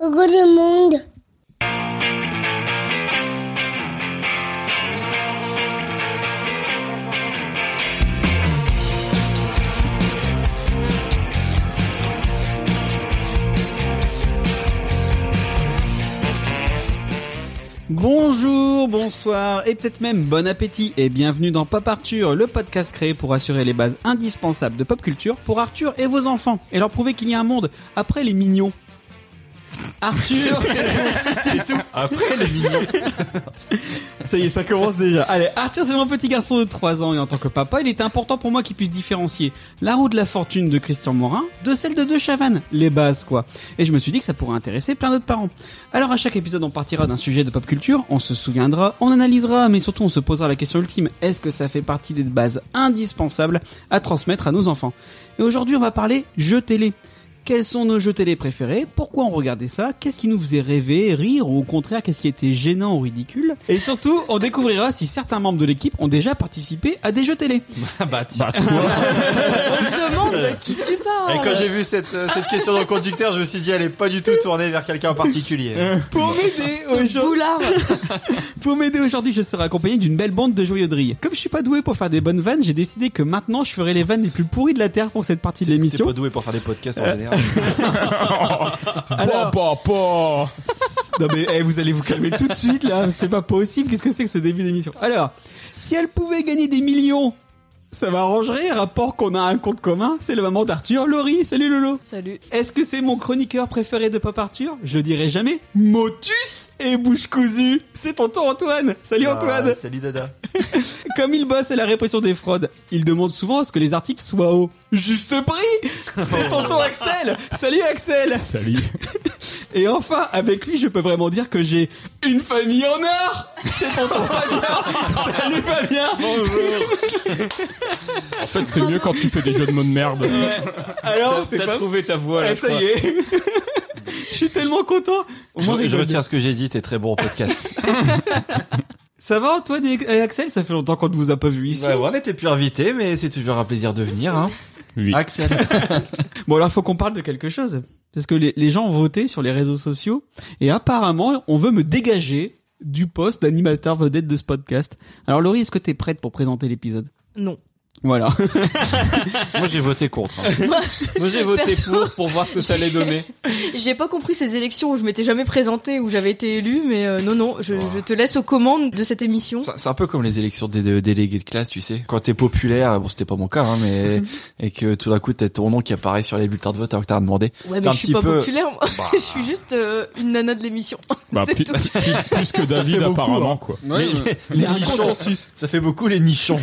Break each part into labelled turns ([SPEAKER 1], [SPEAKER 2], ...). [SPEAKER 1] Coucou le monde.
[SPEAKER 2] Bonjour, bonsoir et peut-être même bon appétit et bienvenue dans Pop Arthur, le podcast créé pour assurer les bases indispensables de pop culture pour Arthur et vos enfants et leur prouver qu'il y a un monde après les mignons. Arthur,
[SPEAKER 3] C'est tout. Après les mignons.
[SPEAKER 2] ça y est, ça commence déjà. Allez, Arthur, c'est mon petit garçon de 3 ans et en tant que papa, il était important pour moi qu'il puisse différencier la roue de la fortune de Christian Morin de celle de De Chavannes, les bases quoi. Et je me suis dit que ça pourrait intéresser plein d'autres parents. Alors à chaque épisode, on partira d'un sujet de pop culture, on se souviendra, on analysera, mais surtout on se posera la question ultime est-ce que ça fait partie des bases indispensables à transmettre à nos enfants Et aujourd'hui, on va parler jeux télé. Quels sont nos jeux télé préférés Pourquoi on regardait ça Qu'est-ce qui nous faisait rêver, rire ou au contraire qu'est-ce qui était gênant ou ridicule Et surtout, on découvrira si certains membres de l'équipe ont déjà participé à des jeux télé.
[SPEAKER 3] Ah bah tiens.
[SPEAKER 4] On se demande de qui tu
[SPEAKER 3] Et quand
[SPEAKER 4] parles.
[SPEAKER 3] j'ai vu cette, euh, cette question dans le conducteur, je me suis dit, elle est pas du tout tournée vers quelqu'un en particulier.
[SPEAKER 4] Euh,
[SPEAKER 2] Pour m'aider
[SPEAKER 4] Ce
[SPEAKER 2] aujourd'hui,
[SPEAKER 4] boulard.
[SPEAKER 2] pour m'aider aujourd'hui, je serai accompagné d'une belle bande de joyeux Comme je suis pas doué pour faire des bonnes vannes, j'ai décidé que maintenant je ferai les vannes les plus pourries de la terre pour cette partie de
[SPEAKER 3] T'es
[SPEAKER 2] l'émission. Euh.
[SPEAKER 3] pas doué pour faire des podcasts en général.
[SPEAKER 2] Alors, non mais eh, vous allez vous calmer tout de suite là, c'est pas possible. Qu'est-ce que c'est que ce début d'émission Alors, si elle pouvait gagner des millions, ça m'arrangerait. Rapport qu'on a un compte commun, c'est le maman d'Arthur, Laurie. Salut Lolo.
[SPEAKER 4] Salut.
[SPEAKER 2] Est-ce que c'est mon chroniqueur préféré de Pop Arthur Je le dirai jamais. Motus et bouche cousue. C'est tonton Antoine. Salut Antoine.
[SPEAKER 3] Ah, Salut Dada.
[SPEAKER 2] Comme il bosse à la répression des fraudes, il demande souvent à ce que les articles soient au juste prix. C'est tonton Axel. Salut Axel.
[SPEAKER 5] Salut.
[SPEAKER 2] Et enfin, avec lui, je peux vraiment dire que j'ai une famille en or C'est tonton Fabien Salut Fabien
[SPEAKER 5] En fait, c'est mieux quand tu fais des jeux de mots de merde.
[SPEAKER 2] Alors, c'est pas...
[SPEAKER 3] trouvé ta voix
[SPEAKER 2] Ah, ça y est Je suis tellement content Au moins,
[SPEAKER 3] Je,
[SPEAKER 2] rigole bien.
[SPEAKER 3] retiens ce que j'ai dit, t'es très bon au podcast.
[SPEAKER 2] Ça va Antoine et et Axel Ça fait longtemps qu'on ne vous a pas vu ici.
[SPEAKER 3] Bah, Ouais, on n'était plus invités, mais c'est toujours un plaisir de venir. Hein.
[SPEAKER 5] Oui.
[SPEAKER 3] Axel.
[SPEAKER 2] Bon alors, faut qu'on parle de quelque chose. Parce que les, les gens ont voté sur les réseaux sociaux et apparemment, on veut me dégager du poste d'animateur vedette de ce podcast. Alors Laurie, est-ce que t'es prête pour présenter l'épisode
[SPEAKER 4] Non.
[SPEAKER 2] Voilà.
[SPEAKER 3] Moi j'ai voté contre. hein.
[SPEAKER 2] Moi j'ai
[SPEAKER 4] voté Perso- pour,
[SPEAKER 2] voir ce que
[SPEAKER 4] ça allait donner. J'ai pas compris ces élections où je m'étais jamais présentée, où j'avais été élue, mais euh, non, non, je,
[SPEAKER 3] Wow.
[SPEAKER 4] je te laisse aux commandes de cette émission.
[SPEAKER 3] C'est c'est un peu comme les élections des des délégués de classe, tu sais. Quand t'es populaire, bon c'était pas mon cas, hein, mais et que tout d'un coup t'as ton nom qui apparaît sur les bulletins de vote alors que t'as demandé.
[SPEAKER 4] Ouais,
[SPEAKER 3] T'es
[SPEAKER 4] mais
[SPEAKER 3] un
[SPEAKER 4] je suis
[SPEAKER 3] petit
[SPEAKER 4] pas
[SPEAKER 3] peu-
[SPEAKER 4] populaire, moi.
[SPEAKER 3] Bah.
[SPEAKER 4] je suis juste euh, une nana de l'émission.
[SPEAKER 5] Bah,
[SPEAKER 4] C'est
[SPEAKER 5] plus,
[SPEAKER 4] tout.
[SPEAKER 5] plus- plus que David,
[SPEAKER 4] hein.
[SPEAKER 3] beaucoup,
[SPEAKER 5] apparemment, quoi.
[SPEAKER 3] Mais les, les nichons, ça fait beaucoup les nichons.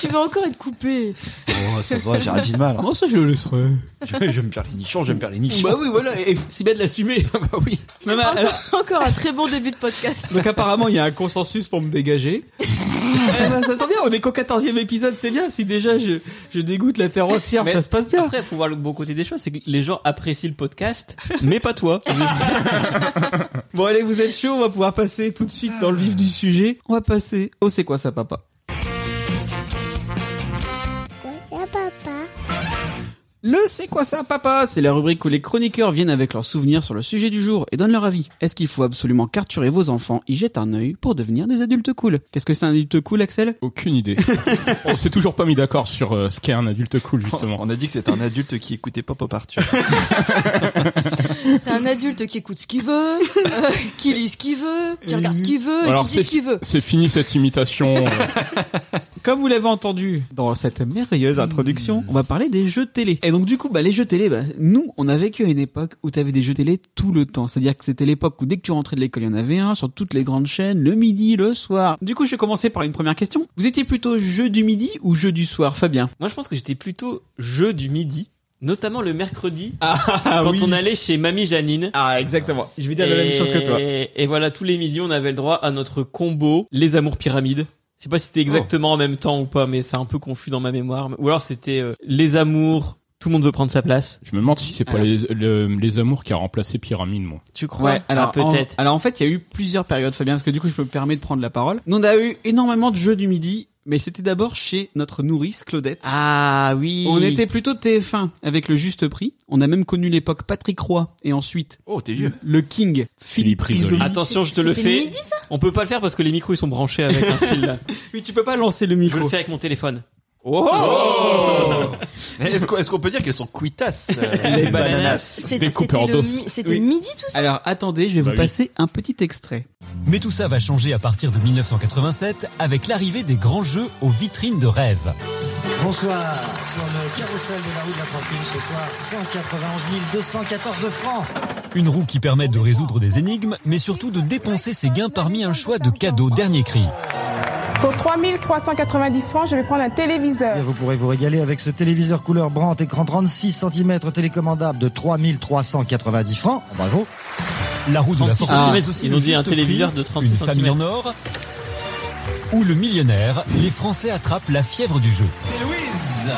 [SPEAKER 4] tu vas encore être coupée.
[SPEAKER 3] Oh, ça va, j'ai rien dit de mal. hein.
[SPEAKER 2] Moi ça je le laisserai.
[SPEAKER 3] Je, je me perds les nichons, je me perds les nichons.
[SPEAKER 2] Bah oui, voilà, et si bien de l'assumer.
[SPEAKER 3] bah oui.
[SPEAKER 2] Non, mais alors-
[SPEAKER 4] Encore un très bon début de podcast.
[SPEAKER 2] donc apparemment, il y a un consensus pour me dégager. eh ben, ça tombe bien, on est qu'au 14e épisode, c'est bien. Si déjà je, je dégoûte la terre entière,
[SPEAKER 6] Mais-
[SPEAKER 2] ça se passe bien.
[SPEAKER 6] Après, faut voir le bon côté des choses, c'est que les gens apprécient le podcast, mais pas toi.
[SPEAKER 2] Bon allez, vous êtes chaud, on va pouvoir passer tout de suite dans le vif du sujet. On va passer au C'est quoi ça papa
[SPEAKER 1] Quoi ça, papa
[SPEAKER 2] Le C'est quoi ça papa C'est la rubrique où les chroniqueurs viennent avec leurs souvenirs sur le sujet du jour et donnent leur avis. Est-ce qu'il faut absolument qu'Arthur et vos enfants y jettent un œil pour devenir des adultes cool Qu'est-ce que c'est un adulte cool Axel
[SPEAKER 5] Aucune idée. On s'est toujours pas mis d'accord sur euh, ce qu'est un adulte cool, justement.
[SPEAKER 3] On a dit que c'était un adulte qui écoutait pas Pop Arthur.
[SPEAKER 4] C'est un adulte qui écoute ce qu'il veut, euh, qui lit ce qu'il veut, qui regarde ce qu'il veut, et
[SPEAKER 5] Alors,
[SPEAKER 4] qui dit ce qu'il veut.
[SPEAKER 5] C'est fini cette imitation. euh,
[SPEAKER 2] Comme vous l'avez entendu dans cette merveilleuse
[SPEAKER 6] Hmm.
[SPEAKER 2] introduction, on va parler des jeux télé. Et donc du coup, bah, les jeux télé, bah, nous, on a vécu à une époque où t'avais des jeux télé tout le temps. C'est-à-dire que c'était l'époque où dès que tu rentrais de l'école, il y en avait un sur toutes les grandes chaînes, le midi, le soir. Du coup, je vais commencer par une première question. Vous étiez plutôt jeu du midi ou jeu du soir, Fabien
[SPEAKER 6] Moi, je pense que j'étais plutôt jeu du midi, notamment le mercredi,
[SPEAKER 2] Ah
[SPEAKER 6] quand on allait chez Mamie Janine.
[SPEAKER 2] Ah exactement. Je vais dire la
[SPEAKER 6] Et-
[SPEAKER 2] même chose que toi.
[SPEAKER 6] Et voilà, tous les midis, on avait le droit à notre combo Les Amours Pyramides. Je sais pas si c'était exactement en même temps ou pas, mais c'est un peu confus dans ma mémoire. Ou alors c'était euh, Les Amours, tout le monde veut prendre sa place.
[SPEAKER 5] je me demande si c'est pas les, le- les amours qui a remplacé Pyramide, moi.
[SPEAKER 6] Tu crois Ah,
[SPEAKER 2] alors
[SPEAKER 6] peut-être.
[SPEAKER 2] en- alors en fait, il y a eu plusieurs périodes, Fabien, parce que du coup, je me permets de prendre la parole. Nous, on a eu énormément de jeux du midi Mais c'était d'abord chez notre nourrice Claudette.
[SPEAKER 1] Ah oui.
[SPEAKER 2] On était plutôt TF1 avec le juste prix. On a même connu l'époque Patrick Roy et ensuite
[SPEAKER 3] Oh, t'es vieux.
[SPEAKER 2] le King
[SPEAKER 5] Philippe
[SPEAKER 2] Philippe
[SPEAKER 5] Risoli.
[SPEAKER 2] Risoli.
[SPEAKER 1] Attention, je te le
[SPEAKER 4] C'était
[SPEAKER 1] fais.
[SPEAKER 4] midi, ça
[SPEAKER 1] On peut pas le faire parce que les micros ils sont branchés avec un fil. là.
[SPEAKER 2] Oui, tu peux pas lancer le
[SPEAKER 1] Je le
[SPEAKER 2] micro. Oh.
[SPEAKER 1] fais avec mon téléphone.
[SPEAKER 3] Oh Mais Est-ce qu'on est-ce qu'on peut dire qu'elles sont cuitasses euh,
[SPEAKER 1] Les bananes.
[SPEAKER 4] C'est-
[SPEAKER 5] Découpé
[SPEAKER 4] C'était
[SPEAKER 5] en
[SPEAKER 4] le
[SPEAKER 5] dos.
[SPEAKER 4] mi- c'était
[SPEAKER 2] Oui.
[SPEAKER 4] midi tout ça
[SPEAKER 2] Alors attendez, je vais
[SPEAKER 5] Bah oui.
[SPEAKER 2] vous passer un petit extrait.
[SPEAKER 7] Mais tout ça va changer à partir de 1987 avec l'arrivée des grands jeux aux vitrines de rêve.
[SPEAKER 8] Bonsoir. Sur le carrousel de la rue de la Fortune ce soir, 191 214 francs.
[SPEAKER 7] Une roue qui permet de résoudre des énigmes, mais surtout de dépenser ses gains parmi un choix de cadeaux dernier cri.
[SPEAKER 9] Pour 3390 francs, je vais prendre un téléviseur.
[SPEAKER 8] Bien, vous pourrez vous régaler avec ce téléviseur couleur Brandt, écran 36 cm télécommandable de 3390 francs. Oh, Bravo.
[SPEAKER 7] La roue de la
[SPEAKER 1] 36
[SPEAKER 7] fortune,
[SPEAKER 1] centimètres.
[SPEAKER 7] mais aussi
[SPEAKER 1] Ils
[SPEAKER 7] le
[SPEAKER 1] ont dit un
[SPEAKER 7] juste
[SPEAKER 1] téléviseur de 36
[SPEAKER 7] une famille en
[SPEAKER 1] centimètres.
[SPEAKER 7] or ou le millionnaire, les Français attrapent la fièvre du jeu. C'est Louise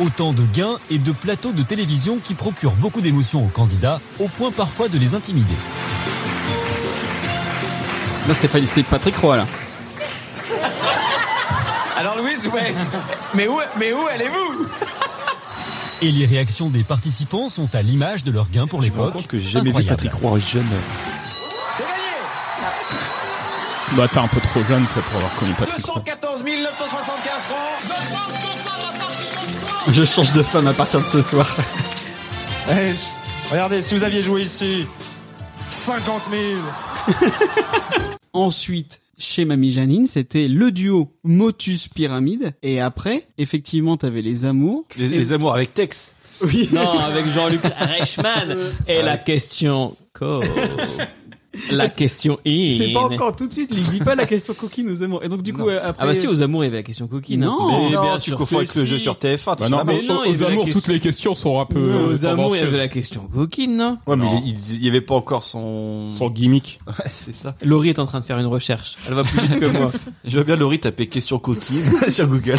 [SPEAKER 7] Autant de gains et de plateaux de télévision qui procurent beaucoup d'émotions aux candidats, au point parfois de les intimider.
[SPEAKER 2] Là, c'est fa- c'est Patrick Roy là.
[SPEAKER 3] Alors Louise, ouais. Mais où, mais où allez-vous
[SPEAKER 7] Et les réactions des participants sont à l'image de leurs gains pour
[SPEAKER 3] Je me rends
[SPEAKER 7] l'époque.
[SPEAKER 3] compte que j'ai jamais
[SPEAKER 7] Incroyable.
[SPEAKER 3] vu Patrick Roy jeune.
[SPEAKER 5] Bah, t'es un peu trop jeune, toi, pour avoir connu Patrick. Roy.
[SPEAKER 8] 975 francs.
[SPEAKER 2] Je change de femme à partir de ce soir.
[SPEAKER 3] Eh,
[SPEAKER 8] regardez, si vous aviez joué ici, 50 000.
[SPEAKER 2] Ensuite, chez Mamie Janine, c'était le duo Motus Pyramide. Et après, effectivement, t'avais les amours.
[SPEAKER 3] Les, les amours avec Tex.
[SPEAKER 2] Oui.
[SPEAKER 1] Non, avec Jean-Luc Reichmann. Et la question co. La question in.
[SPEAKER 2] C'est pas encore tout de suite. Il dit pas la question coquine aux amours. Et donc, du coup, euh, après.
[SPEAKER 1] Ah bah si, aux amours, il y avait la question coquine. hein.
[SPEAKER 2] Non,
[SPEAKER 1] Mais bien
[SPEAKER 3] tu
[SPEAKER 1] sûr
[SPEAKER 3] confonds
[SPEAKER 1] que
[SPEAKER 3] avec le
[SPEAKER 1] si.
[SPEAKER 3] jeu sur TF1. tu
[SPEAKER 5] Bah
[SPEAKER 3] sais
[SPEAKER 5] non,
[SPEAKER 3] pas,
[SPEAKER 5] mais
[SPEAKER 1] mais non,
[SPEAKER 5] aux-
[SPEAKER 1] il y avait
[SPEAKER 5] aux
[SPEAKER 1] la
[SPEAKER 5] amours,
[SPEAKER 1] question-
[SPEAKER 5] toutes les questions sont un peu.
[SPEAKER 1] Non,
[SPEAKER 5] euh,
[SPEAKER 1] aux amours, il y
[SPEAKER 5] tendancieuses.
[SPEAKER 1] avait la question coquine, non
[SPEAKER 3] Ouais, mais
[SPEAKER 5] Non.
[SPEAKER 3] il, il- il y avait pas encore son.
[SPEAKER 5] Son gimmick.
[SPEAKER 3] Ouais, c'est ça.
[SPEAKER 1] Laurie est en train de faire une recherche. Elle va plus vite que moi.
[SPEAKER 3] Je vois bien Laurie taper question coquine sur Google.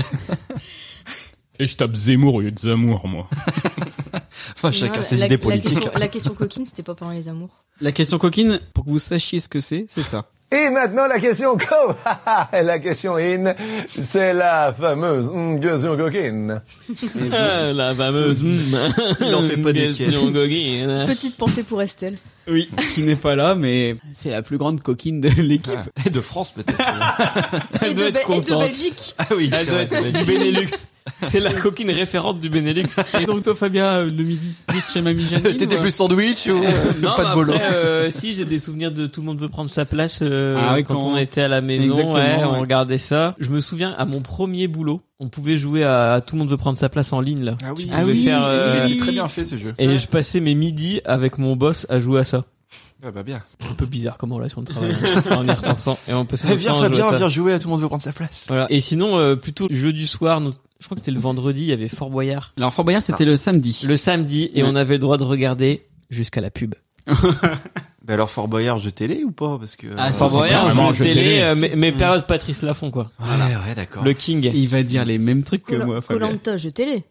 [SPEAKER 5] Et je tape Zemmour au lieu de Zamour, moi.
[SPEAKER 3] Enfin, chacun
[SPEAKER 4] Non,
[SPEAKER 3] ses
[SPEAKER 4] la-
[SPEAKER 3] idées
[SPEAKER 4] la
[SPEAKER 3] politiques.
[SPEAKER 4] question- La question coquine, c'était pas pendant les amours.
[SPEAKER 2] La question coquine, pour que vous sachiez ce que c'est, c'est ça.
[SPEAKER 10] Et maintenant, la question co. la question in, c'est la fameuse hmm, question coquine.
[SPEAKER 1] Ah, la fameuse. Il
[SPEAKER 3] en fait pas des
[SPEAKER 1] question
[SPEAKER 3] caisses.
[SPEAKER 1] coquine.
[SPEAKER 4] Petite pensée pour Estelle.
[SPEAKER 2] Oui. Qui n'est pas là, mais c'est la plus grande coquine de l'équipe.
[SPEAKER 1] Ah.
[SPEAKER 3] Et de France peut-être.
[SPEAKER 4] Et
[SPEAKER 1] Elle doit
[SPEAKER 4] de, Bel- et
[SPEAKER 1] être
[SPEAKER 4] de
[SPEAKER 1] contente.
[SPEAKER 4] Belgique.
[SPEAKER 3] ah oui.
[SPEAKER 1] Elle
[SPEAKER 3] c'est
[SPEAKER 1] doit
[SPEAKER 3] vrai, c'est
[SPEAKER 1] être du
[SPEAKER 3] vrai.
[SPEAKER 1] Benelux. C'est la coquine référente du Benelux.
[SPEAKER 2] Et donc, toi, Fabien, euh, le midi, plus chez Mamie Janine.
[SPEAKER 3] T'étais
[SPEAKER 2] ou, euh,
[SPEAKER 3] plus sandwich ou
[SPEAKER 1] Non,
[SPEAKER 3] pas
[SPEAKER 1] mais
[SPEAKER 3] de bolo
[SPEAKER 1] après, euh, si j'ai des souvenirs de tout le monde veut prendre sa place euh,
[SPEAKER 2] Ah oui,
[SPEAKER 1] quand,
[SPEAKER 2] quand-
[SPEAKER 1] on était à la maison,
[SPEAKER 2] Exactement,
[SPEAKER 1] ouais, on
[SPEAKER 2] ouais.
[SPEAKER 1] regardait ça. Je me souviens à mon premier boulot, on pouvait jouer à tout le monde veut prendre sa place en ligne là.
[SPEAKER 3] Ah oui.
[SPEAKER 1] Ah oui,
[SPEAKER 3] faire,
[SPEAKER 1] oui,
[SPEAKER 3] il
[SPEAKER 1] oui,
[SPEAKER 3] était très
[SPEAKER 1] oui.
[SPEAKER 3] bien fait ce jeu.
[SPEAKER 1] Et je passais mes midis avec mon boss à jouer à ça.
[SPEAKER 3] Ah bah bien.
[SPEAKER 1] Un peu bizarre comme relation de travail hein, en y repensant. Et on passait
[SPEAKER 3] Eh,
[SPEAKER 1] notre
[SPEAKER 3] viens
[SPEAKER 1] temps à jouer à
[SPEAKER 3] Fabien,
[SPEAKER 1] ça.
[SPEAKER 3] viens jouer, tout le monde veut prendre sa place.
[SPEAKER 1] Voilà. Et sinon, euh, plutôt le jeu du soir. notre- Je crois que c'était le vendredi. Il y avait Fort Boyard.
[SPEAKER 2] Alors, Fort Boyard,
[SPEAKER 3] Ah.
[SPEAKER 2] c'était le samedi.
[SPEAKER 1] Le samedi, et
[SPEAKER 2] Ouais.
[SPEAKER 1] on avait le droit de regarder jusqu'à la pub.
[SPEAKER 3] Bah alors Fort Boyard jeu télé ou pas parce que
[SPEAKER 2] Ah,
[SPEAKER 3] euh,
[SPEAKER 2] Fort
[SPEAKER 1] Fort
[SPEAKER 2] Boyard,
[SPEAKER 1] Boyard,
[SPEAKER 5] vraiment un
[SPEAKER 1] jeu
[SPEAKER 5] jeu
[SPEAKER 1] télé,
[SPEAKER 5] télé.
[SPEAKER 1] euh, mes, mes périodes Patrice Laffont quoi.
[SPEAKER 3] Ouais Ah ouais d'accord.
[SPEAKER 1] Le King.
[SPEAKER 2] Il va dire les mêmes trucs que moi, Fabien.
[SPEAKER 4] Colanta, je télé.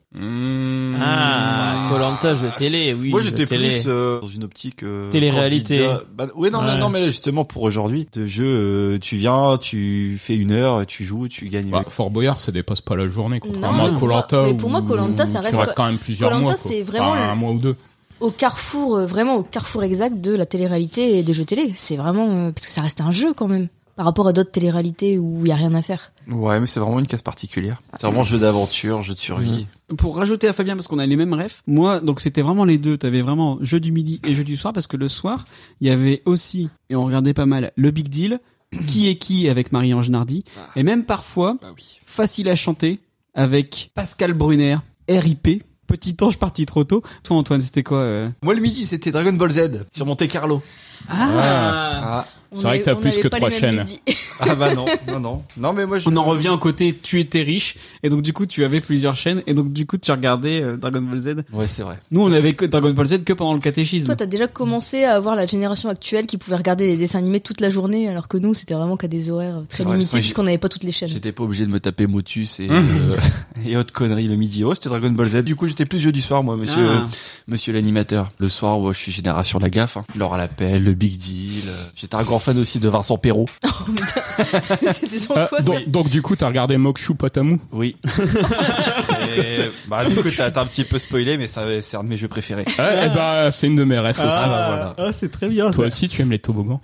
[SPEAKER 1] Ah, Colanta, jeu télé, oui.
[SPEAKER 3] Hmm. Moi
[SPEAKER 1] jeu
[SPEAKER 3] j'étais
[SPEAKER 1] télé.
[SPEAKER 3] plus euh, dans une optique euh,
[SPEAKER 1] Télé-réalité.
[SPEAKER 3] candidat. Bah, ouais non mais
[SPEAKER 1] Ouais.
[SPEAKER 3] non mais là, justement pour aujourd'hui de jeu euh, tu viens tu fais une heure tu joues tu gagnes.
[SPEAKER 5] Bah, Fort Boyard, ça dépasse pas la journée,
[SPEAKER 4] Non,
[SPEAKER 5] contrairement
[SPEAKER 4] mais
[SPEAKER 5] à
[SPEAKER 4] pour moi-
[SPEAKER 5] Colanta.
[SPEAKER 4] mais pour moi, Koh-Lanta, ça reste-
[SPEAKER 5] quand même plusieurs
[SPEAKER 4] Koh-Lanta,
[SPEAKER 5] mois. quoi.
[SPEAKER 4] c'est vraiment
[SPEAKER 5] Enfin,
[SPEAKER 4] le-
[SPEAKER 5] un mois ou deux.
[SPEAKER 4] Au carrefour, euh, vraiment au carrefour exact de la télé-réalité et des jeux télé. C'est vraiment. euh, parce que ça reste un jeu quand même. Par rapport à d'autres télé-réalités où il y a rien à faire.
[SPEAKER 3] Ouais mais c'est vraiment une case particulière. C'est vraiment jeu d'aventure jeu de survie.
[SPEAKER 1] Mhm.
[SPEAKER 2] Pour rajouter à Fabien, parce qu'on a les mêmes refs, moi, donc c'était vraiment les deux. T'avais vraiment jeu du midi et jeu du soir, parce que le soir, il y avait aussi, et on regardait pas mal, le Big Deal, qui est qui avec Marie-Ange Nardi, et même parfois,
[SPEAKER 3] Ah. Bah oui.
[SPEAKER 2] facile à chanter, avec Pascal Brunner, RIP, Petit ange parti trop tôt. Toi, Antoine, c'était quoi euh
[SPEAKER 3] Moi le midi c'était Dragon Ball Z sur Monte Carlo. Ah,
[SPEAKER 5] C'est vrai que t'as plus que trois chaînes.
[SPEAKER 3] ah bah non non non non mais moi je...
[SPEAKER 2] On en revient au côté tu étais riche, et donc du coup, tu avais plusieurs chaînes, et donc du coup, tu regardais euh, Dragon Ball Z.
[SPEAKER 3] Ouais c'est vrai.
[SPEAKER 2] Nous, on avait que Dragon Ball Z que pendant le catéchisme.
[SPEAKER 4] Toi, t'as déjà commencé à avoir la génération actuelle qui pouvait regarder des dessins animés toute la journée, alors que nous, c'était vraiment qu'à des horaires euh, très
[SPEAKER 3] C'est vrai, c'est
[SPEAKER 4] limités
[SPEAKER 3] vrai,
[SPEAKER 4] puisqu'on n'avait pas toutes les chaînes.
[SPEAKER 3] J'étais pas obligé de me taper Motus
[SPEAKER 5] Mmh.
[SPEAKER 3] et, euh, et autres conneries le midi. Oh, c'était Dragon Ball Z. Du coup, j'étais plus jeu du soir, moi, monsieur,
[SPEAKER 2] Ah.
[SPEAKER 3] euh, monsieur l'animateur. Le soir, ouais, je suis génération la gaffe, hein. Laura l'appel, le Big Deal. J'étais un grand fan aussi de Vincent Perrault.
[SPEAKER 8] C'était dans quoi
[SPEAKER 5] Euh,
[SPEAKER 8] ça
[SPEAKER 5] donc, donc, du coup, t'as regardé Mokshu Potamou
[SPEAKER 3] Oui. C'est- bah, du coup, t'as t'as un petit peu spoilé, mais ça- c'est un de mes jeux préférés.
[SPEAKER 5] Eh eh ben, c'est une de mes refs aussi.
[SPEAKER 3] Ah,
[SPEAKER 2] c'est très bien.
[SPEAKER 5] Toi aussi, tu aimes les toboggans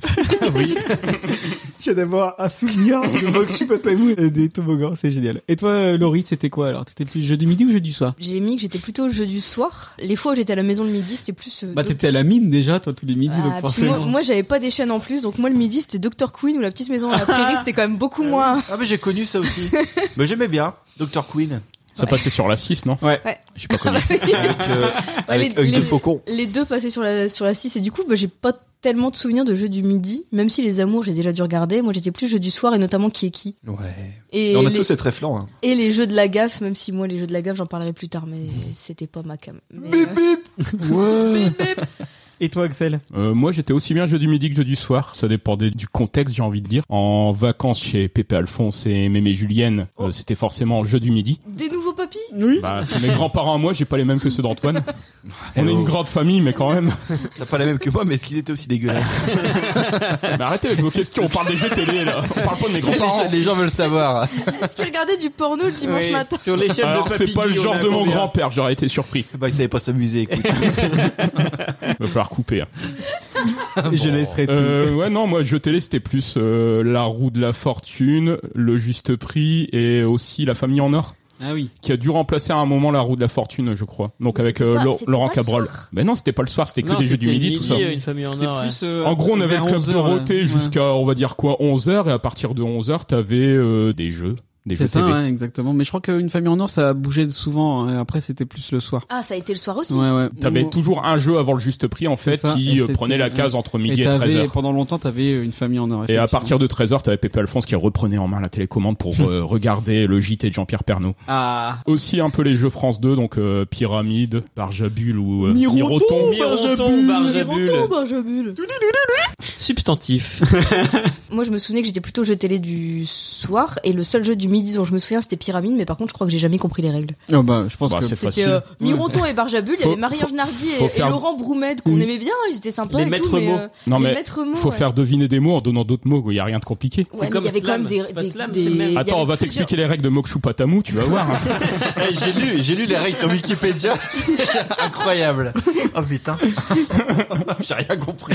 [SPEAKER 2] J'ai d'abord un souvenir de Mokshu Patamou et des toboggans, c'est génial. Et toi, euh, Laurie, c'était quoi alors T'étais plus jeu du midi ou jeu du soir
[SPEAKER 4] J'ai mis que j'étais plutôt jeu du soir. Les fois où j'étais à la maison le midi, c'était plus. euh,
[SPEAKER 2] Bah
[SPEAKER 4] doc-
[SPEAKER 2] t'étais à la mine déjà, toi, tous les midis,
[SPEAKER 4] Ah,
[SPEAKER 2] donc
[SPEAKER 4] puis moi,
[SPEAKER 2] forcément.
[SPEAKER 4] moi, j'avais pas des chaînes en plus, donc moi le midi c'était Dr Queen ou la petite maison à la prairie, c'était quand même beaucoup moins.
[SPEAKER 3] Ah, mais j'ai connu ça aussi. mais j'aimais bien. Dr. Queen.
[SPEAKER 5] Ça passait sur la 6, non
[SPEAKER 4] Ouais.
[SPEAKER 5] J'ai pas connu.
[SPEAKER 3] Avec, euh, avec Œil de Faucon.
[SPEAKER 4] les deux passaient sur la, sur la 6 et du coup bah, j'ai pas tellement de souvenirs de jeux du midi, même si les amours j'ai déjà dû regarder. Moi j'étais plus jeux du soir et notamment qui est qui.
[SPEAKER 3] Ouais.
[SPEAKER 4] Et
[SPEAKER 3] Et on a
[SPEAKER 4] les-
[SPEAKER 3] tous ces très hein. flancs.
[SPEAKER 4] Et les jeux de la gaffe, même si moi les jeux de la gaffe j'en parlerai plus tard, mais c'était pas ma cam. Mais, euh,
[SPEAKER 2] Et toi, Axel
[SPEAKER 5] Euh, moi, j'étais aussi bien jeu du midi que jeu du soir. Ça dépendait du contexte, j'ai envie de dire. En vacances chez Pépé Alphonse et Mémé Julienne,
[SPEAKER 2] Oh.
[SPEAKER 5] euh, c'était forcément jeu du midi.
[SPEAKER 4] Des nouveaux papis
[SPEAKER 2] Oui.
[SPEAKER 5] Bah, c'est mes grands-parents à moi, j'ai pas les mêmes que ceux d'Antoine. On est
[SPEAKER 3] Oh.
[SPEAKER 5] une grande famille, mais quand même.
[SPEAKER 3] T'as pas la même que moi, mais est-ce qu'ils étaient aussi dégueulasses
[SPEAKER 5] Mais arrêtez avec vos questions, on parle des jeux télé, là. On parle pas de mes
[SPEAKER 3] les,
[SPEAKER 5] grands-parents.
[SPEAKER 3] gens, les gens veulent savoir.
[SPEAKER 4] Est-ce qu'ils regardaient du porno le dimanche
[SPEAKER 7] Oui,
[SPEAKER 4] matin
[SPEAKER 7] Sur l'échelle de
[SPEAKER 5] Alors,
[SPEAKER 7] Papy
[SPEAKER 5] c'est pas le
[SPEAKER 7] Guy, on
[SPEAKER 5] genre
[SPEAKER 7] a
[SPEAKER 5] de mon
[SPEAKER 7] combien
[SPEAKER 5] grand-père, j'aurais été surpris.
[SPEAKER 3] hein. Bah, ils savaient pas s'amuser, écoute.
[SPEAKER 5] Va falloir couper. hein.
[SPEAKER 1] Ah
[SPEAKER 2] Je laisserai tout.
[SPEAKER 5] Euh, ouais, non, moi, jeu télé, c'était plus euh, la roue de la fortune, le juste prix et aussi la famille en or.
[SPEAKER 2] Ah oui.
[SPEAKER 5] Qui a dû remplacer à un moment la roue de la fortune, je crois. Donc
[SPEAKER 4] Mais
[SPEAKER 5] avec
[SPEAKER 4] c'était
[SPEAKER 5] euh,
[SPEAKER 4] pas-
[SPEAKER 5] Lau-
[SPEAKER 4] c'était
[SPEAKER 5] Laurent
[SPEAKER 4] pas le
[SPEAKER 5] Cabrol.
[SPEAKER 4] soir.
[SPEAKER 5] Mais non, c'était pas le soir, c'était que
[SPEAKER 7] Non,
[SPEAKER 5] des jeux
[SPEAKER 7] c'était
[SPEAKER 5] du midi, tout ça.
[SPEAKER 7] midi, euh, une famille en
[SPEAKER 2] C'était
[SPEAKER 7] or. ouais.
[SPEAKER 2] plus. euh,
[SPEAKER 5] En gros, on avait
[SPEAKER 2] vers
[SPEAKER 5] le club
[SPEAKER 2] 11 heures,
[SPEAKER 5] Dorothée
[SPEAKER 2] ouais.
[SPEAKER 5] jusqu'à, on va dire quoi, 11h, et à partir de 11h, t'avais euh, des jeux, des
[SPEAKER 2] C'est
[SPEAKER 5] jeux
[SPEAKER 2] ça,
[SPEAKER 5] TV.
[SPEAKER 2] ouais, exactement. Mais je crois qu'une famille en or, ça bougeait souvent. hein. Après, c'était plus le soir.
[SPEAKER 4] Ah, ça a été le soir aussi.
[SPEAKER 2] Ouais, ouais.
[SPEAKER 5] T'avais
[SPEAKER 2] Bon,
[SPEAKER 5] toujours un jeu avant le juste prix, en
[SPEAKER 2] C'est
[SPEAKER 5] fait,
[SPEAKER 2] ça, et
[SPEAKER 5] qui euh,
[SPEAKER 2] c'était-
[SPEAKER 5] prenait la case entre midi et,
[SPEAKER 2] et t'avais-
[SPEAKER 5] 13h.
[SPEAKER 2] pendant longtemps, t'avais une famille en or.
[SPEAKER 5] Et à
[SPEAKER 2] effectivement.
[SPEAKER 5] partir de 13h, t'avais Pépé Alphonse qui reprenait en main la télécommande pour euh, regarder le JT de Jean-Pierre Pernaut.
[SPEAKER 2] Ah.
[SPEAKER 5] Aussi un peu les jeux France 2, donc euh, Pyramide, Barjabulle ou euh, Miroton.
[SPEAKER 2] Miroton.
[SPEAKER 7] Mironton, Barjabul.
[SPEAKER 4] Benjabule.
[SPEAKER 7] Substantif.
[SPEAKER 4] Moi, je me souvenais que j'étais plutôt jeu télé du soir et le seul jeu du midi dont je me souviens c'était Pyramide, mais par contre, je crois que j'ai jamais compris les règles.
[SPEAKER 2] Ah bah, je pense
[SPEAKER 5] Bah,
[SPEAKER 2] que.
[SPEAKER 5] c'est
[SPEAKER 4] C'était
[SPEAKER 5] facile.
[SPEAKER 4] euh, Mironton et Barjabul, il y
[SPEAKER 5] Faut-
[SPEAKER 4] avait Marie-Ange
[SPEAKER 5] faut-
[SPEAKER 4] Nardi
[SPEAKER 5] faut
[SPEAKER 4] et, et
[SPEAKER 5] faire-
[SPEAKER 4] Laurent Broumed qu'on
[SPEAKER 5] Mm.
[SPEAKER 4] aimait bien, ils étaient sympas
[SPEAKER 7] Les
[SPEAKER 4] et tout,
[SPEAKER 7] maîtres
[SPEAKER 4] mais,
[SPEAKER 7] mots.
[SPEAKER 4] euh,
[SPEAKER 5] Non,
[SPEAKER 4] les
[SPEAKER 5] mais
[SPEAKER 4] maîtres mots.
[SPEAKER 5] Faut
[SPEAKER 4] ouais.
[SPEAKER 5] faire deviner des mots en donnant d'autres mots, il y a rien de compliqué.
[SPEAKER 4] Ouais,
[SPEAKER 7] C'est
[SPEAKER 4] mais
[SPEAKER 7] comme
[SPEAKER 4] il y avait
[SPEAKER 7] Slam.
[SPEAKER 4] quand même des,
[SPEAKER 7] C'est pas
[SPEAKER 4] des-
[SPEAKER 7] Slam,
[SPEAKER 4] des-
[SPEAKER 7] c'est le même.
[SPEAKER 4] il y
[SPEAKER 5] Attends,
[SPEAKER 4] avait
[SPEAKER 5] on va
[SPEAKER 4] plusieurs-
[SPEAKER 5] t'expliquer les règles de Mokshu-Patamu, tu vas voir. hein.
[SPEAKER 3] Eh, j'ai lu, j'ai lu les règles sur Wikipédia. Incroyable. Oh putain. j'ai rien compris.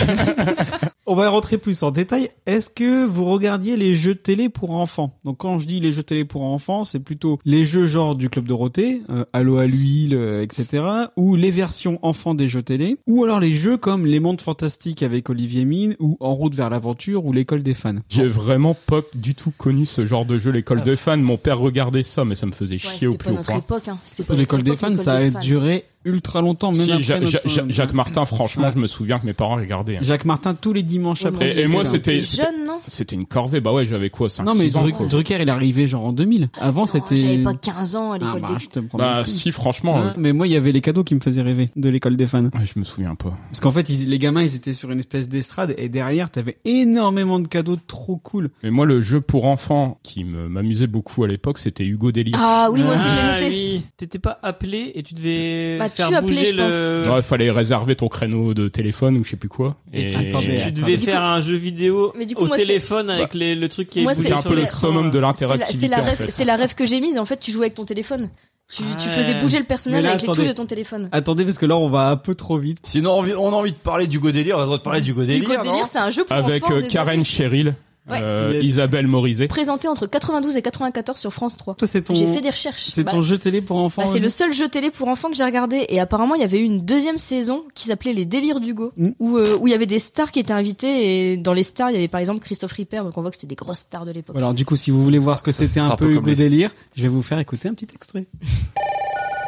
[SPEAKER 2] On va rentrer plus en détail. Est-ce que vous regardiez les jeux télé pour enfants Donc quand je dis les jeux télé pour enfants, c'est plutôt les jeux genre du Club Dorothée, euh, Allo à l'huile, euh, etc. Ou les versions enfants des jeux télé. Ou alors les jeux comme Les Mondes Fantastiques avec Olivier Mine, ou En route vers l'aventure, ou L'école des fans.
[SPEAKER 5] J'ai vraiment pas du tout connu ce genre de jeu, l'école
[SPEAKER 4] Ah.
[SPEAKER 5] de fans. Mon père regardait ça, mais ça me faisait
[SPEAKER 4] Ouais,
[SPEAKER 5] chier au
[SPEAKER 4] c'était pas
[SPEAKER 5] plus haut
[SPEAKER 4] notre
[SPEAKER 5] point.
[SPEAKER 4] époque, hein. C'était pas
[SPEAKER 2] L'école
[SPEAKER 4] notre
[SPEAKER 2] des
[SPEAKER 4] époque,
[SPEAKER 2] fans,
[SPEAKER 4] l'école
[SPEAKER 2] ça a
[SPEAKER 4] des fans.
[SPEAKER 2] duré ultra longtemps, même
[SPEAKER 5] Si,
[SPEAKER 2] après
[SPEAKER 5] Ja-
[SPEAKER 2] notre- euh,
[SPEAKER 5] Ja- Ja- Jacques Martin, franchement,
[SPEAKER 2] Ouais.
[SPEAKER 5] je me souviens que mes parents regardaient. hein.
[SPEAKER 2] Jacques Martin tous les dimanches
[SPEAKER 4] Ouais,
[SPEAKER 2] après.
[SPEAKER 5] Et-
[SPEAKER 2] il
[SPEAKER 5] et
[SPEAKER 2] était
[SPEAKER 5] moi,
[SPEAKER 2] là.
[SPEAKER 5] c'était-
[SPEAKER 4] T'es jeune, non
[SPEAKER 5] C'était une corvée, bah ouais, j'avais quoi, 5
[SPEAKER 2] Non mais
[SPEAKER 5] 6 ans
[SPEAKER 2] Dru-
[SPEAKER 5] quoi.
[SPEAKER 2] Drucker, il est arrivé genre en 2000. Avant,
[SPEAKER 4] Non,
[SPEAKER 2] c'était.
[SPEAKER 4] J'avais pas 15 ans à
[SPEAKER 2] Ah,
[SPEAKER 4] l'école
[SPEAKER 2] bah,
[SPEAKER 4] des
[SPEAKER 2] je te promets.
[SPEAKER 5] Bah
[SPEAKER 2] si.
[SPEAKER 5] si, franchement,
[SPEAKER 2] Ouais, mais moi, il y avait les cadeaux qui me faisaient rêver de l'école des fans.
[SPEAKER 5] euh, ouais, je me souviens pas.
[SPEAKER 2] Parce qu'en fait, ils- les gamins, ils étaient sur une espèce d'estrade et derrière, t'avais énormément de cadeaux trop cool.
[SPEAKER 5] Mais moi, le jeu pour enfants qui me- m'amusait beaucoup à l'époque, c'était Hugo Délier.
[SPEAKER 4] Ah oui, moi aussi je l'ai
[SPEAKER 7] Ah
[SPEAKER 4] noté.
[SPEAKER 7] oui. T'étais pas appelé et tu devais
[SPEAKER 4] Bah, tu
[SPEAKER 7] faire
[SPEAKER 4] appelais,
[SPEAKER 7] bouger
[SPEAKER 4] je
[SPEAKER 7] le.
[SPEAKER 5] Euh, Ouais, fallait réserver ton créneau de téléphone ou je sais plus quoi.
[SPEAKER 7] Et,
[SPEAKER 5] Et,
[SPEAKER 7] tu,
[SPEAKER 2] Attendez,
[SPEAKER 7] tu
[SPEAKER 2] attendez.
[SPEAKER 7] devais
[SPEAKER 4] Du
[SPEAKER 7] faire un jeu vidéo
[SPEAKER 4] Mais du coup,
[SPEAKER 7] au
[SPEAKER 4] moi, c'est-
[SPEAKER 7] téléphone avec les- le truc qui est
[SPEAKER 4] Moi,
[SPEAKER 7] bougé
[SPEAKER 5] c'était un
[SPEAKER 7] sur
[SPEAKER 5] peu le
[SPEAKER 7] l'écran.
[SPEAKER 5] Bah, summum de
[SPEAKER 4] C'est la- C'est
[SPEAKER 5] l'interactivité
[SPEAKER 4] la,
[SPEAKER 5] en
[SPEAKER 4] rêve,
[SPEAKER 5] fait.
[SPEAKER 4] c'est la rêve que j'ai mise. En fait, tu jouais avec ton téléphone. Tu, tu
[SPEAKER 7] Ouais.
[SPEAKER 4] faisais bouger le personnage
[SPEAKER 2] Mais là,
[SPEAKER 4] avec les
[SPEAKER 2] attendez.
[SPEAKER 4] touches de ton téléphone.
[SPEAKER 2] Attendez, parce que là, on va un peu trop vite.
[SPEAKER 3] Sinon, on a envie- on a envie de parler du Godélire, on a le droit de parler du Godélire.
[SPEAKER 4] Hugo Délire, c'est un jeu pour
[SPEAKER 5] Avec
[SPEAKER 4] enfants.
[SPEAKER 5] euh,
[SPEAKER 4] désolé.
[SPEAKER 5] Karen Cheryl,
[SPEAKER 4] Ouais.
[SPEAKER 5] euh,
[SPEAKER 2] Yes.
[SPEAKER 5] Isabelle Morizet.
[SPEAKER 4] Présenté entre 92 et 94 sur France 3.
[SPEAKER 2] Toi, c'est ton,
[SPEAKER 4] J'ai fait des recherches.
[SPEAKER 2] c'est
[SPEAKER 4] Bah,
[SPEAKER 2] ton jeu télé pour enfants.
[SPEAKER 4] bah, c'est le
[SPEAKER 2] Olivier
[SPEAKER 4] seul jeu télé pour enfants que j'ai regardé. Et apparemment, il y avait eu une deuxième saison qui s'appelait Les Délires d'Hugo,
[SPEAKER 2] Mm.
[SPEAKER 4] où euh, où il y avait des stars qui étaient invitées. Et dans les stars, il y avait par exemple Christophe Ripper. Donc on voit que c'était des grosses stars de l'époque.
[SPEAKER 2] Alors, du coup, si vous voulez voir
[SPEAKER 3] Ça-
[SPEAKER 2] ce que
[SPEAKER 3] ça-
[SPEAKER 2] c'était
[SPEAKER 3] c'est
[SPEAKER 2] un,
[SPEAKER 3] un
[SPEAKER 2] peu
[SPEAKER 3] peu
[SPEAKER 2] Hugo
[SPEAKER 3] comme les-
[SPEAKER 2] Délire, je vais vous faire écouter un petit extrait.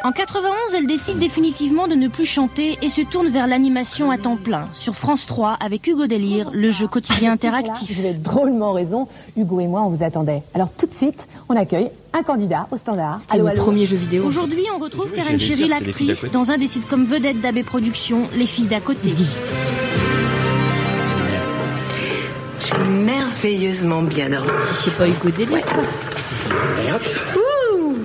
[SPEAKER 11] En 91, elle décide définitivement de ne plus chanter et se tourne vers l'animation à temps plein sur France 3 avec Hugo Délire, le jeu quotidien interactif.
[SPEAKER 12] Vous avez drôlement raison, Hugo et moi, on vous attendait. Alors tout de suite, on accueille un candidat au standard.
[SPEAKER 4] C'était mon premier jeu vidéo. en fait.
[SPEAKER 11] Aujourd'hui, on retrouve
[SPEAKER 3] J'allais
[SPEAKER 11] Karen
[SPEAKER 3] dire,
[SPEAKER 11] Cheryl,
[SPEAKER 3] c'est les filles d'à
[SPEAKER 11] l'actrice,
[SPEAKER 3] côté.
[SPEAKER 11] dans un des sites comme vedette d'AB Productions, Les filles d'à côté.
[SPEAKER 12] J'ai merveilleusement bien dormi.
[SPEAKER 4] C'est pas Hugo Délire, ça
[SPEAKER 12] Ouh,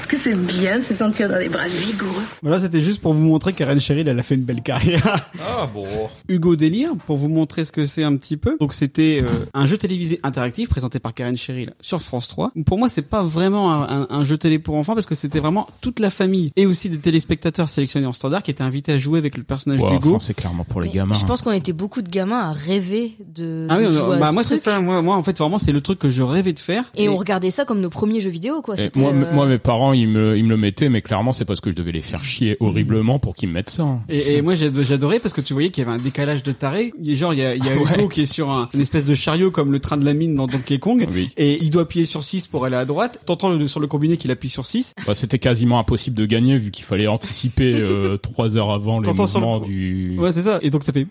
[SPEAKER 12] ce que c'est bien de se sentir dans les bras de vigoureux.
[SPEAKER 2] Voilà, c'était juste pour vous montrer qu'Aren Cheryl, elle a fait une belle carrière.
[SPEAKER 3] Ah bon.
[SPEAKER 2] Hugo Délire, pour vous montrer ce que c'est un petit peu. Donc c'était euh, un jeu télévisé interactif présenté par Karen Cheryl sur France 3. Pour moi, c'est pas vraiment un, un- un jeu télé pour enfants parce que c'était vraiment toute la famille et aussi des téléspectateurs sélectionnés en standard qui étaient invités à jouer avec le personnage
[SPEAKER 5] Ouais,
[SPEAKER 2] d'Hugo.
[SPEAKER 5] enfin, c'est clairement pour les gamins.
[SPEAKER 4] Je pense qu'on était beaucoup de gamins à rêver de,
[SPEAKER 2] Ah
[SPEAKER 4] de
[SPEAKER 2] oui,
[SPEAKER 4] jouer
[SPEAKER 2] bah,
[SPEAKER 4] à ce
[SPEAKER 2] moi c'est
[SPEAKER 4] truc.
[SPEAKER 2] ça. Moi, moi, en fait, vraiment, c'est le truc que je rêvais de faire.
[SPEAKER 4] Et, on regardait ça comme nos premiers jeux vidéo, quoi.
[SPEAKER 5] Et
[SPEAKER 4] C'était,
[SPEAKER 5] moi, m-
[SPEAKER 4] euh,
[SPEAKER 5] moi, mes parents, ils me, ils me le mettaient, mais clairement, c'est parce que je devais les faire chier horriblement pour qu'ils me mettent ça. hein.
[SPEAKER 2] Et, et moi j'ai- j'adorais parce que tu voyais qu'il y avait un décalage de taré. Il y a- Genre il y a, il y a Hugo qui est sur un, une espèce de chariot comme le train de la mine dans Donkey Kong et il doit appuyer sur 6 pour aller à droite. T'entends le- sur le combiné qu'il appuie sur 6.
[SPEAKER 5] Bah, c'était quasiment impossible de gagner vu qu'il fallait anticiper euh, trois heures avant les
[SPEAKER 2] T'entends sur le
[SPEAKER 5] mouvements
[SPEAKER 2] coup.
[SPEAKER 5] du.
[SPEAKER 2] Ouais c'est ça. Et donc ça fait bip.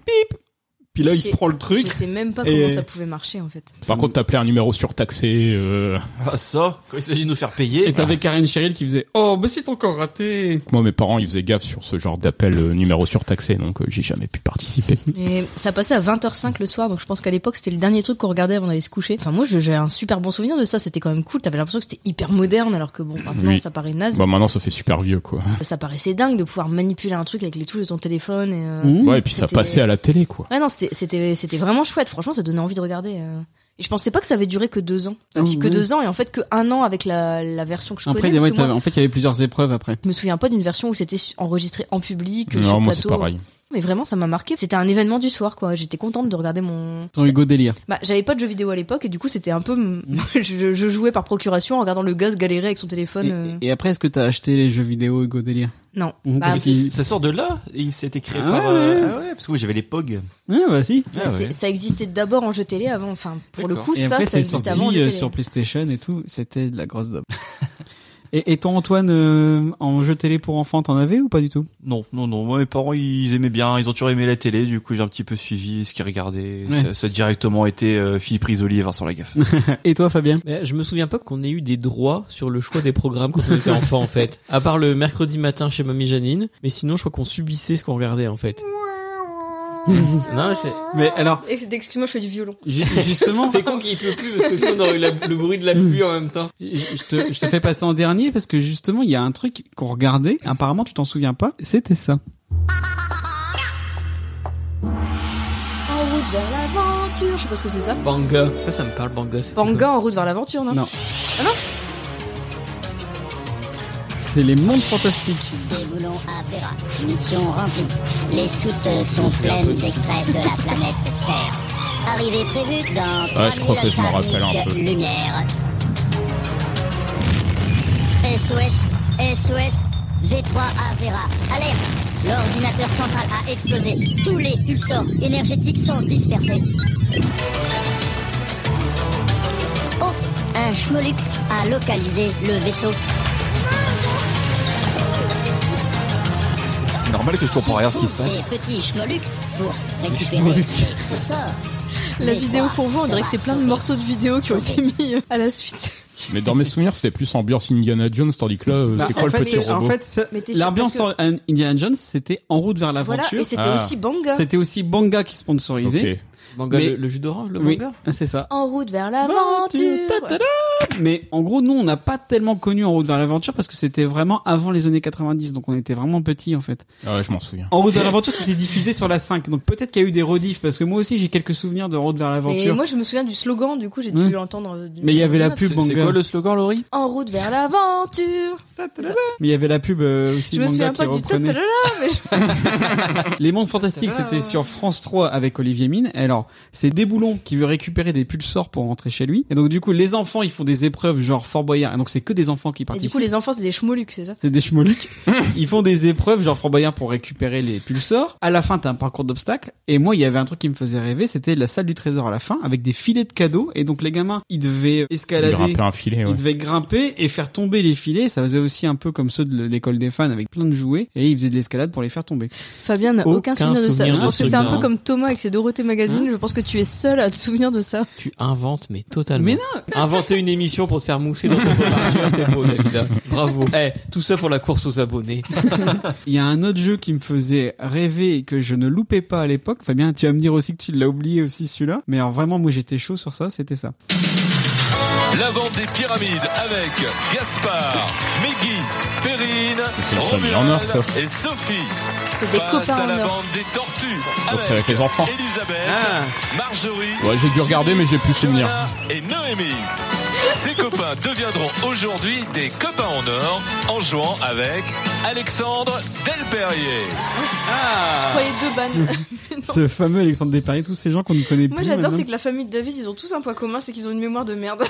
[SPEAKER 2] Puis là il
[SPEAKER 4] je
[SPEAKER 2] se
[SPEAKER 4] sais-
[SPEAKER 2] prend le truc.
[SPEAKER 4] Je sais même pas
[SPEAKER 5] et-
[SPEAKER 4] comment ça pouvait marcher, en fait.
[SPEAKER 5] Par contre, t'appelais un numéro surtaxé. Euh...
[SPEAKER 3] Ah ça, quand il s'agit de nous faire payer.
[SPEAKER 2] Et t'avais Karine Cheryl qui faisait Oh mais c'est encore raté.
[SPEAKER 5] Moi, mes parents, ils faisaient gaffe sur ce genre d'appel euh, numéro surtaxé, donc euh, j'ai jamais pu participer.
[SPEAKER 4] Et ça passait à 20h05 le soir, donc je pense qu'à l'époque c'était le dernier truc qu'on regardait avant d'aller se coucher. Enfin, moi je- j'ai un super bon souvenir de ça, c'était quand même cool. T'avais l'impression que c'était hyper moderne, alors que bon, maintenant
[SPEAKER 5] Oui.
[SPEAKER 4] ça paraît naze.
[SPEAKER 5] Bah, maintenant, ça fait super vieux, quoi.
[SPEAKER 4] Ça paraissait dingue de pouvoir manipuler un truc avec les touches de ton téléphone. Et, euh,
[SPEAKER 5] Ouais, et puis ça
[SPEAKER 4] c'était-
[SPEAKER 5] passait à la télé, quoi.
[SPEAKER 4] Ouais, non, c'était- c'était c'était vraiment chouette. Franchement, ça donnait envie de regarder. euh. Et je pensais pas que ça avait duré que deux ans. Enfin,
[SPEAKER 2] Oui.
[SPEAKER 4] que deux ans, et en fait que un an avec la, la version que je
[SPEAKER 2] Après
[SPEAKER 4] connais.
[SPEAKER 2] ouais,
[SPEAKER 4] parce que moi,
[SPEAKER 2] t'avais- en fait il y avait plusieurs épreuves après.
[SPEAKER 4] je me souviens pas d'une version où c'était su- enregistré en public, euh,
[SPEAKER 2] Non,
[SPEAKER 4] sur
[SPEAKER 2] moi,
[SPEAKER 4] plateau.
[SPEAKER 2] c'est pareil.
[SPEAKER 4] Mais vraiment, ça m'a marqué. C'était un événement du soir, quoi. J'étais contente de regarder mon.
[SPEAKER 2] Ton Hugo délire.
[SPEAKER 4] Bah, j'avais pas de jeux vidéo à l'époque et du coup c'était un peu
[SPEAKER 2] Mm.
[SPEAKER 4] je, je jouais par procuration en regardant le gosse galérer avec son téléphone.
[SPEAKER 2] Et,
[SPEAKER 4] euh.
[SPEAKER 2] et après est-ce que t'as acheté les jeux vidéo Hugo délire
[SPEAKER 4] Non.
[SPEAKER 2] Ou
[SPEAKER 4] Bah,
[SPEAKER 2] parce
[SPEAKER 4] c'est-
[SPEAKER 2] qu'il-
[SPEAKER 3] Ça sort de là et il s'était créé
[SPEAKER 2] Ah
[SPEAKER 3] par.
[SPEAKER 2] ouais.
[SPEAKER 3] euh, ah ouais, parce que moi j'avais les POG.
[SPEAKER 2] Ah bah si.
[SPEAKER 3] Ah
[SPEAKER 4] C'est-
[SPEAKER 3] ouais.
[SPEAKER 4] Ça existait d'abord en jeu télé avant, enfin pour le
[SPEAKER 3] D'accord.
[SPEAKER 4] coup
[SPEAKER 2] et
[SPEAKER 4] ça
[SPEAKER 2] après,
[SPEAKER 4] ça
[SPEAKER 2] c'est
[SPEAKER 4] existait
[SPEAKER 2] sorti
[SPEAKER 4] avant en jeu
[SPEAKER 2] euh,
[SPEAKER 4] télé.
[SPEAKER 2] sur PlayStation et tout. C'était de la grosse dope. et, et toi, Antoine, euh, en jeu télé pour enfants, t'en avais ou pas du tout
[SPEAKER 3] Non, non, non. Moi, mes parents, ils aimaient bien. Ils ont toujours aimé la télé. Du coup, j'ai un petit peu suivi ce qu'ils regardaient.
[SPEAKER 2] Ouais.
[SPEAKER 3] Ça, ça a directement été euh, Philippe Risoli et Vincent Lagaffe.
[SPEAKER 2] Et toi, Fabien
[SPEAKER 8] Mais je me souviens pas qu'on ait eu des droits sur le choix des programmes quand on était enfant en fait. À part le mercredi matin chez mamie Janine, mais sinon je crois qu'on subissait ce qu'on regardait en fait. non mais c'est
[SPEAKER 2] Mais alors
[SPEAKER 13] Et c'est- Excuse-moi, je fais du violon.
[SPEAKER 2] ju- justement,
[SPEAKER 8] c'est con qu'il pleut plus parce que sinon on aurait eu la- le bruit de la
[SPEAKER 5] Hmm.
[SPEAKER 8] pluie en même temps.
[SPEAKER 2] je te, je te fais passer en dernier parce que justement, il y a un truc qu'on regardait. Apparemment, tu t'en souviens pas. C'était ça.
[SPEAKER 4] En route vers l'aventure, je sais pas ce que c'est ça.
[SPEAKER 8] Banga, ça ça me parle Banga. ça.
[SPEAKER 4] Banga en route vers l'aventure, non
[SPEAKER 2] Non.
[SPEAKER 4] Ah non
[SPEAKER 2] C'est les mondes fantastiques.
[SPEAKER 14] Nous voulons un Vera. Mission remplie. Les soutes sont pleines d'extraits de la planète Terre. Arrivée prévue dans
[SPEAKER 5] Ah, je crois que je m'en
[SPEAKER 14] 3000
[SPEAKER 5] rappelle un peu.
[SPEAKER 14] lumières. SOS, SOS, V3 à Vera. Alerte L'ordinateur central a explosé. Tous les pulsors énergétiques sont dispersés. Oh, un schmoluc a localisé le vaisseau.
[SPEAKER 3] C'est normal que je comprends rien à ce qui se passe.
[SPEAKER 14] Les petits schmolucs pour récupérer
[SPEAKER 3] schmolucs.
[SPEAKER 14] les pulsors.
[SPEAKER 4] La vidéo qu'on voit, on dirait que c'est plein de morceaux de vidéo qui ont été mis euh, à la suite.
[SPEAKER 5] Mais dans mes souvenirs, c'était plus ambiance Indiana Jones, tandis que là, euh,
[SPEAKER 2] Bah,
[SPEAKER 5] c'est
[SPEAKER 2] en
[SPEAKER 5] quoi le
[SPEAKER 2] fait,
[SPEAKER 5] petit
[SPEAKER 2] c'est-
[SPEAKER 5] robot
[SPEAKER 2] En fait, ça-
[SPEAKER 4] Mais t'es sûr,
[SPEAKER 2] l'ambiance
[SPEAKER 4] parce
[SPEAKER 2] en- Indiana Jones, c'était en route vers l'aventure.
[SPEAKER 4] Voilà, et c'était Ah. aussi Banga.
[SPEAKER 2] C'était aussi Banga qui sponsorisait.
[SPEAKER 8] Ok. Banga, le- le jus d'orange, le
[SPEAKER 2] oui, ah,
[SPEAKER 8] Banga
[SPEAKER 2] c'est ça.
[SPEAKER 4] En route vers l'aventure.
[SPEAKER 2] Mais en gros, nous, on n'a pas tellement connu En route vers l'aventure parce que c'était vraiment avant les années 90, donc on était vraiment petits en fait.
[SPEAKER 5] Ah ouais, je m'en souviens.
[SPEAKER 2] En route vers l'aventure, c'était diffusé sur la 5, donc peut-être qu'il y a eu des rediffs parce que moi aussi j'ai quelques souvenirs de En route vers
[SPEAKER 4] Et
[SPEAKER 2] l'aventure.
[SPEAKER 4] moi je me souviens du slogan, du coup j'ai
[SPEAKER 2] Ouais.
[SPEAKER 4] dû l'entendre. euh, d'une-
[SPEAKER 2] Hmm. Mais il y avait la
[SPEAKER 4] d'une autre.
[SPEAKER 2] pub Banga.
[SPEAKER 3] slogan, Laurie
[SPEAKER 4] En route vers l'aventure.
[SPEAKER 2] Mais il y avait la pub euh, aussi.
[SPEAKER 4] Je me
[SPEAKER 2] Banga
[SPEAKER 4] souviens
[SPEAKER 2] qui
[SPEAKER 4] pas du
[SPEAKER 2] reprenait.
[SPEAKER 4] tatalala, mais je-
[SPEAKER 2] Les mondes fantastiques, c'était sur France 3 avec Olivier Mine. Et Alors, c'est Déboulon qui veut récupérer des pulsors pour rentrer chez lui. Et donc, du coup, les enfants, ils font des épreuves genre Fort Boyard. Et donc, c'est que des enfants qui
[SPEAKER 4] Et
[SPEAKER 2] participent.
[SPEAKER 4] du coup les enfants c'est des schmolucs, c'est ça
[SPEAKER 2] C'est des schmolucs. Ils font des épreuves, genre Fort Boyard pour récupérer les pulsors. À la fin, t'as un parcours d'obstacles. Et moi, il y avait un truc qui me faisait rêver, c'était la salle du trésor à la fin, avec des filets de cadeaux. Et donc, les gamins, ils devaient escalader.
[SPEAKER 5] Grimper un filet, ouais.
[SPEAKER 2] Ils devaient grimper et faire tomber les filets. Ça faisait aussi un peu comme ceux de l'école des fans, avec plein de jouets. Et ils faisaient de l'escalade pour les faire tomber.
[SPEAKER 4] Fabien n'a aucun,
[SPEAKER 2] Aucun
[SPEAKER 4] souvenir de ça.
[SPEAKER 2] souvenir
[SPEAKER 4] Je
[SPEAKER 2] de
[SPEAKER 4] pense
[SPEAKER 2] ce
[SPEAKER 4] que c'est un peu
[SPEAKER 2] truc-là.
[SPEAKER 4] comme Thomas avec ses Dorothée Magazine.
[SPEAKER 8] Hein
[SPEAKER 4] je pense que tu es seul à te souvenir de ça.
[SPEAKER 8] Tu inventes, mais totalement. Mais non Inventer une émission pour te faire mousser dans ton parture, c'est beau, David. Bravo. Eh, tout ça pour la course aux abonnés.
[SPEAKER 2] Il y a un autre jeu qui me faisait rêver et que je ne loupais pas à l'époque. Fabien, tu vas me dire aussi que tu l'as oublié aussi celui-là. Mais alors vraiment, moi j'étais chaud sur ça, c'était ça.
[SPEAKER 15] La vente des pyramides avec Gaspard, Meggy, Perrine,
[SPEAKER 5] C'est une famille en or,
[SPEAKER 15] Romuald
[SPEAKER 5] ça.
[SPEAKER 15] et Sophie.
[SPEAKER 4] C'est des
[SPEAKER 15] Face
[SPEAKER 4] copains
[SPEAKER 15] à
[SPEAKER 4] en
[SPEAKER 15] la
[SPEAKER 4] or.
[SPEAKER 15] vente des tortues
[SPEAKER 5] Donc c'est avec les enfants.
[SPEAKER 15] Elisabeth, Marjorie
[SPEAKER 5] Ouais, j'ai dû regarder, mais j'ai plus de souvenirs.
[SPEAKER 15] et Noémie. Ces copains deviendront aujourd'hui des copains en or en jouant avec Alexandre Delperrier.
[SPEAKER 8] Ah.
[SPEAKER 4] Je croyais deux bannes.
[SPEAKER 2] Ce fameux Alexandre Desparis, tous ces gens qu'on ne connaît
[SPEAKER 4] Moi
[SPEAKER 2] plus.
[SPEAKER 4] j'adore,
[SPEAKER 2] maintenant.
[SPEAKER 4] c'est que la famille de David, ils ont tous un point commun, c'est qu'ils ont une mémoire de merde. à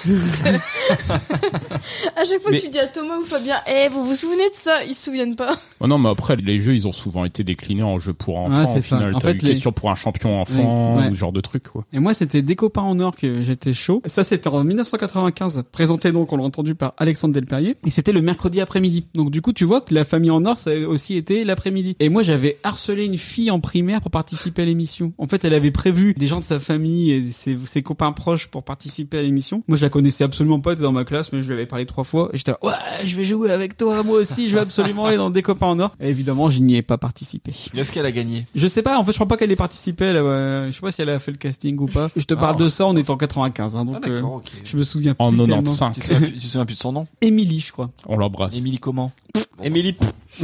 [SPEAKER 4] chaque fois
[SPEAKER 5] Mais-
[SPEAKER 4] que tu dis à Thomas ou Fabien, eh, vous vous souvenez de ça Ils se souviennent pas.
[SPEAKER 5] Oh non, mais après, les jeux, ils ont souvent été déclinés en jeux pour enfants.
[SPEAKER 2] Ouais,
[SPEAKER 5] c'est
[SPEAKER 2] c'est ça.
[SPEAKER 5] final,
[SPEAKER 2] En
[SPEAKER 5] t'as
[SPEAKER 2] fait,
[SPEAKER 5] une
[SPEAKER 2] les-
[SPEAKER 5] question pour un champion enfant,
[SPEAKER 2] Oui, ouais.
[SPEAKER 5] ou ce genre de truc, quoi.
[SPEAKER 2] Et moi, c'était des copains en or que j'étais chaud. Ça, c'était en 1995, présenté donc, on l'a entendu par Alexandre Delperrier. Et c'était le mercredi après-midi. Donc, du coup, tu vois que la famille en or, ça a aussi été l'après-midi. Et moi, j'avais harcelé une fille en primaire pour participer à l'émission. En fait, elle avait prévu des gens de sa famille et ses, ses copains proches pour participer à l'émission. Moi, je la connaissais absolument pas, elle était dans ma classe, mais je lui avais parlé trois fois. Et J'étais là, ouais, je vais jouer avec toi, moi aussi, je vais absolument aller dans des copains en or. Et évidemment, je n'y ai pas participé.
[SPEAKER 3] Est-ce qu'elle a gagné
[SPEAKER 2] Je sais pas, en fait, je crois pas qu'elle ait participé. elle, euh, je sais pas si elle a fait le casting ou pas. Je te parle de ça, on est en 95, hein, donc euh, je me souviens
[SPEAKER 5] Ah. En
[SPEAKER 2] plus
[SPEAKER 5] 95.
[SPEAKER 3] Ah, Tu te
[SPEAKER 2] tellement.
[SPEAKER 3] souviens plus- tu te souviens plus de son nom
[SPEAKER 2] Émilie, je crois.
[SPEAKER 5] On l'embrasse.
[SPEAKER 3] Émilie comment
[SPEAKER 6] Émilie.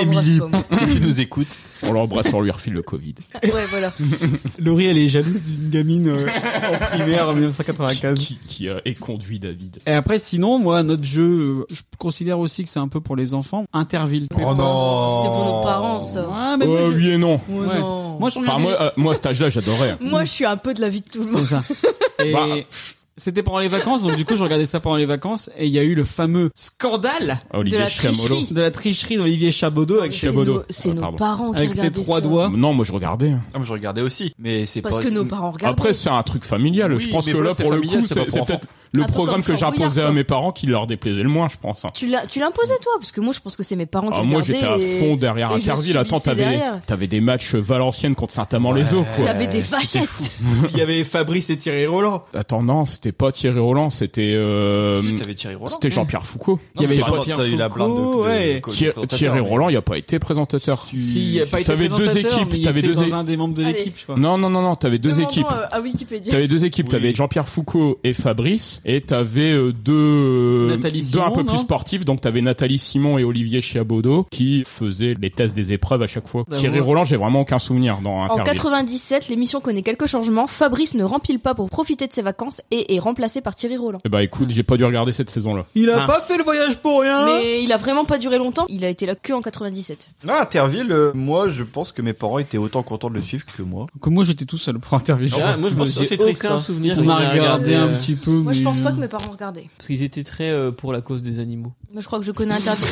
[SPEAKER 3] Émilie, si tu nous écoutes.
[SPEAKER 5] On l'embrasse, on lui refile le Covid.
[SPEAKER 4] Ouais, voilà.
[SPEAKER 2] Laurie, elle est jalouse d'une gamine euh, en primaire en 1995.
[SPEAKER 5] Qui euh, est conduit David.
[SPEAKER 2] Et après, sinon, moi, notre jeu, euh, je considère aussi que c'est un peu pour les enfants. Interville.
[SPEAKER 5] Oh non. C'était pour nos
[SPEAKER 4] parents, ça.
[SPEAKER 16] Oh.
[SPEAKER 2] Ouais, mais moi,
[SPEAKER 5] Euh,
[SPEAKER 2] je-
[SPEAKER 5] oui et non.
[SPEAKER 4] Ouais,
[SPEAKER 2] Ouais.
[SPEAKER 4] non.
[SPEAKER 2] Moi, je
[SPEAKER 5] Enfin,
[SPEAKER 2] regardais-
[SPEAKER 5] moi, euh, moi, à cet âge-là, j'adorais.
[SPEAKER 4] Moi, je suis un peu de la vie de tout le monde.
[SPEAKER 2] C'est Et
[SPEAKER 5] Bah.
[SPEAKER 2] c'était pendant les vacances, donc du coup, je regardais ça pendant les vacances, et il y a eu le fameux scandale
[SPEAKER 5] Olivier De la Chamallow. tricherie.
[SPEAKER 2] de la tricherie d'Olivier Chabodeau avec
[SPEAKER 5] C'est Chabodeau. nos- c'est
[SPEAKER 2] Ah,
[SPEAKER 5] nos
[SPEAKER 2] pardon.
[SPEAKER 5] parents qui
[SPEAKER 2] avec ses
[SPEAKER 5] regardaient
[SPEAKER 2] trois
[SPEAKER 5] ça.
[SPEAKER 2] doigts.
[SPEAKER 5] Non, moi je regardais.
[SPEAKER 3] Ah, moi, je regardais aussi, mais c'est
[SPEAKER 4] Parce
[SPEAKER 3] pas.
[SPEAKER 4] que nos parents regardent.
[SPEAKER 5] Après, c'est un truc familial.
[SPEAKER 3] Oui,
[SPEAKER 5] je pense
[SPEAKER 3] mais
[SPEAKER 5] que
[SPEAKER 3] voilà,
[SPEAKER 5] là,
[SPEAKER 3] c'est
[SPEAKER 5] pour le
[SPEAKER 3] familial,
[SPEAKER 5] coup,
[SPEAKER 3] c'est pas
[SPEAKER 5] c'est
[SPEAKER 3] pour
[SPEAKER 5] c'est
[SPEAKER 3] enfants.
[SPEAKER 5] peut-être le
[SPEAKER 16] Un peu
[SPEAKER 5] programme
[SPEAKER 16] comme
[SPEAKER 5] que
[SPEAKER 16] Fort
[SPEAKER 5] j'imposais à
[SPEAKER 16] Boyard,
[SPEAKER 5] mes parents qui leur déplaisait le moins, je pense. hein.
[SPEAKER 16] Tu l'as- tu l'imposais toi Parce que moi, je pense que c'est mes parents qui
[SPEAKER 5] Ah, moi,
[SPEAKER 16] regardaient
[SPEAKER 5] j'étais à
[SPEAKER 16] et-
[SPEAKER 5] fond derrière
[SPEAKER 16] et je
[SPEAKER 5] Interville. Attends,
[SPEAKER 16] subissais
[SPEAKER 5] t'avais,
[SPEAKER 16] derrière.
[SPEAKER 5] t'avais des matchs Valenciennes contre Saint-Amand-les-Eaux, quoi.
[SPEAKER 16] T'avais des vachettes.
[SPEAKER 2] Il y avait Fabrice et Thierry Roland.
[SPEAKER 5] Attends, non, c'était pas Thierry Roland, c'était, euh,
[SPEAKER 3] Si, t'avais Thierry Roland.
[SPEAKER 5] c'était Jean-Pierre Foucault. Il
[SPEAKER 3] Non,
[SPEAKER 5] y
[SPEAKER 3] c'était
[SPEAKER 5] avait
[SPEAKER 3] pas-
[SPEAKER 5] Jean-Pierre
[SPEAKER 3] t'as eu la
[SPEAKER 5] Foucault,
[SPEAKER 3] blinde de- de-
[SPEAKER 5] ouais.
[SPEAKER 3] de- de- de-
[SPEAKER 5] Thier-
[SPEAKER 3] présentateur,
[SPEAKER 5] Thierry
[SPEAKER 3] mais-
[SPEAKER 5] Roland, il a pas été présentateur.
[SPEAKER 2] Si, il a pas été
[SPEAKER 5] T'avais deux
[SPEAKER 2] présentateur, mais
[SPEAKER 5] équipes,
[SPEAKER 2] il
[SPEAKER 5] t'avais
[SPEAKER 2] était
[SPEAKER 5] deux
[SPEAKER 2] dans
[SPEAKER 5] équipes.
[SPEAKER 2] un des membres de
[SPEAKER 4] Allez.
[SPEAKER 2] l'équipe, je crois.
[SPEAKER 5] Non, non, non, non, t'avais deux
[SPEAKER 4] Demandons
[SPEAKER 5] équipes.
[SPEAKER 4] euh, à Wikipédia.
[SPEAKER 5] T'avais deux équipes, t'avais Jean-Pierre Foucault et Fabrice, et t'avais euh, deux, euh,
[SPEAKER 2] Nathalie
[SPEAKER 5] deux un
[SPEAKER 2] Simon,
[SPEAKER 5] peu
[SPEAKER 2] non
[SPEAKER 5] plus sportifs, donc t'avais Nathalie Simon et Olivier Chiabodo qui faisaient les tests des épreuves à chaque fois.
[SPEAKER 2] Bah,
[SPEAKER 5] Thierry
[SPEAKER 2] voilà.
[SPEAKER 5] Roland, j'ai vraiment aucun souvenir dans
[SPEAKER 16] En
[SPEAKER 5] Interville.
[SPEAKER 16] 97, l'émission connaît quelques changements. Fabrice ne rempile pas pour profiter de ses vacances et est remplacé par Thierry Roland.
[SPEAKER 5] Eh bah écoute, j'ai pas dû regarder cette saison-là.
[SPEAKER 2] Il a
[SPEAKER 5] Mince.
[SPEAKER 2] pas fait le voyage pour rien.
[SPEAKER 16] Mais il a vraiment pas duré longtemps. Il a été là que en 97.
[SPEAKER 3] Non, Interville, euh, moi, je pense que mes parents étaient autant contents de le suivre que moi.
[SPEAKER 2] Comme moi, j'étais tout seul pour Interville.
[SPEAKER 6] Ah, moi, je me souviens,
[SPEAKER 2] J'ai
[SPEAKER 6] c'est triste,
[SPEAKER 2] aucun
[SPEAKER 6] hein.
[SPEAKER 2] souvenir.
[SPEAKER 6] On
[SPEAKER 2] On
[SPEAKER 6] a
[SPEAKER 2] a regardé
[SPEAKER 6] regardé,
[SPEAKER 2] un
[SPEAKER 6] euh,
[SPEAKER 2] petit peu.
[SPEAKER 16] Moi, je
[SPEAKER 2] mais,
[SPEAKER 16] pense pas que
[SPEAKER 2] euh,
[SPEAKER 16] mes parents regardaient.
[SPEAKER 6] Parce qu'ils étaient très euh, pour la cause des animaux.
[SPEAKER 16] Moi, je crois que je connais Interville.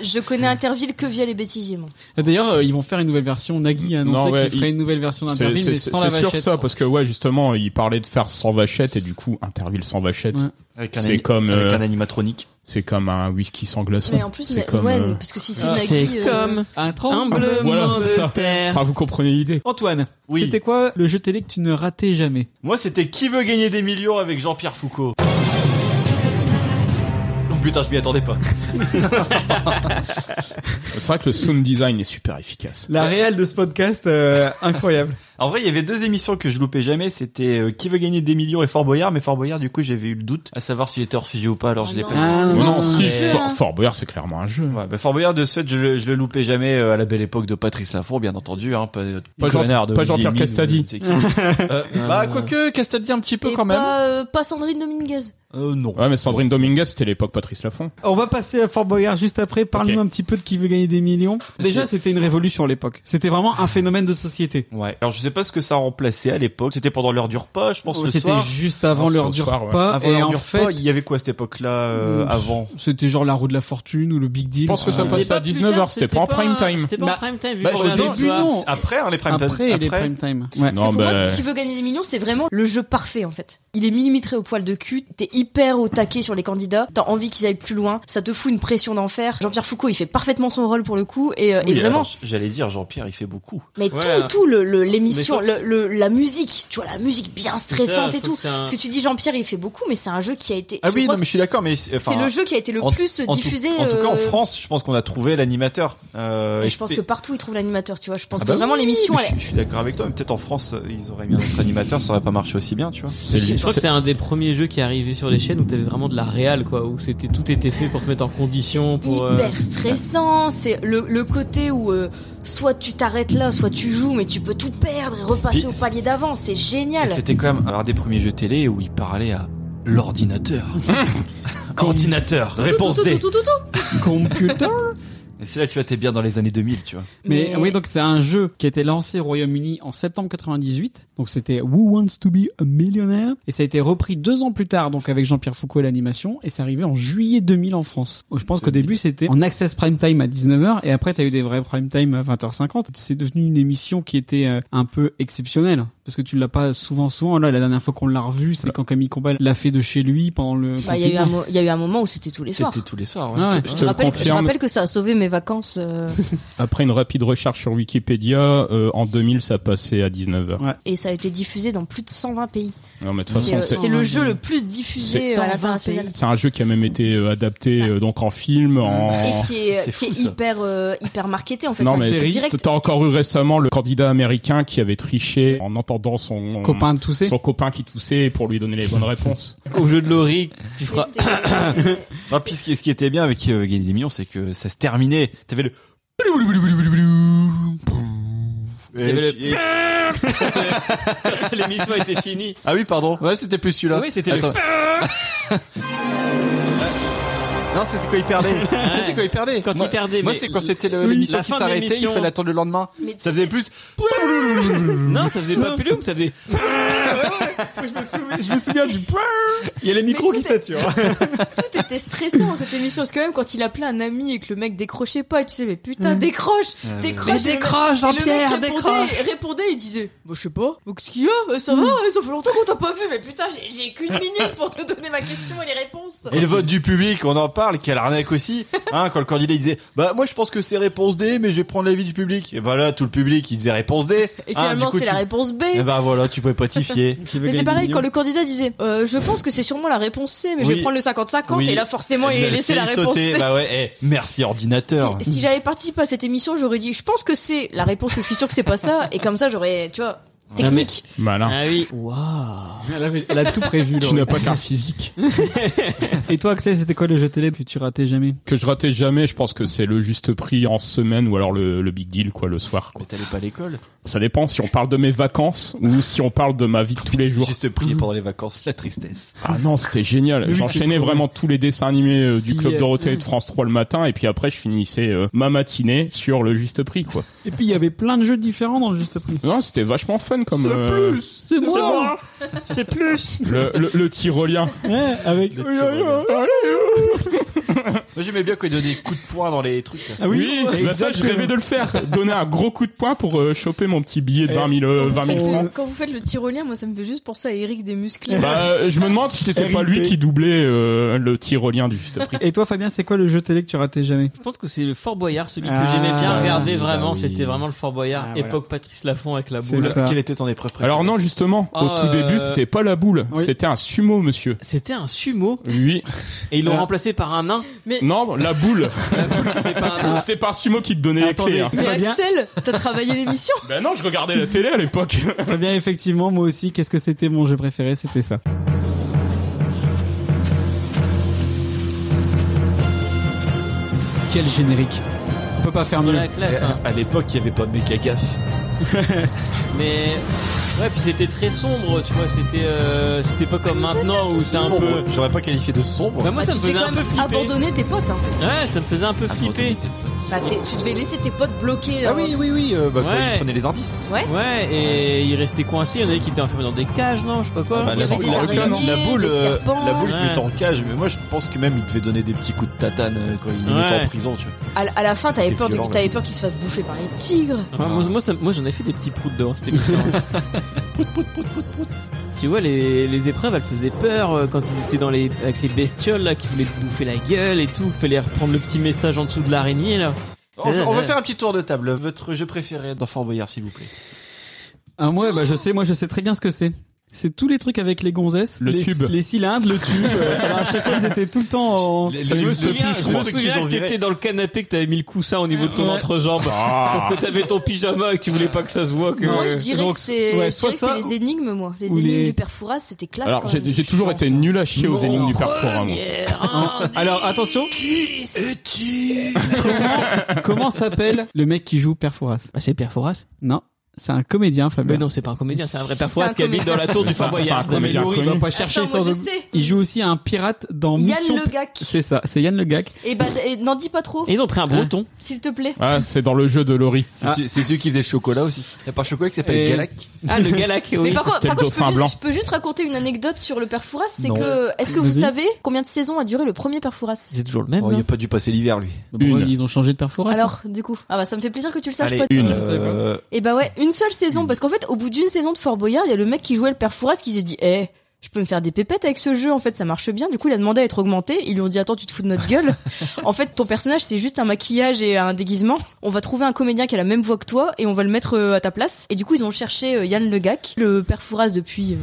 [SPEAKER 16] Je, je connais Interville que via les bêtisiers. moi.
[SPEAKER 2] D'ailleurs, euh, ils vont faire une nouvelle version. Nagui a annoncé
[SPEAKER 5] Non, ouais,
[SPEAKER 2] qu'il ferait
[SPEAKER 5] il-
[SPEAKER 2] une nouvelle version
[SPEAKER 5] C'est
[SPEAKER 2] d'Interville, mais
[SPEAKER 5] c'est-
[SPEAKER 2] sans la
[SPEAKER 5] c'est sûr
[SPEAKER 2] vachette.
[SPEAKER 5] ça, parce que ouais, justement, il parlait de faire sans vachette, et du coup, Interville sans vachette,
[SPEAKER 3] Avec un
[SPEAKER 5] c'est
[SPEAKER 3] ani-
[SPEAKER 5] comme...
[SPEAKER 3] avec un
[SPEAKER 5] animatronique. C'est comme un whisky sans glaçon.
[SPEAKER 16] Mais en plus,
[SPEAKER 5] C'est
[SPEAKER 16] mais-
[SPEAKER 5] comme,
[SPEAKER 16] ouais,
[SPEAKER 5] euh,
[SPEAKER 16] parce que si c'est
[SPEAKER 2] Ah,
[SPEAKER 16] Nagui,
[SPEAKER 2] c'est
[SPEAKER 16] euh,
[SPEAKER 2] comme un tremblement
[SPEAKER 5] Voilà, c'est
[SPEAKER 2] de
[SPEAKER 5] ça.
[SPEAKER 2] terre.
[SPEAKER 5] Enfin, vous comprenez l'idée.
[SPEAKER 2] Antoine,
[SPEAKER 3] Oui.
[SPEAKER 2] c'était quoi le jeu télé que tu ne ratais jamais
[SPEAKER 3] Moi, c'était Qui veut gagner des millions avec Jean-Pierre Foucault Oh putain, je m'y attendais pas.
[SPEAKER 5] C'est vrai que le sound design est super efficace.
[SPEAKER 17] Euh.
[SPEAKER 2] La réelle de ce podcast, euh, incroyable.
[SPEAKER 3] En vrai, il y avait deux émissions que je loupais jamais. C'était euh, Qui veut gagner des millions et Fort Boyard. Mais Fort Boyard, du coup, j'avais eu le doute à savoir si j'étais hors sujet ou pas. Alors, je l'ai pas vu.
[SPEAKER 5] Ah, non, si,
[SPEAKER 3] Mais-
[SPEAKER 5] Fort, Fort Boyard, c'est clairement un jeu.
[SPEAKER 3] Ouais, bah, Fort Boyard, de ce fait, je le, je le loupais jamais euh, à la belle époque de Patrice Lafour, bien entendu. Hein, pas
[SPEAKER 5] Pas Jean-
[SPEAKER 3] connard de
[SPEAKER 5] pas Jean-Pierre
[SPEAKER 3] Olivier Mine,
[SPEAKER 5] Castadi.
[SPEAKER 3] ou je ne sais qui. Euh, bah, quoique, Castaldi un petit peu
[SPEAKER 16] et
[SPEAKER 3] quand même.
[SPEAKER 16] Pas, euh, pas Sandrine Dominguez.
[SPEAKER 3] Euh, non.
[SPEAKER 5] Ouais, mais Sandrine Dominguez, c'était l'époque Patrice Laffont.
[SPEAKER 2] On va passer à Fort Boyard juste après. Parle-nous un petit peu de qui veut gagner des millions. Déjà, c'était une révolution à l'époque. C'était vraiment un phénomène de société.
[SPEAKER 3] Ouais. Alors, je sais pas ce que ça remplaçait à l'époque. C'était pendant l'heure du repas, je pense.
[SPEAKER 2] Ouais,
[SPEAKER 3] le
[SPEAKER 2] Oh, c'était
[SPEAKER 3] soir.
[SPEAKER 2] juste avant
[SPEAKER 3] Ah,
[SPEAKER 2] l'heure
[SPEAKER 3] c'était au
[SPEAKER 2] du
[SPEAKER 3] soir, ouais.
[SPEAKER 2] repas,
[SPEAKER 3] Avant
[SPEAKER 2] et
[SPEAKER 3] l'heure
[SPEAKER 2] en
[SPEAKER 3] du
[SPEAKER 2] fait-
[SPEAKER 3] repas, il y avait quoi à cette époque-là euh,
[SPEAKER 2] Pff,
[SPEAKER 3] avant
[SPEAKER 2] C'était genre la roue de la fortune ou le Big Deal.
[SPEAKER 5] Je pense que ça
[SPEAKER 17] Ah.
[SPEAKER 2] Euh,
[SPEAKER 5] passait à 19h, c'était pas en prime time.
[SPEAKER 6] C'était pas en prime time, vu
[SPEAKER 5] bah,
[SPEAKER 6] qu'on
[SPEAKER 5] au
[SPEAKER 6] regardait le
[SPEAKER 5] début,
[SPEAKER 6] soir.
[SPEAKER 5] non.
[SPEAKER 3] Après, hein, les prime time.
[SPEAKER 2] Après, les
[SPEAKER 3] Après.
[SPEAKER 2] prime time. Ouais.
[SPEAKER 5] Non,
[SPEAKER 16] Pour moi,
[SPEAKER 5] bah,
[SPEAKER 16] qui veut gagner des millions, c'est vraiment le jeu parfait en fait. Il est millimétré au poil de cul, t'es hyper au taquet sur les candidats, t'as envie qu'ils aillent plus loin, ça te fout une pression d'enfer. Jean-Pierre Foucault, il fait parfaitement son rôle pour le coup et, euh, et
[SPEAKER 3] Oui,
[SPEAKER 16] vraiment.
[SPEAKER 3] alors, J'allais dire, Ah, Jean-Pierre, il fait beaucoup.
[SPEAKER 16] Mais tout, tout le- le- l'émission
[SPEAKER 4] l'émission,
[SPEAKER 17] Mais je
[SPEAKER 4] le, le- la musique, tu vois, la musique bien stressante
[SPEAKER 3] ça,
[SPEAKER 4] et
[SPEAKER 3] faut
[SPEAKER 4] tout.
[SPEAKER 3] que c'est un-
[SPEAKER 4] Parce que tu dis Jean-Pierre, il fait beaucoup, mais c'est un jeu qui a été.
[SPEAKER 3] Ah oui,
[SPEAKER 4] crois
[SPEAKER 3] non, mais
[SPEAKER 4] que
[SPEAKER 3] je suis d'accord, mais enfin,
[SPEAKER 4] C'est le jeu qui a été le
[SPEAKER 3] en-
[SPEAKER 4] plus
[SPEAKER 3] en tout-
[SPEAKER 4] diffusé,
[SPEAKER 3] En tout cas, en
[SPEAKER 4] euh,
[SPEAKER 3] France, je pense qu'on a trouvé l'animateur. Euh,
[SPEAKER 4] et
[SPEAKER 3] et
[SPEAKER 4] je pense
[SPEAKER 3] et-
[SPEAKER 4] que partout ils trouvent l'animateur, tu vois. Je pense
[SPEAKER 3] Ah
[SPEAKER 4] que
[SPEAKER 3] bah
[SPEAKER 4] vraiment
[SPEAKER 3] oui,
[SPEAKER 4] l'émission,
[SPEAKER 3] mais
[SPEAKER 4] elle
[SPEAKER 3] Je, je suis d'accord avec toi, mais peut-être en France, euh, ils auraient mis un autre animateur, ça aurait pas marché aussi bien, tu vois.
[SPEAKER 17] je crois que c'est un des premiers jeux qui est arrivé sur les chaînes où t'avais vraiment de la réal quoi, où c'était tout était fait pour te mettre en condition, pour euh,
[SPEAKER 4] hyper stressant. C'est le, le côté où euh, soit tu t'arrêtes là, soit tu joues, mais tu peux tout perdre et repasser
[SPEAKER 3] Puis
[SPEAKER 4] au palier d'avant. C'est génial.
[SPEAKER 3] Et C'était quand même un des premiers jeux télé où il parlait à l'ordinateur. Ordinateur, réponse D.
[SPEAKER 2] Computer
[SPEAKER 3] Et c'est là, tu vois, t'es bien dans les années 2000, tu vois.
[SPEAKER 2] Mais, oui, donc c'est un jeu qui a été lancé au Royaume-Uni en septembre 98. Donc c'était Who Wants to Be a Millionaire et ça a été repris deux ans plus tard, donc avec Jean-Pierre Foucault et l'animation, et c'est arrivé en juillet 2000 en France. Je pense qu'au début c'était en access prime time à 19h et après t'as eu des vrais prime time à 20h50. C'est devenu une émission qui était euh, un peu exceptionnelle parce que tu l'as pas souvent souvent. Là, la dernière fois qu'on l'a revu, c'est quand Camille Combal l'a fait de chez lui pendant le.
[SPEAKER 4] Bah, Il y, a eu
[SPEAKER 2] confinement.
[SPEAKER 4] un mo- il y a eu un moment où c'était tous les soirs.
[SPEAKER 3] tous les soirs.
[SPEAKER 2] ouais. Ah ouais.
[SPEAKER 4] je,
[SPEAKER 2] Je
[SPEAKER 4] te,
[SPEAKER 2] te le
[SPEAKER 4] rappelle, je
[SPEAKER 5] confirme.
[SPEAKER 4] rappelle que ça a sauvé mes vacances. euh,
[SPEAKER 5] Après une rapide recherche sur Wikipédia, euh, en 2000, ça passait à 19h.
[SPEAKER 4] et ça a été diffusé dans plus de 120 pays.
[SPEAKER 5] Non, mais de toute
[SPEAKER 4] C'est
[SPEAKER 5] façon,
[SPEAKER 4] euh,
[SPEAKER 5] c'est-
[SPEAKER 4] c'est le jeu le plus diffusé
[SPEAKER 5] C'est-
[SPEAKER 4] euh, à l'international.
[SPEAKER 5] C'est un jeu qui a même été euh, adapté euh, donc en film, en.
[SPEAKER 4] Et qui est,
[SPEAKER 5] C'est
[SPEAKER 4] qui
[SPEAKER 5] fou,
[SPEAKER 4] est
[SPEAKER 5] ça.
[SPEAKER 4] hyper, euh, hyper marketé en fait.
[SPEAKER 5] Non
[SPEAKER 4] Enfin,
[SPEAKER 5] mais
[SPEAKER 4] c'est
[SPEAKER 5] t-
[SPEAKER 4] direct.
[SPEAKER 5] t'as encore eu récemment le candidat américain qui avait triché en entendant son
[SPEAKER 2] Copain tousser.
[SPEAKER 5] son copain qui toussait pour lui donner les bonnes réponses.
[SPEAKER 17] au jeu de Laurie, tu
[SPEAKER 3] feras. Non, puis ce qui, ce qui était bien avec euh, Gagner des millions, c'est que ça se terminait. T'avais le.
[SPEAKER 17] T'avais le-
[SPEAKER 3] Et- et-
[SPEAKER 17] l'émission était finie.
[SPEAKER 3] Ah oui, pardon. Ouais, c'était plus celui-là.
[SPEAKER 17] Oui, c'était le-
[SPEAKER 3] Attends. Non, c'est c'est quand il perdait. Ça, c'est quand il perdait.
[SPEAKER 17] Quand il
[SPEAKER 3] Moi-
[SPEAKER 17] perdait,
[SPEAKER 3] Moi,
[SPEAKER 17] mais
[SPEAKER 3] c'est quand c'était le-
[SPEAKER 17] oui.
[SPEAKER 3] l'émission
[SPEAKER 17] La
[SPEAKER 3] qui
[SPEAKER 17] fin de
[SPEAKER 3] s'arrêtait, il
[SPEAKER 17] l'émission.
[SPEAKER 3] fallait attendre le lendemain. Ça faisait plus.
[SPEAKER 17] Non, ça faisait pas plume, ça faisait.
[SPEAKER 2] Je me souviens du. Il y a les
[SPEAKER 4] micros qui
[SPEAKER 2] saturent.
[SPEAKER 4] Tout était stressant dans cette émission parce que même quand il appelait un ami et que le mec décrochait pas, tu sais mais putain décroche,
[SPEAKER 17] Ah oui.
[SPEAKER 4] décroche,
[SPEAKER 17] Mais
[SPEAKER 4] Et le mec-
[SPEAKER 17] décroche,
[SPEAKER 4] et le mec
[SPEAKER 17] Jean-Pierre,
[SPEAKER 4] répondait-
[SPEAKER 17] décroche. Mm.
[SPEAKER 4] Il répondait, il disait, bah je sais pas, Bah, qu'est-ce qu'il y a, Eh, ça va, Eh, ça fait longtemps qu'on t'a pas vu, mais putain j'ai- j'ai qu'une minute pour te donner ma question et les réponses.
[SPEAKER 3] Et le vote du public, on en parle, quelle arnaque aussi. Hein, quand le candidat il disait, bah moi je pense que c'est réponse D, mais je vais prendre l'avis du public. Et voilà, tout le public il disait réponse D.
[SPEAKER 4] Et
[SPEAKER 3] Hein,
[SPEAKER 4] finalement
[SPEAKER 3] du coup,
[SPEAKER 4] c'était la
[SPEAKER 3] tu-
[SPEAKER 4] réponse B.
[SPEAKER 3] Et bah voilà, tu pouvais potifier.
[SPEAKER 4] Mais c'est pareil, quand le candidat disait euh, Je pense que c'est sûrement la réponse C, mais je
[SPEAKER 3] Oui.
[SPEAKER 4] vais prendre le 50-50,
[SPEAKER 3] Oui. Eh
[SPEAKER 4] et là forcément il a
[SPEAKER 3] Le
[SPEAKER 4] laissé la
[SPEAKER 3] C
[SPEAKER 4] réponse
[SPEAKER 3] sauter.
[SPEAKER 4] C.
[SPEAKER 3] Bah ouais, eh, merci ordinateur.
[SPEAKER 4] Si j'avais participé à cette émission, j'aurais dit Je pense que c'est la réponse que je suis sûr que c'est pas ça, et comme ça j'aurais, tu vois, technique.
[SPEAKER 5] Malin.
[SPEAKER 17] Ah oui.
[SPEAKER 2] Elle, avait- elle a tout prévu.
[SPEAKER 5] Tu
[SPEAKER 2] Laurie.
[SPEAKER 5] n'as pas qu'un physique.
[SPEAKER 2] Et toi, Axel, c'était quoi le jeu télé que tu ratais jamais
[SPEAKER 5] Que je ratais jamais, je pense que c'est le juste prix en semaine ou alors le, le big deal quoi le soir. Quoi.
[SPEAKER 3] Mais t'allais pas à l'école
[SPEAKER 5] Ça dépend si on parle de mes vacances ou si on parle de ma vie de tous les jours.
[SPEAKER 4] Mmh.
[SPEAKER 3] Juste prix pendant les vacances, la tristesse.
[SPEAKER 5] Ah non, c'était génial.
[SPEAKER 3] Oui, c'est
[SPEAKER 5] J'enchaînais
[SPEAKER 3] trop
[SPEAKER 5] vraiment tous les dessins animés euh, du
[SPEAKER 3] Puis,
[SPEAKER 5] Club
[SPEAKER 3] euh,
[SPEAKER 5] Dorothée et de
[SPEAKER 3] mm.
[SPEAKER 5] France 3 le matin et puis après je finissais euh, ma matinée sur le juste prix quoi.
[SPEAKER 2] Et puis il y avait plein de jeux différents dans le juste prix.
[SPEAKER 5] Non, c'était vachement fun comme
[SPEAKER 2] C'est
[SPEAKER 5] euh,
[SPEAKER 2] plus, c'est moi,
[SPEAKER 17] c'est plus.
[SPEAKER 5] le, le, le tyrolien.
[SPEAKER 2] Ouais, avec.
[SPEAKER 3] Moi j'aimais bien quand il donnait des coups de poing dans les trucs.
[SPEAKER 5] Ah oui, bah ça je rêvais de le faire, donner un gros coup de poing pour euh, choper mon petit
[SPEAKER 2] Eh,
[SPEAKER 5] billet de 20 000, euh, 20 000 francs.
[SPEAKER 4] Quand vous faites le tyrolien, moi ça me fait juste penser à Eric des musclés.
[SPEAKER 5] Bah, je me demande si c'était pas lui qui doublait euh, le tyrolien du juste prix.
[SPEAKER 2] Et toi, Fabien, c'est quoi le jeu télé que tu ratais jamais
[SPEAKER 17] Je pense que c'est le Fort Boyard, celui
[SPEAKER 2] Ah,
[SPEAKER 17] que j'aimais bien regarder
[SPEAKER 2] bah
[SPEAKER 17] vraiment.
[SPEAKER 2] oui.
[SPEAKER 17] C'était vraiment le Fort Boyard,
[SPEAKER 2] Ah, voilà.
[SPEAKER 17] époque Patrice Laffont avec la
[SPEAKER 2] C'est
[SPEAKER 17] boule.
[SPEAKER 2] ça. Quelle
[SPEAKER 3] était ton épreuve
[SPEAKER 5] Alors non, justement, au
[SPEAKER 17] Ah,
[SPEAKER 5] tout début,
[SPEAKER 17] euh,
[SPEAKER 5] c'était pas la boule,
[SPEAKER 17] oui.
[SPEAKER 5] c'était un sumo, monsieur.
[SPEAKER 17] C'était un sumo
[SPEAKER 5] Oui.
[SPEAKER 17] Et ils l'ont
[SPEAKER 5] Ah.
[SPEAKER 17] remplacé par un nain.
[SPEAKER 4] Mais
[SPEAKER 5] Non, la boule. C'était pas un sumo qui te donnait
[SPEAKER 2] Attendez,
[SPEAKER 5] les clés. hein.
[SPEAKER 4] Mais Axel, t'as travaillé l'émission
[SPEAKER 5] Bah non, je regardais la télé à l'époque.
[SPEAKER 2] Fabien, effectivement, moi aussi, qu'est-ce que c'était mon jeu préféré C'était ça. Quel générique. On peut pas faire mieux.
[SPEAKER 17] la classe, hein.
[SPEAKER 3] À l'époque, il y avait pas de méga gaffe.
[SPEAKER 17] Mais ouais, puis c'était très sombre, tu vois. C'était euh, c'était pas comme maintenant où c'est un
[SPEAKER 3] Sombre.
[SPEAKER 17] peu.
[SPEAKER 3] J'aurais pas qualifié de sombre.
[SPEAKER 17] Bah, moi,
[SPEAKER 4] Ah,
[SPEAKER 17] ça
[SPEAKER 4] tu
[SPEAKER 17] me
[SPEAKER 4] devais
[SPEAKER 17] faisait
[SPEAKER 4] quand
[SPEAKER 17] un peu
[SPEAKER 4] même
[SPEAKER 17] flipper.
[SPEAKER 4] abandonner tes potes. Hein.
[SPEAKER 17] Ouais, ça me faisait un peu flipper.
[SPEAKER 4] Bah, t'es- tu devais laisser tes potes bloqués.
[SPEAKER 3] Ah
[SPEAKER 4] hein.
[SPEAKER 3] oui, oui, oui, euh, bah, quand
[SPEAKER 17] Ouais.
[SPEAKER 3] ils prenaient les indices.
[SPEAKER 4] Ouais.
[SPEAKER 17] Ouais, et ils restaient coincés. Il y en avait qui étaient enfermés dans des cages, non Je sais pas quoi.
[SPEAKER 3] Bah, la, boule- la- la boule,
[SPEAKER 4] des
[SPEAKER 3] euh,
[SPEAKER 4] serpents.
[SPEAKER 3] la boule, il te
[SPEAKER 17] Ouais.
[SPEAKER 3] mettait en cage, mais moi je pense que même il devait donner des petits coups de tatane euh, quand il
[SPEAKER 17] Ouais.
[SPEAKER 3] était en prison, tu vois.
[SPEAKER 4] À, la- à la fin, t'avais
[SPEAKER 3] T'es
[SPEAKER 4] peur, de-
[SPEAKER 3] violent,
[SPEAKER 4] t'avais
[SPEAKER 3] là.
[SPEAKER 4] peur qu'ils se fassent bouffer par les tigres.
[SPEAKER 2] Ah,
[SPEAKER 17] Ouais, moi, moi, ça- moi, j'en ai fait des petits proutes dehors, c'était émission. prout, prout, prout, prout, prout. Tu vois, les, les épreuves, elles faisaient peur euh, quand ils étaient dans les, avec les bestioles, là, qui voulaient te bouffer la gueule et tout. Il fallait reprendre le petit message en dessous de l'araignée, là.
[SPEAKER 3] On, on va faire un petit tour de table. Votre jeu préféré dans Fort Boyard, s'il vous plaît.
[SPEAKER 2] Ah ouais, bah je sais, moi je sais très bien ce que c'est. C'est tous les trucs avec les gonzesses,
[SPEAKER 5] Le
[SPEAKER 2] les,
[SPEAKER 5] tube.
[SPEAKER 2] les cylindres, le tube. euh, alors à chaque fois, ils étaient tout le temps en.
[SPEAKER 7] Je me souviens, je me souviens que t'étais dans le canapé, que t'avais mis le coussin au niveau de ton
[SPEAKER 2] Ouais.
[SPEAKER 7] entrejambe,
[SPEAKER 2] Ah.
[SPEAKER 7] parce que t'avais ton pyjama et que tu voulais pas que ça se voit. Que...
[SPEAKER 4] Moi, je dirais que c'est je
[SPEAKER 7] ouais,
[SPEAKER 4] dirais que
[SPEAKER 7] soit
[SPEAKER 4] c'est
[SPEAKER 7] ça,
[SPEAKER 4] les énigmes, moi. Les
[SPEAKER 5] ou
[SPEAKER 4] énigmes
[SPEAKER 5] les-
[SPEAKER 4] du Perforas, c'était classe.
[SPEAKER 5] Alors,
[SPEAKER 4] quand
[SPEAKER 5] j'ai
[SPEAKER 4] même.
[SPEAKER 5] j'ai toujours été nul à chier aux
[SPEAKER 4] Mon
[SPEAKER 5] énigmes du Carrefour. hein, moi.
[SPEAKER 2] Alors attention.
[SPEAKER 7] Qui es-tu
[SPEAKER 2] Comment s'appelle le mec qui joue Perforas
[SPEAKER 7] Ah, C'est Perforas
[SPEAKER 2] Non, c'est un comédien, Fabien.
[SPEAKER 7] Mais non, c'est pas un comédien, c'est un vrai Perforas qui habite dans la tour du Fort Boyard.
[SPEAKER 2] Non, mais Laurie, il va pas chercher
[SPEAKER 4] Attends, moi,
[SPEAKER 2] sans-
[SPEAKER 4] je sais.
[SPEAKER 2] Il joue aussi un pirate dans
[SPEAKER 4] Yann
[SPEAKER 2] Mission.
[SPEAKER 4] Le Gac.
[SPEAKER 2] C'est ça, c'est Yann Le Gac.
[SPEAKER 4] Et bah, et n'en dis pas trop. Hein, S'il te plaît.
[SPEAKER 5] Ah, c'est dans le jeu de Laurie.
[SPEAKER 17] Ah.
[SPEAKER 5] Ah.
[SPEAKER 3] C'est celui- c'est celui qui faisait le chocolat aussi. Il y a pas un chocolat qui s'appelle
[SPEAKER 5] Et-
[SPEAKER 3] Galak.
[SPEAKER 7] Ah, le Galak,
[SPEAKER 4] Mais par contre,
[SPEAKER 5] C'était
[SPEAKER 4] par
[SPEAKER 5] le
[SPEAKER 4] contre, je, peux
[SPEAKER 5] dauphin
[SPEAKER 4] ju-
[SPEAKER 5] blanc.
[SPEAKER 4] je peux juste raconter une anecdote sur le Perforas. C'est
[SPEAKER 3] Non.
[SPEAKER 4] que, est-ce que vous
[SPEAKER 3] Vas-y.
[SPEAKER 4] savez combien de saisons a duré le premier Perforas
[SPEAKER 7] C'est toujours le même.
[SPEAKER 3] Oh, il a pas dû passer l'hiver, lui.
[SPEAKER 2] Une. Ils ont changé de Perforas.
[SPEAKER 4] Alors, du coup, ah bah ça me fait plaisir que tu le saches,
[SPEAKER 3] Allez,
[SPEAKER 4] pote.
[SPEAKER 3] une.
[SPEAKER 4] Et bah ouais, une seule saison, parce qu'en fait, au bout d'une saison de Fort Boyard, il y a le mec qui jouait le Perforas qui s'est dit, eh, je peux me faire des pépettes avec ce jeu, en fait, ça marche bien. Du coup, il a demandé à être augmenté. Ils lui ont dit, attends, tu te fous de notre gueule. en fait, ton personnage, c'est juste un maquillage et un déguisement. On va trouver un comédien qui a la même voix que toi et on va le mettre euh, à ta place. Et du coup, ils ont cherché euh, Yann Le Gac, le Perforas depuis. euh,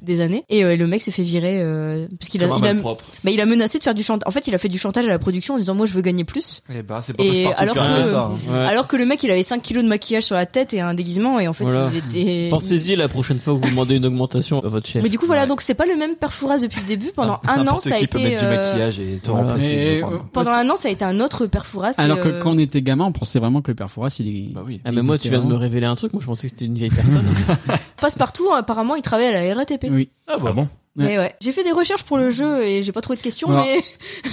[SPEAKER 4] des années et euh, le mec s'est fait virer euh, parce qu'il a,
[SPEAKER 3] Comme un
[SPEAKER 4] il a-
[SPEAKER 3] malpropre.
[SPEAKER 4] bah, il a menacé de faire du chantage en fait il a fait du chantage à la production en disant moi je veux gagner plus
[SPEAKER 3] Eh ben, c'est pas
[SPEAKER 4] et
[SPEAKER 3] parce que
[SPEAKER 4] alors que,
[SPEAKER 3] Parker fait ça, hein.
[SPEAKER 4] alors que le mec il avait 5 kilos de maquillage sur la tête et un déguisement et en fait
[SPEAKER 7] Voilà.
[SPEAKER 4] il était
[SPEAKER 7] Pensez-y la prochaine fois que vous demandez une augmentation à votre chef.
[SPEAKER 4] mais du coup voilà donc c'est pas le même Perforas depuis le début pendant un an
[SPEAKER 7] N'importe
[SPEAKER 4] ça a
[SPEAKER 7] qui peut
[SPEAKER 4] été
[SPEAKER 7] mettre du
[SPEAKER 4] euh,
[SPEAKER 7] maquillage et te
[SPEAKER 2] Voilà.
[SPEAKER 7] remplacer,
[SPEAKER 2] Mais,
[SPEAKER 7] je crois.
[SPEAKER 2] euh,
[SPEAKER 4] pendant un an ça a été un autre Perforas et,
[SPEAKER 2] Alors que
[SPEAKER 4] euh,
[SPEAKER 2] quand on était gamin, on pensait vraiment que le Perforas, il est. Bah
[SPEAKER 7] oui. Ah, mais moi, tu viens de me révéler un truc. Moi, je pensais que c'était une vieille personne.
[SPEAKER 4] passe-partout apparemment il travaille à la RATP
[SPEAKER 2] Oui.
[SPEAKER 7] Ah, bah bon.
[SPEAKER 4] Mais Eh ouais. J'ai fait des recherches pour le jeu et j'ai pas trouvé de questions,
[SPEAKER 2] Alors,
[SPEAKER 4] mais,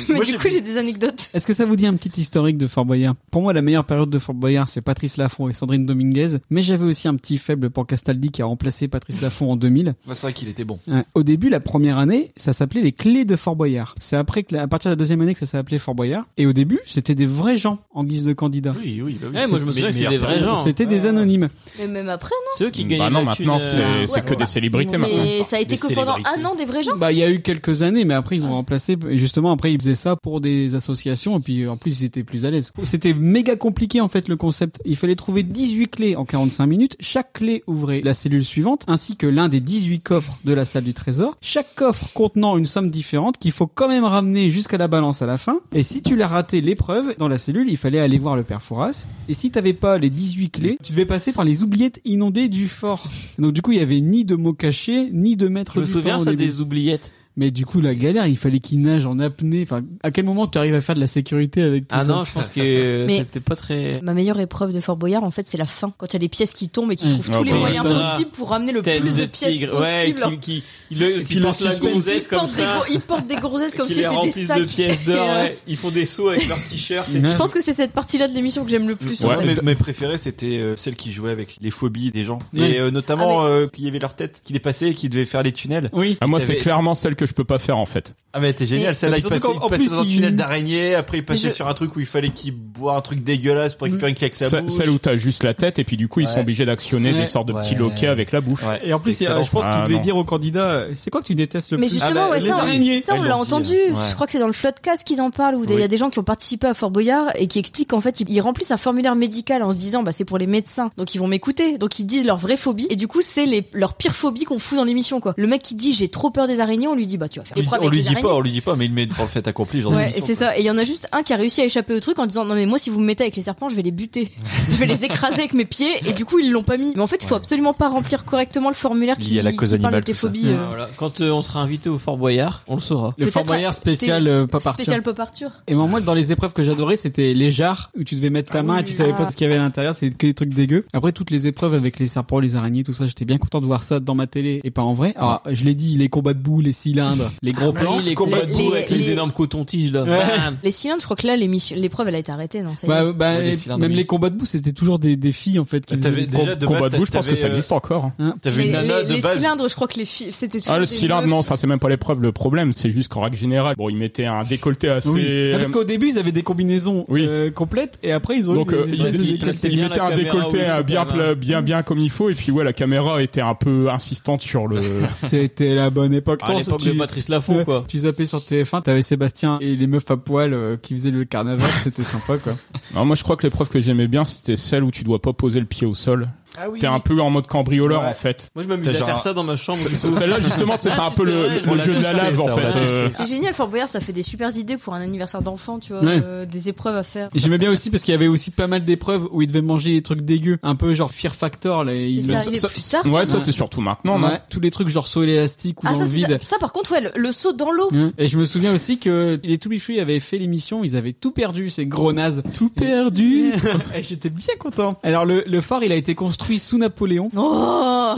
[SPEAKER 4] mais
[SPEAKER 2] moi,
[SPEAKER 4] du
[SPEAKER 2] j'ai-
[SPEAKER 4] coup j'ai des anecdotes.
[SPEAKER 2] Est-ce que ça vous dit un petit historique de Fort Boyard Pour moi, la meilleure période de Fort Boyard, c'est Patrice Laffont et Sandrine Dominguez. Mais j'avais aussi un petit faible pour Castaldi qui a remplacé Patrice Laffont en 2000.
[SPEAKER 3] Bah, c'est vrai qu'il était bon.
[SPEAKER 2] Ouais. Au début, la première année, ça s'appelait les clés de Fort Boyard. C'est après que, la- à partir de la deuxième année que ça s'est appelé Fort Boyard. Et au début, c'était des vrais gens en guise de candidats.
[SPEAKER 3] Oui, oui, bah oui.
[SPEAKER 7] Eh, moi, je me souviens
[SPEAKER 3] C'est-
[SPEAKER 7] que
[SPEAKER 3] mais-
[SPEAKER 7] c'était des
[SPEAKER 3] mais
[SPEAKER 7] vrais
[SPEAKER 3] après,
[SPEAKER 7] gens.
[SPEAKER 2] C'était des anonymes.
[SPEAKER 4] Mais même après non
[SPEAKER 7] C'est eux qui
[SPEAKER 5] Bah
[SPEAKER 7] gagnent
[SPEAKER 5] non,
[SPEAKER 7] la
[SPEAKER 5] maintenant,
[SPEAKER 7] thune,
[SPEAKER 5] c'est
[SPEAKER 7] euh,
[SPEAKER 5] c'est que des célébrités maintenant.
[SPEAKER 4] Mais ça a été
[SPEAKER 2] Des
[SPEAKER 4] que pendant
[SPEAKER 2] célébrités.
[SPEAKER 4] un an des vrais gens.
[SPEAKER 2] Bah, il y a eu quelques années, mais après ils ont remplacé. Et justement, après ils faisaient ça pour des associations, et puis en plus ils étaient plus à l'aise. C'était méga compliqué en fait le concept. Il fallait trouver 18 clés en 45 minutes. Chaque clé ouvrait la cellule suivante, ainsi que l'un des 18 coffres de la salle du trésor. Chaque coffre contenant une somme différente qu'il faut quand même ramener jusqu'à la balance à la fin. Et si tu l'as raté l'épreuve dans la cellule, il fallait aller voir le père Fouras. Et si t'avais pas les 18 clés, tu devais passer par les oubliettes inondées du fort. Donc du coup, il y avait ni de mots cachés, ni de maître
[SPEAKER 7] Je me
[SPEAKER 2] du
[SPEAKER 7] souviens,
[SPEAKER 2] temps au
[SPEAKER 7] ça,
[SPEAKER 2] début.
[SPEAKER 7] des oubliettes.
[SPEAKER 2] Mais du coup, la galère, il fallait qu'il nage en apnée. Enfin, à quel moment tu arrives à faire de la sécurité avec tout
[SPEAKER 7] Ah
[SPEAKER 2] ça
[SPEAKER 7] non, je pense que euh,
[SPEAKER 4] Mais-
[SPEAKER 7] c'était pas très.
[SPEAKER 4] Ma meilleure épreuve de Fort Boyard, en fait, c'est la fin. Quand il y a les pièces qui tombent et qui
[SPEAKER 7] Mmh.
[SPEAKER 4] trouvent
[SPEAKER 7] Ah,
[SPEAKER 4] tous les
[SPEAKER 7] bah,
[SPEAKER 4] moyens
[SPEAKER 7] putain.
[SPEAKER 4] possibles pour ramener le
[SPEAKER 7] Tête
[SPEAKER 4] plus de
[SPEAKER 7] de
[SPEAKER 4] pièces
[SPEAKER 7] tigre, ouais,
[SPEAKER 4] possible.
[SPEAKER 7] qui- qui- le- qui porte la
[SPEAKER 4] suspense.
[SPEAKER 7] gonzesse
[SPEAKER 4] Ils
[SPEAKER 7] comme
[SPEAKER 4] portent des
[SPEAKER 7] ça.
[SPEAKER 4] gros- ils portent des gonzesses comme
[SPEAKER 7] Qui
[SPEAKER 4] si
[SPEAKER 7] les
[SPEAKER 4] c'était des
[SPEAKER 7] remplissent
[SPEAKER 4] sacs.
[SPEAKER 7] de pièces d'or,
[SPEAKER 4] Et, euh,
[SPEAKER 7] ouais. ils font des sauts avec leurs t-shirts. et
[SPEAKER 4] Je
[SPEAKER 7] tout.
[SPEAKER 4] pense que c'est cette partie-là de l'émission que j'aime le plus. en
[SPEAKER 3] Moi,
[SPEAKER 4] fait.
[SPEAKER 3] mes, mes préférés, c'était euh, celles qui jouaient avec les phobies des gens.
[SPEAKER 5] Ouais.
[SPEAKER 3] Et euh, notamment,
[SPEAKER 4] Ah,
[SPEAKER 3] euh, qu'il y avait leur tête qui dépassait et qui devait faire les tunnels.
[SPEAKER 5] Ah, moi, c'est
[SPEAKER 3] T'avais-
[SPEAKER 5] clairement celle que je peux pas faire en fait.
[SPEAKER 3] Ah, mais t'es génial,
[SPEAKER 5] Et-
[SPEAKER 3] celle-là.
[SPEAKER 5] Mais
[SPEAKER 3] Il
[SPEAKER 5] surtout
[SPEAKER 3] passait,
[SPEAKER 5] qu'en- en
[SPEAKER 3] il passait
[SPEAKER 5] plus,
[SPEAKER 3] dans un
[SPEAKER 5] il-
[SPEAKER 3] tunnel d'araignée, après il passait
[SPEAKER 5] je-
[SPEAKER 3] sur un truc où il fallait qu'il boit un truc dégueulasse pour récupérer une claque sa
[SPEAKER 5] Ce-
[SPEAKER 3] bouche.
[SPEAKER 5] Celle où t'as juste la tête et puis du coup ils
[SPEAKER 3] Ouais.
[SPEAKER 5] sont obligés d'actionner
[SPEAKER 3] Ouais.
[SPEAKER 5] des sortes de petits
[SPEAKER 3] Ouais.
[SPEAKER 5] loquets avec la bouche. Ah,
[SPEAKER 2] Et en plus, il y a- je pense
[SPEAKER 7] Ah,
[SPEAKER 2] qu'il devait dire aux
[SPEAKER 7] euh,
[SPEAKER 2] candidats, c'est quoi que tu détestes le
[SPEAKER 4] Mais
[SPEAKER 2] plus
[SPEAKER 7] bah,
[SPEAKER 4] justement, ouais,
[SPEAKER 2] Ah bah, les
[SPEAKER 4] ça, on-
[SPEAKER 2] araignées.
[SPEAKER 4] ça, on l'a
[SPEAKER 7] hein.
[SPEAKER 4] entendu. Je crois que c'est dans le Floodcast qu'ils en parlent, où il y a
[SPEAKER 2] hein. Oui.
[SPEAKER 4] des gens qui ont participé à Fort Boyard et qui expliquent qu'en fait, ils, ils remplissent un formulaire médical en se disant, bah, c'est pour les médecins, donc ils vont m'écouter. Donc ils disent leur vraie phobie, et du coup, c'est les, leur pire phobie qu'on fout dans l'émission, quoi. Le mec qui dit, j'ai trop peur des araignées, on lui dit, bah, tu vas faire
[SPEAKER 3] On
[SPEAKER 4] des
[SPEAKER 3] lui,
[SPEAKER 4] preuves
[SPEAKER 3] on
[SPEAKER 4] avec
[SPEAKER 3] lui
[SPEAKER 4] les
[SPEAKER 3] dit
[SPEAKER 4] araignées.
[SPEAKER 3] pas, on lui dit pas, mais il le met pour le fait accompli, genre.
[SPEAKER 4] Ouais, et c'est ça. Et il y en a juste un qui a réussi à échapper au truc en disant non mais moi si vous me mettez avec les serpents je vais les buter, je vais les écraser avec mes pieds et du coup ils l'ont pas mis. Mais en fait il faut absolument pas remplir correctement le formulaire qui,
[SPEAKER 7] Lié à la cause
[SPEAKER 4] qui parle
[SPEAKER 7] animale,
[SPEAKER 4] de tes
[SPEAKER 7] tout ça.
[SPEAKER 4] phobies. euh,
[SPEAKER 7] Voilà. Quand euh, on sera invité au Fort Boyard, on le saura.
[SPEAKER 2] Le Fort Boyard spécial
[SPEAKER 4] t'es-
[SPEAKER 2] euh, Pop Arthur.
[SPEAKER 4] spécial Pop Arthur.
[SPEAKER 2] Et moi, moi, dans les épreuves que j'adorais, c'était les jarres où tu devais mettre ta main et tu savais
[SPEAKER 4] Ah.
[SPEAKER 2] pas ce qu'il y avait à l'intérieur, c'est que des trucs dégueux. Après, toutes les épreuves avec les serpents, les araignées, tout ça, j'étais bien content de voir ça dans ma télé et pas en vrai. Alors, je l'ai dit, les combats de boules, les cylindres, les gros
[SPEAKER 7] Ah,
[SPEAKER 2] plans.
[SPEAKER 7] oui, les combats de boules avec les, énormes cotons-tiges là.
[SPEAKER 2] Ouais.
[SPEAKER 7] Bam.
[SPEAKER 4] Les cylindres, je crois que là, l'émission- l'épreuve, elle a été arrêtée, non ça y est.
[SPEAKER 2] Bah, bah,
[SPEAKER 7] Ouais, les
[SPEAKER 2] et
[SPEAKER 7] cylindres,
[SPEAKER 2] même
[SPEAKER 7] oui. Bah,
[SPEAKER 2] les combats de boue, c'était toujours des, des filles en fait. Qui
[SPEAKER 5] T'avais
[SPEAKER 2] faisaient des
[SPEAKER 5] déjà,
[SPEAKER 2] com-
[SPEAKER 5] de base, t'avais, euh, Hein
[SPEAKER 3] T'avais
[SPEAKER 4] Les-
[SPEAKER 3] une nana
[SPEAKER 4] les,
[SPEAKER 3] de
[SPEAKER 4] les
[SPEAKER 3] base.
[SPEAKER 4] cylindres, je crois que les filles, c'était toujours
[SPEAKER 5] Ah le
[SPEAKER 4] des
[SPEAKER 5] cylindre
[SPEAKER 4] meufs.
[SPEAKER 5] non, enfin c'est même pas l'épreuve le problème, c'est juste qu'en règle générale, bon ils mettaient un décolleté assez
[SPEAKER 2] Oui. Ah, Parce qu'au début, ils avaient des combinaisons euh, complètes et après, ils ont
[SPEAKER 5] Donc
[SPEAKER 2] eu
[SPEAKER 5] euh,
[SPEAKER 2] des- des-
[SPEAKER 5] ils,
[SPEAKER 2] des-
[SPEAKER 5] ils-
[SPEAKER 2] des-
[SPEAKER 5] ils
[SPEAKER 2] des- des-
[SPEAKER 5] mettaient un décolleté euh, bien, pla- bien bien comme il faut et puis ouais la caméra était un peu insistante sur le
[SPEAKER 2] C'était la bonne époque.
[SPEAKER 5] À
[SPEAKER 2] Tant,
[SPEAKER 5] l'époque
[SPEAKER 2] tu-
[SPEAKER 5] de Patrice Lafont,
[SPEAKER 2] ouais,
[SPEAKER 5] quoi.
[SPEAKER 2] Tu zappais sur TF1, t'avais Sébastien et les meufs à poil euh, qui faisaient le carnaval, c'était sympa quoi.
[SPEAKER 5] Non, moi je crois que l'épreuve que j'aimais bien c'était celle où tu dois pas poser le pied au sol.
[SPEAKER 6] Ah oui.
[SPEAKER 5] T'es un peu en mode cambrioleur
[SPEAKER 6] Ouais.
[SPEAKER 5] en fait.
[SPEAKER 6] Moi, je m'amusais
[SPEAKER 5] T'as
[SPEAKER 6] à
[SPEAKER 5] genre
[SPEAKER 6] faire
[SPEAKER 5] un-
[SPEAKER 6] ça dans ma chambre. Ah,
[SPEAKER 5] C'est- Celle-là justement, tu sais, c'est un peu le, le jeu de la lave en fait. euh,
[SPEAKER 16] C'est génial, Fort Boyard, ça fait des super idées pour un anniversaire d'enfant, tu vois,
[SPEAKER 2] Ouais.
[SPEAKER 16] euh, des épreuves à faire.
[SPEAKER 2] J'aimais bien aussi parce qu'il y avait aussi pas mal d'épreuves où ils devaient manger des trucs dégueux, un peu genre Fear Factor là. et ils
[SPEAKER 16] Mais
[SPEAKER 2] le-
[SPEAKER 16] ça arrivait plus tard,
[SPEAKER 2] Ouais,
[SPEAKER 16] ça,
[SPEAKER 2] ça
[SPEAKER 16] non
[SPEAKER 2] c'est surtout maintenant.
[SPEAKER 5] non
[SPEAKER 2] Ouais, tous les trucs genre saut élastique ou
[SPEAKER 16] Ah,
[SPEAKER 2] dans
[SPEAKER 16] ça,
[SPEAKER 2] le
[SPEAKER 16] ça,
[SPEAKER 2] vide.
[SPEAKER 16] ça, par contre, ouais, le, le saut dans l'eau.
[SPEAKER 2] Hein. Et je me souviens aussi que les Tout Bichouilles avaient fait l'émission, ils avaient tout perdu, ces gros nazes. Tout
[SPEAKER 5] perdu
[SPEAKER 2] Et j'étais bien content. Alors le, le fort, il a été construit sous Napoléon.
[SPEAKER 16] Oh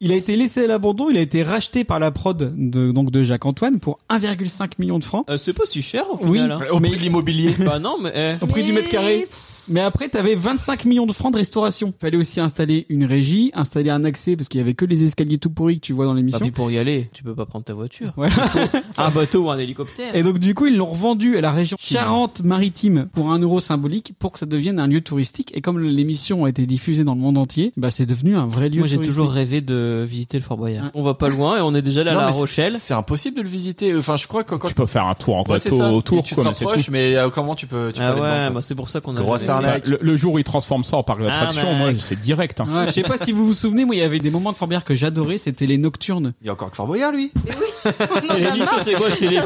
[SPEAKER 2] il a été laissé à l'abandon, il a été racheté par la prod de, donc de Jacques-Antoine pour 1,5 million de francs.
[SPEAKER 6] Euh, c'est pas si cher au
[SPEAKER 2] Oui.
[SPEAKER 6] final. hein.
[SPEAKER 2] Au prix de
[SPEAKER 6] l'immobilier. Bah non, mais. eh.
[SPEAKER 2] Au prix du mètre carré. Mais après, t'avais 25 millions de francs de restauration. Fallait aussi installer une régie, installer un accès, parce qu'il y avait que les escaliers tout pourris que tu vois dans
[SPEAKER 6] Bah,
[SPEAKER 2] l'émission.
[SPEAKER 6] puis pour y aller, tu peux pas prendre ta voiture.
[SPEAKER 2] Voilà.
[SPEAKER 6] Il faut un bateau ou un hélicoptère.
[SPEAKER 2] Et donc du coup, ils l'ont revendu à la région Charente-Maritime pour un euro symbolique pour que ça devienne un lieu touristique. Et comme l'émission a été diffusée dans le monde entier, bah c'est devenu un vrai lieu
[SPEAKER 6] Moi, j'ai
[SPEAKER 2] touristique.
[SPEAKER 6] toujours rêvé de visiter le Fort Boyard. On va pas loin et on est déjà là à
[SPEAKER 3] Non,
[SPEAKER 6] La
[SPEAKER 3] mais c'est-
[SPEAKER 6] Rochelle.
[SPEAKER 3] C'est impossible de le visiter. Enfin, je crois que quand
[SPEAKER 5] Tu peux faire un tour en
[SPEAKER 3] Ouais, c'est
[SPEAKER 5] bateau
[SPEAKER 3] ça.
[SPEAKER 5] autour.
[SPEAKER 3] Et tu te
[SPEAKER 5] quoi, mais c'est
[SPEAKER 3] rapproches,
[SPEAKER 5] tout.
[SPEAKER 3] mais euh, comment tu peux, tu peux
[SPEAKER 5] Ah
[SPEAKER 3] aller
[SPEAKER 5] ouais,
[SPEAKER 3] dedans, quoi.
[SPEAKER 5] bah,
[SPEAKER 6] c'est pour ça qu'on
[SPEAKER 3] a- Grosse arnaque.
[SPEAKER 5] Le, le jour où ils transforment ça en parc d'attraction, moi,
[SPEAKER 3] Arnaque.
[SPEAKER 5] c'est direct. Hein.
[SPEAKER 2] Ouais, je sais pas si vous vous souvenez, moi il y avait des moments de Fort Boyard que j'adorais, c'était les nocturnes.
[SPEAKER 3] Il y a encore que Fort Boyard, lui.
[SPEAKER 16] en a marre. Ça suffit.
[SPEAKER 2] hein.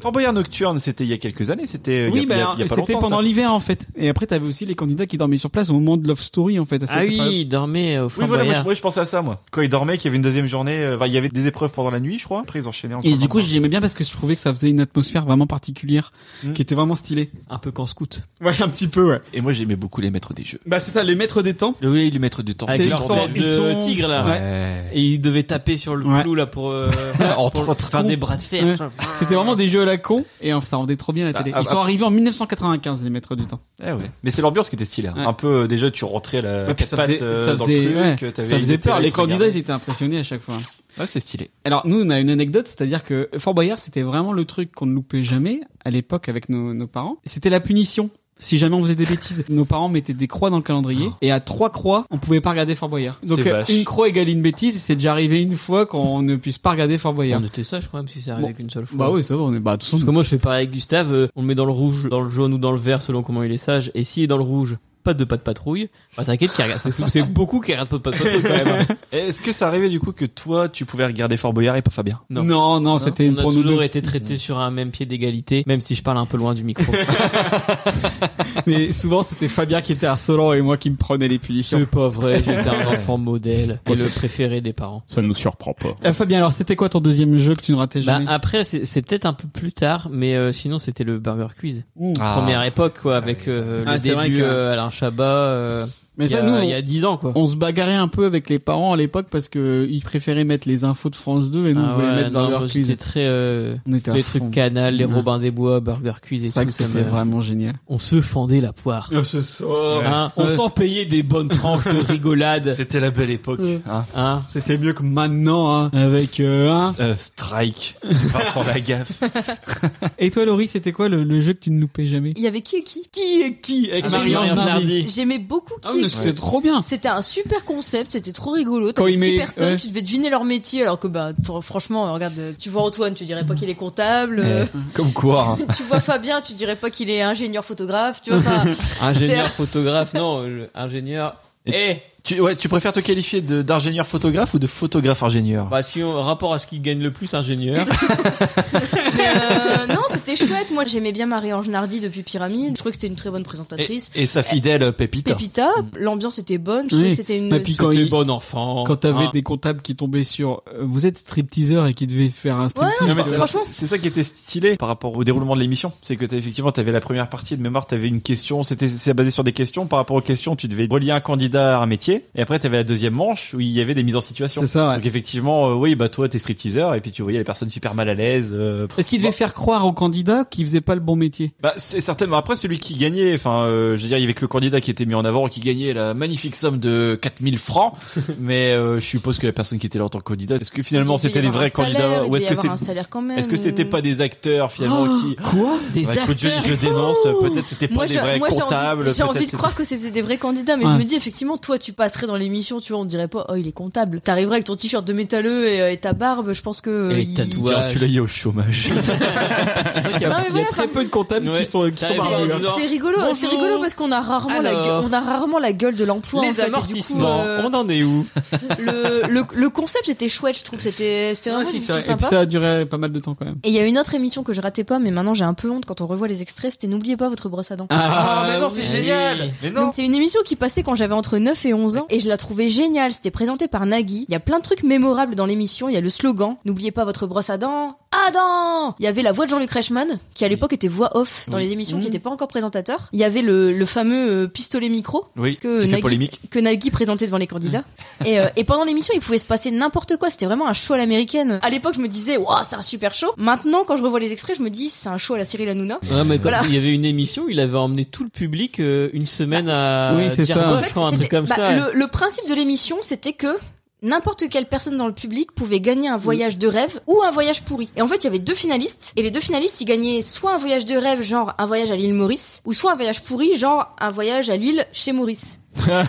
[SPEAKER 3] Fort Boyard nocturne, c'était il y a quelques années, c'était il y a- il
[SPEAKER 2] Oui,
[SPEAKER 3] y a,
[SPEAKER 2] bah,
[SPEAKER 3] il y a pas
[SPEAKER 2] c'était
[SPEAKER 3] longtemps.
[SPEAKER 2] pendant
[SPEAKER 3] ça.
[SPEAKER 2] l'hiver en fait. Et après, t'avais aussi les candidats qui dormaient sur place au moment de Love Story en fait. à
[SPEAKER 6] Ah
[SPEAKER 2] cette
[SPEAKER 6] oui,
[SPEAKER 2] époque.
[SPEAKER 6] il dormait au Fort
[SPEAKER 3] Oui, voilà, moi je,
[SPEAKER 6] Boyard.
[SPEAKER 3] moi, je pensais à ça, moi. Quand il dormait, qu'il y avait une deuxième journée, euh, enfin, il y avait des épreuves pendant la nuit, je crois. Après, ils enchaînaient encore.
[SPEAKER 2] Et du coup, j'aimais bien parce que je trouvais que ça faisait une atmosphère vraiment particulière,
[SPEAKER 3] Mm.
[SPEAKER 2] qui était vraiment stylée.
[SPEAKER 6] Un peu qu'en scout.
[SPEAKER 2] Ouais, un petit peu, ouais.
[SPEAKER 3] Et moi, j'aimais beaucoup les maîtres des jeux.
[SPEAKER 2] Bah c'est ça, les maîtres des temps.
[SPEAKER 3] Oui, les maîtres du temps.
[SPEAKER 6] Avec
[SPEAKER 2] C'est-
[SPEAKER 6] leur
[SPEAKER 2] ils sont-
[SPEAKER 6] tête
[SPEAKER 2] ils
[SPEAKER 6] de
[SPEAKER 2] sont-
[SPEAKER 6] tigre là. Et il devait taper sur le
[SPEAKER 2] Ouais.
[SPEAKER 6] clou là pour, euh,
[SPEAKER 3] Entre
[SPEAKER 6] pour
[SPEAKER 3] autres.
[SPEAKER 6] faire des bras de fer.
[SPEAKER 2] Ouais. C'était vraiment des jeux à la con et enfin, ça rendait trop bien la télé.
[SPEAKER 3] ah,
[SPEAKER 2] Ils sont
[SPEAKER 3] ah.
[SPEAKER 2] arrivés en 1995 les maîtres du temps.
[SPEAKER 3] Eh ouais. Mais c'est l'ambiance qui était stylée. hein.
[SPEAKER 2] Ouais.
[SPEAKER 3] Un peu, euh, déjà, tu rentrais à la
[SPEAKER 2] Ouais, puis
[SPEAKER 3] quatre
[SPEAKER 2] ça
[SPEAKER 3] pattes
[SPEAKER 2] faisait,
[SPEAKER 3] euh,
[SPEAKER 2] ça
[SPEAKER 3] dans
[SPEAKER 2] faisait-
[SPEAKER 3] le truc.
[SPEAKER 2] ouais,
[SPEAKER 3] t'avais
[SPEAKER 2] ça faisait
[SPEAKER 3] télés
[SPEAKER 2] peur.
[SPEAKER 3] qui
[SPEAKER 2] Ah, Les
[SPEAKER 3] te
[SPEAKER 2] candidats,
[SPEAKER 3] regardaient.
[SPEAKER 2] ils étaient impressionnés à chaque fois. hein.
[SPEAKER 3] Ouais, c'était stylé.
[SPEAKER 2] Alors nous, on a une anecdote, c'est-à-dire que Fort Boyard, c'était vraiment le truc qu'on ne loupait jamais à l'époque avec nos, nos parents. C'était la punition. Si jamais on faisait des bêtises, nos parents mettaient des croix dans le calendrier et à trois croix, on pouvait pas regarder Fort Boyard. Donc
[SPEAKER 6] Oh. C'est
[SPEAKER 2] euh,
[SPEAKER 6] vache.
[SPEAKER 2] une croix égale une bêtise et c'est déjà arrivé une fois qu'on ne puisse pas regarder Fort Boyard.
[SPEAKER 6] On était sage quand même si c'est
[SPEAKER 2] Bon.
[SPEAKER 6] arrivé qu'une seule fois.
[SPEAKER 2] Bah oui, ça va, on est bah de toute façon,
[SPEAKER 6] Parce que moi je fais pareil avec Gustave, euh, on le met dans le rouge, dans le jaune ou dans le vert selon comment il est sage. Et s'il est dans le rouge, pas de pas de patrouille. Bah t'inquiète, qu'il regarde- c'est c'est beaucoup qui regardent pas de pas de patrouille quand même. hein.
[SPEAKER 3] Est-ce que ça arrivait, du coup, que toi, tu pouvais regarder Fort Boyard et pas Fabien?
[SPEAKER 6] Non.
[SPEAKER 2] Non, non, c'était
[SPEAKER 6] on a
[SPEAKER 2] pour nous
[SPEAKER 6] toujours
[SPEAKER 2] deux.
[SPEAKER 6] été traités sur un même pied d'égalité, même si je parle un peu loin du micro.
[SPEAKER 2] Mais souvent, c'était Fabien qui était harcelant et moi qui me prenais les punitions.
[SPEAKER 6] C'est pas vrai, j'étais un enfant modèle et le
[SPEAKER 5] Ouais, c'est-
[SPEAKER 6] préféré des parents.
[SPEAKER 5] Ça ne nous surprend pas.
[SPEAKER 2] Ah, Fabien, alors c'était quoi ton deuxième jeu que tu ne ratais
[SPEAKER 6] Bah,
[SPEAKER 2] jamais
[SPEAKER 6] après, c'est c'est peut-être un peu plus tard, mais euh, sinon c'était le Burger Quiz.
[SPEAKER 2] Ouh.
[SPEAKER 3] Ah.
[SPEAKER 6] Première époque, quoi, avec euh,
[SPEAKER 2] Ah,
[SPEAKER 6] le
[SPEAKER 2] c'est vrai
[SPEAKER 6] début
[SPEAKER 2] que-
[SPEAKER 6] euh, Alain Chabat. euh,
[SPEAKER 2] Mais
[SPEAKER 6] il y
[SPEAKER 2] ça,
[SPEAKER 6] a-
[SPEAKER 2] nous, on-
[SPEAKER 6] il y a 10 ans, quoi.
[SPEAKER 2] On se bagarrait un peu avec les parents à l'époque parce que Euh, ils préféraient mettre les infos de France 2 et nous on
[SPEAKER 6] Ah
[SPEAKER 2] voulait
[SPEAKER 6] ouais,
[SPEAKER 2] mettre
[SPEAKER 6] non, moi,
[SPEAKER 2] Burger Quiz.
[SPEAKER 6] J'étais très euh,
[SPEAKER 2] On était à
[SPEAKER 6] les
[SPEAKER 2] fond.
[SPEAKER 6] trucs Canal, les
[SPEAKER 2] Ouais.
[SPEAKER 6] Robin des Bois, Burger Quiz et
[SPEAKER 2] C'est vrai
[SPEAKER 6] tout,
[SPEAKER 2] que
[SPEAKER 6] ça
[SPEAKER 2] c'était
[SPEAKER 6] me-
[SPEAKER 2] vraiment génial.
[SPEAKER 6] On se fendait la poire. Hein, on
[SPEAKER 2] Ouais.
[SPEAKER 6] s'en payait des bonnes tranches de rigolade.
[SPEAKER 3] C'était la belle époque.
[SPEAKER 2] Ouais.
[SPEAKER 3] hein.
[SPEAKER 6] Hein
[SPEAKER 2] C'était mieux que maintenant hein, avec euh, hein.
[SPEAKER 3] Euh, Strike. Vincent Lagaffe.
[SPEAKER 2] Et toi Laurie, c'était quoi le, le jeu que tu ne loupais jamais
[SPEAKER 16] Il y avait qui et qui
[SPEAKER 2] Qui est qui avec
[SPEAKER 6] Ah,
[SPEAKER 2] Marie-Ange
[SPEAKER 6] Marie-Ange
[SPEAKER 2] Nardi.
[SPEAKER 6] Nardi.
[SPEAKER 16] J'aimais beaucoup qui
[SPEAKER 2] Ah,
[SPEAKER 16] et qui.
[SPEAKER 2] mais c'était trop bien.
[SPEAKER 16] C'était un super concept, c'était trop rigolo.
[SPEAKER 2] Quand
[SPEAKER 16] T'avais
[SPEAKER 2] il
[SPEAKER 16] six
[SPEAKER 2] met-
[SPEAKER 16] personnes,
[SPEAKER 2] ouais.
[SPEAKER 16] tu devais deviner leur métier, alors que bah fr- franchement, euh, regarde, euh, tu vois Antoine, tu dirais pas qu'il est comptable. euh,
[SPEAKER 2] Eh.
[SPEAKER 3] Comme quoi. hein.
[SPEAKER 16] tu vois Fabien, tu dirais pas qu'il est ingénieur photographe. Tu vois, enfin,
[SPEAKER 6] Ingénieur
[SPEAKER 16] C'est-
[SPEAKER 6] photographe, non, euh, je- ingénieur. Eh,
[SPEAKER 3] Tu, ouais, tu préfères te qualifier de- d'ingénieur photographe ou de photographe ingénieur
[SPEAKER 6] bah si on rapport à ce qu'il gagne le plus, ingénieur.
[SPEAKER 16] mais, euh, non, c'était chouette. Moi, j'aimais bien Marie-Ange Nardi depuis Pyramide. Je trouvais que c'était une très bonne
[SPEAKER 3] et,
[SPEAKER 16] présentatrice.
[SPEAKER 3] et sa fidèle euh, Pépita.
[SPEAKER 16] Eh, Pépita, l'ambiance était bonne. Je trouvais
[SPEAKER 2] Oui.
[SPEAKER 16] que c'était une.
[SPEAKER 2] Et puis quand
[SPEAKER 6] T'es
[SPEAKER 2] il-
[SPEAKER 6] bon enfant.
[SPEAKER 2] Quand t'avais
[SPEAKER 6] hein.
[SPEAKER 2] des comptables qui tombaient sur, euh, vous êtes stripteaseur et qui devaient faire un
[SPEAKER 16] Ouais,
[SPEAKER 2] striptease. euh,
[SPEAKER 16] non,
[SPEAKER 3] Non, mais
[SPEAKER 16] je-
[SPEAKER 3] c'est-
[SPEAKER 16] franchement.
[SPEAKER 3] c'est ça qui était stylé par rapport au déroulement de l'émission, c'est que t'as- effectivement t'avais la première partie de mémoire, t'avais une question, c'était c'est basé sur des questions. Par rapport aux questions, tu devais relier un candidat à un métier, et après t'avais la deuxième manche où il y avait des mises en situation.
[SPEAKER 2] C'est ça, ouais.
[SPEAKER 3] Donc effectivement, euh, oui, bah toi t'es stripteaseur et puis tu voyais les personnes super mal à l'aise. euh,
[SPEAKER 2] Est-ce qu'ils devaient faire croire au candidat qu'il faisait pas le bon métier
[SPEAKER 3] Bah c'est certainement après celui qui gagnait, enfin euh, je veux dire il y avait que le candidat qui était mis en avant et qui gagnait la magnifique somme de 4000 francs, mais euh, je suppose que la personne qui était là en tant que candidat, est-ce que finalement
[SPEAKER 16] Il devait y
[SPEAKER 3] c'était les
[SPEAKER 16] avoir
[SPEAKER 3] vrais
[SPEAKER 16] un salaire,
[SPEAKER 3] candidats
[SPEAKER 16] il
[SPEAKER 3] ou est-ce
[SPEAKER 16] devait
[SPEAKER 3] que
[SPEAKER 16] y avoir un
[SPEAKER 3] c'est
[SPEAKER 16] salaire quand même
[SPEAKER 3] est-ce que c'était pas des acteurs finalement qui
[SPEAKER 6] Quoi Des
[SPEAKER 3] Bah, écoute, je,
[SPEAKER 6] acteurs
[SPEAKER 3] je dénonce, peut-être c'était pas
[SPEAKER 16] Moi,
[SPEAKER 3] des
[SPEAKER 16] j'ai-
[SPEAKER 3] vrais
[SPEAKER 16] moi, j'ai envie-
[SPEAKER 3] comptables.
[SPEAKER 16] J'ai envie,
[SPEAKER 3] peut-être
[SPEAKER 16] de
[SPEAKER 3] c'était-
[SPEAKER 16] croire que c'était des vrais candidats, mais
[SPEAKER 2] Ouais.
[SPEAKER 16] je me dis effectivement, toi, tu
[SPEAKER 4] passerait dans l'émission, tu vois, on dirait pas, oh, il est comptable. T'arriverais avec ton t-shirt de métalleux et, euh, et ta barbe, je pense que. euh, il-
[SPEAKER 3] Tiens, celui-là, il est au chômage.
[SPEAKER 2] Il y a,
[SPEAKER 4] Non, mais
[SPEAKER 2] il y a
[SPEAKER 4] voilà,
[SPEAKER 2] très
[SPEAKER 4] enfin,
[SPEAKER 2] peu de comptables qui sont, qui sont
[SPEAKER 4] C'est
[SPEAKER 2] barbus, hein.
[SPEAKER 4] c'est rigolo, c'est rigolo parce qu'on a rarement la gueule,
[SPEAKER 2] Alors.
[SPEAKER 4] on a rarement la gueule de l'emploi. en
[SPEAKER 2] Les
[SPEAKER 4] fait, et du coup,
[SPEAKER 2] amortissements,
[SPEAKER 4] euh,
[SPEAKER 2] on en est où
[SPEAKER 4] le, Euh, le, le concept était chouette, je trouve. C'était c'était vraiment une
[SPEAKER 2] Ah Si, c'est
[SPEAKER 4] émission
[SPEAKER 2] vrai. Et puis
[SPEAKER 4] sympa.
[SPEAKER 2] ça a duré pas mal de temps quand même.
[SPEAKER 4] Et il y a une autre émission que je ratais pas, mais maintenant j'ai un peu honte quand on revoit les extraits. C'était N'oubliez pas votre brosse à dents.
[SPEAKER 3] Ah,
[SPEAKER 2] bah
[SPEAKER 3] mais non, c'est génial Mais non
[SPEAKER 4] Donc c'est une émission qui passait quand j'avais entre 9 et 11 ans et je la trouvais géniale. C'était présenté par Nagui. Il y a plein de trucs mémorables dans l'émission. Il y a le slogan N'oubliez pas votre brosse à dents. Adam Il y avait la voix de Jean-Luc Reichmann, qui à l'époque était voix off dans
[SPEAKER 3] Oui.
[SPEAKER 4] les émissions,
[SPEAKER 3] Mmh.
[SPEAKER 4] qui n'était pas encore présentateur. Il y avait le, le fameux euh, pistolet micro
[SPEAKER 3] Oui,
[SPEAKER 4] que,
[SPEAKER 3] qui fait
[SPEAKER 4] Nagui,
[SPEAKER 3] polémique. Mmh.
[SPEAKER 4] que Nagui présentait devant les candidats. et, euh, et pendant l'émission, il pouvait se passer n'importe quoi. C'était vraiment un show à l'américaine. À l'époque, je me disais, waouh, c'est un super show. Maintenant, quand je revois les extraits, je me dis, c'est un show à la Cyril Hanouna.
[SPEAKER 12] Ouais, mais quand
[SPEAKER 4] Voilà.
[SPEAKER 12] il y avait une émission, où il avait emmené tout le public euh, une semaine à
[SPEAKER 2] Oui, c'est ça.
[SPEAKER 12] Djerba,
[SPEAKER 2] En fait,
[SPEAKER 12] je crois, un truc
[SPEAKER 4] C'était-
[SPEAKER 12] comme
[SPEAKER 4] bah,
[SPEAKER 12] ça.
[SPEAKER 4] Le, le principe de l'émission, c'était que n'importe quelle personne dans le public pouvait gagner un voyage de rêve ou un voyage pourri. Et en fait, il y avait deux finalistes, et les deux finalistes, ils gagnaient soit un voyage de rêve, genre un voyage à l'île Maurice, ou soit un voyage pourri, genre un voyage à l'île chez Maurice.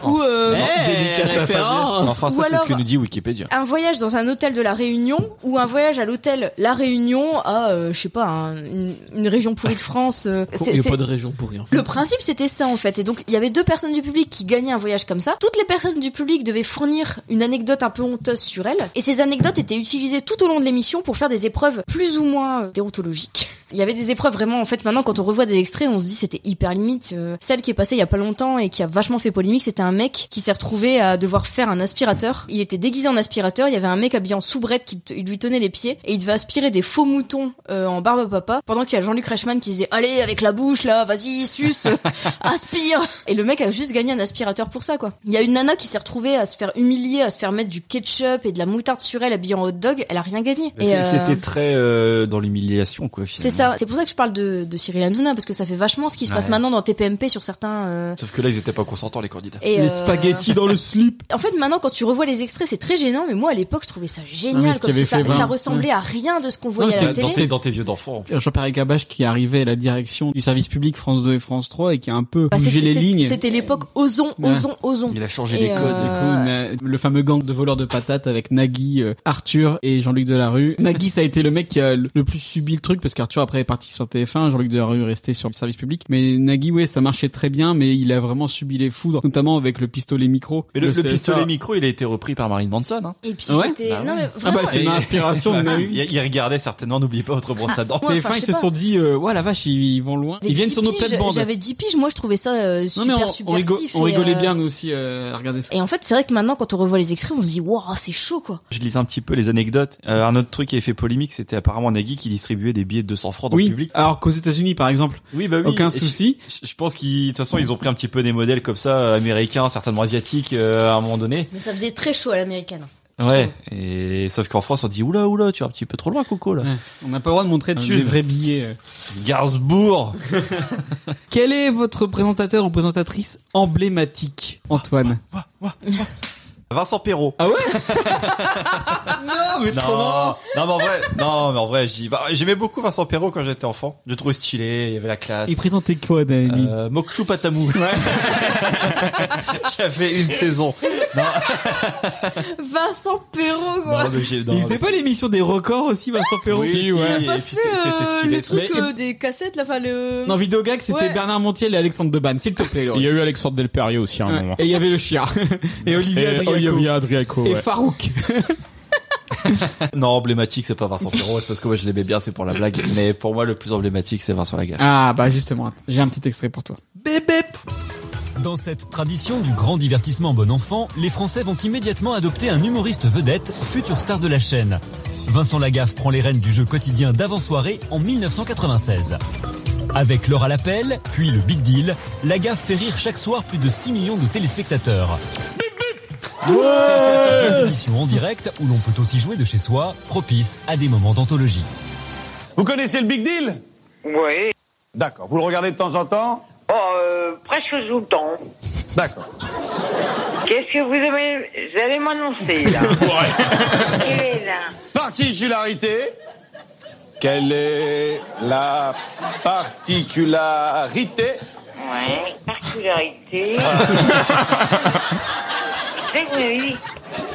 [SPEAKER 4] ou euh,
[SPEAKER 3] Eh, Dédicace à Fabien. Enfin,
[SPEAKER 4] Ou
[SPEAKER 3] ça, c'est ce
[SPEAKER 4] alors- Ah,
[SPEAKER 3] que nous dit Wikipédia.
[SPEAKER 4] un voyage dans un hôtel de la Réunion ou un voyage à l'hôtel La Réunion à euh, je sais pas un- une, une région pourrie de France. euh, c'est-
[SPEAKER 12] Il n'y a
[SPEAKER 4] c'est-
[SPEAKER 12] pas de région pour rien.
[SPEAKER 4] le principe, c'était ça en fait. Et donc, il y avait deux personnes du public qui gagnaient un voyage comme ça. Toutes les personnes du public devaient fournir une anecdote un peu honteuse sur elles. Et ces anecdotes étaient utilisées tout au long de l'émission pour faire des épreuves plus ou moins euh, déontologiques. Il y avait des épreuves vraiment, en fait, maintenant quand on revoit des extraits, on se dit c'était hyper limite. Euh, celle qui est passée il y a pas longtemps et qui a vachement fait polémique, c'était un mec qui s'est retrouvé à devoir faire un aspirateur. Il était déguisé en aspirateur, il y avait un mec habillé en soubrette qui te- il lui tenait les pieds et il devait aspirer des faux moutons euh, en barbe à papa pendant qu'il y a Jean-Luc Reichmann qui disait allez avec la bouche là, vas-y, suce, euh, aspire. Et le mec a juste gagné un aspirateur pour ça quoi. Il y a une nana qui s'est retrouvée à se faire humilier, à se faire mettre du ketchup et de la moutarde sur elle habillée en hot dog, elle a rien gagné. Et, euh,
[SPEAKER 3] C'était très euh, dans l'humiliation, quoi,
[SPEAKER 4] c'est
[SPEAKER 3] finalement.
[SPEAKER 4] ça, c'est pour ça que je parle de, de Cyril Hanouna parce que ça fait vachement ce qui se passe
[SPEAKER 3] Ouais.
[SPEAKER 4] maintenant dans TPMP sur certains. euh,
[SPEAKER 3] Sauf que là, ils étaient pas consentants, les candidats.
[SPEAKER 4] Et, Les euh, spaghettis
[SPEAKER 2] dans le slip.
[SPEAKER 4] En fait, maintenant, quand tu revois les extraits, c'est très gênant, mais moi à l'époque, je trouvais ça
[SPEAKER 2] Non, mais
[SPEAKER 4] génial,
[SPEAKER 2] ce
[SPEAKER 4] quoi, parce
[SPEAKER 2] qu'il
[SPEAKER 4] que
[SPEAKER 2] avait
[SPEAKER 4] ça,
[SPEAKER 2] fait,
[SPEAKER 4] ça
[SPEAKER 2] ben,
[SPEAKER 4] ressemblait à rien de ce qu'on
[SPEAKER 3] Non,
[SPEAKER 4] voyait à la
[SPEAKER 3] c'est
[SPEAKER 4] télé.
[SPEAKER 3] dans, c'est dans tes yeux d'enfant.
[SPEAKER 2] Jean-Pierre Gabache qui arrivait à la direction du service public France 2 et France 3 et qui a un peu
[SPEAKER 4] Bah, c'est-
[SPEAKER 2] bougé les
[SPEAKER 4] c'est-
[SPEAKER 2] lignes.
[SPEAKER 4] C'était l'époque Ozon,
[SPEAKER 2] Ouais.
[SPEAKER 4] Ozon, Ozon.
[SPEAKER 3] Il a changé
[SPEAKER 4] Et, euh,
[SPEAKER 2] Du coup, na- le fameux gang de voleurs de patates avec Nagui, euh, Arthur et Jean-Luc Delarue. Nagui, ça a été le mec qui a le le plus subi le truc parce qu'Arthur après est parti sur TF1, Jean-Luc Delarue est resté sur le service public. Mais Nagui, ouais, ça marchait très bien, mais il a vraiment subi les foudres, notamment avec le pistolet micro.
[SPEAKER 3] Mais le, le
[SPEAKER 2] de CSA.
[SPEAKER 3] pistolet micro, il a été repris par Marine Manson. Hein. Bah,
[SPEAKER 4] Et puis
[SPEAKER 2] Ouais.
[SPEAKER 4] c'était.
[SPEAKER 2] Bah
[SPEAKER 4] non,
[SPEAKER 2] ouais.
[SPEAKER 4] mais
[SPEAKER 2] Ah bah,
[SPEAKER 4] vraiment,
[SPEAKER 2] c'est une inspiration de Nagui.
[SPEAKER 3] il, il regardait certainement, n'oubliez pas votre brosse à dents.
[SPEAKER 4] Ouais, enfin,
[SPEAKER 2] TF1,
[SPEAKER 4] je
[SPEAKER 2] ils
[SPEAKER 4] sais
[SPEAKER 2] se
[SPEAKER 4] pas.
[SPEAKER 2] sont dit, euh, ouais, la vache, ils, ils vont loin.
[SPEAKER 4] avec
[SPEAKER 2] Ils viennent
[SPEAKER 4] 10
[SPEAKER 2] sur nos
[SPEAKER 4] piges,
[SPEAKER 2] plates-bandes.
[SPEAKER 4] J'avais 10 piges, moi je trouvais ça euh,
[SPEAKER 2] Non, mais
[SPEAKER 4] super
[SPEAKER 2] on, on rigo-
[SPEAKER 4] subversif.
[SPEAKER 2] on
[SPEAKER 4] et,
[SPEAKER 2] rigolait
[SPEAKER 4] euh,
[SPEAKER 2] bien, nous aussi, euh, à regarder ça.
[SPEAKER 4] Et en fait, c'est vrai que maintenant, quand on revoit les extraits, on se dit, waouh, c'est chaud quoi.
[SPEAKER 3] Je lisais un petit peu les anecdotes. Euh, un autre truc qui avait fait polémique, c'était apparemment Nagui qui distribuait des billets de 200 francs dans
[SPEAKER 2] Oui,
[SPEAKER 3] le public.
[SPEAKER 2] alors qu'aux États-Unis, par exemple.
[SPEAKER 3] Oui, bah oui.
[SPEAKER 2] Aucun
[SPEAKER 3] Et
[SPEAKER 2] souci.
[SPEAKER 3] Je, je pense qu'ils, de toute façon, ils ont pris un petit peu des modèles comme ça, euh, américains, certainement asiatiques, euh, à un moment donné.
[SPEAKER 4] Mais ça faisait très chaud à l'américaine.
[SPEAKER 3] Ouais. Et sauf qu'en France, on dit oula oula, tu es un petit peu trop loin, Coco là.
[SPEAKER 2] On n'a pas le droit de montrer
[SPEAKER 3] Thune.
[SPEAKER 2] des vrais billets. euh.
[SPEAKER 3] Garsbourg.
[SPEAKER 2] Quel est votre présentateur ou présentatrice emblématique, Antoine
[SPEAKER 3] Ah, bah, Vincent Perrault.
[SPEAKER 2] Ah ouais
[SPEAKER 3] Non, mais non. Non, mais en vrai, non, mais en vrai, je dis- bah, j'aimais beaucoup Vincent Perrault quand j'étais enfant. Je le trouvais stylé, il y avait la classe.
[SPEAKER 2] Il présentait quoi, Dani
[SPEAKER 3] bah. Euh, Mokchou Patamou. J'avais une saison. Non,
[SPEAKER 4] Vincent Perrault quoi.
[SPEAKER 3] non, mais j'ai, non,
[SPEAKER 2] Il
[SPEAKER 3] mais
[SPEAKER 2] faisait pas l'émission des records aussi, hein. Vincent Perrault
[SPEAKER 3] Oui, si, ouais.
[SPEAKER 2] ouais.
[SPEAKER 3] Il a pas
[SPEAKER 2] Et puis
[SPEAKER 3] fait,
[SPEAKER 2] c'est-
[SPEAKER 3] euh,
[SPEAKER 2] stylé,
[SPEAKER 4] le
[SPEAKER 2] ça.
[SPEAKER 4] truc
[SPEAKER 2] Mais-
[SPEAKER 4] euh, des cassettes là, enfin le.
[SPEAKER 2] Non, Vidéogag, c'était
[SPEAKER 4] Ouais.
[SPEAKER 2] Bernard Montiel et Alexandre Deban, s'il te plaît. Laurie.
[SPEAKER 5] Il y a eu Alexandre Delperrier aussi à un
[SPEAKER 2] Ouais.
[SPEAKER 5] moment.
[SPEAKER 2] Et il y avait le chien. et Olivier
[SPEAKER 5] Et
[SPEAKER 2] Adriaco.
[SPEAKER 5] Olivier Adriaco,
[SPEAKER 2] Et
[SPEAKER 5] ouais.
[SPEAKER 2] Farouk.
[SPEAKER 3] Non, emblématique, c'est pas Vincent Perrault, c'est parce que moi je l'aimais bien, c'est pour la blague. Mais pour moi, le plus emblématique, c'est Vincent Lagaffe.
[SPEAKER 2] Ah, bah justement, j'ai un petit extrait pour toi.
[SPEAKER 7] Dans cette tradition du grand divertissement bon enfant, les Français vont immédiatement adopter un humoriste vedette, futur star de la chaîne. Vincent Lagaffe prend les rênes du jeu quotidien d'avant-soirée en 1996. Avec l'or à l'appel, puis le big deal, Lagaffe fait rire chaque soir plus de 6 millions de téléspectateurs. Des émissions en direct où l'on peut aussi jouer de chez soi, propice à des moments d'anthologie.
[SPEAKER 8] Vous connaissez le Big Deal
[SPEAKER 1] Oui.
[SPEAKER 8] D'accord. Vous le regardez de temps en temps
[SPEAKER 1] Oh, euh, presque tout le temps.
[SPEAKER 8] D'accord.
[SPEAKER 1] Qu'est-ce que vous, aimez- vous allez m'annoncer, là Il est là.
[SPEAKER 8] Particularité Quelle est la particularité Ah.
[SPEAKER 1] Ouais, particularité. fait que oui, oui.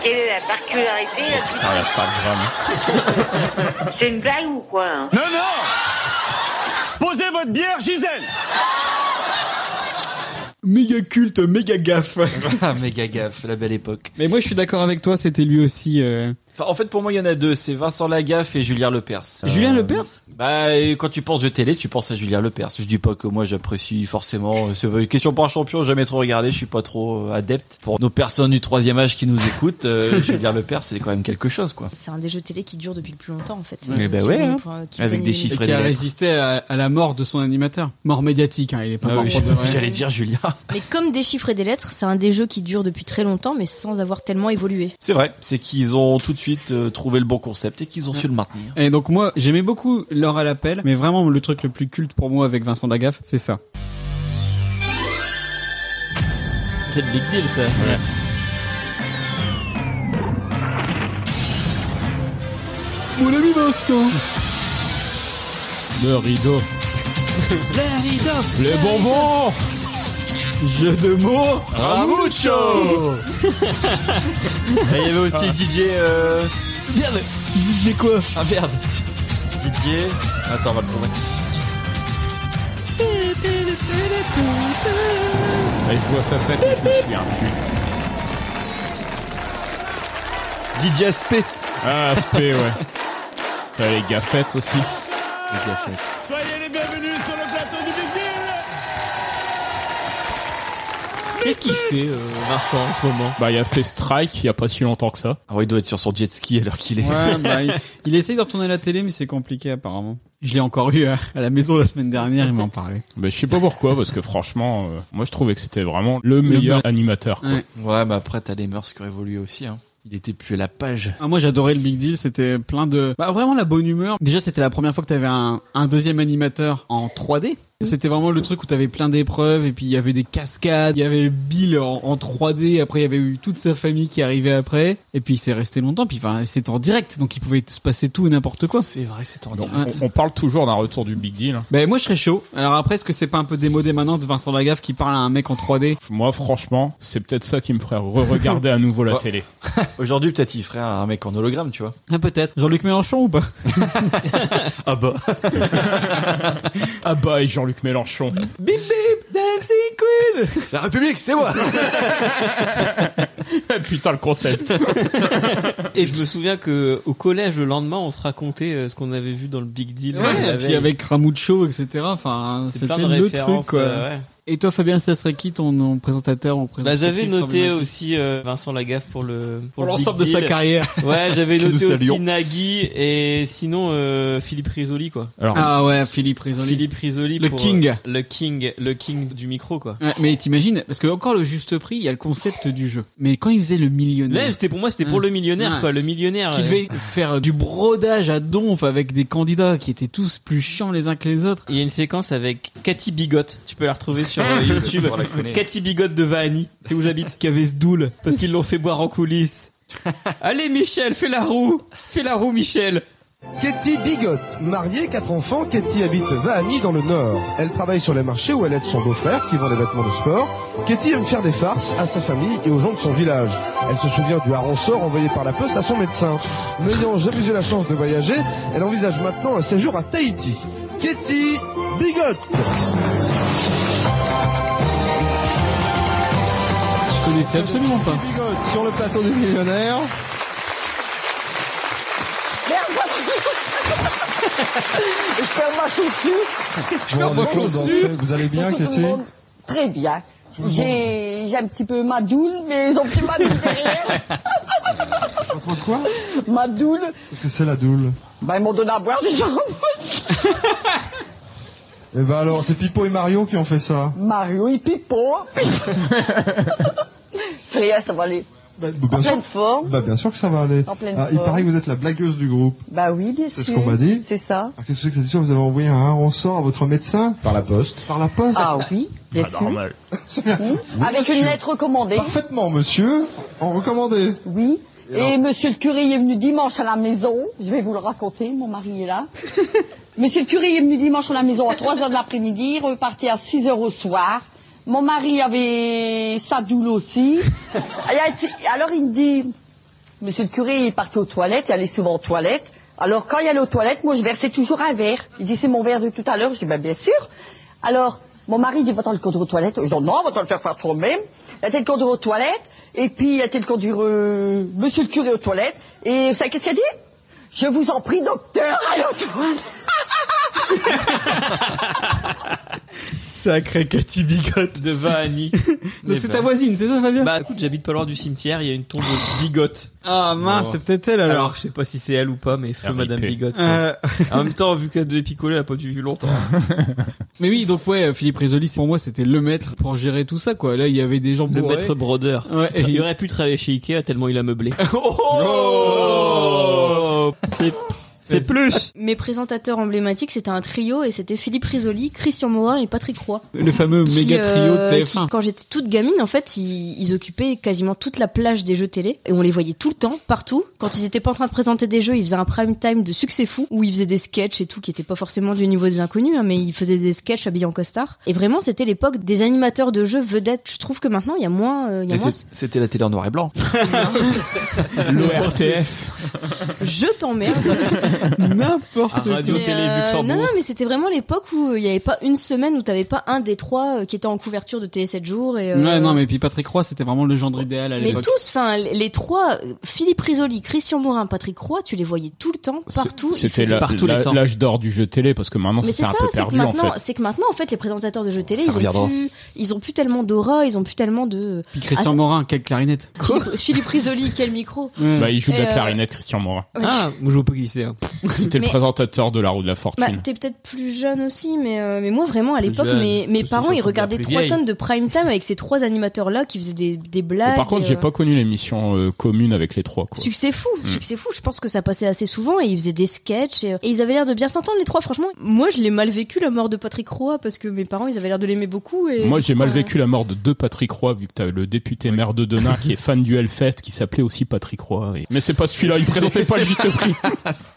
[SPEAKER 1] Quelle est la particularité là-dessus
[SPEAKER 3] Ça regarde ça, vraiment.
[SPEAKER 1] C'est une blague ou quoi hein
[SPEAKER 18] Non, non Posez votre bière, Gisèle
[SPEAKER 2] Méga culte, méga gaffe.
[SPEAKER 3] Ah, méga gaffe, la belle époque.
[SPEAKER 2] Mais moi, je suis d'accord avec toi, c'était lui aussi. euh,
[SPEAKER 3] Enfin, en fait, pour moi, il y en a deux. C'est Vincent Lagaffe et Julien Lepers.
[SPEAKER 2] Julien
[SPEAKER 3] Euh,
[SPEAKER 2] Lepers
[SPEAKER 3] Bah, et quand tu penses de télé, tu penses à Julien Lepers. Je dis pas que moi, j'apprécie forcément. C'est une question pour un champion, jamais trop regardé. Je suis pas trop euh, adepte. Pour nos personnes du troisième âge qui nous écoutent, euh, Julien Lepers, c'est quand même quelque chose, quoi.
[SPEAKER 4] C'est un des jeux télé qui dure depuis le plus longtemps en fait.
[SPEAKER 3] Eh ben
[SPEAKER 4] Qui
[SPEAKER 3] ouais,
[SPEAKER 4] gagne
[SPEAKER 3] hein.
[SPEAKER 4] pour, euh, qui
[SPEAKER 3] Avec
[SPEAKER 4] gagne
[SPEAKER 3] des
[SPEAKER 4] les-
[SPEAKER 3] chiffres et
[SPEAKER 2] qui a
[SPEAKER 3] des lettres.
[SPEAKER 2] résisté à, à la mort de son animateur. Mort médiatique, hein, il est pas
[SPEAKER 3] Ah
[SPEAKER 2] mort
[SPEAKER 3] oui,
[SPEAKER 2] pour de vrai.
[SPEAKER 3] J'allais dire Julien.
[SPEAKER 4] Mais comme des chiffres et des lettres, c'est un des jeux qui dure depuis très longtemps mais sans avoir tellement évolué.
[SPEAKER 3] C'est vrai. C'est qu'ils ont tout de suite euh, trouvé le bon concept et qu'ils ont su le maintenir.
[SPEAKER 2] Et donc moi, j'aimais beaucoup l'heure à l'appel, mais vraiment le truc le plus culte pour moi avec Vincent Lagaffe, c'est ça.
[SPEAKER 7] C'est le big deal ça.
[SPEAKER 2] Mon ami Vincent
[SPEAKER 5] Le rideau. Les bonbons
[SPEAKER 2] Jeu de mots
[SPEAKER 3] Ramucho Et Il y avait aussi
[SPEAKER 2] Ah.
[SPEAKER 3] DJ. Euh... Merde
[SPEAKER 2] DJ quoi
[SPEAKER 3] Ah merde DJ. Attends, on va le trouver.
[SPEAKER 5] Et je vois sa tête, je me suis un cul.
[SPEAKER 3] DJ Aspect.
[SPEAKER 5] Ah, Aspect, ouais. T'as les gaffettes aussi.
[SPEAKER 3] Les gaffettes.
[SPEAKER 18] Soyez les bienvenus sur le plateau du Big Deal
[SPEAKER 7] Qu'est-ce qu'il fait euh, Vincent en ce moment
[SPEAKER 5] Bah, il a fait Strike il y a pas si longtemps que ça.
[SPEAKER 3] Ah ouais, il doit être sur son jet ski à l'heure qu'il est.
[SPEAKER 2] Ouais, bah, il, il essaye de retourner à la télé, mais c'est compliqué apparemment. Je l'ai encore eu euh, à, à la maison la semaine dernière, il m'en parlait.
[SPEAKER 5] Bah, je sais pas pourquoi, parce que franchement, euh, moi je trouvais que c'était vraiment le meilleur
[SPEAKER 2] ma-
[SPEAKER 5] animateur. Quoi.
[SPEAKER 2] Ouais.
[SPEAKER 3] Ouais, mais après, t'as les mœurs qui ont évolué aussi. Hein. Il était plus à la page.
[SPEAKER 2] Ah, moi j'adorais le Big Deal, c'était plein de... Bah vraiment la bonne humeur. Déjà c'était la première fois que t'avais un, un deuxième animateur en 3D. C'était vraiment le truc où t'avais plein d'épreuves et puis il y avait des cascades, il y avait Bill en, en 3D, après il y avait eu toute sa famille qui arrivait après et puis c'est resté longtemps, puis enfin c'était en direct donc il pouvait se passer tout et n'importe quoi.
[SPEAKER 3] C'est vrai, c'est en
[SPEAKER 5] Donc,
[SPEAKER 2] Ouais.
[SPEAKER 5] on, on parle toujours d'un retour du Big Deal. hein.
[SPEAKER 2] Ben moi je serais chaud. Alors après est-ce que c'est pas un peu démodé maintenant de Vincent Lagaffe qui parle à un mec en 3D
[SPEAKER 5] Moi, franchement, c'est peut-être ça qui me ferait re-regarder à nouveau la
[SPEAKER 3] Ouais.
[SPEAKER 5] télé.
[SPEAKER 3] Aujourd'hui, peut-être, il ferait un mec en hologramme, tu vois.
[SPEAKER 2] Ah peut-être. Jean-Luc Mélenchon ou pas
[SPEAKER 3] Ah bah.
[SPEAKER 5] Ah bah, et Jean-Luc Mélenchon.
[SPEAKER 2] Bip bip Dancing Queen
[SPEAKER 3] La République, c'est moi
[SPEAKER 5] Putain, le concept.
[SPEAKER 7] Et je me souviens que au collège le lendemain, on se racontait euh, ce qu'on avait vu dans le Big Deal.
[SPEAKER 2] Ouais,
[SPEAKER 7] la
[SPEAKER 2] et puis
[SPEAKER 7] veille.
[SPEAKER 2] avec Ramucho, etc. Enfin,
[SPEAKER 7] C'est
[SPEAKER 2] c'était
[SPEAKER 7] plein de
[SPEAKER 2] le
[SPEAKER 7] références,
[SPEAKER 2] truc, quoi.
[SPEAKER 7] euh, ouais.
[SPEAKER 2] Et toi, Fabien, ça serait qui ton nom, présentateur ou
[SPEAKER 7] Bah,
[SPEAKER 2] présentatrice
[SPEAKER 7] j'avais noté
[SPEAKER 2] emblématique
[SPEAKER 7] aussi euh, Vincent Lagaffe pour le
[SPEAKER 2] Pour
[SPEAKER 7] le
[SPEAKER 2] l'ensemble
[SPEAKER 7] Big
[SPEAKER 2] de sa
[SPEAKER 7] Deal.
[SPEAKER 2] carrière.
[SPEAKER 7] Ouais, j'avais
[SPEAKER 2] Que nous
[SPEAKER 7] noté aussi
[SPEAKER 2] saluons.
[SPEAKER 7] Nagui et sinon euh, Philippe Risoli quoi.
[SPEAKER 2] Ah ouais, Philippe Risoli.
[SPEAKER 7] Philippe Risoli
[SPEAKER 2] Le
[SPEAKER 7] pour,
[SPEAKER 2] king.
[SPEAKER 7] euh, le king, le king du micro quoi.
[SPEAKER 2] Ouais, mais t'imagines, parce que encore le juste prix, il y a le concept du jeu. Mais quand il faisait le millionnaire.
[SPEAKER 7] Là, c'était pour moi, c'était pour
[SPEAKER 2] Ouais.
[SPEAKER 7] le millionnaire
[SPEAKER 2] Ouais.
[SPEAKER 7] quoi, le millionnaire.
[SPEAKER 2] qui
[SPEAKER 7] euh,
[SPEAKER 2] devait faire du brodage à donf avec des candidats qui étaient tous plus chiants les uns que les autres.
[SPEAKER 7] Il y a une séquence avec Cathy Bigotte, tu peux la retrouver sur euh, YouTube.
[SPEAKER 3] On la connaît.
[SPEAKER 7] Cathy Bigotte de Vahani, c'est où j'habite, qui avait ce doule, parce qu'ils l'ont fait boire en coulisses. Allez Michel, fais la roue Fais la roue Michel
[SPEAKER 8] Katie Bigotte, mariée, quatre enfants, Katie habite Vahany dans le Nord. Elle travaille sur les marchés où elle aide son beau-frère qui vend des vêtements de sport. Katie aime faire des farces à sa famille et aux gens de son village. Elle se souvient du hareng sort envoyé par la poste à son médecin. N'ayant jamais eu la chance de voyager, elle envisage maintenant un séjour à Tahiti. Katie Bigotte
[SPEAKER 2] Je connaissais absolument pas.
[SPEAKER 8] Bigotte sur le plateau du millionnaire.
[SPEAKER 1] Je perds ma chaussure
[SPEAKER 8] Vous vous rendez compte, d'entrée, Vous allez bien,
[SPEAKER 1] Bonjour tout le
[SPEAKER 8] Katie
[SPEAKER 1] monde.
[SPEAKER 17] Très bien.
[SPEAKER 8] le monde.
[SPEAKER 17] J'ai j'ai un petit peu ma doule, mais ils ont pris ma doule derrière.
[SPEAKER 8] Entre quoi
[SPEAKER 17] Ma doule.
[SPEAKER 8] Qu'est-ce que c'est la doule
[SPEAKER 17] Bah, ils m'ont donné à boire déjà.
[SPEAKER 8] Eh ben alors, c'est Pipo et Mario qui ont fait ça.
[SPEAKER 17] Mario et Pipo. Fléa, ça va aller.
[SPEAKER 8] Bah,
[SPEAKER 17] en
[SPEAKER 8] bien sûr.
[SPEAKER 17] pleine forme.
[SPEAKER 8] Bah bien sûr que ça va aller.
[SPEAKER 17] En pleine
[SPEAKER 8] Ah, il
[SPEAKER 17] forme.
[SPEAKER 8] paraît que vous êtes la blagueuse du groupe.
[SPEAKER 17] Bah oui, bien sûr.
[SPEAKER 8] C'est ce qu'on m'a dit.
[SPEAKER 17] C'est ça.
[SPEAKER 8] Alors, Qu'est-ce que c'est que cette histoire Vous avez envoyé un ressort à votre médecin Par la poste. Par la poste
[SPEAKER 17] Ah oui, bien
[SPEAKER 8] Pas
[SPEAKER 17] sûr.
[SPEAKER 8] normal.
[SPEAKER 17] Avec une
[SPEAKER 8] monsieur.
[SPEAKER 17] lettre recommandée.
[SPEAKER 8] Parfaitement, monsieur. En recommandé.
[SPEAKER 17] Oui.
[SPEAKER 8] Et alors
[SPEAKER 17] Et monsieur le curé est venu dimanche à la maison. Je vais vous le raconter, mon mari est là. monsieur le curé est venu dimanche à la maison à 3 heures de l'après-midi, reparti à 6 heures au soir. Mon mari avait sa doule aussi. Et elle dit- alors il me dit, Monsieur le curé, il est parti aux toilettes, il allait souvent aux toilettes. Alors quand il allait aux toilettes, moi je versais toujours un verre. Il dit, c'est mon verre de tout à l'heure. Je dis, ben, bien sûr. Alors, mon mari dit, va-t'en le conduire aux toilettes. Je dis, non, va-t'en le faire faire toi-même. Il a été le conduire aux toilettes, et puis il a été le conduire, euh, Monsieur le curé aux toilettes. Et vous savez qu'est-ce qu'il a dit Je vous en prie, docteur, allez aux toilettes.
[SPEAKER 2] Sacré Cathy Bigote
[SPEAKER 8] de Vahani.
[SPEAKER 2] Donc c'est ta voisine, c'est ça Fabien
[SPEAKER 8] Bah écoute, j'habite pas loin du cimetière, il y a une tombe de Bigotte.
[SPEAKER 2] Ah mince, c'est peut-être elle, alors.
[SPEAKER 8] Alors je sais pas si c'est elle ou pas, mais feu
[SPEAKER 2] RIP.
[SPEAKER 8] Madame Bigotte. quoi.
[SPEAKER 2] Euh.
[SPEAKER 7] Ah,
[SPEAKER 8] en même temps, vu qu'elle devait picoler, elle a pas dû vivre longtemps.
[SPEAKER 2] Mais oui, donc ouais, Philippe Risoli, pour moi, c'était le maître pour gérer tout ça, quoi. Là, il y avait des gens
[SPEAKER 8] Le
[SPEAKER 2] bourrés.
[SPEAKER 8] maître brodeur.
[SPEAKER 2] Ouais.
[SPEAKER 8] Il aurait pu travailler chez Ikea tellement il a meublé.
[SPEAKER 2] Oh
[SPEAKER 8] C'est- C'est plus
[SPEAKER 4] Mes présentateurs emblématiques, c'était un trio et c'était Philippe Risoli, Christian Morin et Patrick Roy.
[SPEAKER 2] Le fameux
[SPEAKER 4] Qui,
[SPEAKER 2] méga trio de
[SPEAKER 4] euh,
[SPEAKER 2] TF1.
[SPEAKER 4] qui, quand j'étais toute gamine, en fait, ils, ils occupaient quasiment toute la plage des jeux télé et on les voyait tout le temps, partout. Quand ils étaient pas en train de présenter des jeux, ils faisaient un prime time de succès fou où ils faisaient des sketchs et tout qui étaient pas forcément du niveau des inconnus, hein, mais ils faisaient des sketchs habillés en costard. Et vraiment, c'était l'époque des animateurs de jeux vedettes. Je trouve que maintenant, il y a moins, euh, il y a
[SPEAKER 3] Mais
[SPEAKER 4] moins.
[SPEAKER 3] c'est- C'était la télé en noir et blanc.
[SPEAKER 5] L'ORTF.
[SPEAKER 4] ce- Je t'emmerde.
[SPEAKER 2] N'importe
[SPEAKER 8] quoi. Radio
[SPEAKER 4] Mais,
[SPEAKER 8] Télé
[SPEAKER 4] euh,
[SPEAKER 8] Luxembourg.
[SPEAKER 4] non, non, mais c'était vraiment l'époque où euh, il n'y avait pas une semaine où t'avais pas un des trois euh, qui était en couverture de Télé 7 jours. Et, euh,
[SPEAKER 2] Ouais, non, mais puis Patrick Roy, c'était vraiment le genre idéal à
[SPEAKER 4] mais
[SPEAKER 2] l'époque.
[SPEAKER 4] tous, enfin, les- les trois, euh, Philippe Risoli, Christian Morin, Patrick Roy, tu les voyais tout le temps, partout. ils
[SPEAKER 5] C'était
[SPEAKER 4] faisaient-
[SPEAKER 5] la- la- l'âge d'or du jeu télé parce que maintenant
[SPEAKER 4] mais
[SPEAKER 5] c'est
[SPEAKER 4] c'est ça,
[SPEAKER 5] un peu
[SPEAKER 4] c'est que
[SPEAKER 5] perdu en
[SPEAKER 4] maintenant,
[SPEAKER 5] fait.
[SPEAKER 4] c'est que maintenant, en fait, les présentateurs de jeux télé,
[SPEAKER 5] Ça
[SPEAKER 4] ils ont,
[SPEAKER 5] reviendra.
[SPEAKER 4] plus, ils ont plus tellement d'aura, ils ont plus tellement de.
[SPEAKER 2] Puis Christian Morin, quelle clarinette.
[SPEAKER 4] Ah, Philippe- Philippe Risoli, quel micro
[SPEAKER 5] Bah, il joue de la
[SPEAKER 4] Et, euh,
[SPEAKER 5] clarinette, Christian Morin.
[SPEAKER 4] Ouais. Ah,
[SPEAKER 8] moi je veux pas glisser.
[SPEAKER 2] hein.
[SPEAKER 5] C'était
[SPEAKER 4] Mais-
[SPEAKER 5] le présentateur de la roue de la
[SPEAKER 4] Bah,
[SPEAKER 5] fortune.
[SPEAKER 4] t'es peut-être plus jeune aussi, mais, euh, mais moi vraiment à
[SPEAKER 5] Plus
[SPEAKER 4] l'époque,
[SPEAKER 5] jeune.
[SPEAKER 4] mes, mes
[SPEAKER 5] Tous ceux
[SPEAKER 4] parents
[SPEAKER 5] sont
[SPEAKER 4] ils
[SPEAKER 5] bien
[SPEAKER 4] regardaient
[SPEAKER 5] plus
[SPEAKER 4] trois
[SPEAKER 5] vieilles.
[SPEAKER 4] tonnes de prime time avec ces trois animateurs là qui faisaient des, des blagues.
[SPEAKER 5] Mais par contre,
[SPEAKER 4] et,
[SPEAKER 5] j'ai
[SPEAKER 4] euh,
[SPEAKER 5] pas connu l'émission euh, commune avec les trois. Quoi.
[SPEAKER 4] Succès fou,
[SPEAKER 5] Mm.
[SPEAKER 4] succès fou. Je pense que ça passait assez souvent et ils faisaient des sketchs et, et ils avaient l'air de bien s'entendre les trois. Franchement, moi je l'ai mal vécu la mort de Patrick Roy parce que mes parents ils avaient l'air de l'aimer beaucoup et.
[SPEAKER 5] Moi, j'ai mal
[SPEAKER 4] Ouais.
[SPEAKER 5] vécu la mort de deux Patrick Roy, vu que t'as le député maire de Denain qui est fan du Hellfest, qui s'appelait aussi Patrick Roy. et- Mais c'est pas celui-là, il présentait pas le juste prix.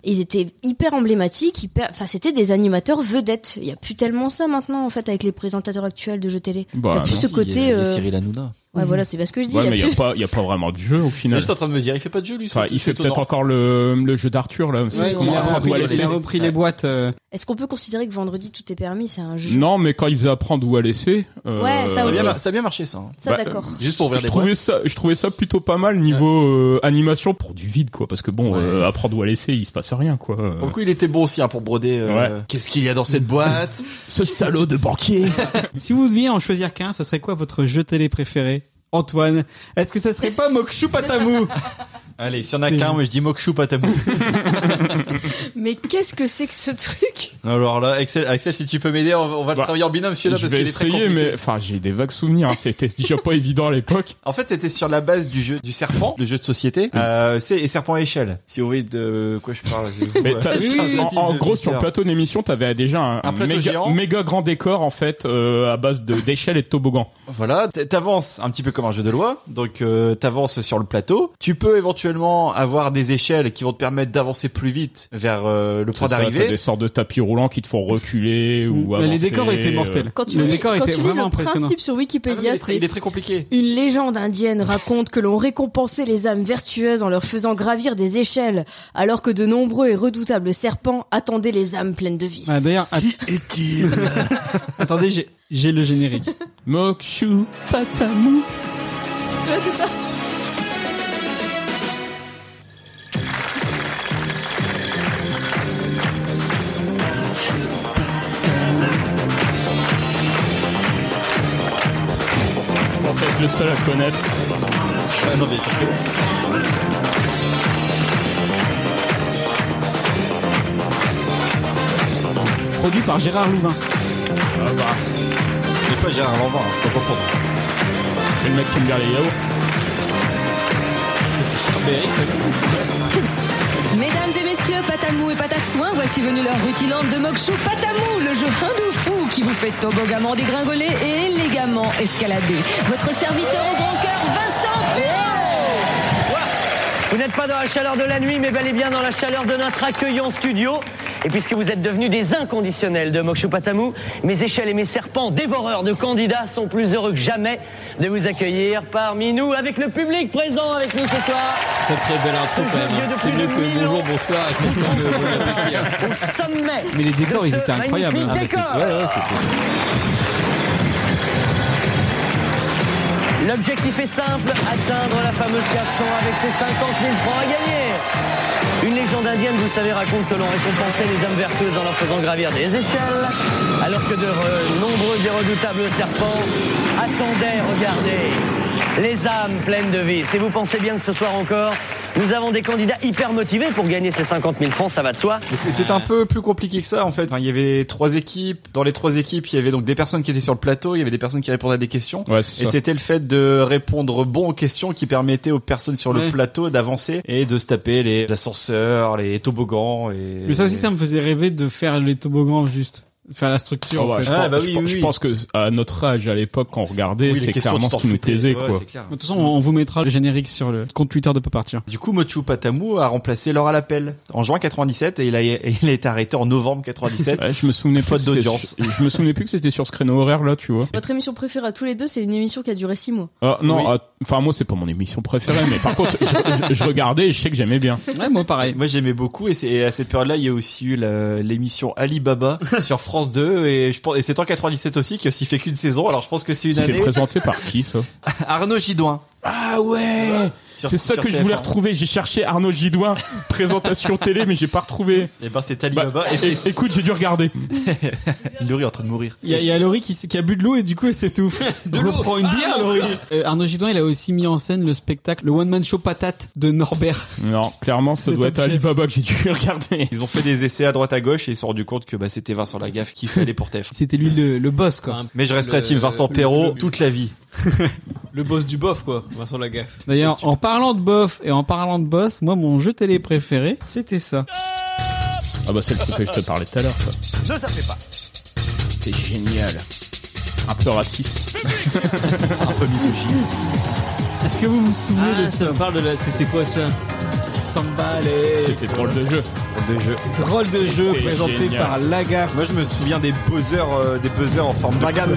[SPEAKER 4] Ils étaient hyper emblématiques, hyper. Enfin, c'était des animateurs vedettes. Il y a plus tellement ça maintenant en fait avec les présentateurs actuels de jeux télé. T'as plus ce côté. euh,
[SPEAKER 3] Hanouna.
[SPEAKER 4] Ouais, voilà, c'est pas ce que je dis.
[SPEAKER 5] Bah, Ouais,
[SPEAKER 4] il
[SPEAKER 5] mais
[SPEAKER 4] y a
[SPEAKER 5] y a
[SPEAKER 4] plus-
[SPEAKER 5] pas, y a pas vraiment de jeu au
[SPEAKER 3] Je
[SPEAKER 5] final.
[SPEAKER 3] suis en train de me dire, il fait pas de jeu lui.
[SPEAKER 5] Enfin,
[SPEAKER 3] surtout,
[SPEAKER 5] il fait
[SPEAKER 3] surtout
[SPEAKER 5] peut-être
[SPEAKER 3] non.
[SPEAKER 5] encore le, le jeu d'Arthur là. c'est
[SPEAKER 2] Ouais,
[SPEAKER 5] comment
[SPEAKER 2] il a
[SPEAKER 5] on
[SPEAKER 2] repris,
[SPEAKER 5] voit
[SPEAKER 2] les,
[SPEAKER 5] les-
[SPEAKER 2] il a repris les boîtes. euh.
[SPEAKER 4] Est-ce qu'on peut considérer que vendredi tout est permis C'est un jeu.
[SPEAKER 5] Non, mais quand il faisait apprendre où à laisser. euh,
[SPEAKER 4] Ouais, ça, Ça a ok. bien mar-
[SPEAKER 3] ça a bien marché ça.
[SPEAKER 5] Bah,
[SPEAKER 3] hein.
[SPEAKER 4] Ça, d'accord.
[SPEAKER 3] Juste pour ouvrir
[SPEAKER 5] je
[SPEAKER 3] des
[SPEAKER 5] trouvais
[SPEAKER 3] boîtes.
[SPEAKER 5] ça, je trouvais ça plutôt pas mal niveau euh, animation pour du vide quoi, parce que bon, euh, apprendre où à laisser, il se passe rien quoi. Euh,
[SPEAKER 3] Pour le coup, il était bon aussi hein, pour broder. euh,
[SPEAKER 5] Ouais.
[SPEAKER 3] Qu'est-ce qu'il y a dans cette boîte
[SPEAKER 5] Ce salaud de banquier.
[SPEAKER 2] si vous deviez en choisir qu'un, ça serait quoi votre jeu télé préféré Antoine, est-ce que ça serait pas Mokshu Patamou
[SPEAKER 3] Allez, s'il y en a qu'un, moi je dis Mokshu Patamou.
[SPEAKER 4] Mais qu'est-ce que c'est que ce truc
[SPEAKER 3] Alors là, Axel, Axel, si tu peux m'aider, on va, on va le travailler en binôme celui-là
[SPEAKER 5] Bah, je
[SPEAKER 3] parce
[SPEAKER 5] vais
[SPEAKER 3] qu'il est très
[SPEAKER 5] essayer,
[SPEAKER 3] compliqué.
[SPEAKER 5] mais enfin, j'ai des vagues souvenirs. hein, C'était déjà pas évident à l'époque.
[SPEAKER 3] En fait, c'était sur la base du jeu du serpent, le jeu de société. Euh, c'est et serpent à échelle. Si vous voyez de quoi je parle, c'est vous.
[SPEAKER 5] Mais
[SPEAKER 3] euh,
[SPEAKER 5] t'as-
[SPEAKER 3] Charles
[SPEAKER 5] en, en
[SPEAKER 3] David,
[SPEAKER 5] gros,
[SPEAKER 3] euh,
[SPEAKER 5] sur le
[SPEAKER 3] Peter.
[SPEAKER 5] plateau d'émission, t'avais déjà un,
[SPEAKER 3] Un plateau
[SPEAKER 5] méga,
[SPEAKER 3] géant.
[SPEAKER 5] méga grand décor en fait euh, à base de d'échelles et de toboggans.
[SPEAKER 3] Voilà, t- t'avances un petit peu comme un jeu de loi, donc euh, t'avances sur le plateau. Tu peux éventuellement avoir des échelles qui vont te permettre d'avancer plus vite vers euh, le point
[SPEAKER 5] C'est ça, T'as
[SPEAKER 3] d'arrivée.
[SPEAKER 5] des sortes de tapis roulants qui te font reculer ou
[SPEAKER 2] Mais
[SPEAKER 5] avancer.
[SPEAKER 2] les décors étaient
[SPEAKER 5] euh.
[SPEAKER 2] mortels.
[SPEAKER 4] Quand tu
[SPEAKER 2] Le
[SPEAKER 4] lis,
[SPEAKER 2] décor
[SPEAKER 4] quand
[SPEAKER 2] était
[SPEAKER 4] tu lis
[SPEAKER 2] vraiment
[SPEAKER 4] le
[SPEAKER 2] impressionnant.
[SPEAKER 4] principe sur Wikipédia, c'est
[SPEAKER 3] Il est très compliqué.
[SPEAKER 4] une légende indienne raconte que l'on récompensait les âmes vertueuses en leur faisant gravir des échelles, alors que de nombreux et redoutables serpents attendaient les âmes pleines de vices.
[SPEAKER 2] Ah, D'ailleurs, qui est-il Attendez, j'ai- j'ai le générique.
[SPEAKER 5] Mokshu Patamou.
[SPEAKER 4] C'est ça.
[SPEAKER 5] Je pense être le seul à connaître.
[SPEAKER 3] Ah non, mais c'est vrai.
[SPEAKER 2] Produit par Gérard Louvain.
[SPEAKER 5] Ah bah.
[SPEAKER 3] Et pas Gérard Lanvin, hein, faut pas confondre.
[SPEAKER 5] C'est le mec qui me garde les yaourts.
[SPEAKER 12] Mesdames et messieurs, Patamou et Pataxouin, voici venue l'heure rutilante de Mokshu Patamou, le jeu hindou fou qui vous fait tobogamment dégringoler et élégamment escalader. Votre serviteur au grand cœur, Vincent Pro
[SPEAKER 1] Vous n'êtes pas dans la chaleur de la nuit, mais bel et bien dans la chaleur de notre accueillant studio. Et puisque vous êtes devenus des inconditionnels de Mokshupatamou, mes échelles et mes serpents dévoreurs de candidats sont plus heureux que jamais de vous accueillir parmi nous, avec le public présent avec nous ce soir.
[SPEAKER 19] Sacrée belle intro quand même. hein. C'est mieux que bonjour, bonsoir, et tout le temps de bon appétit, hein.
[SPEAKER 1] Sommet
[SPEAKER 2] Mais les décors, ils
[SPEAKER 1] de ce
[SPEAKER 2] étaient incroyables.
[SPEAKER 1] magnifique
[SPEAKER 2] Ah, mais c'est-
[SPEAKER 1] décor.
[SPEAKER 2] ouais, ouais,
[SPEAKER 1] L'objectif est simple, atteindre la fameuse carte 100 avec ses 50 000 francs à gagner. Une légende indienne, vous savez, raconte que l'on récompensait les âmes vertueuses en leur faisant gravir des échelles, alors que de re- nombreux et redoutables serpents attendaient, regardez, les âmes pleines de vie. Si vous pensez bien que ce soir encore, nous avons des candidats hyper motivés pour gagner ces 50 000 francs, ça va de soi.
[SPEAKER 3] Mais C'est
[SPEAKER 5] Euh.
[SPEAKER 3] c'est un peu plus compliqué que ça en fait. Enfin, il y avait trois équipes. Dans les trois équipes, il y avait donc des personnes qui étaient sur le plateau, il y avait des personnes qui répondaient à des questions.
[SPEAKER 5] Ouais, c'est
[SPEAKER 3] et
[SPEAKER 5] ça.
[SPEAKER 3] c'était le fait de répondre bon aux questions qui permettait aux personnes sur le
[SPEAKER 2] Ouais.
[SPEAKER 3] plateau d'avancer et de se taper les ascenseurs, les toboggans. Et...
[SPEAKER 2] Mais ça aussi, ça me faisait rêver de faire les toboggans juste. Faire la structure.
[SPEAKER 5] Ah
[SPEAKER 2] en
[SPEAKER 5] ouais,
[SPEAKER 2] fait.
[SPEAKER 5] je,
[SPEAKER 3] bah
[SPEAKER 5] pense, je pense- je pense que à notre âge à l'époque quand on regardait
[SPEAKER 2] Oui, les
[SPEAKER 5] c'est
[SPEAKER 2] questions,
[SPEAKER 5] clairement
[SPEAKER 2] tu
[SPEAKER 5] ce
[SPEAKER 2] t'en
[SPEAKER 5] qui nous
[SPEAKER 2] foutais.
[SPEAKER 5] plaisait
[SPEAKER 2] Ouais,
[SPEAKER 5] quoi.
[SPEAKER 2] c'est clair. De toute façon, on vous mettra le générique sur le compte Twitter de Pas Partir.
[SPEAKER 3] Du coup, Mochu Patamu a remplacé Laura Lapel en juin 97 et il a, il a été arrêté en novembre 97.
[SPEAKER 5] Ouais, je me souvenais
[SPEAKER 3] Faute
[SPEAKER 5] plus que c'était
[SPEAKER 3] d'audience.
[SPEAKER 5] sur- je me souvenais plus que c'était sur ce créneau horaire là tu vois.
[SPEAKER 16] Votre émission préférée à tous les deux, c'est une émission qui a duré 6 mois.
[SPEAKER 5] Ah, non,
[SPEAKER 16] Oui.
[SPEAKER 5] ah, enfin moi c'est pas mon émission préférée, mais par contre je, je- je regardais et je sais que j'aimais bien.
[SPEAKER 3] Ouais, moi pareil. Moi j'aimais beaucoup et, c'est- et à cette période-là, il y a aussi eu la- l'émission Alibaba sur France 2 et je pense et c'est en 97 aussi qui a aussi fait qu'une saison. Alors je pense que c'est une
[SPEAKER 5] C'était
[SPEAKER 3] année.
[SPEAKER 5] présenté par qui ça
[SPEAKER 3] Arnaud Gidoin.
[SPEAKER 5] Ah ouais.
[SPEAKER 3] Sur-
[SPEAKER 5] C'est ça
[SPEAKER 3] sur
[SPEAKER 5] que je
[SPEAKER 3] TF1.
[SPEAKER 5] voulais retrouver. J'ai cherché Arnaud Gidoin présentation télé, mais j'ai pas retrouvé. Bah,
[SPEAKER 3] Et ben c'est Alibaba. et
[SPEAKER 5] é- écoute, j'ai dû regarder.
[SPEAKER 3] Laurie est en train de mourir.
[SPEAKER 2] Il y a, il y a Laurie qui, s- qui a bu de l'eau et du coup elle s'étouffe. de l'eau. prend une
[SPEAKER 3] Ah,
[SPEAKER 2] bière, Laurie. Euh, Arnaud Gidoin, il a aussi mis en scène le spectacle Le One Man Show Patate de Norbert.
[SPEAKER 5] Non, clairement, ça doit
[SPEAKER 2] Top
[SPEAKER 5] être
[SPEAKER 2] Chef.
[SPEAKER 5] Alibaba que j'ai dû regarder.
[SPEAKER 3] Ils ont fait des essais à droite à gauche et ils se sont rendu compte que bah, c'était Vincent Lagaffe qui fallait pour TF.
[SPEAKER 2] C'était lui le, le boss quoi.
[SPEAKER 3] Mais je resterai team Vincent Perrault toute la vie.
[SPEAKER 19] Le boss du bof, quoi. Vincent Lagaffe.
[SPEAKER 2] D'ailleurs, en parlant de bof et en parlant de boss, moi mon jeu télé préféré, c'était ça.
[SPEAKER 5] Ah bah c'est le truc que je te parlais tout à l'heure. quoi.
[SPEAKER 7] Ne ça fait pas.
[SPEAKER 5] C'est génial. Un peu raciste.
[SPEAKER 3] un peu misogyne.
[SPEAKER 2] Est-ce que vous vous souvenez
[SPEAKER 19] de Ah, ça parle de la... C'était quoi ça
[SPEAKER 2] Samba,
[SPEAKER 5] C'était drôle de jeu.
[SPEAKER 3] Drôle de jeu.
[SPEAKER 2] Drôle de jeu
[SPEAKER 3] C'était
[SPEAKER 2] présenté
[SPEAKER 3] génial.
[SPEAKER 2] par Lagaffe.
[SPEAKER 3] Moi je me souviens des buzzers, euh, des buzzers en forme de
[SPEAKER 2] Bagane.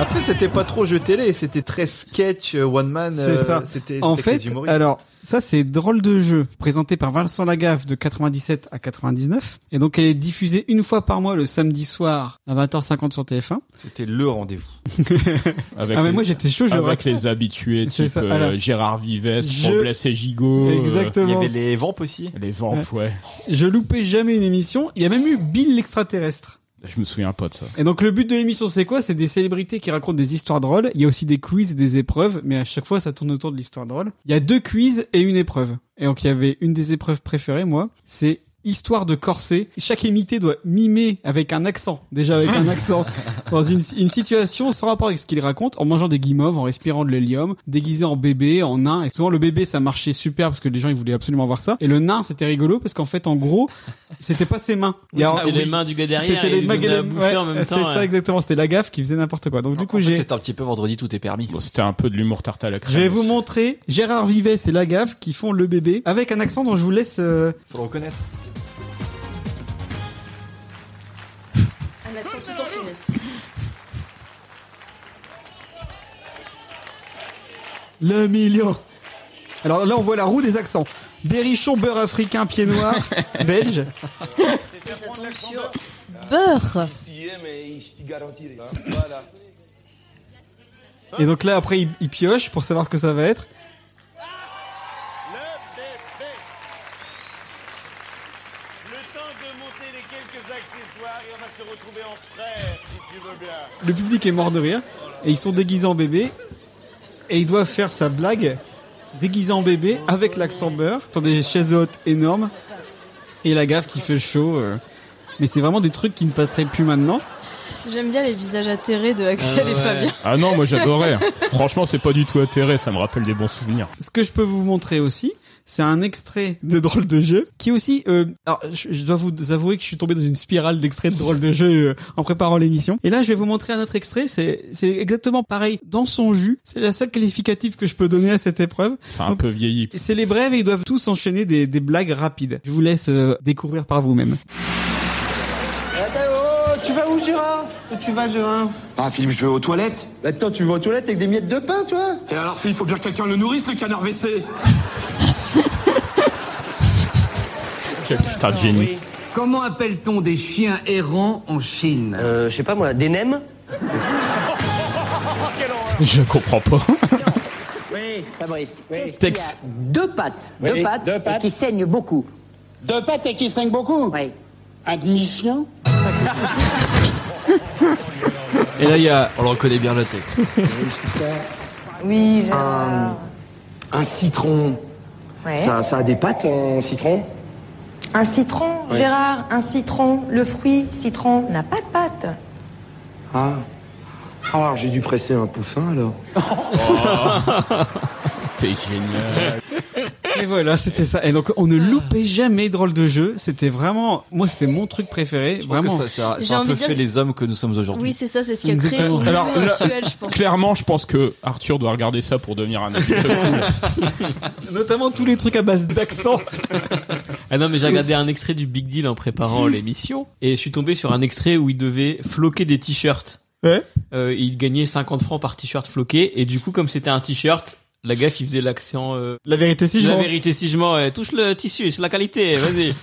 [SPEAKER 3] Après, c'était pas trop jeu télé, c'était très sketch, euh, one man.
[SPEAKER 2] C'est
[SPEAKER 3] euh,
[SPEAKER 2] ça.
[SPEAKER 3] C'était
[SPEAKER 2] En
[SPEAKER 3] c'était avec
[SPEAKER 2] fait,
[SPEAKER 3] les humoristes.
[SPEAKER 2] alors ça c'est drôle de jeu présenté par Vincent Lagaffe de 97 à 99 et donc elle est diffusée une fois par mois le samedi soir à 20h50 sur TF1.
[SPEAKER 3] C'était le rendez-vous.
[SPEAKER 5] Avec
[SPEAKER 2] Ah, mais
[SPEAKER 5] les-
[SPEAKER 2] moi, j'étais chaud, je
[SPEAKER 5] Avec
[SPEAKER 2] raconte.
[SPEAKER 5] les habitués,
[SPEAKER 2] C'est
[SPEAKER 5] type
[SPEAKER 2] ça, alors.
[SPEAKER 5] euh, Gérard Vives,
[SPEAKER 2] Je-
[SPEAKER 5] Robles et Gigot. euh,
[SPEAKER 2] Exactement. Il y avait
[SPEAKER 3] les vampes aussi.
[SPEAKER 5] Les vampes, ouais.
[SPEAKER 2] Je loupais jamais une émission. Il y a même eu Bill l'extraterrestre.
[SPEAKER 5] Je me souviens pas de ça.
[SPEAKER 2] Et donc le but de l'émission c'est quoi C'est des célébrités qui racontent des histoires drôles. Il y a aussi des quiz et des épreuves, mais à chaque fois ça tourne autour de l'histoire drôle. Il y a deux quiz et une épreuve. Et donc il y avait une des épreuves préférées moi, c'est histoire de corset. Chaque émité doit mimer avec un accent, déjà avec un accent, dans une, une situation sans rapport avec ce qu'il raconte, en mangeant des guimauves, en respirant de l'hélium, déguisé en bébé, en nain. Et souvent le bébé ça marchait super parce que les gens ils voulaient absolument voir ça. Et le nain c'était rigolo parce qu'en fait en gros c'était pas ses mains. Il y a-
[SPEAKER 6] C'était les
[SPEAKER 2] oui.
[SPEAKER 6] mains du gars derrière
[SPEAKER 2] C'était
[SPEAKER 6] et
[SPEAKER 2] les
[SPEAKER 6] il
[SPEAKER 2] mains
[SPEAKER 6] donnait la
[SPEAKER 2] des-
[SPEAKER 6] bouffée en même
[SPEAKER 2] c'est
[SPEAKER 6] temps,
[SPEAKER 2] ça
[SPEAKER 6] ouais.
[SPEAKER 2] exactement. C'était la gaffe qui faisait n'importe quoi. Donc du coup
[SPEAKER 3] En fait,
[SPEAKER 2] j'ai
[SPEAKER 3] c'était un petit peu vendredi, tout est permis.
[SPEAKER 5] Bon, c'était un peu de l'humour tarte à la crème.
[SPEAKER 2] je vais vous montrer Gérard Vivet et Lagaffe qui font le bébé avec un accent dont je vous laisse. euh,
[SPEAKER 3] Faut le reconnaître.
[SPEAKER 16] Un accent tout en finesse.
[SPEAKER 2] Le million. Alors là, on voit la roue des accents. Berrichon, beurre africain, pied noir, belge.
[SPEAKER 16] Et ça tombe sur beurre.
[SPEAKER 2] Et donc là, après, il, il pioche pour savoir ce que ça va être.
[SPEAKER 20] Le temps de monter les quelques accessoires et on va se retrouver en frère, si tu veux bien.
[SPEAKER 2] Le public est mort de rire. Et ils sont déguisés en bébé. Et ils doivent faire sa blague déguisés en bébé avec l'accent beurre sur des chaises hautes énormes. Et la gaffe qui fait le show. euh. Mais c'est vraiment des trucs qui ne passeraient plus maintenant.
[SPEAKER 16] J'aime bien les visages atterrés de Axel et Fabien.
[SPEAKER 5] Ah non, moi j'adorais. Franchement, c'est pas du tout atterré, ça me rappelle des bons souvenirs.
[SPEAKER 2] Ce que je peux vous montrer aussi, C'est un extrait de drôle de jeu qui est aussi. euh, alors, je, je dois vous avouer que je suis tombé dans une spirale d'extraits de drôle de jeu euh, en préparant l'émission. Et là, je vais vous montrer un autre extrait. C'est c'est exactement pareil dans son jus. C'est la seule qualificative que je peux donner à cette épreuve.
[SPEAKER 5] C'est un peu vieilli.
[SPEAKER 2] C'est les brèves et ils doivent tous enchaîner des, des blagues rapides. Je vous laisse euh, découvrir par vous-même.
[SPEAKER 21] Oh, tu vas où, Gérard Où tu vas, Gérard Bah,
[SPEAKER 22] Ah, Philippe, je vais aux toilettes.
[SPEAKER 21] Attends, tu vas aux toilettes avec des miettes de pain, toi
[SPEAKER 22] Et alors, Philippe, faut bien que quelqu'un le nourrisse, le canard WC.
[SPEAKER 5] Quel putain de génie.
[SPEAKER 23] Comment appelle-t-on des chiens errants en Chine
[SPEAKER 1] Euh, je sais pas moi, des nems
[SPEAKER 5] Je comprends pas.
[SPEAKER 21] Oui, Fabrice.
[SPEAKER 5] Tex.
[SPEAKER 21] Deux pattes.
[SPEAKER 5] Oui,
[SPEAKER 21] deux pattes.
[SPEAKER 5] deux pattes.
[SPEAKER 21] Et qui saignent beaucoup. Deux pattes et qui saignent beaucoup Oui. Un demi-chien
[SPEAKER 2] Et là, il y a.
[SPEAKER 3] On le reconnaît bien le texte.
[SPEAKER 21] Oui, un, Euh, un citron.
[SPEAKER 24] Ouais.
[SPEAKER 21] Ça, ça a des pattes, un citron
[SPEAKER 24] Un citron,
[SPEAKER 21] Oui.
[SPEAKER 24] Gérard, un citron, le fruit citron n'a pas de pâte.
[SPEAKER 21] Ah. Alors, j'ai dû presser un poussin, alors.
[SPEAKER 6] Oh.
[SPEAKER 5] C'était génial.
[SPEAKER 2] Et voilà, c'était ça. Et donc, on ne loupait jamais drôle de jeu. C'était vraiment, moi, c'était mon truc préféré.
[SPEAKER 3] Parce que
[SPEAKER 2] vraiment.
[SPEAKER 3] ça, ça, ça
[SPEAKER 4] J'ai
[SPEAKER 3] a un
[SPEAKER 4] envie
[SPEAKER 3] peu
[SPEAKER 4] de dire-
[SPEAKER 3] fait les hommes que nous sommes aujourd'hui.
[SPEAKER 4] Oui, c'est ça, c'est ce qui a créé ton
[SPEAKER 5] Alors,
[SPEAKER 4] humour
[SPEAKER 5] là,
[SPEAKER 4] actuel, je pense.
[SPEAKER 5] clairement, je pense que Arthur doit regarder ça pour devenir un adulte
[SPEAKER 2] Notamment tous les trucs à base d'accent.
[SPEAKER 6] Ah non, mais j'ai regardé un extrait du Big Deal en préparant l'émission et je suis tombé sur un extrait où il devait floquer des t-shirts.
[SPEAKER 2] Ouais.
[SPEAKER 6] Euh, il gagnait 50 francs par t-shirt floqué et du coup, comme c'était un t-shirt, la gaffe, il faisait l'accent. euh,
[SPEAKER 2] La vérité, si je
[SPEAKER 6] La
[SPEAKER 2] mens.
[SPEAKER 6] vérité, si je mens. ouais. touche le tissu, c'est la qualité, vas-y.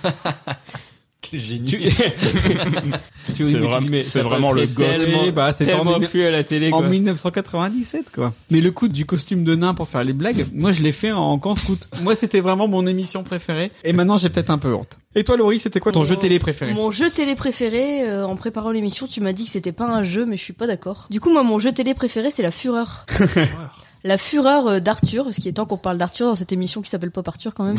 [SPEAKER 6] Quel génie. Tu, tu,
[SPEAKER 2] C'est
[SPEAKER 6] mais tu
[SPEAKER 2] vraiment-
[SPEAKER 6] dis, mais
[SPEAKER 2] c'est
[SPEAKER 6] ça
[SPEAKER 2] vraiment
[SPEAKER 6] passerait
[SPEAKER 2] le goth.
[SPEAKER 6] Tellement,
[SPEAKER 2] Oui, bah, c'était en
[SPEAKER 6] tellement
[SPEAKER 2] mille-
[SPEAKER 6] plus à la télé.
[SPEAKER 2] en
[SPEAKER 6] quoi.
[SPEAKER 2] 1997, quoi. Mais le coup du costume de nain pour faire les blagues, moi, je l'ai fait en camp scout. Moi, c'était vraiment mon émission préférée. Et maintenant, j'ai peut-être un peu honte. Et toi, Laurie, c'était quoi ton jeu télé préféré?
[SPEAKER 4] Mon jeu télé préféré, euh, en préparant l'émission, tu m'as dit que c'était pas un jeu, mais je suis pas d'accord. Du coup, moi, mon jeu télé préféré, c'est La Fureur. La Fureur euh, d'Arthur, parce qu'il est temps qu'on parle d'Arthur dans cette émission qui s'appelle Pop Arthur quand même.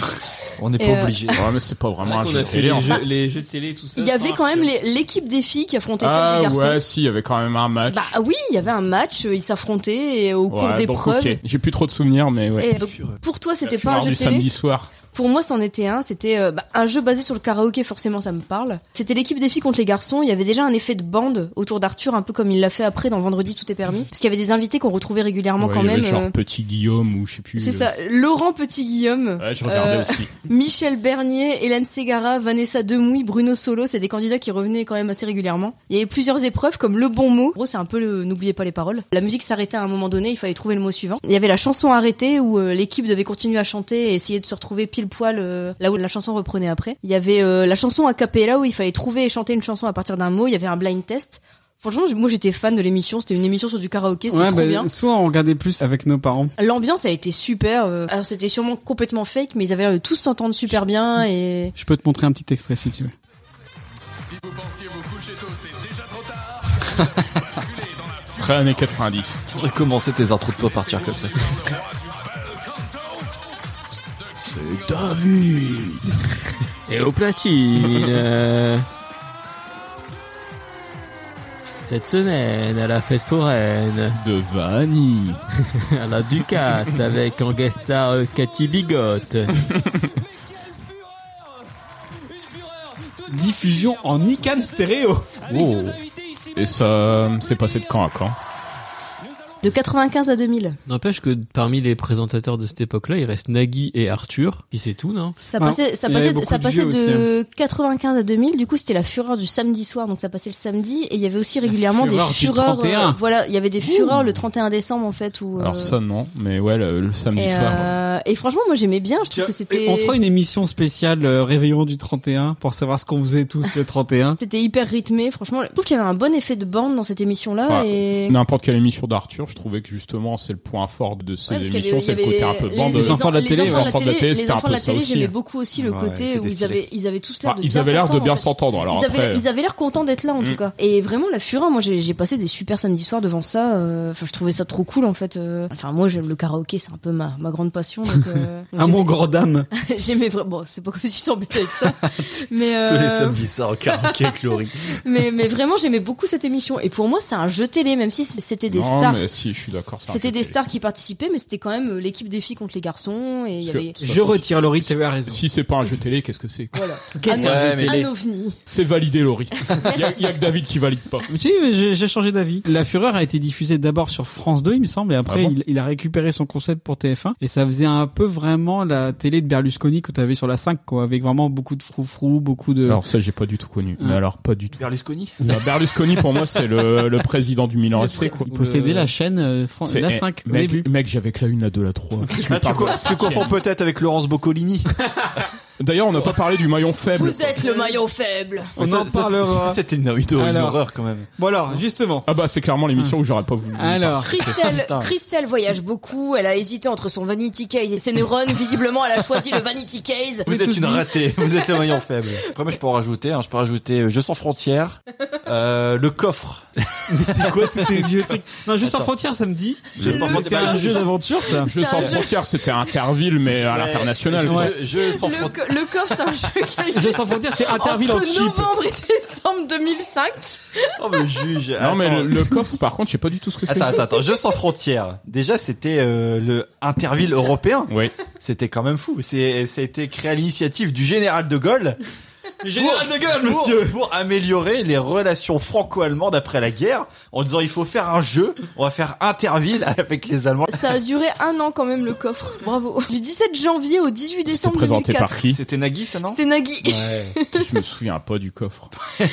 [SPEAKER 5] On n'est
[SPEAKER 4] Et,
[SPEAKER 5] pas
[SPEAKER 4] euh,
[SPEAKER 5] obligé. Ouais, mais c'est pas vraiment un
[SPEAKER 6] On
[SPEAKER 5] jeu
[SPEAKER 6] a fait
[SPEAKER 5] télé.
[SPEAKER 6] les
[SPEAKER 5] en
[SPEAKER 6] jeux,
[SPEAKER 5] fait.
[SPEAKER 6] les jeux télé, tout ça.
[SPEAKER 4] Il y avait
[SPEAKER 6] sans
[SPEAKER 4] quand même les- l'équipe des filles qui affrontait
[SPEAKER 5] Ah
[SPEAKER 4] celle des garçons.
[SPEAKER 5] ouais, si, il y avait quand même un match.
[SPEAKER 4] Bah ah oui, il y avait un match, euh, ils s'affrontaient et au cours
[SPEAKER 5] Ouais, donc,
[SPEAKER 4] d'épreuves.
[SPEAKER 5] ok. J'ai plus trop de souvenirs, mais ouais.
[SPEAKER 4] Et donc, pour toi, c'était
[SPEAKER 5] La
[SPEAKER 4] pas un
[SPEAKER 5] fureur
[SPEAKER 4] jeu
[SPEAKER 5] du
[SPEAKER 4] télé
[SPEAKER 5] samedi soir.
[SPEAKER 4] Pour moi, c'en était un. C'était euh, bah, un jeu basé sur le karaoké, forcément, ça me parle. C'était l'équipe des filles contre les garçons. Il y avait déjà un effet de bande autour d'Arthur, un peu comme il l'a fait après dans Vendredi, tout est permis. Parce qu'il y avait des invités qu'on retrouvait régulièrement
[SPEAKER 5] Ouais,
[SPEAKER 4] quand
[SPEAKER 5] il y avait
[SPEAKER 4] même.
[SPEAKER 5] genre
[SPEAKER 4] euh,
[SPEAKER 5] Petit Guillaume ou je sais plus.
[SPEAKER 4] c'est
[SPEAKER 5] euh,
[SPEAKER 4] ça, Laurent Petit-Guillaume, euh,
[SPEAKER 5] Ouais, je regardais aussi.
[SPEAKER 4] Michel Bernier, Hélène Ségara, Vanessa Demouy, Bruno Solo, c'est des candidats qui revenaient quand même assez régulièrement. Il y avait plusieurs épreuves comme le bon mot, en gros c'est un peu le n'oubliez pas les paroles. La musique s'arrêtait à un moment donné, il fallait trouver le mot suivant. Il y avait la chanson arrêtée où euh, l'équipe devait continuer à chanter et essayer de se retrouver pile poil euh, là où la chanson reprenait après. Il y avait euh, la chanson a cappella où il fallait trouver et chanter une chanson à partir d'un mot, il y avait un blind test. Franchement, moi j'étais fan de l'émission, c'était une émission sur du karaoké, c'était
[SPEAKER 2] Ouais,
[SPEAKER 4] trop
[SPEAKER 2] bah,
[SPEAKER 4] bien.
[SPEAKER 2] soit on regardait plus avec nos parents.
[SPEAKER 4] L'ambiance a été super. euh, Alors c'était sûrement complètement fake, mais ils avaient l'air de tous s'entendre super bien et
[SPEAKER 2] Je peux te montrer un petit extrait si tu veux.
[SPEAKER 5] Très années 90.
[SPEAKER 3] Faudrait commencer tes intros de pas partir comme ça. C'est David.
[SPEAKER 6] Et au platine. euh, Cette semaine, à la fête foraine.
[SPEAKER 5] De Vanny.
[SPEAKER 6] à la Ducasse, avec en guest star euh, Cathy Bigotte.
[SPEAKER 2] Diffusion en ICAM stéréo.
[SPEAKER 5] Oh. Et ça, euh, c'est passé de quand à quand
[SPEAKER 4] de 95 à 2000.
[SPEAKER 6] N'empêche que parmi les présentateurs de cette époque-là, il reste Nagui et Arthur. Puis c'est tout, non
[SPEAKER 4] Ça
[SPEAKER 2] Ah,
[SPEAKER 4] passait, ça passait, ça passait
[SPEAKER 2] hein.
[SPEAKER 4] de
[SPEAKER 5] hein.
[SPEAKER 4] 95 à 2000. Du coup, c'était la fureur du samedi soir, donc ça passait le samedi et il y avait aussi régulièrement des
[SPEAKER 5] fureur du
[SPEAKER 4] fureurs. euh,
[SPEAKER 5] 31.
[SPEAKER 4] voilà, il y avait des fureurs le 31 décembre en fait où. euh,
[SPEAKER 5] Alors ça, non. Mais ouais, le, le samedi
[SPEAKER 4] et,
[SPEAKER 5] soir.
[SPEAKER 4] euh, et franchement, moi j'aimais bien. Je trouve que
[SPEAKER 2] Et On fera
[SPEAKER 4] c'était
[SPEAKER 2] une émission spéciale euh, Réveillon du 31 pour savoir ce qu'on faisait tous le 31.
[SPEAKER 4] c'était hyper rythmé. Franchement, je trouve qu'il y avait un bon effet de bande dans cette émission là
[SPEAKER 5] Enfin,
[SPEAKER 4] et.
[SPEAKER 5] N'importe quelle émission d'Arthur, je trouvais que justement c'est le point fort de ces
[SPEAKER 4] Ouais, parce qu'il y avait-
[SPEAKER 5] émissions, c'est
[SPEAKER 4] il y
[SPEAKER 5] le côté un
[SPEAKER 4] avait
[SPEAKER 5] peu
[SPEAKER 4] les-
[SPEAKER 5] bande.
[SPEAKER 4] les en-
[SPEAKER 5] les enfants de la télé, c'était
[SPEAKER 4] les
[SPEAKER 5] un
[SPEAKER 4] enfants de
[SPEAKER 5] peu
[SPEAKER 4] la
[SPEAKER 5] ça
[SPEAKER 4] télé,
[SPEAKER 5] aussi. hein.
[SPEAKER 4] j'aimais beaucoup aussi le
[SPEAKER 5] Ouais,
[SPEAKER 4] côté
[SPEAKER 5] c'était
[SPEAKER 4] où ils
[SPEAKER 5] stylé.
[SPEAKER 4] avaient, ils avaient tous l'air
[SPEAKER 5] Enfin,
[SPEAKER 4] de
[SPEAKER 5] ils
[SPEAKER 4] bien
[SPEAKER 5] avaient l'air de
[SPEAKER 4] s'entendre,
[SPEAKER 5] bien
[SPEAKER 4] en fait.
[SPEAKER 5] s'entendre. Alors
[SPEAKER 4] ils,
[SPEAKER 5] après,
[SPEAKER 4] avaient, ils avaient l'air contents d'être là en tout
[SPEAKER 5] Mm.
[SPEAKER 4] cas. Et vraiment la fureur, moi j'ai j'ai passé des super samedis soirs devant ça. euh, Enfin, je trouvais ça trop cool en fait. euh. Enfin, moi j'aime le karaoké, c'est un peu ma, ma grande passion. donc, donc, euh, donc
[SPEAKER 2] Un
[SPEAKER 4] j'aimais-
[SPEAKER 2] bon grand dame.
[SPEAKER 4] J'aimais vraiment. Bon, c'est pas comme si je t'embêtais avec ça. mais, euh,
[SPEAKER 3] Tous les samedis, ça en karaoké avec Laurie.
[SPEAKER 4] mais, mais vraiment, j'aimais beaucoup cette émission. Et pour moi, c'est un jeu télé, même si c'était des
[SPEAKER 5] non,
[SPEAKER 4] stars.
[SPEAKER 5] mais si, je suis d'accord. c'est un
[SPEAKER 4] C'était
[SPEAKER 5] peu
[SPEAKER 4] des
[SPEAKER 5] télé.
[SPEAKER 4] stars qui participaient, mais c'était quand même euh, l'équipe des filles contre les garçons. Et il y
[SPEAKER 5] Parce que-
[SPEAKER 4] avait.
[SPEAKER 5] de toute façon, si-
[SPEAKER 2] Laurie, tu avais raison.
[SPEAKER 5] Si c'est pas un jeu télé, qu'est-ce que c'est
[SPEAKER 4] Voilà.
[SPEAKER 2] Qu'est-ce
[SPEAKER 4] un,
[SPEAKER 2] qu'un jeu
[SPEAKER 4] un
[SPEAKER 2] télé
[SPEAKER 4] ovni.
[SPEAKER 5] C'est validé, Laurie. Il y, a- il y a que David qui valide pas.
[SPEAKER 2] Mais Tu sais, mais j'ai j'ai changé d'avis. La Fureur a été diffusée d'abord sur France 2, il me semble, et après
[SPEAKER 5] Ah bon
[SPEAKER 2] il, il a récupéré son concept pour TF1. Et ça faisait un peu vraiment la télé de Berlusconi que t'avais sur la 5, quoi, avec vraiment beaucoup de froufrou, beaucoup de.
[SPEAKER 5] Euh, Alors ça, j'ai pas du tout connu. Mais
[SPEAKER 2] Ouais.
[SPEAKER 5] alors, pas du tout.
[SPEAKER 3] Berlusconi Ah,
[SPEAKER 5] Non, Berlusconi, pour moi, c'est le, le président du Milan AC, quoi.
[SPEAKER 2] Il possédait la chaîne euh, Fran-
[SPEAKER 5] C'est-
[SPEAKER 2] la
[SPEAKER 5] eh,
[SPEAKER 2] 5 au
[SPEAKER 5] mec,
[SPEAKER 2] début.
[SPEAKER 5] Mec, j'avais que la 1, la 2, la 3.
[SPEAKER 3] Ah, tu, co- tu confonds peut-être avec Laurence Boccolini.
[SPEAKER 5] D'ailleurs, on n'a pas parlé du maillon faible.
[SPEAKER 4] Vous êtes le maillon faible.
[SPEAKER 2] On en parlera.
[SPEAKER 3] C'était une, une
[SPEAKER 2] Alors.
[SPEAKER 3] horreur quand même.
[SPEAKER 2] Bon alors, justement. Hein.
[SPEAKER 5] Ah bah, c'est clairement l'émission où j'aurais pas voulu.
[SPEAKER 2] Alors.
[SPEAKER 4] Christelle,
[SPEAKER 3] Putain.
[SPEAKER 4] Christelle voyage beaucoup. Elle a hésité entre son Vanity Case et ses neurones. Visiblement, elle a choisi le Vanity Case.
[SPEAKER 3] Vous êtes une ratée, vous êtes le maillon faible. Après moi je peux en rajouter, hein, je peux rajouter euh, Jeux sans frontières, euh, le coffre.
[SPEAKER 2] Mais c'est quoi tous tes vieux trucs Non, juste en
[SPEAKER 3] Attends.
[SPEAKER 2] frontière, ça me dit.
[SPEAKER 3] Jeux sans
[SPEAKER 2] C'était
[SPEAKER 3] frontières.
[SPEAKER 2] un jeu d'aventure, ça.
[SPEAKER 5] Bah, Je
[SPEAKER 4] C'est un
[SPEAKER 5] sans
[SPEAKER 4] jeu.
[SPEAKER 5] frontières, c'était Interville, mais à l'international. quoi.
[SPEAKER 3] Je, je sans
[SPEAKER 4] Le,
[SPEAKER 3] frontières.
[SPEAKER 4] co- le coffre, c'est un jeu qui a été
[SPEAKER 2] Jeux sans frontières, c'est Interville en
[SPEAKER 4] entre
[SPEAKER 2] cheap.
[SPEAKER 4] novembre et décembre 2005.
[SPEAKER 3] Oh le juge.
[SPEAKER 5] Non, mais
[SPEAKER 3] attends.
[SPEAKER 5] le, le coffre, par contre, je sais pas du tout ce que c'est.
[SPEAKER 3] Attends, attends, attends, Jeux sans frontières. Déjà, c'était euh, le Interville européen.
[SPEAKER 5] Oui.
[SPEAKER 3] C'était quand même fou. C'est, ça a été créé à l'initiative du général de Gaulle.
[SPEAKER 2] Le général de Gaulle,
[SPEAKER 3] pour-
[SPEAKER 2] monsieur.
[SPEAKER 3] Pour améliorer les relations franco-allemandes après la guerre, en disant il faut faire un jeu, on va faire Interville avec les Allemands.
[SPEAKER 4] Ça a duré un an quand même le coffre. Bravo. Du 17 janvier au 18
[SPEAKER 5] C'est
[SPEAKER 4] décembre
[SPEAKER 5] présenté
[SPEAKER 4] 2004.
[SPEAKER 5] par qui
[SPEAKER 3] C'était Nagui, ça, non
[SPEAKER 4] C'était Nagui.
[SPEAKER 3] Ouais.
[SPEAKER 5] Je me souviens pas du coffre.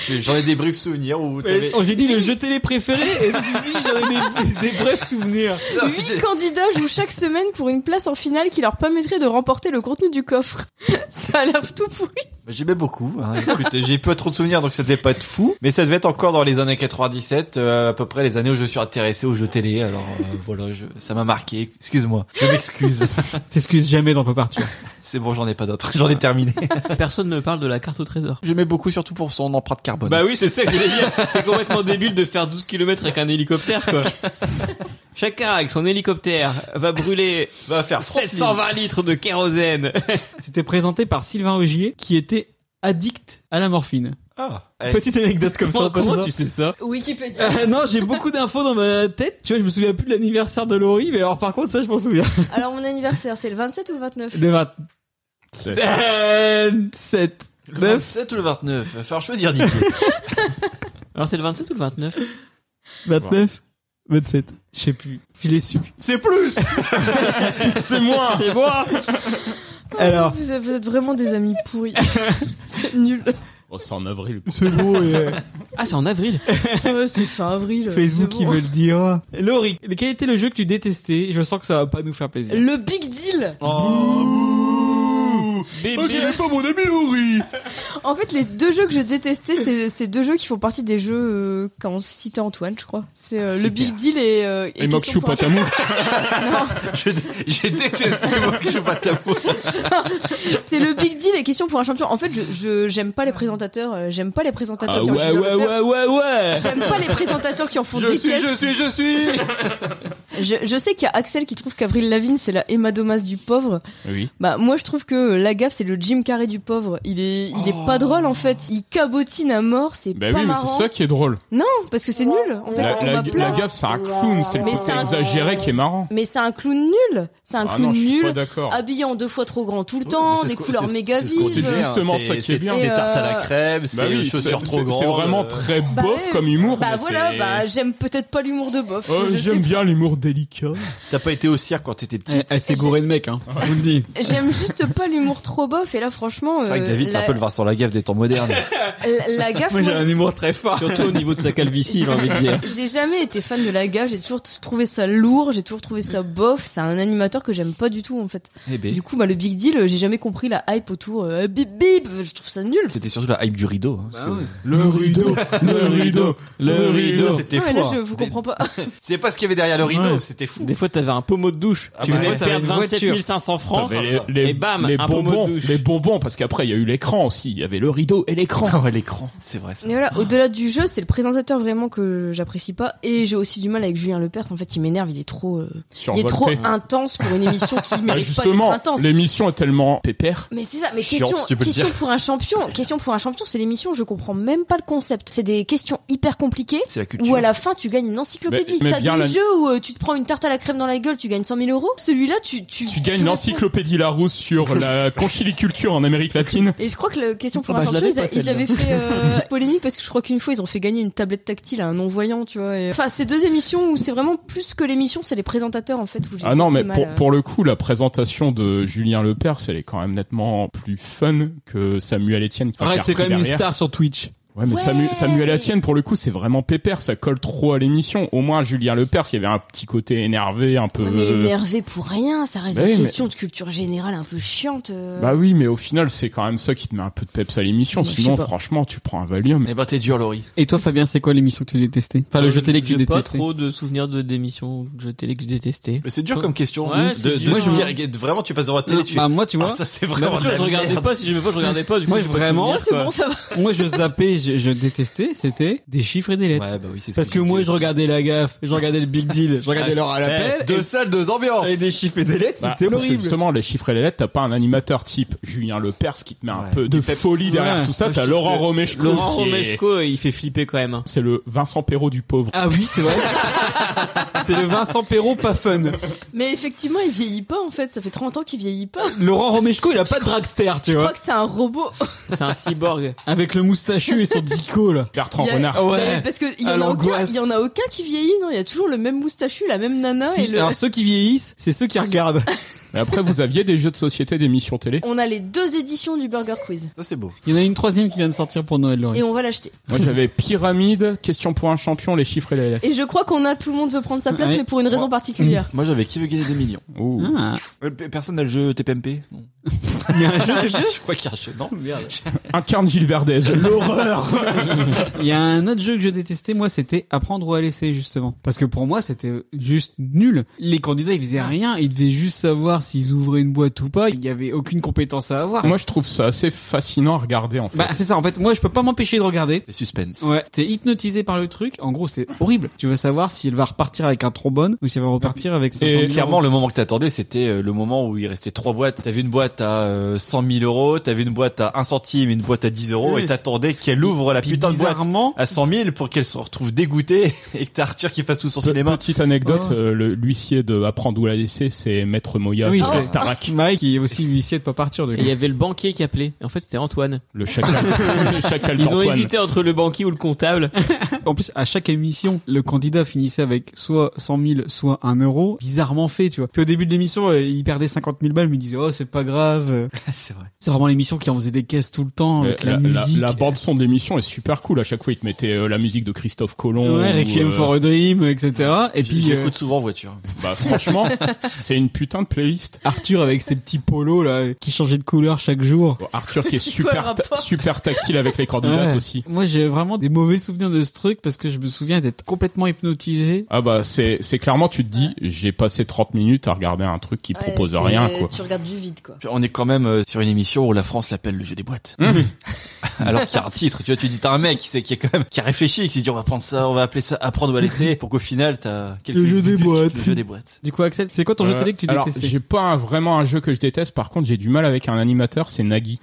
[SPEAKER 3] J'ai- J'en ai des briefs souvenirs où t'avais...
[SPEAKER 2] Et on- Oh, J'ai dit le jeu télé préféré et tu me dis j'en ai des, des brefs souvenirs.
[SPEAKER 3] Non, j'ai-
[SPEAKER 4] Huit candidats jouent chaque semaine pour une place en finale qui leur permettrait de remporter le contenu du coffre. Ça a l'air tout pourri.
[SPEAKER 3] Bah, J'aimais beaucoup. Hein. Écoute, j'ai pas trop de souvenirs, donc ça devait pas être fou. Mais ça devait être encore dans les années 97, euh, à peu près les années où je suis intéressé aux jeux télé. Alors euh, voilà, je- ça m'a marqué. Excuse-moi, je m'excuse.
[SPEAKER 2] T'excuses jamais d'en pas partir.
[SPEAKER 3] C'est bon, j'en ai pas d'autres. J'en ai terminé.
[SPEAKER 6] Personne ne parle de la carte au trésor.
[SPEAKER 3] J'aimais beaucoup, surtout pour son empreinte carbone.
[SPEAKER 6] Bah oui, c'est ça que j'allais dire. C'est complètement débile de faire 12 km avec un hélicoptère, quoi. Chacun avec son hélicoptère va brûler
[SPEAKER 3] va faire France Libre.
[SPEAKER 6] 720 litres de kérosène.
[SPEAKER 2] C'était présenté par Sylvain Augier qui était addict à la morphine.
[SPEAKER 3] Ah, Eh,
[SPEAKER 2] Petite anecdote comme ça.
[SPEAKER 6] Comment,
[SPEAKER 2] au
[SPEAKER 6] comment
[SPEAKER 2] hasard.
[SPEAKER 6] tu sais ça
[SPEAKER 4] Wikipédia.
[SPEAKER 2] Euh, non, j'ai beaucoup d'infos dans ma tête. Tu vois, je me souviens plus de l'anniversaire de Laurie, mais alors par contre, ça, je m'en souviens.
[SPEAKER 4] Alors mon anniversaire, c'est le 27 ou le 29
[SPEAKER 2] Le Euh, 20...
[SPEAKER 5] C'est-
[SPEAKER 2] 27.
[SPEAKER 3] le
[SPEAKER 2] 9.
[SPEAKER 3] 27 ou le 29 Faire choisir Didier.
[SPEAKER 6] Alors c'est le 27 ou le 29
[SPEAKER 2] 29. 27. Je sais plus. Je l'ai su.
[SPEAKER 3] C'est plus
[SPEAKER 5] C'est moi
[SPEAKER 6] C'est moi
[SPEAKER 2] Alors.
[SPEAKER 4] Vous êtes, vous êtes vraiment des amis pourris. c'est nul.
[SPEAKER 5] Oh, c'est en avril.
[SPEAKER 2] C'est beau et euh,
[SPEAKER 6] Ah c'est en avril.
[SPEAKER 4] Ouais, c'est fin avril.
[SPEAKER 2] Facebook
[SPEAKER 4] c'est
[SPEAKER 2] il
[SPEAKER 4] bon.
[SPEAKER 2] me le dira. Laurie, quel était le jeu que tu détestais Je sens que ça va pas nous faire plaisir.
[SPEAKER 4] Le big deal.
[SPEAKER 3] Oh,
[SPEAKER 2] pas mon ami Laurie.
[SPEAKER 4] En fait, les deux jeux que je détestais, c'est c'est deux jeux qui font partie des jeux euh, quand on citait Antoine, je crois. C'est
[SPEAKER 2] Ah,
[SPEAKER 4] euh, le big deal et. Euh,
[SPEAKER 5] Et
[SPEAKER 4] Question
[SPEAKER 5] Mokshu
[SPEAKER 4] pour un-
[SPEAKER 5] Patamou.
[SPEAKER 3] Je dé- J'ai détesté moi, je suis pas ta
[SPEAKER 4] C'est le big deal et question pour un champion. En fait, je- je j'aime pas les présentateurs. euh, J'aime pas les présentateurs.
[SPEAKER 5] Ah
[SPEAKER 4] qui ont
[SPEAKER 5] ouais,
[SPEAKER 4] du
[SPEAKER 5] ouais, ouais, ouais, ouais.
[SPEAKER 4] J'aime pas les présentateurs qui en font des caisses.
[SPEAKER 3] suis, je suis
[SPEAKER 4] Je, je sais qu'il y a Axel qui trouve qu'Avril Lavigne c'est la Emma Domas du pauvre.
[SPEAKER 5] Oui.
[SPEAKER 4] Bah moi je trouve que la gaffe c'est le Jim Carrey du pauvre. Il est il est pas drôle en fait. Il cabotine à mort, c'est
[SPEAKER 5] Oh. Bah
[SPEAKER 4] pas
[SPEAKER 5] oui, mais
[SPEAKER 4] marrant.
[SPEAKER 5] c'est ça qui est drôle.
[SPEAKER 4] Parce que c'est nul. En fait ça
[SPEAKER 5] La,
[SPEAKER 4] tombe
[SPEAKER 5] la-
[SPEAKER 4] à plat.
[SPEAKER 5] la gaffe, c'est un clown, c'est le
[SPEAKER 4] Mais
[SPEAKER 5] côté
[SPEAKER 4] c'est un-
[SPEAKER 5] exagéré qui est marrant.
[SPEAKER 4] Mais c'est un clown nul. C'est un
[SPEAKER 5] ah
[SPEAKER 4] clown
[SPEAKER 5] non, je suis pas
[SPEAKER 4] nul.
[SPEAKER 5] d'accord.
[SPEAKER 4] Habillé en deux fois trop grand tout le
[SPEAKER 3] Oui, mais
[SPEAKER 4] temps,
[SPEAKER 3] c'est
[SPEAKER 4] des
[SPEAKER 3] ce qu'on-
[SPEAKER 4] couleurs
[SPEAKER 3] c'est ce-
[SPEAKER 4] méga
[SPEAKER 3] c'est ce qu'on
[SPEAKER 5] C'est
[SPEAKER 4] vives.
[SPEAKER 3] disait, hein.
[SPEAKER 5] justement ça qui est bien.
[SPEAKER 4] Et,
[SPEAKER 3] C'est tarte à la
[SPEAKER 4] euh,
[SPEAKER 3] crème, c'est
[SPEAKER 5] Bah oui, c'est-
[SPEAKER 3] chaussures trop
[SPEAKER 5] c'est-
[SPEAKER 3] grandes.
[SPEAKER 5] C'est vraiment
[SPEAKER 3] euh,
[SPEAKER 5] très
[SPEAKER 4] Bah
[SPEAKER 5] bof
[SPEAKER 4] ouais.
[SPEAKER 5] comme humour.
[SPEAKER 4] Bah
[SPEAKER 5] mais
[SPEAKER 4] voilà,
[SPEAKER 5] c'est-
[SPEAKER 4] bah j'aime peut-être pas l'humour de bof.
[SPEAKER 5] Oh,
[SPEAKER 4] je sais
[SPEAKER 5] j'aime bien l'humour délicat.
[SPEAKER 3] T'as pas été au cirque quand t'étais petit.
[SPEAKER 6] Eh,
[SPEAKER 2] Elle, elle s'est gourée de mec, hein. Je vous le dis.
[SPEAKER 4] J'aime juste pas l'humour trop bof et là franchement
[SPEAKER 3] C'est vrai que
[SPEAKER 4] euh,
[SPEAKER 3] David, c'est
[SPEAKER 4] la,
[SPEAKER 3] un peu le Vincent Lagaffe des temps modernes.
[SPEAKER 4] la- la Ah, gaffe
[SPEAKER 2] Moi,
[SPEAKER 4] moi,
[SPEAKER 2] j'ai un humour très fort.
[SPEAKER 6] Surtout au niveau de sa calvitie, j'ai envie de dire.
[SPEAKER 4] J'ai jamais été fan de la gaffe, j'ai toujours t- trouvé ça lourd, j'ai toujours trouvé ça bof, c'est un animateur que j'aime pas du tout en fait.
[SPEAKER 3] Eh ben,
[SPEAKER 4] Du coup, bah, le big deal, euh, j'ai jamais compris la hype autour, euh, bip bip, je trouve ça nul.
[SPEAKER 3] c'était surtout la hype du rideau. hein, parce que-
[SPEAKER 5] Le rideau, le rideau, le
[SPEAKER 3] Ça,
[SPEAKER 5] rideau.
[SPEAKER 3] C'était
[SPEAKER 4] Ah ouais, là,
[SPEAKER 3] fou.
[SPEAKER 4] je
[SPEAKER 3] hein.
[SPEAKER 4] vous comprends pas. Ah,
[SPEAKER 3] C'est pas ce qu'il y avait derrière le rideau. Waouh, c'était fou.
[SPEAKER 6] Des fois, t'avais un pommeau de douche.
[SPEAKER 3] Ah
[SPEAKER 6] tu
[SPEAKER 3] bah
[SPEAKER 6] voulais
[SPEAKER 3] ouais,
[SPEAKER 6] perdre
[SPEAKER 3] t'avais une
[SPEAKER 6] 27
[SPEAKER 3] voiture.
[SPEAKER 6] 500 francs.
[SPEAKER 5] T'avais les-
[SPEAKER 6] et bam,
[SPEAKER 5] les
[SPEAKER 6] un pommeau
[SPEAKER 5] bonbons,
[SPEAKER 6] de douche.
[SPEAKER 5] les bonbons, parce qu'après il y a eu l'écran aussi. Il y avait le rideau et l'écran.
[SPEAKER 3] Ah ouais, l'écran, c'est vrai ça.
[SPEAKER 4] Mais voilà, au-delà du jeu, c'est le présentateur vraiment que j'apprécie pas. Et j'ai aussi du mal avec Julien Lepert. En fait, il m'énerve, il est trop, euh, il est
[SPEAKER 5] Survolté.
[SPEAKER 4] trop intense pour une émission qui
[SPEAKER 5] Ah,
[SPEAKER 4] mérite pas d'être
[SPEAKER 5] justement,
[SPEAKER 4] intense.
[SPEAKER 5] l'émission est tellement pépère.
[SPEAKER 4] Mais c'est ça, mais
[SPEAKER 5] Chiante,
[SPEAKER 4] question,
[SPEAKER 5] tu peux le
[SPEAKER 4] question
[SPEAKER 5] dire.
[SPEAKER 4] pour un champion, question pour un champion, c'est l'émission, je comprends même pas le concept. C'est des questions hyper compliquées,
[SPEAKER 3] C'est la culture.
[SPEAKER 4] où à la fin tu gagnes une encyclopédie.
[SPEAKER 5] Mais- mais
[SPEAKER 4] T'as des
[SPEAKER 5] bien la-
[SPEAKER 4] jeux où euh, tu te prends une tarte à la crème dans la gueule, tu gagnes 100 000 euros. Celui-là, tu, tu,
[SPEAKER 5] Tu gagnes l'encyclopédie Larousse sur la conchiliculture en Amérique latine.
[SPEAKER 4] Et je crois que la question pour
[SPEAKER 5] Ah bah,
[SPEAKER 4] un
[SPEAKER 5] je
[SPEAKER 4] champion,
[SPEAKER 5] l'avais
[SPEAKER 4] ils, a-
[SPEAKER 5] pas,
[SPEAKER 4] ils
[SPEAKER 5] celle-là.
[SPEAKER 4] avaient fait euh, polémique parce que je crois qu'une fois ils ont fait gagner une tablette tactile à un non-voyant, tu vois. et- Enfin, c'est deux émissions où c'est vraiment plus que l'émission, c'est les présentateurs en fait. Où j'ai
[SPEAKER 5] Ah non,
[SPEAKER 4] beaucoup
[SPEAKER 5] mais
[SPEAKER 4] de mal,
[SPEAKER 5] pour,
[SPEAKER 4] euh.
[SPEAKER 5] pour le coup, la présentation de Julien Lepers, elle est quand même nettement plus fun que Samuel Etienne. qui
[SPEAKER 2] Arrête,
[SPEAKER 5] a
[SPEAKER 2] c'est
[SPEAKER 5] repris
[SPEAKER 2] quand même une
[SPEAKER 5] derrière.
[SPEAKER 2] star sur Twitch.
[SPEAKER 5] Ouais, mais
[SPEAKER 2] Ouais.
[SPEAKER 5] Samu- Samuel Etienne, pour le coup, c'est vraiment pépère, ça colle trop à l'émission. Au moins, Julien Lepers, il y avait un petit côté énervé, un peu...
[SPEAKER 4] Ouais, mais
[SPEAKER 5] euh,
[SPEAKER 4] énervé pour rien, ça reste
[SPEAKER 5] bah oui,
[SPEAKER 4] une
[SPEAKER 5] mais-
[SPEAKER 4] question de culture générale un peu chiante. euh.
[SPEAKER 5] Bah oui, mais au final, c'est quand même ça qui te met un peu de peps à l'émission.
[SPEAKER 4] Mais je
[SPEAKER 5] Sinon,
[SPEAKER 4] sais pas.
[SPEAKER 5] franchement, tu prends un Valium.
[SPEAKER 3] Eh ben, t'es dur, Laurie.
[SPEAKER 2] Et toi, Fabien, c'est quoi l'émission que tu détestais Enfin, le jeu télé que tu
[SPEAKER 6] J'ai pas
[SPEAKER 2] détestais.
[SPEAKER 6] trop de souvenirs de d'émissions de jeux télé que je détestais.
[SPEAKER 3] Mais c'est dur comme question
[SPEAKER 6] Ouais,
[SPEAKER 3] de,
[SPEAKER 6] c'est
[SPEAKER 3] de,
[SPEAKER 6] dur.
[SPEAKER 3] te
[SPEAKER 6] Moi, je-
[SPEAKER 3] dire vraiment tu passes devant la télé
[SPEAKER 6] Non,
[SPEAKER 3] tu
[SPEAKER 6] bah, moi, tu vois,
[SPEAKER 3] ah, ça c'est
[SPEAKER 6] bah,
[SPEAKER 3] vraiment
[SPEAKER 6] moi,
[SPEAKER 3] de la
[SPEAKER 6] je regardais
[SPEAKER 3] merde.
[SPEAKER 6] pas, si j'aimais pas, je regardais pas, du coup,
[SPEAKER 2] Moi,
[SPEAKER 6] j'ai pas de
[SPEAKER 2] vraiment,
[SPEAKER 6] souvenirs, quoi.
[SPEAKER 2] moi, je zappais, je, je détestais, c'était des chiffres et des lettres.
[SPEAKER 5] bah
[SPEAKER 2] Parce que moi, je regardais la gaffe, je regardais le big deal, je regardais
[SPEAKER 5] Ah,
[SPEAKER 2] l'heure à l'appel.
[SPEAKER 5] eh, deux
[SPEAKER 2] salles, deux ambiances. Et des chiffres et des lettres,
[SPEAKER 5] Bah,
[SPEAKER 2] c'était
[SPEAKER 5] parce que
[SPEAKER 2] horrible.
[SPEAKER 5] justement, les chiffres et les lettres, t'as pas un animateur type Julien Lepers qui te met un peu de
[SPEAKER 6] Du peps.
[SPEAKER 5] folie derrière
[SPEAKER 6] Ouais.
[SPEAKER 5] tout ça. T'as
[SPEAKER 6] Je-
[SPEAKER 5] Laurent Romeshko.
[SPEAKER 6] Laurent
[SPEAKER 5] qui est-
[SPEAKER 6] Romeshko,
[SPEAKER 2] euh,
[SPEAKER 6] il fait flipper quand même.
[SPEAKER 5] C'est le Vincent Perrault du pauvre.
[SPEAKER 2] hein. Ah oui, c'est vrai. c'est le Vincent Perrault pas fun.
[SPEAKER 4] Mais effectivement, il vieillit pas en fait, ça fait 30 ans qu'il vieillit pas.
[SPEAKER 2] Laurent Romeshko, il a pas de dragster, tu
[SPEAKER 4] Je
[SPEAKER 2] vois.
[SPEAKER 4] crois que c'est un robot.
[SPEAKER 6] C'est un cyborg.
[SPEAKER 2] Avec le moustachu et son dico, là.
[SPEAKER 5] Bertrand
[SPEAKER 4] Il y a-
[SPEAKER 2] Renard.
[SPEAKER 4] Bah, parce qu'il y,
[SPEAKER 2] Ah,
[SPEAKER 4] en a aucun-
[SPEAKER 2] l'angoisse.
[SPEAKER 4] il y en a aucun qui vieillit, non Il y a toujours le même moustachu, la même nana
[SPEAKER 2] Si,
[SPEAKER 4] et le.
[SPEAKER 2] Alors ceux qui vieillissent, c'est ceux qui regardent.
[SPEAKER 5] Mais après, vous aviez des jeux de société, des missions télé.
[SPEAKER 4] On a les deux éditions du Burger Quiz.
[SPEAKER 3] Ça c'est beau.
[SPEAKER 2] Il y en a une troisième qui vient de sortir pour Noël, Laurie.
[SPEAKER 4] Et on va l'acheter.
[SPEAKER 5] Moi, j'avais pyramide, question pour un champion, les chiffres et les lettres.
[SPEAKER 4] Et je crois qu'on a tout le monde veut prendre sa place,
[SPEAKER 5] Ouais.
[SPEAKER 4] mais pour une raison particulière.
[SPEAKER 3] Moi j'avais qui veut gagner des millions.
[SPEAKER 6] Ah.
[SPEAKER 3] Euh, pe- Personne n'a le jeu TPMP. Non.
[SPEAKER 2] Il y a
[SPEAKER 4] un jeu
[SPEAKER 3] Je crois qu'il y a un jeu. Non.
[SPEAKER 5] Incarne Gilles Verdez. L'horreur.
[SPEAKER 2] Il y a un autre jeu que je détestais, moi, c'était apprendre ou à laisser, justement. Parce que pour moi, c'était juste nul. Les candidats, ils faisaient rien. Ils devaient juste savoir s'ils ouvraient une boîte ou pas. Il n'y avait aucune compétence à avoir.
[SPEAKER 5] Moi, je trouve ça assez fascinant à regarder, en fait.
[SPEAKER 2] bah, c'est ça. En fait, moi, je peux pas m'empêcher de regarder.
[SPEAKER 3] C'est suspense.
[SPEAKER 2] Ouais. T'es hypnotisé par le truc. En gros, c'est horrible. Tu veux savoir si elle va repartir avec un trombone ou si elle va repartir avec 500
[SPEAKER 3] Et
[SPEAKER 2] 000
[SPEAKER 3] clairement,
[SPEAKER 2] euros.
[SPEAKER 3] le moment que t'attendais, c'était euh, le moment où il restait trois boîtes. T'avais une boîte à euh, 100 000 euros, t'avais une boîte à 1 centime, une boîte à 10 euros, et t'attendais qu'elle ouvre la putain de boîte
[SPEAKER 2] bizarrement-
[SPEAKER 3] à 100 000 pour qu'elle se retrouve dégoûtée et que t'as Arthur qui fasse tout son cinéma.
[SPEAKER 5] Petite anecdote,
[SPEAKER 3] Oh.
[SPEAKER 5] euh, le- l'huissier de Apprendre ou la laisser, c'est Maître Moya
[SPEAKER 2] Oui,
[SPEAKER 5] de
[SPEAKER 2] c'est
[SPEAKER 5] Starac.
[SPEAKER 2] Mike, qui est aussi huissier de pas partir de
[SPEAKER 6] Et il y avait le banquier qui appelait. En fait, c'était Antoine.
[SPEAKER 5] Le chacal. le chacal
[SPEAKER 6] Ils ont
[SPEAKER 5] d'Antoine.
[SPEAKER 6] hésité entre le banquier ou le comptable.
[SPEAKER 2] En plus, à chaque émission, le candidat finissait avec soit 100 000, soit 1 euro. Bizarrement fait, tu vois. Puis au début de l'émission, euh, il perdait 50 000 balles, mais il disait, oh, c'est pas grave. euh.
[SPEAKER 3] c'est vrai.
[SPEAKER 2] C'est vraiment l'émission qui en faisait des caisses tout le temps,
[SPEAKER 5] Euh,
[SPEAKER 2] Oh, avec la, musique.
[SPEAKER 5] la bande son de l'émission est super cool. À chaque fois, ils te mettaient euh, la musique de Christophe Colomb.
[SPEAKER 2] Ouais,
[SPEAKER 5] ou,
[SPEAKER 2] Requiem
[SPEAKER 5] euh,
[SPEAKER 2] for a Dream, etc. Et puis, euh,
[SPEAKER 3] J'écoute souvent en voiture.
[SPEAKER 5] Bah, franchement, c'est une putain de playlist.
[SPEAKER 2] Arthur avec ses petits polos, là, euh, qui changeaient de couleur chaque jour.
[SPEAKER 5] Bon, Arthur qui est
[SPEAKER 2] C'est quoi le
[SPEAKER 5] super, ta-
[SPEAKER 2] rapport
[SPEAKER 5] super tactile avec les candidates
[SPEAKER 2] Ouais.
[SPEAKER 5] aussi.
[SPEAKER 2] Moi, j'ai vraiment des mauvais souvenirs de ce truc parce que je me souviens d'être complètement hypnotisé.
[SPEAKER 5] Ah bah c'est c'est clairement tu te dis j'ai passé 30 minutes à regarder un truc qui propose
[SPEAKER 4] c'est-
[SPEAKER 5] rien quoi.
[SPEAKER 4] Tu regardes du vide, quoi.
[SPEAKER 3] Puis On est quand même euh, sur une émission où la France l'appelle le jeu des boîtes. Alors qu'il y a un titre, tu vois, tu dis t'as un mec qui, sait- qui est quand même qui a réfléchi, qui s'est dit on va prendre ça, on va appeler ça apprendre ou à laisser, pour qu'au final t'as quelques
[SPEAKER 2] Le jeu des
[SPEAKER 3] minutes plus,
[SPEAKER 2] boîtes.
[SPEAKER 3] Le jeu des boîtes.
[SPEAKER 2] Du coup, Axel, c'est quoi ton jeu
[SPEAKER 5] Euh,
[SPEAKER 2] télé que tu
[SPEAKER 5] alors,
[SPEAKER 2] détestais
[SPEAKER 5] J'ai pas un- vraiment un jeu que je déteste. Par contre, j'ai du mal avec un animateur, c'est Nagui.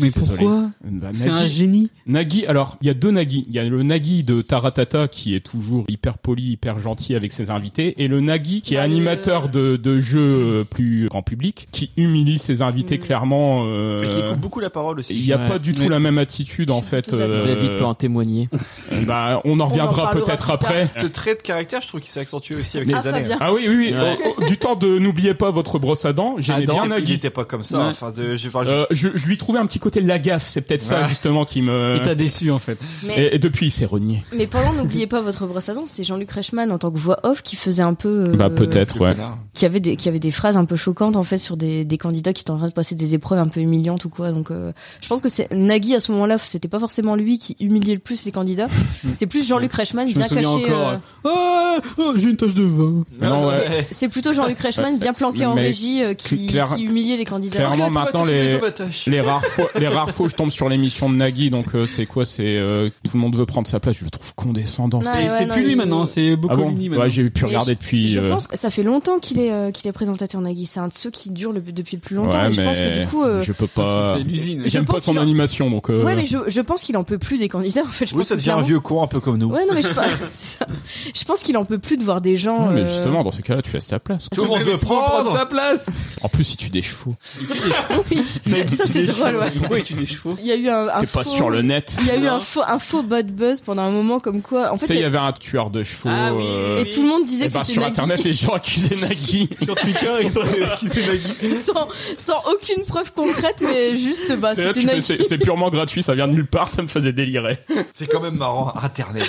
[SPEAKER 2] Mais
[SPEAKER 5] Désolé.
[SPEAKER 2] pourquoi
[SPEAKER 5] Bah,
[SPEAKER 2] C'est
[SPEAKER 5] Nagui-
[SPEAKER 2] un génie.
[SPEAKER 5] Nagui, alors, il y a deux Nagui. Il y a le Nagui de Taratata qui est toujours hyper poli, hyper gentil avec ses invités, et le Nagui qui est animateur de, de jeux euh, plus grand public, qui humilie ses invités clairement. euh,
[SPEAKER 3] Mm. Et qui coupe beaucoup la parole aussi.
[SPEAKER 5] Il n'y a
[SPEAKER 6] Ouais.
[SPEAKER 5] pas du tout
[SPEAKER 6] Mais-
[SPEAKER 5] la même attitude en fait. euh,
[SPEAKER 6] David peut en témoigner.
[SPEAKER 5] bah, on en reviendra
[SPEAKER 4] parlera
[SPEAKER 5] peut-être
[SPEAKER 4] plus
[SPEAKER 5] après.
[SPEAKER 3] Ce trait de caractère, je trouve qu'il s'est accentué aussi avec
[SPEAKER 4] Mais-
[SPEAKER 3] les
[SPEAKER 4] Ah,
[SPEAKER 3] années. hein.
[SPEAKER 4] Fabien.
[SPEAKER 5] Ah oui, oui, oui.
[SPEAKER 6] Ouais.
[SPEAKER 5] Oh, oh, du temps de n'oubliez pas votre brosse à dents, j'aimais
[SPEAKER 3] Adam,
[SPEAKER 5] bien
[SPEAKER 3] il
[SPEAKER 5] Nagui.
[SPEAKER 3] était pas comme ça.
[SPEAKER 5] Ouais.
[SPEAKER 3] Enfin, de- je, enfin, je-
[SPEAKER 5] Euh, je, je lui trouvais un petit côté de la gaffe, c'est peut-être ça
[SPEAKER 2] Ah.
[SPEAKER 5] justement qui me.
[SPEAKER 2] Il t'a déçu en fait.
[SPEAKER 4] Mais-
[SPEAKER 5] Et, et depuis, il s'est renié.
[SPEAKER 4] Mais pendant, n'oubliez pas votre brosse à dents, c'est Jean-Luc Reichmann en tant que voix off qui faisait un peu. euh,
[SPEAKER 5] Bah, peut-être, ouais.
[SPEAKER 4] Qui avait, des, qui avait des phrases un peu choquantes en fait sur des, des candidats qui étaient en train de passer des épreuves un peu humiliantes ou quoi. Donc euh, je pense que c'est Nagui à ce moment-là, c'était pas forcément lui qui humiliait le plus les candidats. C'est plus Jean-Luc Reichmann
[SPEAKER 2] Je me
[SPEAKER 4] bien caché.
[SPEAKER 2] souviens encore.
[SPEAKER 4] euh,
[SPEAKER 2] Ah, oh, j'ai une tache de vin.
[SPEAKER 5] Non, ouais.
[SPEAKER 4] c'est- C'est plutôt Jean-Luc Reichmann bien planqué en
[SPEAKER 5] Mais
[SPEAKER 4] régie euh, qui,
[SPEAKER 5] clair-
[SPEAKER 4] qui humiliait les candidats.
[SPEAKER 5] Clairement, maintenant, les, les rares fois, les rares fois où je tombe sur l'émission de Nagui, donc, euh, c'est quoi, c'est, euh, tout le monde veut prendre sa place, je le trouve condescendant.
[SPEAKER 4] Ouais,
[SPEAKER 5] ce type.
[SPEAKER 4] ouais, C'est non, plus lui il- maintenant,
[SPEAKER 2] c'est
[SPEAKER 5] Boccolini maintenant. Ouais, Ah, j'ai pu
[SPEAKER 4] Mais
[SPEAKER 5] regarder
[SPEAKER 4] je-
[SPEAKER 5] depuis,
[SPEAKER 4] Je
[SPEAKER 5] euh,
[SPEAKER 4] pense que ça fait longtemps qu'il est, euh, qu'il est présentateur Nagui. C'est un de ceux qui dure le- depuis le plus longtemps.
[SPEAKER 5] Ouais,
[SPEAKER 4] et je pense que
[SPEAKER 5] mais
[SPEAKER 4] du coup. euh,
[SPEAKER 5] je peux pas.
[SPEAKER 2] C'est l'usine.
[SPEAKER 4] Je
[SPEAKER 5] J'aime pas
[SPEAKER 4] pense
[SPEAKER 5] son
[SPEAKER 4] qu'il en-
[SPEAKER 5] animation, donc. euh,
[SPEAKER 4] Ouais, mais je, je pense qu'il en peut plus des candidats. En fait, je
[SPEAKER 3] Oui,
[SPEAKER 4] pense
[SPEAKER 3] ça
[SPEAKER 4] que
[SPEAKER 3] devient un
[SPEAKER 4] clairement-
[SPEAKER 3] vieux con un peu comme nous.
[SPEAKER 4] Ouais, non, mais je, par- c'est ça. je pense qu'il en peut plus de voir des gens.
[SPEAKER 5] Non, mais
[SPEAKER 4] euh,
[SPEAKER 5] justement, dans ces cas-là, tu laisses ta place.
[SPEAKER 3] Tout le monde veut prendre
[SPEAKER 2] sa place.
[SPEAKER 5] En plus, il tue des chevaux.
[SPEAKER 4] Ça, c'est drôle, ouais.
[SPEAKER 2] Pourquoi il tue des chevaux
[SPEAKER 4] Il y a eu un. un
[SPEAKER 5] T'es pas
[SPEAKER 4] faux-
[SPEAKER 5] sur le net.
[SPEAKER 4] Il y a eu
[SPEAKER 5] Non.
[SPEAKER 4] un faux, un faux bad buzz pendant un moment, comme quoi. En
[SPEAKER 5] Tu
[SPEAKER 4] fait,
[SPEAKER 5] sais, il y
[SPEAKER 4] a- Ah
[SPEAKER 5] avait un tueur de chevaux. euh,
[SPEAKER 4] Et tout le monde disait
[SPEAKER 5] eh
[SPEAKER 4] que
[SPEAKER 5] ben,
[SPEAKER 4] c'était
[SPEAKER 5] sur
[SPEAKER 4] Nagui.
[SPEAKER 5] internet, les gens accusaient Nagui.
[SPEAKER 2] sur Twitter, ils sont qui c'est Nagui
[SPEAKER 4] sans, sans aucune preuve concrète, mais juste, bah,
[SPEAKER 5] C'est là,
[SPEAKER 4] c'était
[SPEAKER 5] tu fais,
[SPEAKER 4] Nagui.
[SPEAKER 5] c'est- c'est purement gratuit, ça vient de nulle part, ça me faisait délirer.
[SPEAKER 3] C'est quand même marrant, Internet.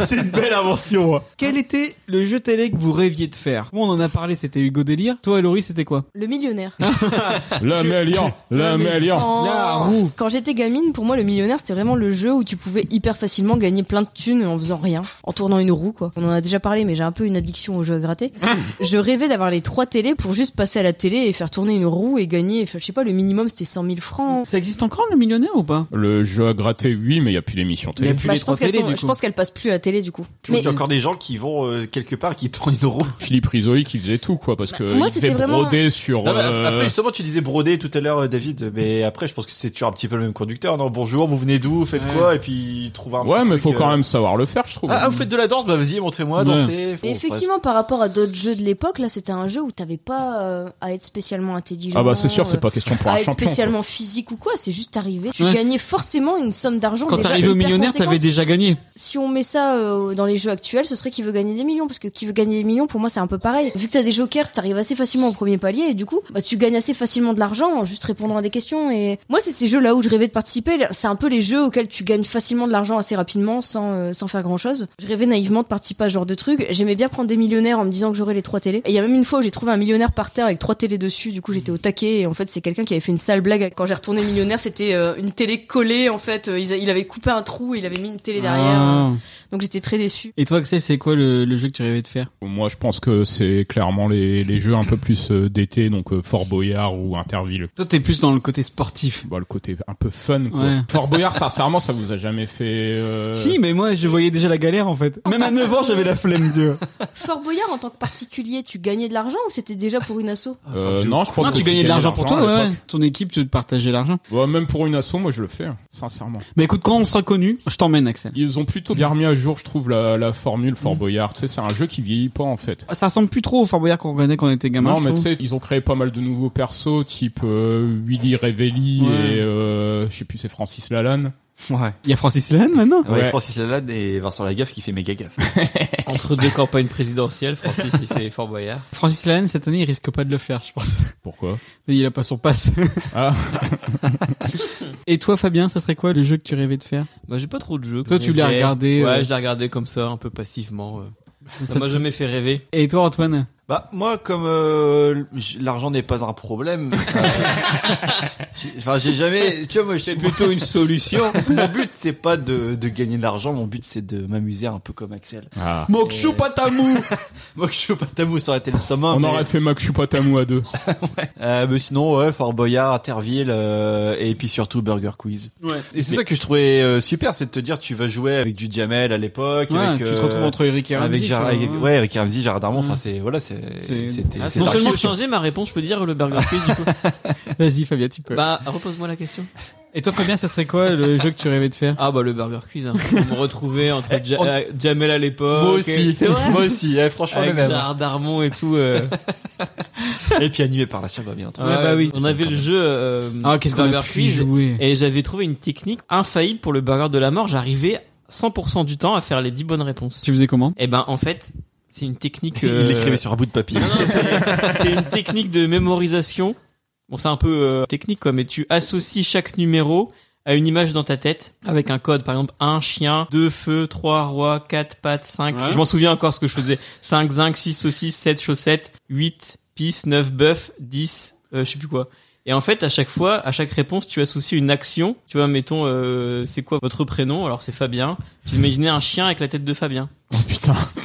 [SPEAKER 2] C'est une belle invention. Quel était le jeu télé que vous rêviez de faire Moi, on en a parlé, c'était Hugo Délire. Toi, Laurie, c'était quoi
[SPEAKER 4] Le millionnaire.
[SPEAKER 5] Le Mélian, le
[SPEAKER 4] Quand-
[SPEAKER 2] Oh.
[SPEAKER 5] Mélian.
[SPEAKER 4] Quand j'étais gamine, pour moi, le millionnaire, c'était vraiment le jeu où tu pouvais hyper facilement gagner plein de thunes en faisant rien, en tournant une roue, quoi. On en a déjà parlé, mais j'ai un peu une addiction aux jeux à gratter. je rêvais d'avoir les trois télés pour juste passer à la télé et faire tourner une roue et gagner, je sais pas, le minimum, c'était 100 000 francs.
[SPEAKER 2] Ça existe encore le millionnaire ou pas
[SPEAKER 5] Le jeu à gratter, oui, mais il n'y a plus d'émission télé.
[SPEAKER 4] Bah, je pense qu'elles sont- je pense qu'elles passent plus à la télé, du coup.
[SPEAKER 3] Il y a encore des gens qui vont euh, quelque part et qui tournent une roue.
[SPEAKER 5] Philippe Risoli qui faisait tout, quoi, parce que
[SPEAKER 4] Bah, moi,
[SPEAKER 5] il
[SPEAKER 4] c'était
[SPEAKER 5] faisait
[SPEAKER 4] vraiment-
[SPEAKER 5] broder sur.
[SPEAKER 3] Non, mais
[SPEAKER 5] euh,
[SPEAKER 3] Après, justement, tu disais broder tout à l'heure, euh, David, mais après, je pense que c'est toujours un petit peu le même conducteur. Non, bonjour, vous venez d'où, faites quoi, et puis il trouve un
[SPEAKER 5] Ouais,
[SPEAKER 3] petit
[SPEAKER 5] mais
[SPEAKER 3] truc,
[SPEAKER 5] faut quand
[SPEAKER 3] euh,
[SPEAKER 5] même savoir le faire, je trouve.
[SPEAKER 3] Ah, ah, vous faites de la danse Bah, vas-y, montrez-moi,
[SPEAKER 5] Ouais.
[SPEAKER 3] dansez. Bon,
[SPEAKER 4] Mais effectivement, par rapport à d'autres jeux de l'époque, là, c'était un jeu où t'avais pas euh, à être spécialement intelligent.
[SPEAKER 5] Ah bah, c'est sûr, c'est
[SPEAKER 4] euh,
[SPEAKER 5] pas question pour
[SPEAKER 4] à
[SPEAKER 5] un
[SPEAKER 4] être
[SPEAKER 5] champion,
[SPEAKER 4] spécialement physique ou quoi, c'est juste arrivé. Tu
[SPEAKER 2] Ouais.
[SPEAKER 4] gagnais forcément une somme d'argent.
[SPEAKER 2] Quand
[SPEAKER 4] déjà
[SPEAKER 2] t'arrives au
[SPEAKER 4] hyper
[SPEAKER 2] millionnaire,
[SPEAKER 4] conséquente.
[SPEAKER 2] t'avais déjà gagné.
[SPEAKER 4] Si on met ça euh, dans les jeux actuels, ce serait qui veut gagner des millions, parce que qui veut gagner des millions, pour moi, c'est un peu pareil. Vu que t'as des jokers, t'arrives assez facilement au premier palier, et du coup, bah, tu gagnes assez facilement de l'argent en juste répondant à des questions. Et moi, c'est ces jeux-là où je rêvais de participer. C'est un peu les jeux auxquels tu gagnes facilement de l'argent assez rapidement, sans euh, sans faire grand-chose. Je rêvais naïvement de participer à ce genre de truc. J'aimais bien prendre des millionnaires en me disant que j'aurais les trois télés. Et il y a même une fois où j'ai trouvé un millionnaire par terre avec trois télés dessus. Du coup, j'étais au taquet. Et en fait, c'est quelqu'un qui avait fait une sale blague. Quand j'ai retourné millionnaire, c'était euh, une télé collée. En fait, Euh, ils a- il avait coupé un trou, et il avait mis une télé derrière. euh,
[SPEAKER 2] Ah.
[SPEAKER 4] Donc j'étais très déçue.
[SPEAKER 2] Et toi, Axel, c'est quoi le, le jeu que tu rêvais de faire
[SPEAKER 5] Moi, je pense que c'est clairement les, les jeux un peu plus euh, d'été, donc euh, Fort Boyard ou Interville.
[SPEAKER 2] Toi, t'es plus dans le côté sportif.
[SPEAKER 5] Bah, le côté un peu fun, quoi.
[SPEAKER 2] Ouais.
[SPEAKER 5] Fort Boyard, sincèrement, ça vous a jamais fait... euh,
[SPEAKER 2] Si, mais moi, je voyais déjà la galère en fait. Même à 9 ans, j'avais la flemme de.
[SPEAKER 4] Fort Boyard, en tant que particulier, tu gagnais de l'argent ou c'était déjà pour une asso
[SPEAKER 3] Ah,
[SPEAKER 5] Euh, non, je pense
[SPEAKER 2] Non,
[SPEAKER 5] que
[SPEAKER 2] Ah, tu gagnais de l'argent pour toi,
[SPEAKER 5] à
[SPEAKER 2] ouais. Ton équipe, tu te partageais l'argent.
[SPEAKER 5] l'époque. Ouais, même pour une asso, moi, je le fais, hein, sincèrement.
[SPEAKER 2] Mais écoute, quand on sera connu, je t'emmène, Axel. Mm.
[SPEAKER 5] Ils ont plutôt bien remis à jour, je trouve, la, la formule Fort Boyard. Tu sais, c'est un jeu qui vieillit pas, en fait.
[SPEAKER 2] Ça ressemble plus trop au Fort Boyard qu'on connaît quand on était gamin.
[SPEAKER 5] non,
[SPEAKER 2] je
[SPEAKER 5] mais tu
[SPEAKER 2] trouve.
[SPEAKER 5] sais, ils ont créé pas mal de nouveaux persos, type euh, Willy Revelli
[SPEAKER 2] Ouais.
[SPEAKER 5] et euh, je sais plus, c'est Francis Lalanne.
[SPEAKER 3] Ouais.
[SPEAKER 2] Il y a Francis Lalanne maintenant.
[SPEAKER 3] Ouais,
[SPEAKER 5] Ouais.
[SPEAKER 3] Francis Lalanne et Vincent Lagaffe qui fait méga gaffe.
[SPEAKER 6] Entre deux campagnes présidentielles, Francis il fait Fort Boyard.
[SPEAKER 2] Francis Lalanne, cette année, il risque pas de le faire, je pense.
[SPEAKER 5] Pourquoi
[SPEAKER 2] Il a pas son passe.
[SPEAKER 5] Ah.
[SPEAKER 2] Et toi, Fabien, ça serait quoi le jeu que tu rêvais de faire
[SPEAKER 6] Bah j'ai pas trop de jeux.
[SPEAKER 2] Toi, tu l'as
[SPEAKER 6] J'ai-
[SPEAKER 2] regardé,
[SPEAKER 6] Ouais,
[SPEAKER 2] euh,
[SPEAKER 6] je l'ai regardé comme ça, un peu passivement. euh.
[SPEAKER 2] te-
[SPEAKER 6] Ça m'a jamais fait rêver.
[SPEAKER 2] Et toi, Antoine
[SPEAKER 3] Bah moi comme euh, j- l'argent n'est pas un problème. euh, j'ai- Enfin j'ai jamais tu vois moi c'est plutôt une solution. Mon but c'est pas de, de gagner de l'argent, mon but c'est de m'amuser un peu comme Axel.
[SPEAKER 5] Ah.
[SPEAKER 3] Mokshu patamou. Mokshu patamou ça aurait été le summum.
[SPEAKER 5] On
[SPEAKER 3] Ah, mais-
[SPEAKER 5] aurait fait Makshupatamou à deux.
[SPEAKER 3] Euh, mais sinon ouais Fort Boyard, Interville euh, et puis surtout Burger Quiz.
[SPEAKER 2] Ouais.
[SPEAKER 3] Et c'est ça que je trouvais euh, super, c'est de te dire tu vas jouer avec du Jamel à l'époque,
[SPEAKER 2] Ouais,
[SPEAKER 3] avec
[SPEAKER 2] tu
[SPEAKER 3] euh,
[SPEAKER 2] te retrouves entre Eric et
[SPEAKER 3] avec
[SPEAKER 2] Ramsey,
[SPEAKER 3] Gérard-
[SPEAKER 2] tu vois,
[SPEAKER 3] avec-
[SPEAKER 2] ouais.
[SPEAKER 3] ouais, avec Ramsey, Gérard Darmon. Enfin c'est voilà, c'est
[SPEAKER 2] C'est-
[SPEAKER 3] c'était
[SPEAKER 6] Ah,
[SPEAKER 3] c'est
[SPEAKER 6] non seulement
[SPEAKER 3] archi-
[SPEAKER 6] changer ma réponse, je peux dire le Burger Quiz du coup.
[SPEAKER 2] Vas-y, Fabien, tu peux.
[SPEAKER 6] Bah repose-moi la question.
[SPEAKER 2] Et toi, Fabien, ça serait quoi le jeu que tu rêvais de faire
[SPEAKER 6] Ah bah le Burger Quiz, hein. on me retrouvait entre Ja-
[SPEAKER 3] on-
[SPEAKER 6] euh, Jamel à l'époque.
[SPEAKER 3] Moi
[SPEAKER 6] et-
[SPEAKER 3] aussi,
[SPEAKER 6] c'est vrai.
[SPEAKER 3] moi aussi, eh, franchement
[SPEAKER 6] Avec
[SPEAKER 3] le même.
[SPEAKER 6] Gérard Darmon et tout. euh.
[SPEAKER 3] Et puis animé par la hein. chèvre, bien entendu.
[SPEAKER 2] Ouais, bah oui.
[SPEAKER 6] On avait le jeu euh,
[SPEAKER 2] Ah, qu'est-ce qu'on a
[SPEAKER 6] Burger
[SPEAKER 2] pu y
[SPEAKER 6] Quiz
[SPEAKER 2] jouer.
[SPEAKER 6] et j'avais trouvé une technique infaillible pour le burger de la mort. J'arrivais 100% du temps à faire les 10 bonnes réponses.
[SPEAKER 2] Tu faisais comment
[SPEAKER 6] Et ben en fait, c'est une technique.
[SPEAKER 3] Il
[SPEAKER 6] euh,
[SPEAKER 3] l'écrivait sur un bout de papier.
[SPEAKER 6] Non, non, c'est- c'est une technique de mémorisation Bon, c'est un peu euh, technique, quoi, mais tu associes chaque numéro à une image dans ta tête avec un code par exemple un chien deux feux trois rois quatre pattes cinq
[SPEAKER 19] Ouais.
[SPEAKER 6] je m'en souviens encore ce que je faisais cinq zinc six saucisses sept chaussettes huit pisse neuf bœuf dix euh, je sais plus quoi et en fait à chaque fois à chaque réponse tu associes une action tu vois mettons euh, c'est quoi votre prénom alors c'est Fabien tu imaginais un chien avec la tête de Fabien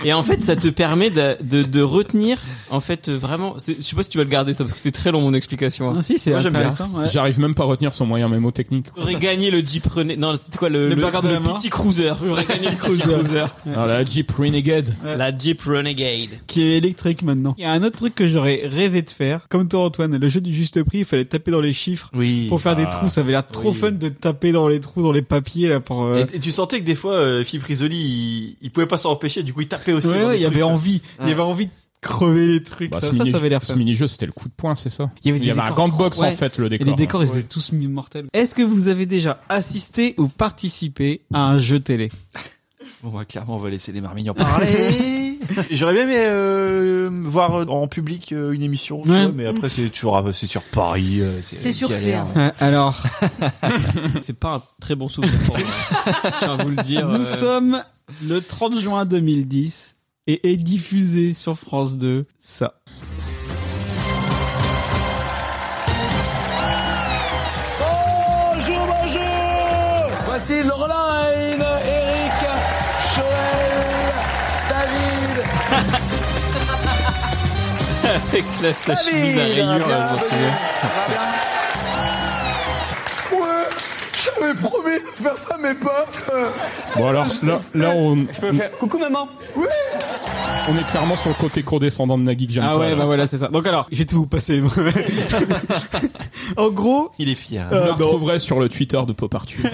[SPEAKER 6] et en fait, ça te permet de, de, de retenir, en fait, euh, vraiment. c'est- Je sais pas si tu vas le garder ça parce que c'est très long mon explication. hein.
[SPEAKER 2] Ah,
[SPEAKER 5] Ah,
[SPEAKER 6] Moi, j'aime bien.
[SPEAKER 5] J'arrive même pas à retenir son moyen mémotechnique.
[SPEAKER 6] J'aurais gagné le Jeep René. Non, c'était quoi le,
[SPEAKER 5] Le
[SPEAKER 6] le,
[SPEAKER 5] burger de
[SPEAKER 6] le
[SPEAKER 5] la mort.
[SPEAKER 6] petit cruiser. J'aurais gagné le petit cruiser.
[SPEAKER 5] Alors, la Jeep Renegade.
[SPEAKER 6] La Jeep Renegade.
[SPEAKER 2] qui est électrique maintenant. Il y a un autre truc que j'aurais rêvé de faire. Comme toi, Antoine, le jeu du juste prix, il fallait taper dans les chiffres pour faire des
[SPEAKER 3] Ah.
[SPEAKER 2] trous. Ça avait l'air trop
[SPEAKER 3] Oui.
[SPEAKER 2] fun de taper dans les trous, dans les papiers, là, pour... euh,
[SPEAKER 3] Et, et tu sentais que des fois, euh, Philippe Risoli, il, il pouvait pas s'en empêcher, du coup, il tapait aussi.
[SPEAKER 2] Ouais,
[SPEAKER 3] dans
[SPEAKER 2] ouais,
[SPEAKER 3] des
[SPEAKER 2] il y
[SPEAKER 3] trucs,
[SPEAKER 2] avait
[SPEAKER 3] euh.
[SPEAKER 2] envie. Il y
[SPEAKER 3] Ouais.
[SPEAKER 2] avait envie de crever les trucs.
[SPEAKER 5] Bah,
[SPEAKER 2] ça,
[SPEAKER 5] ce
[SPEAKER 2] ça, ça
[SPEAKER 5] mini-
[SPEAKER 2] avait l'air
[SPEAKER 5] Ce
[SPEAKER 2] fun.
[SPEAKER 5] mini-jeu, c'était le coup de poing, c'est ça
[SPEAKER 2] Il y avait, des
[SPEAKER 5] un
[SPEAKER 2] décors
[SPEAKER 5] grand
[SPEAKER 2] trop-
[SPEAKER 5] box en
[SPEAKER 2] ouais.
[SPEAKER 5] fait, le
[SPEAKER 2] Et
[SPEAKER 5] décor. hein.
[SPEAKER 2] les décors, ils étaient tous mis mortels. Est-ce que vous avez déjà assisté ou participé à un jeu télé
[SPEAKER 3] Bon, bah, clairement, on va laisser les marmignons parler. J'aurais bien aimé euh, voir euh, en public euh, une émission, tu
[SPEAKER 2] Ouais.
[SPEAKER 3] vois, mais après, c'est toujours ah, bah, c'est sur Paris. euh,
[SPEAKER 6] C'est
[SPEAKER 3] une
[SPEAKER 6] surfait,
[SPEAKER 3] galère.
[SPEAKER 6] hein.
[SPEAKER 2] Euh, Alors,
[SPEAKER 6] C'est pas un très bon souvenir pour moi. Je tiens à vous le dire.
[SPEAKER 2] Nous
[SPEAKER 6] euh,
[SPEAKER 2] sommes le 30 juin 2010 et est diffusé sur France 2 ça.
[SPEAKER 8] Bonjour, bonjour Voici Laureline, Eric, Joël, David.
[SPEAKER 6] Avec la sa chemise à
[SPEAKER 8] David,
[SPEAKER 6] rayures, là, je m'en
[SPEAKER 8] bienvenue.
[SPEAKER 6] souviens.
[SPEAKER 8] Ouais, j'avais promis de faire ça à mes potes.
[SPEAKER 5] Bon, alors, là, là, on,
[SPEAKER 2] Coucou maman
[SPEAKER 8] Oui
[SPEAKER 5] on est clairement sur le côté condescendant de Nagui que j'aime
[SPEAKER 2] Ah
[SPEAKER 5] pas,
[SPEAKER 2] ouais,
[SPEAKER 5] là.
[SPEAKER 2] bah voilà, c'est ça. Donc alors, je vais tout vous passer. en gros,
[SPEAKER 3] Il est fier.
[SPEAKER 5] Vous
[SPEAKER 2] Euh,
[SPEAKER 5] la
[SPEAKER 2] non.
[SPEAKER 5] retrouverez sur le Twitter de Pop Arthur.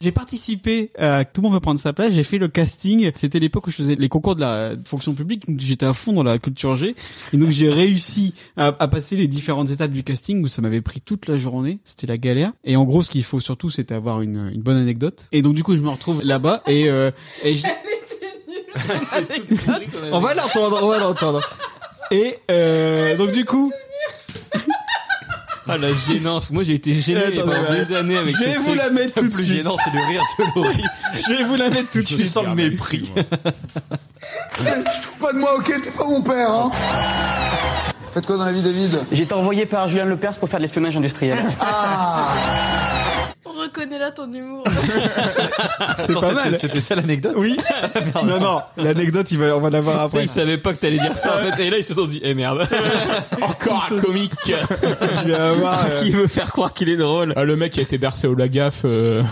[SPEAKER 2] j'ai participé à Tout le monde veut prendre sa place, j'ai fait le casting. C'était l'époque où je faisais les concours de la euh, fonction publique, donc j'étais à fond dans la culture G. Et donc j'ai réussi à, à passer les différentes étapes du casting où ça m'avait pris toute la journée, c'était la galère. Et en gros, ce qu'il faut surtout, c'était avoir une, une bonne anecdote. Et donc du coup, je me retrouve là-bas et, euh, et je- on va l'entendre, on va l'entendre. Et euh, donc du coup,
[SPEAKER 6] Ah la gênance. Moi j'ai été gêné
[SPEAKER 2] Attends,
[SPEAKER 6] pendant
[SPEAKER 2] attends,
[SPEAKER 6] des années avec
[SPEAKER 2] je vais
[SPEAKER 6] ce
[SPEAKER 2] vous
[SPEAKER 6] truc.
[SPEAKER 2] la mettre
[SPEAKER 6] Le
[SPEAKER 2] tout de
[SPEAKER 6] plus
[SPEAKER 2] suite.
[SPEAKER 6] gênant c'est le rire de Laurie.
[SPEAKER 2] je vais vous la mettre tout de
[SPEAKER 6] Je
[SPEAKER 2] suite.
[SPEAKER 6] sens le
[SPEAKER 3] mépris.
[SPEAKER 8] Je trouve pas de moi, ok T'es pas mon père, hein Faites quoi dans la vie, David
[SPEAKER 11] J'ai été envoyé par Julien Lepers pour faire de l'espionnage industriel.
[SPEAKER 6] Ah,
[SPEAKER 16] On reconnaît là ton humour.
[SPEAKER 2] Ah, C'est
[SPEAKER 3] Attends,
[SPEAKER 2] pas
[SPEAKER 3] c'était-
[SPEAKER 2] mal.
[SPEAKER 3] C'était ça l'anecdote
[SPEAKER 2] Oui.
[SPEAKER 6] Ah,
[SPEAKER 2] non, non, l'anecdote, il va- on va la voir
[SPEAKER 6] Ça,
[SPEAKER 2] après.
[SPEAKER 6] ils savaient pas que t'allais dire ça en fait. Et là ils se sont dit, eh merde. Encore un comique.
[SPEAKER 2] Je vais avoir, euh,
[SPEAKER 6] Qui veut faire croire qu'il est drôle.
[SPEAKER 5] Ah, le mec a été bercé au lagaffe. euh,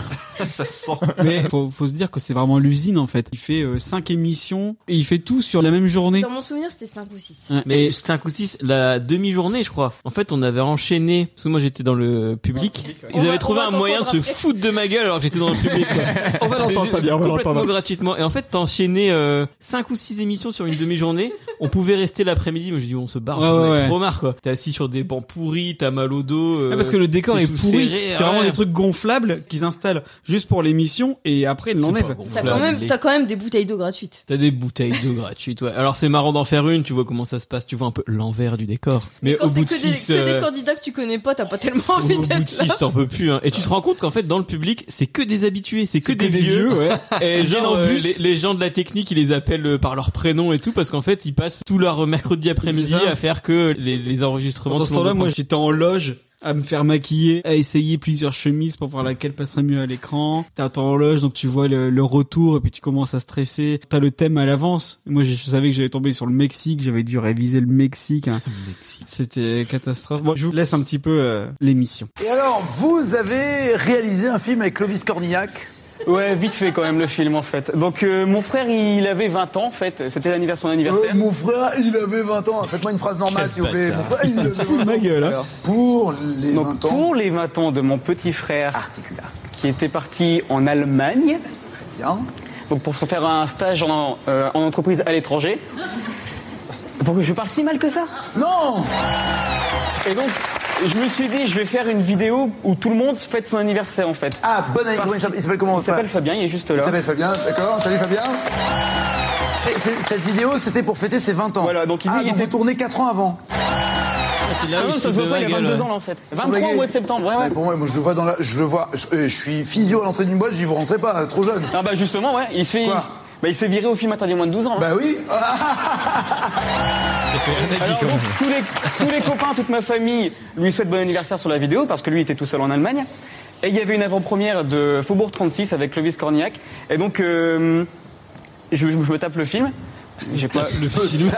[SPEAKER 3] ça sent.
[SPEAKER 2] Mais faut, faut se dire que c'est vraiment l'usine en fait. Il fait 5 émissions et il fait tout sur la même journée.
[SPEAKER 4] Dans mon souvenir, c'était 5 ou 6.
[SPEAKER 6] Mais 5 ou 6, la demi-journée, je crois. En fait, on avait enchaîné, parce que moi j'étais dans le public.
[SPEAKER 4] On
[SPEAKER 6] Ils
[SPEAKER 4] va-
[SPEAKER 6] avaient trouvé
[SPEAKER 4] on va
[SPEAKER 6] un moyen de se
[SPEAKER 4] t'entendre après.
[SPEAKER 6] foutre de ma gueule alors que j'étais dans le public. quoi.
[SPEAKER 2] On va l'entendre,
[SPEAKER 6] Je-
[SPEAKER 2] Fabien, on va
[SPEAKER 6] complètement
[SPEAKER 2] l'entendre.
[SPEAKER 6] gratuitement. Et en fait, t'enchaînais euh, 5 ou 6 émissions sur une demi-journée. On pouvait rester l'après-midi, mais je dis, bon, on se barre,
[SPEAKER 2] Ouais,
[SPEAKER 6] on
[SPEAKER 2] ouais, ouais.
[SPEAKER 6] trop marre quoi. T'es assis sur des bancs pourris, t'as mal au dos. euh,
[SPEAKER 2] Ah, parce que le décor
[SPEAKER 6] t'es
[SPEAKER 2] est
[SPEAKER 6] tout
[SPEAKER 2] pourri.
[SPEAKER 6] serré,
[SPEAKER 2] C'est vraiment
[SPEAKER 6] ouais.
[SPEAKER 2] des trucs gonflables qu'ils installent juste pour l'émission et après ils l'enlèvent.
[SPEAKER 4] T'as quand, même,
[SPEAKER 6] les-
[SPEAKER 4] t'as quand même des bouteilles d'eau gratuites.
[SPEAKER 6] T'as des bouteilles d'eau gratuites, ouais. Alors c'est marrant d'en faire une, tu vois comment ça se passe, tu vois un peu l'envers du décor. Mais,
[SPEAKER 4] Quand
[SPEAKER 6] au
[SPEAKER 4] c'est
[SPEAKER 6] bout
[SPEAKER 4] que,
[SPEAKER 6] de
[SPEAKER 4] des,
[SPEAKER 6] six,
[SPEAKER 4] que des
[SPEAKER 6] euh,
[SPEAKER 4] candidats que tu connais pas, t'as pas tellement envie
[SPEAKER 6] Au bout de
[SPEAKER 4] d'être là.
[SPEAKER 6] six, t'en peux plus. Hein. Et tu te rends compte qu'en fait, dans le public, c'est que des habitués, c'est que, des, vieux. Et
[SPEAKER 2] Ils viennent
[SPEAKER 6] genre,
[SPEAKER 2] en
[SPEAKER 6] euh,
[SPEAKER 2] bus.
[SPEAKER 6] les, les gens de la technique, ils les appellent euh, par leur prénom et tout, parce qu'en fait, ils passent tout leur mercredi après-midi
[SPEAKER 2] C'est ça.
[SPEAKER 6] à faire que les, les enregistrements.
[SPEAKER 2] Dans
[SPEAKER 6] tout
[SPEAKER 2] ce
[SPEAKER 6] le monde
[SPEAKER 2] temps-là, moi
[SPEAKER 6] reprend.
[SPEAKER 2] j'étais en loge à me faire maquiller, à essayer plusieurs chemises pour voir laquelle passerait mieux à l'écran. T'attends en loge, donc tu vois le, le retour et puis tu commences à stresser. T'as le thème à l'avance. Moi je, je savais que j'allais tomber sur le Mexique, j'avais dû réviser le Mexique. hein. C'était catastrophe. Bon, je vous laisse un petit peu euh, l'émission.
[SPEAKER 8] Et alors, vous avez réalisé un film avec Clovis Cornillac
[SPEAKER 11] Ouais, vite fait quand même le film en fait. Donc euh, mon frère, il avait 20 ans en fait, c'était l'anniversaire son
[SPEAKER 8] Euh,
[SPEAKER 11] anniversaire.
[SPEAKER 8] Mon frère, il avait 20 ans. Faites-moi une phrase normale,
[SPEAKER 11] Quel
[SPEAKER 8] s'il vous plaît.
[SPEAKER 11] bâtard.
[SPEAKER 8] Mon frère,
[SPEAKER 11] Il
[SPEAKER 8] il
[SPEAKER 11] se
[SPEAKER 8] avait
[SPEAKER 11] fout de
[SPEAKER 8] 20
[SPEAKER 11] ma
[SPEAKER 8] ans.
[SPEAKER 11] gueule, hein.
[SPEAKER 8] Pour les
[SPEAKER 11] Donc
[SPEAKER 8] 20 ans.
[SPEAKER 11] pour les 20 ans de mon petit frère qui était parti en Allemagne. Donc pour se faire un stage en, euh, en entreprise à l'étranger. Pourquoi je parle si mal que ça
[SPEAKER 8] Non
[SPEAKER 11] Et donc je me suis dit je vais faire une vidéo où tout le monde fête son anniversaire en fait.
[SPEAKER 8] Ah, bonne année.
[SPEAKER 11] Parce
[SPEAKER 8] Comment il s'appelle-
[SPEAKER 11] qu'il-
[SPEAKER 8] il s'appelle comment
[SPEAKER 11] Il s'appelle Fabien, il est juste là.
[SPEAKER 8] Il s'appelle Fabien, d'accord. Salut Fabien. Et c'est- cette vidéo, c'était pour fêter ses 20 ans. Voilà,
[SPEAKER 11] donc
[SPEAKER 8] il ah, donc vous tournez 4 ans avant.
[SPEAKER 25] c'est là
[SPEAKER 2] Ah
[SPEAKER 25] où il
[SPEAKER 2] non,
[SPEAKER 25] se
[SPEAKER 2] ça
[SPEAKER 25] fout
[SPEAKER 2] se voit
[SPEAKER 25] de euh, ma
[SPEAKER 2] pas, il a
[SPEAKER 25] gueule,
[SPEAKER 2] 22 ans
[SPEAKER 25] ouais.
[SPEAKER 2] là en fait. 23 au mois de septembre, ouais, ouais.
[SPEAKER 8] Ouais, pour moi, moi, je le vois dans la, je le vois, je, euh, je suis physio à l'entrée d'une boîte, je dis vous rentrez pas, euh, trop jeune.
[SPEAKER 2] Ah bah justement, ouais, il se fait.
[SPEAKER 8] Quoi
[SPEAKER 2] bah, il s'est viré au film interdit aux moins de 12 ans. Bah
[SPEAKER 8] oui
[SPEAKER 2] Alors donc, tous les, tous les copains, toute ma famille lui souhaitent bon anniversaire sur la vidéo parce que lui était tout seul en Allemagne. Et il y avait une avant-première de Faubourg 36 avec Clovis Cornillac. Et donc, euh, je, je me tape le film. J'ai pas le film.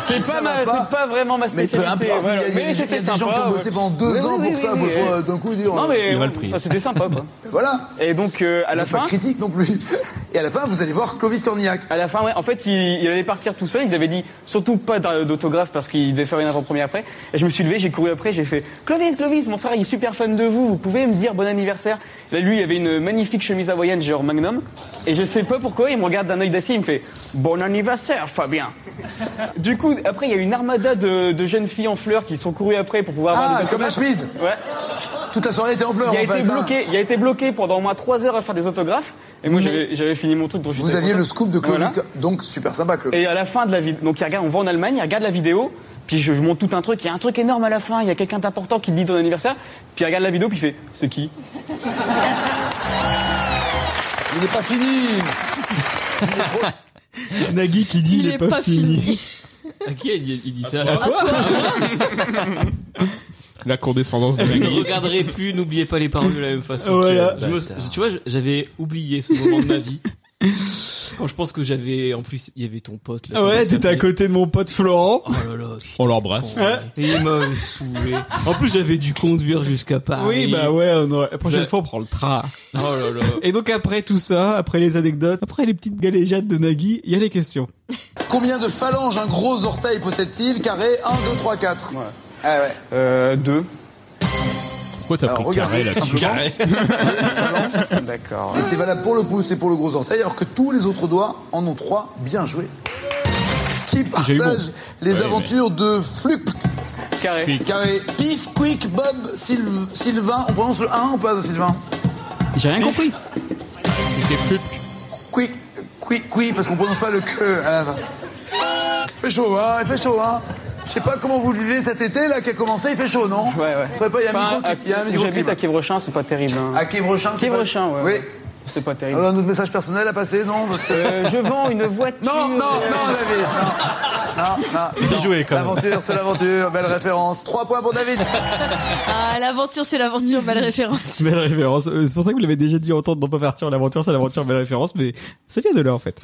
[SPEAKER 2] C'est
[SPEAKER 8] Ça
[SPEAKER 2] pas,
[SPEAKER 8] va
[SPEAKER 2] ma-
[SPEAKER 8] pas.
[SPEAKER 2] c'est pas vraiment ma
[SPEAKER 8] Mais peu
[SPEAKER 2] spécialité.
[SPEAKER 8] importe,
[SPEAKER 2] voilà.
[SPEAKER 8] il y a, il y a- il y a
[SPEAKER 2] c'était
[SPEAKER 8] des
[SPEAKER 2] sympa.
[SPEAKER 8] gens qui ont
[SPEAKER 2] ouais.
[SPEAKER 8] bossé pendant deux
[SPEAKER 2] Oui,
[SPEAKER 8] ans
[SPEAKER 2] oui,
[SPEAKER 8] pour
[SPEAKER 2] oui,
[SPEAKER 8] ça,
[SPEAKER 2] oui,
[SPEAKER 8] pour
[SPEAKER 2] oui.
[SPEAKER 8] pouvoir, euh, d'un coup dire.
[SPEAKER 2] Non mais
[SPEAKER 8] euh,
[SPEAKER 2] enfin, c'était sympa quoi.
[SPEAKER 8] Voilà.
[SPEAKER 2] Et donc euh, à la
[SPEAKER 8] Faut pas
[SPEAKER 2] fin.
[SPEAKER 8] critique non plus. Et à la fin, vous allez voir Clovis Cornillac.
[SPEAKER 2] À la fin, ouais. En fait, il, il allait partir tout seul. Ils avaient dit surtout pas d'a- d'autographe parce qu'il devait faire une avant-première après. Et je me suis levé, j'ai couru après, j'ai fait Clovis, Clovis, mon frère, il est super fan de vous. Vous pouvez me dire bon anniversaire. Là, lui, il avait une magnifique chemise hawaïenne genre Magnum. Et je sais pas pourquoi, il me regarde d'un œil d'acier, il me fait bon anniversaire, Fabien. du coup, après, il y a une armada de, de jeunes filles en fleurs qui sont courues après pour pouvoir avoir
[SPEAKER 8] Ah,
[SPEAKER 2] des
[SPEAKER 8] comme la
[SPEAKER 2] autographes.
[SPEAKER 8] chemise.
[SPEAKER 2] Ouais.
[SPEAKER 8] Toute la soirée était en fleurs.
[SPEAKER 2] Il a,
[SPEAKER 8] en
[SPEAKER 2] été
[SPEAKER 8] fait, hein.
[SPEAKER 2] bloqué, il a été bloqué pendant au moins 3 heures à faire des autographes. Et moi,
[SPEAKER 8] Mais-
[SPEAKER 2] j'avais- j'avais fini mon truc. dont
[SPEAKER 8] Vous
[SPEAKER 2] j'étais
[SPEAKER 8] aviez
[SPEAKER 2] content.
[SPEAKER 8] le scoop de Clovis.
[SPEAKER 2] Voilà.
[SPEAKER 8] Cor- Donc super sympa Clovis.
[SPEAKER 2] Et à la fin de la vidéo, donc il regarde, on va en Allemagne, il regarde la vidéo, puis je, je monte tout un truc, il y a un truc énorme à la fin, il y a quelqu'un d'important qui dit ton anniversaire, puis il regarde la vidéo, puis il fait c'est qui
[SPEAKER 8] Il n'est pas fini.
[SPEAKER 14] Nagui qui dit il, est pas, fini.
[SPEAKER 25] À qui il dit, il dit ça
[SPEAKER 5] À toi. La condescendance de
[SPEAKER 25] Vous ne
[SPEAKER 5] Nagui.
[SPEAKER 25] regarderez plus, n'oubliez pas les paroles de la même façon.
[SPEAKER 5] Voilà.
[SPEAKER 25] Que- je me-
[SPEAKER 5] Bâtard.
[SPEAKER 25] tu vois, j'avais oublié ce moment de ma vie. Quand je pense que j'avais, en plus, il y avait ton pote. là, comment
[SPEAKER 14] Ah Ouais,
[SPEAKER 25] il
[SPEAKER 14] t'étais à
[SPEAKER 25] s'appelait
[SPEAKER 14] côté de mon pote Florent.
[SPEAKER 25] Oh
[SPEAKER 14] Hein
[SPEAKER 5] On l'embrasse.
[SPEAKER 2] Oh,
[SPEAKER 25] Ouais. Et il m'a saoulé. En plus, j'avais dû conduire jusqu'à Paris.
[SPEAKER 14] Oui, bah ouais, on aurait- la prochaine
[SPEAKER 25] Je-
[SPEAKER 14] fois on prend le train.
[SPEAKER 25] Oh là là.
[SPEAKER 14] Et donc après tout ça, après les anecdotes, après les petites galéjades de Nagui, il y a les questions.
[SPEAKER 8] Combien de phalanges un gros orteil possède-t-il Carré 1, 2, 3, 4. Ah ouais.
[SPEAKER 2] Euh, deux.
[SPEAKER 5] Pourquoi t'as pris carré là-dessus
[SPEAKER 2] D'accord.
[SPEAKER 8] Et c'est valable pour le pouce et pour le gros orteil, alors que tous les autres doigts en ont trois bien joués. Qui
[SPEAKER 5] J'ai eu bon.
[SPEAKER 8] partage les
[SPEAKER 5] Ouais,
[SPEAKER 8] aventures de Flup
[SPEAKER 2] Carré.
[SPEAKER 8] Carré, Pif, Quick, Bob, Sylv- Sylvain. On prononce le 1 ou pas, Sylvain
[SPEAKER 14] J'ai rien compris.
[SPEAKER 5] C'était Flup.
[SPEAKER 8] Quick, Quick, Quick, parce qu'on prononce pas le que à la fin. Il fait chaud, hein Il fait chaud, hein Je sais pas comment vous le vivez cet été, là, qui a commencé, il fait chaud, non
[SPEAKER 2] Ouais, ouais.
[SPEAKER 8] Vous savez pas, il y a un
[SPEAKER 2] Enfin,
[SPEAKER 8] micro, il y a un
[SPEAKER 2] à-
[SPEAKER 8] micro
[SPEAKER 2] J'habite à Kévrochin, c'est pas terrible. hein.
[SPEAKER 8] À Kévrochin, c'est pas-
[SPEAKER 2] Kévrochin, ouais.
[SPEAKER 8] Oui.
[SPEAKER 2] ouais. C'est pas terrible.
[SPEAKER 8] Alors, un autre message personnel à passer, non parce que-
[SPEAKER 2] Euh, je vends une voiture.
[SPEAKER 8] Non, non, non, David. Non, non.
[SPEAKER 3] Bien joué, quand même.
[SPEAKER 8] L'aventure, c'est l'aventure. Belle référence. Trois points pour David.
[SPEAKER 4] Ah, l'aventure, c'est l'aventure, belle référence.
[SPEAKER 14] Belle référence. Euh, C'est pour ça que vous l'avez déjà dit entendre dans Paparture, l'aventure c'est l'aventure, belle référence, mais ça vient de là en fait.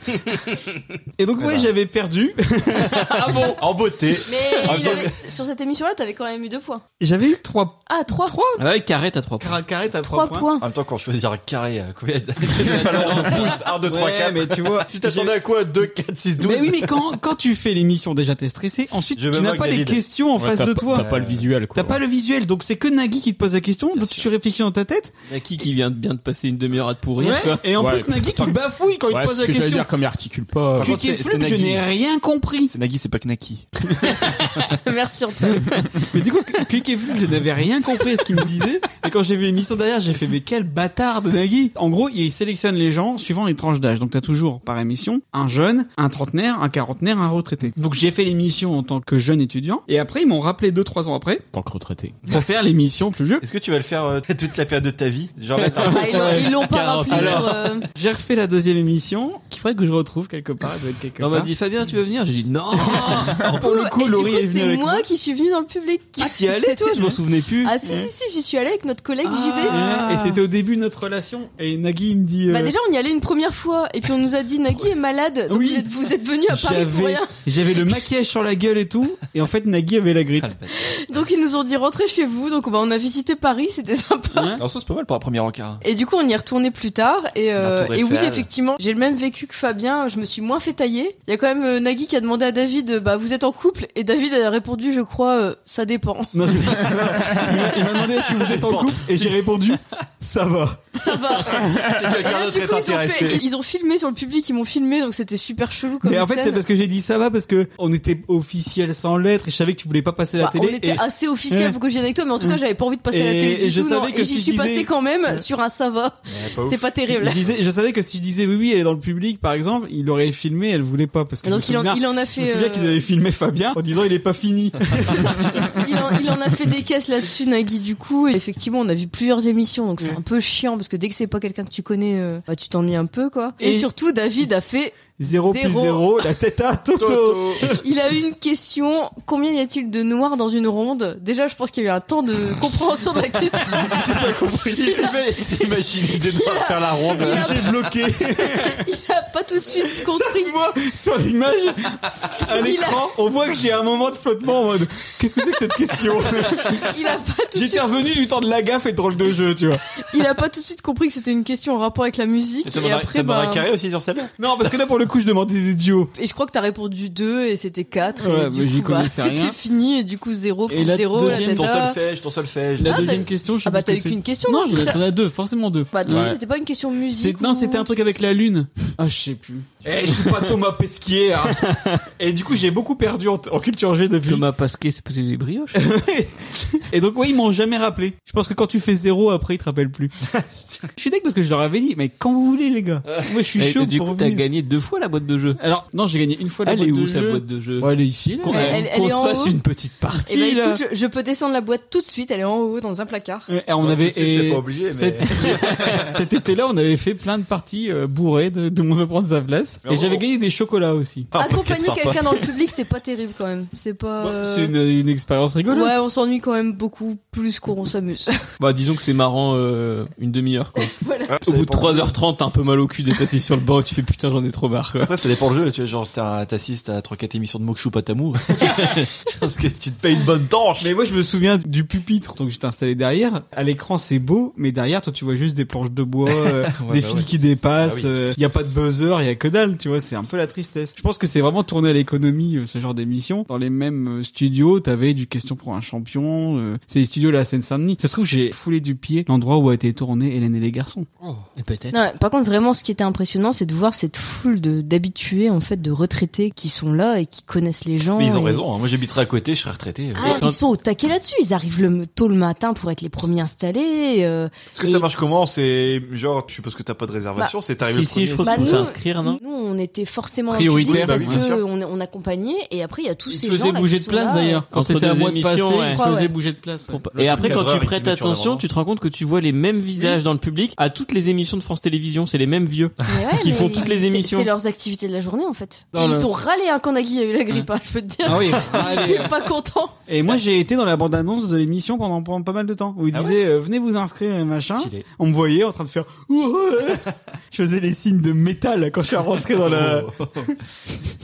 [SPEAKER 14] Et donc moi j'avais perdu.
[SPEAKER 3] Ah bon En beauté.
[SPEAKER 4] Mais
[SPEAKER 3] En
[SPEAKER 4] il
[SPEAKER 3] faisant-
[SPEAKER 4] avait- sur cette émission-là, t'avais quand même eu deux points.
[SPEAKER 14] J'avais eu trois.
[SPEAKER 4] Ah, trois.
[SPEAKER 14] Trois
[SPEAKER 25] Ah
[SPEAKER 6] bah
[SPEAKER 25] ouais, carré, t'as trois points.
[SPEAKER 14] Car- Carré, t'as
[SPEAKER 4] Trois
[SPEAKER 14] trois
[SPEAKER 4] points.
[SPEAKER 3] En même temps, quand je faisais un carré, euh, combien de phalanges je pousse 1, 2, 3,
[SPEAKER 14] Ouais,
[SPEAKER 3] 4.
[SPEAKER 14] mais tu vois,
[SPEAKER 3] Tu t'attendais à quoi 2, 4, 6, 12
[SPEAKER 14] Mais oui, mais quand, quand tu fais l'émission, déjà t'es stressé. Ensuite,
[SPEAKER 3] Je me
[SPEAKER 14] tu n'as
[SPEAKER 3] moque,
[SPEAKER 14] pas les
[SPEAKER 3] David.
[SPEAKER 14] questions en
[SPEAKER 5] Ouais,
[SPEAKER 14] face
[SPEAKER 5] t'as
[SPEAKER 14] de
[SPEAKER 5] pas-
[SPEAKER 14] toi.
[SPEAKER 5] T'as pas le visuel quoi.
[SPEAKER 14] T'as pas le visuel, donc c'est que Nagui qui te pose la question, donc
[SPEAKER 25] sûr.
[SPEAKER 14] tu réfléchis dans ta tête.
[SPEAKER 25] Naki qui vient de bien de passer une demi-heure à te pourrir,
[SPEAKER 14] Ouais,
[SPEAKER 25] quoi.
[SPEAKER 14] Et en
[SPEAKER 5] Ouais.
[SPEAKER 14] plus Nagui qui bafouille quand il
[SPEAKER 5] Ouais,
[SPEAKER 14] te pose
[SPEAKER 5] c'est ce
[SPEAKER 14] la
[SPEAKER 5] que j'allais
[SPEAKER 14] question.
[SPEAKER 5] dire comme il articule pas.
[SPEAKER 3] Par
[SPEAKER 14] Tu
[SPEAKER 3] contre,
[SPEAKER 14] qui es
[SPEAKER 3] c'est-
[SPEAKER 14] flop,
[SPEAKER 3] c'est
[SPEAKER 14] je
[SPEAKER 3] Nagui.
[SPEAKER 14] n'ai rien compris.
[SPEAKER 3] C'est Nagui, c'est pas que Naki.
[SPEAKER 4] bah. Merci, Antoine.
[SPEAKER 14] Mais du coup, Quick et Flip, je n'avais rien compris à ce qu'il me disait. Et quand j'ai vu l'émission derrière, j'ai fait, mais quel bâtard de Nagui En gros, il sélectionne les gens suivant les tranches d'âge. Donc t'as toujours, par émission, un jeune, un trentenaire, un quarantenaire, un retraité. Donc j'ai fait l'émission en tant que jeune étudiant. Et après, ils m'ont rappelé deux, trois ans après,
[SPEAKER 5] En tant que retraité.
[SPEAKER 14] pour faire l'émission plus vieux.
[SPEAKER 3] Est-ce que tu vas le faire euh, toute la période de ta vie Genre là, t'as
[SPEAKER 4] Ah, ils l'ont- ils l'ont pas rappelé.
[SPEAKER 14] Alors.
[SPEAKER 4] pour, euh,
[SPEAKER 14] J'ai refait la deuxième émission, qu'il faudrait que je retrouve quelque part, elle doit être quelque
[SPEAKER 25] On m'a
[SPEAKER 14] part.
[SPEAKER 25] dit, Fabien, tu veux venir? J'ai dit, non!
[SPEAKER 14] pour le coup,
[SPEAKER 4] et
[SPEAKER 14] Laurie
[SPEAKER 4] du
[SPEAKER 14] est
[SPEAKER 4] coup,
[SPEAKER 14] venue
[SPEAKER 4] c'est
[SPEAKER 14] avec
[SPEAKER 4] moi,
[SPEAKER 14] moi.
[SPEAKER 4] qui suis venue dans le public.
[SPEAKER 25] Ah, t'y allais, toi? Je m'en souvenais plus.
[SPEAKER 4] Ah, si, si, si, j'y suis allée avec notre collègue JB.
[SPEAKER 25] Ah.
[SPEAKER 14] Et c'était au début de notre relation. Et Nagui, il me dit... euh,
[SPEAKER 4] Bah déjà on y allait une première fois et puis on nous a dit Nagui est malade donc
[SPEAKER 14] Oui.
[SPEAKER 4] vous êtes, vous êtes venu à Paris pour
[SPEAKER 14] J'avais,
[SPEAKER 4] rien
[SPEAKER 14] j'avais le maquillage sur la gueule et tout, et en fait Nagui avait la
[SPEAKER 25] Ah,
[SPEAKER 14] grippe.
[SPEAKER 4] donc ils nous ont dit rentrez chez vous donc bah, on a visité Paris c'était sympa
[SPEAKER 14] Hein
[SPEAKER 3] En soi, c'est pas mal pour un premier hein. encart.
[SPEAKER 4] Et du coup, on y est retourné plus tard. Et, euh,
[SPEAKER 3] La Tour
[SPEAKER 4] et oui,
[SPEAKER 3] Eiffel.
[SPEAKER 4] effectivement, j'ai le même vécu que Fabien. Je me suis moins fait tailler. Il y a quand même euh, Nagui qui a demandé à David, euh, bah, vous êtes en couple Et David a répondu, je crois, euh, ça dépend.
[SPEAKER 14] Non, je- il m'a demandé si vous êtes en couple, et j'ai répondu
[SPEAKER 2] Ça va.
[SPEAKER 4] Ça va. Et là, du coup, ils ont, fait- ils ont filmé sur le public, ils m'ont filmé, donc c'était super chelou comme
[SPEAKER 2] Mais en fait,
[SPEAKER 4] scène.
[SPEAKER 2] c'est parce que j'ai dit ça va parce que on était officiel sans lettres et je savais que tu voulais pas passer à la
[SPEAKER 4] Bah,
[SPEAKER 2] télé.
[SPEAKER 4] on était
[SPEAKER 2] et- Mm.
[SPEAKER 4] assez officiel pour que j'y aille avec toi, mais en tout cas, j'avais pas envie de passer à la
[SPEAKER 2] Et-
[SPEAKER 4] télé
[SPEAKER 2] et
[SPEAKER 4] du
[SPEAKER 2] je
[SPEAKER 4] tout, non.
[SPEAKER 2] savais que
[SPEAKER 4] et
[SPEAKER 2] si
[SPEAKER 4] j'y
[SPEAKER 2] je
[SPEAKER 4] suis
[SPEAKER 2] disais-
[SPEAKER 4] passé quand même sur un ça va.
[SPEAKER 2] ouf.
[SPEAKER 4] C'est pas terrible.
[SPEAKER 2] Je, disais- je savais que si je disais oui oui elle est dans le public par exemple il aurait filmé elle voulait pas parce que je
[SPEAKER 4] Donc
[SPEAKER 2] me
[SPEAKER 4] il en-
[SPEAKER 2] souviens-
[SPEAKER 4] il en a fait,
[SPEAKER 2] je me souviens
[SPEAKER 4] euh,
[SPEAKER 2] qu'ils avaient filmé Fabien en disant il est pas fini
[SPEAKER 4] il, en, il en a fait des caisses là-dessus, Nagui, du coup. Et effectivement, on a vu plusieurs émissions, donc c'est
[SPEAKER 2] Mm.
[SPEAKER 4] un peu chiant parce que dès que c'est pas quelqu'un que tu connais, euh, bah, tu t'ennuies un peu, quoi. Et,
[SPEAKER 2] Et-
[SPEAKER 4] surtout, David a fait
[SPEAKER 2] 0 plus
[SPEAKER 4] Zéro.
[SPEAKER 2] 0 la tête à Toto
[SPEAKER 4] Il a eu une question combien y a-t-il de noirs dans une ronde Déjà, je pense qu'il y a eu un temps de compréhension de la question.
[SPEAKER 3] Il s'est imaginé de devoir faire la ronde.
[SPEAKER 2] J'ai bloqué.
[SPEAKER 4] Il a pas tout de suite compris.
[SPEAKER 2] Ça se voit sur l'image à
[SPEAKER 4] Il
[SPEAKER 2] l'écran on voit que j'ai un moment de flottement en mode qu'est-ce que c'est que cette question
[SPEAKER 4] Il a pas tout de
[SPEAKER 2] j'étais
[SPEAKER 4] suite.
[SPEAKER 2] revenu du temps de la gaffe et drôle de jeu tu vois
[SPEAKER 4] Il a pas tout de suite compris que c'était une question en rapport avec la musique. Et, après, bah,
[SPEAKER 2] aussi sur celle-là Non, parce que là, pour le coup, je demandais des duos.
[SPEAKER 4] et je crois que t'as répondu 2 et c'était 4.
[SPEAKER 2] Ouais,
[SPEAKER 4] et
[SPEAKER 2] mais
[SPEAKER 4] du
[SPEAKER 2] j'y
[SPEAKER 4] coup, bah,
[SPEAKER 2] connaissais rien.
[SPEAKER 4] c'était fini et du coup 0
[SPEAKER 2] Et
[SPEAKER 4] plus
[SPEAKER 2] la
[SPEAKER 4] 0.
[SPEAKER 2] deuxième, ton solfège,
[SPEAKER 3] ton solfège.
[SPEAKER 2] La
[SPEAKER 4] Ah,
[SPEAKER 2] deuxième
[SPEAKER 4] t'as-
[SPEAKER 2] question, je sais
[SPEAKER 4] ah, bah,
[SPEAKER 2] plus
[SPEAKER 4] t'as
[SPEAKER 2] ce
[SPEAKER 4] eu
[SPEAKER 2] que
[SPEAKER 4] qu'une
[SPEAKER 2] c'est.
[SPEAKER 4] question,
[SPEAKER 2] Non,
[SPEAKER 4] donc,
[SPEAKER 2] je
[SPEAKER 4] t'as-
[SPEAKER 2] t'en as deux, forcément deux.
[SPEAKER 4] Bah, non,
[SPEAKER 2] Ouais.
[SPEAKER 4] c'était pas une question musique.
[SPEAKER 2] C'est- Non,
[SPEAKER 4] ou-
[SPEAKER 2] c'était un truc avec la lune. Ah, je sais plus. Eh, je suis pas Thomas Pesquier. hein. Et du coup, j'ai beaucoup perdu en, en culture G depuis. Thomas Pesquier, c'est posé des brioches. Et donc, ouais, ils m'ont jamais rappelé. Je pense que quand tu fais zéro, après, ils te rappellent plus. je suis deg parce que je leur avais dit, mais quand vous voulez, les gars. Moi, je suis
[SPEAKER 6] Et
[SPEAKER 2] chaud
[SPEAKER 6] du
[SPEAKER 2] pour
[SPEAKER 6] coup, t'as
[SPEAKER 2] revenir.
[SPEAKER 6] gagné deux fois la boîte de jeu.
[SPEAKER 2] Alors, non, j'ai gagné une fois la
[SPEAKER 6] elle
[SPEAKER 2] boîte
[SPEAKER 6] est
[SPEAKER 2] de
[SPEAKER 6] où, sa
[SPEAKER 2] jeu.
[SPEAKER 6] boîte de jeu
[SPEAKER 2] Ouais, elle est ici, là.
[SPEAKER 6] Qu'on
[SPEAKER 4] Elle- elle
[SPEAKER 6] qu'on
[SPEAKER 4] est
[SPEAKER 6] se
[SPEAKER 4] en
[SPEAKER 6] fasse
[SPEAKER 4] haut.
[SPEAKER 6] une petite
[SPEAKER 4] Eh
[SPEAKER 6] partie,
[SPEAKER 4] ben,
[SPEAKER 6] là.
[SPEAKER 4] écoute, je, je peux descendre la boîte tout de suite, elle est en haut dans un placard.
[SPEAKER 2] Et on avait
[SPEAKER 3] tout de suite, c'est
[SPEAKER 2] et
[SPEAKER 3] pas obligé, mais-
[SPEAKER 2] cet, cet été-là, on avait fait plein de parties euh, bourrées de, de mon prendre Zavlas
[SPEAKER 3] on-
[SPEAKER 2] et j'avais gagné des chocolats aussi.
[SPEAKER 4] Accompagner Ah, quelqu'un dans le public, c'est pas terrible quand même. C'est pas. euh,
[SPEAKER 2] C'est une, une expérience rigolote.
[SPEAKER 4] Ouais, on s'ennuie quand même beaucoup plus qu'on s'amuse.
[SPEAKER 6] Bah, disons que c'est marrant euh, une demi-heure, quoi.
[SPEAKER 4] Voilà.
[SPEAKER 6] Au bout de 3h30, t'as un peu mal au cul d'être assis sur le banc et tu fais putain, j'en ai trop marre, quoi.
[SPEAKER 3] Après, ça dépend le jeu, tu vois, genre, t'as- t'assistes à 3-4 émissions de Mokshu Patamou. Je pense que tu te payes une bonne tanche.
[SPEAKER 2] Mais moi, je me souviens du pupitre, donc j'étais installé derrière. À l'écran, c'est beau, mais derrière, toi, tu vois juste des planches de bois, euh,
[SPEAKER 3] Ouais,
[SPEAKER 2] des
[SPEAKER 3] bah
[SPEAKER 2] fils
[SPEAKER 3] ouais.
[SPEAKER 2] qui dépassent.
[SPEAKER 3] Ah oui.
[SPEAKER 2] euh, Il y a pas de buzzer, il y a que dalle. Tu vois, c'est un peu la tristesse. Je pense que c'est vraiment tourné à l'économie euh, ce genre d'émission. Dans les mêmes euh, studios, t'avais du question pour un champion. euh, c'est les studios de la Seine-Saint-Denis. Ça se trouve, j'ai foulé du pied l'endroit où a été tourné Hélène et les garçons.
[SPEAKER 6] Oh. Et peut-être.
[SPEAKER 4] Non, par contre, vraiment, ce qui était impressionnant, c'est de voir cette foule de- d'habitués, en fait, de retraités qui sont là et qui connaissent les gens.
[SPEAKER 3] Mais ils ont
[SPEAKER 4] et-
[SPEAKER 3] raison, hein. moi j'habiterai à côté, je serai retraité. euh.
[SPEAKER 4] Ah, ils sont au taquet là-dessus. Ils arrivent le tôt le matin pour être les premiers installés. euh,
[SPEAKER 3] Est-ce que
[SPEAKER 4] et-
[SPEAKER 3] ça marche comment C'est genre, je suppose que t'as pas de réservation,
[SPEAKER 4] Bah,
[SPEAKER 3] c'est t'arrives le premier.
[SPEAKER 4] Bah, nous,
[SPEAKER 6] non
[SPEAKER 4] Nous, on était forcément
[SPEAKER 6] Prioritaire,
[SPEAKER 4] prioritaire
[SPEAKER 6] bah
[SPEAKER 4] parce
[SPEAKER 6] oui, bien
[SPEAKER 4] que
[SPEAKER 6] sûr.
[SPEAKER 4] on, on accompagnait. Et après, il y a tous ces gens.
[SPEAKER 2] faisaient bouger de place, d'ailleurs. Quand
[SPEAKER 6] Entre
[SPEAKER 2] c'était à
[SPEAKER 6] deux
[SPEAKER 2] moi de
[SPEAKER 6] émissions,
[SPEAKER 2] passer,
[SPEAKER 6] ouais. bah,
[SPEAKER 2] ils faisaient bouger de place. ouais.
[SPEAKER 6] Et après, quand tu prêtes attention, tu te rends compte que tu vois les mêmes visages dans le public à toutes les émissions de France Télévisions. C'est les mêmes vieux qui font toutes les émissions.
[SPEAKER 4] C'est leurs activités de la journée, en fait.
[SPEAKER 6] Dans
[SPEAKER 4] Et
[SPEAKER 6] le-
[SPEAKER 4] Ils sont râlés hein, quand Nagui a eu la grippe, hein, je peux te dire.
[SPEAKER 2] Ah oui,
[SPEAKER 4] Ils étaient pas contents.
[SPEAKER 2] Et moi, j'ai été dans la bande-annonce de l'émission pendant, pendant pas mal de temps, où ils disaient euh, venez vous inscrire et machin. On me voyait en train de faire Ouah je faisais les signes de métal quand je suis rentré dans la.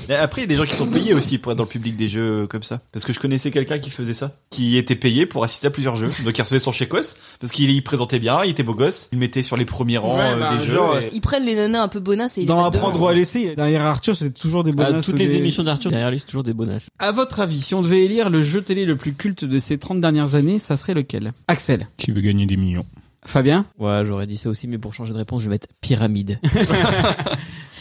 [SPEAKER 3] Mais après, il y a des gens qui sont payés aussi pour être dans le public des jeux comme ça. Parce que je connaissais quelqu'un qui faisait ça, qui était payé pour assister à plusieurs jeux. Donc il recevait son chécos, parce qu'il y présentait bien, il était beau gosse, il mettait sur les premiers rangs
[SPEAKER 2] Ouais,
[SPEAKER 3] euh,
[SPEAKER 2] bah,
[SPEAKER 3] des
[SPEAKER 2] genre,
[SPEAKER 3] jeux. et-
[SPEAKER 4] Ils prennent les nanas un peu bonasses et ils
[SPEAKER 2] Dans
[SPEAKER 4] les mettent
[SPEAKER 2] Apprendre
[SPEAKER 4] devant.
[SPEAKER 2] ou à laisser, derrière Arthur, c'est toujours des
[SPEAKER 6] À
[SPEAKER 2] bonasses.
[SPEAKER 6] Bah, toutes
[SPEAKER 2] ou
[SPEAKER 6] les
[SPEAKER 2] des-
[SPEAKER 6] émissions d'Arthur derrière lui, c'est toujours des bonus.
[SPEAKER 2] À votre avis, si on devait élire le jeu télé le plus culte de ces 30 dernières années, ça serait lequel Axel.
[SPEAKER 5] Qui veut gagner des millions
[SPEAKER 2] Fabien
[SPEAKER 6] Ouais, j'aurais dit ça aussi, mais pour changer de réponse, je vais mettre pyramide.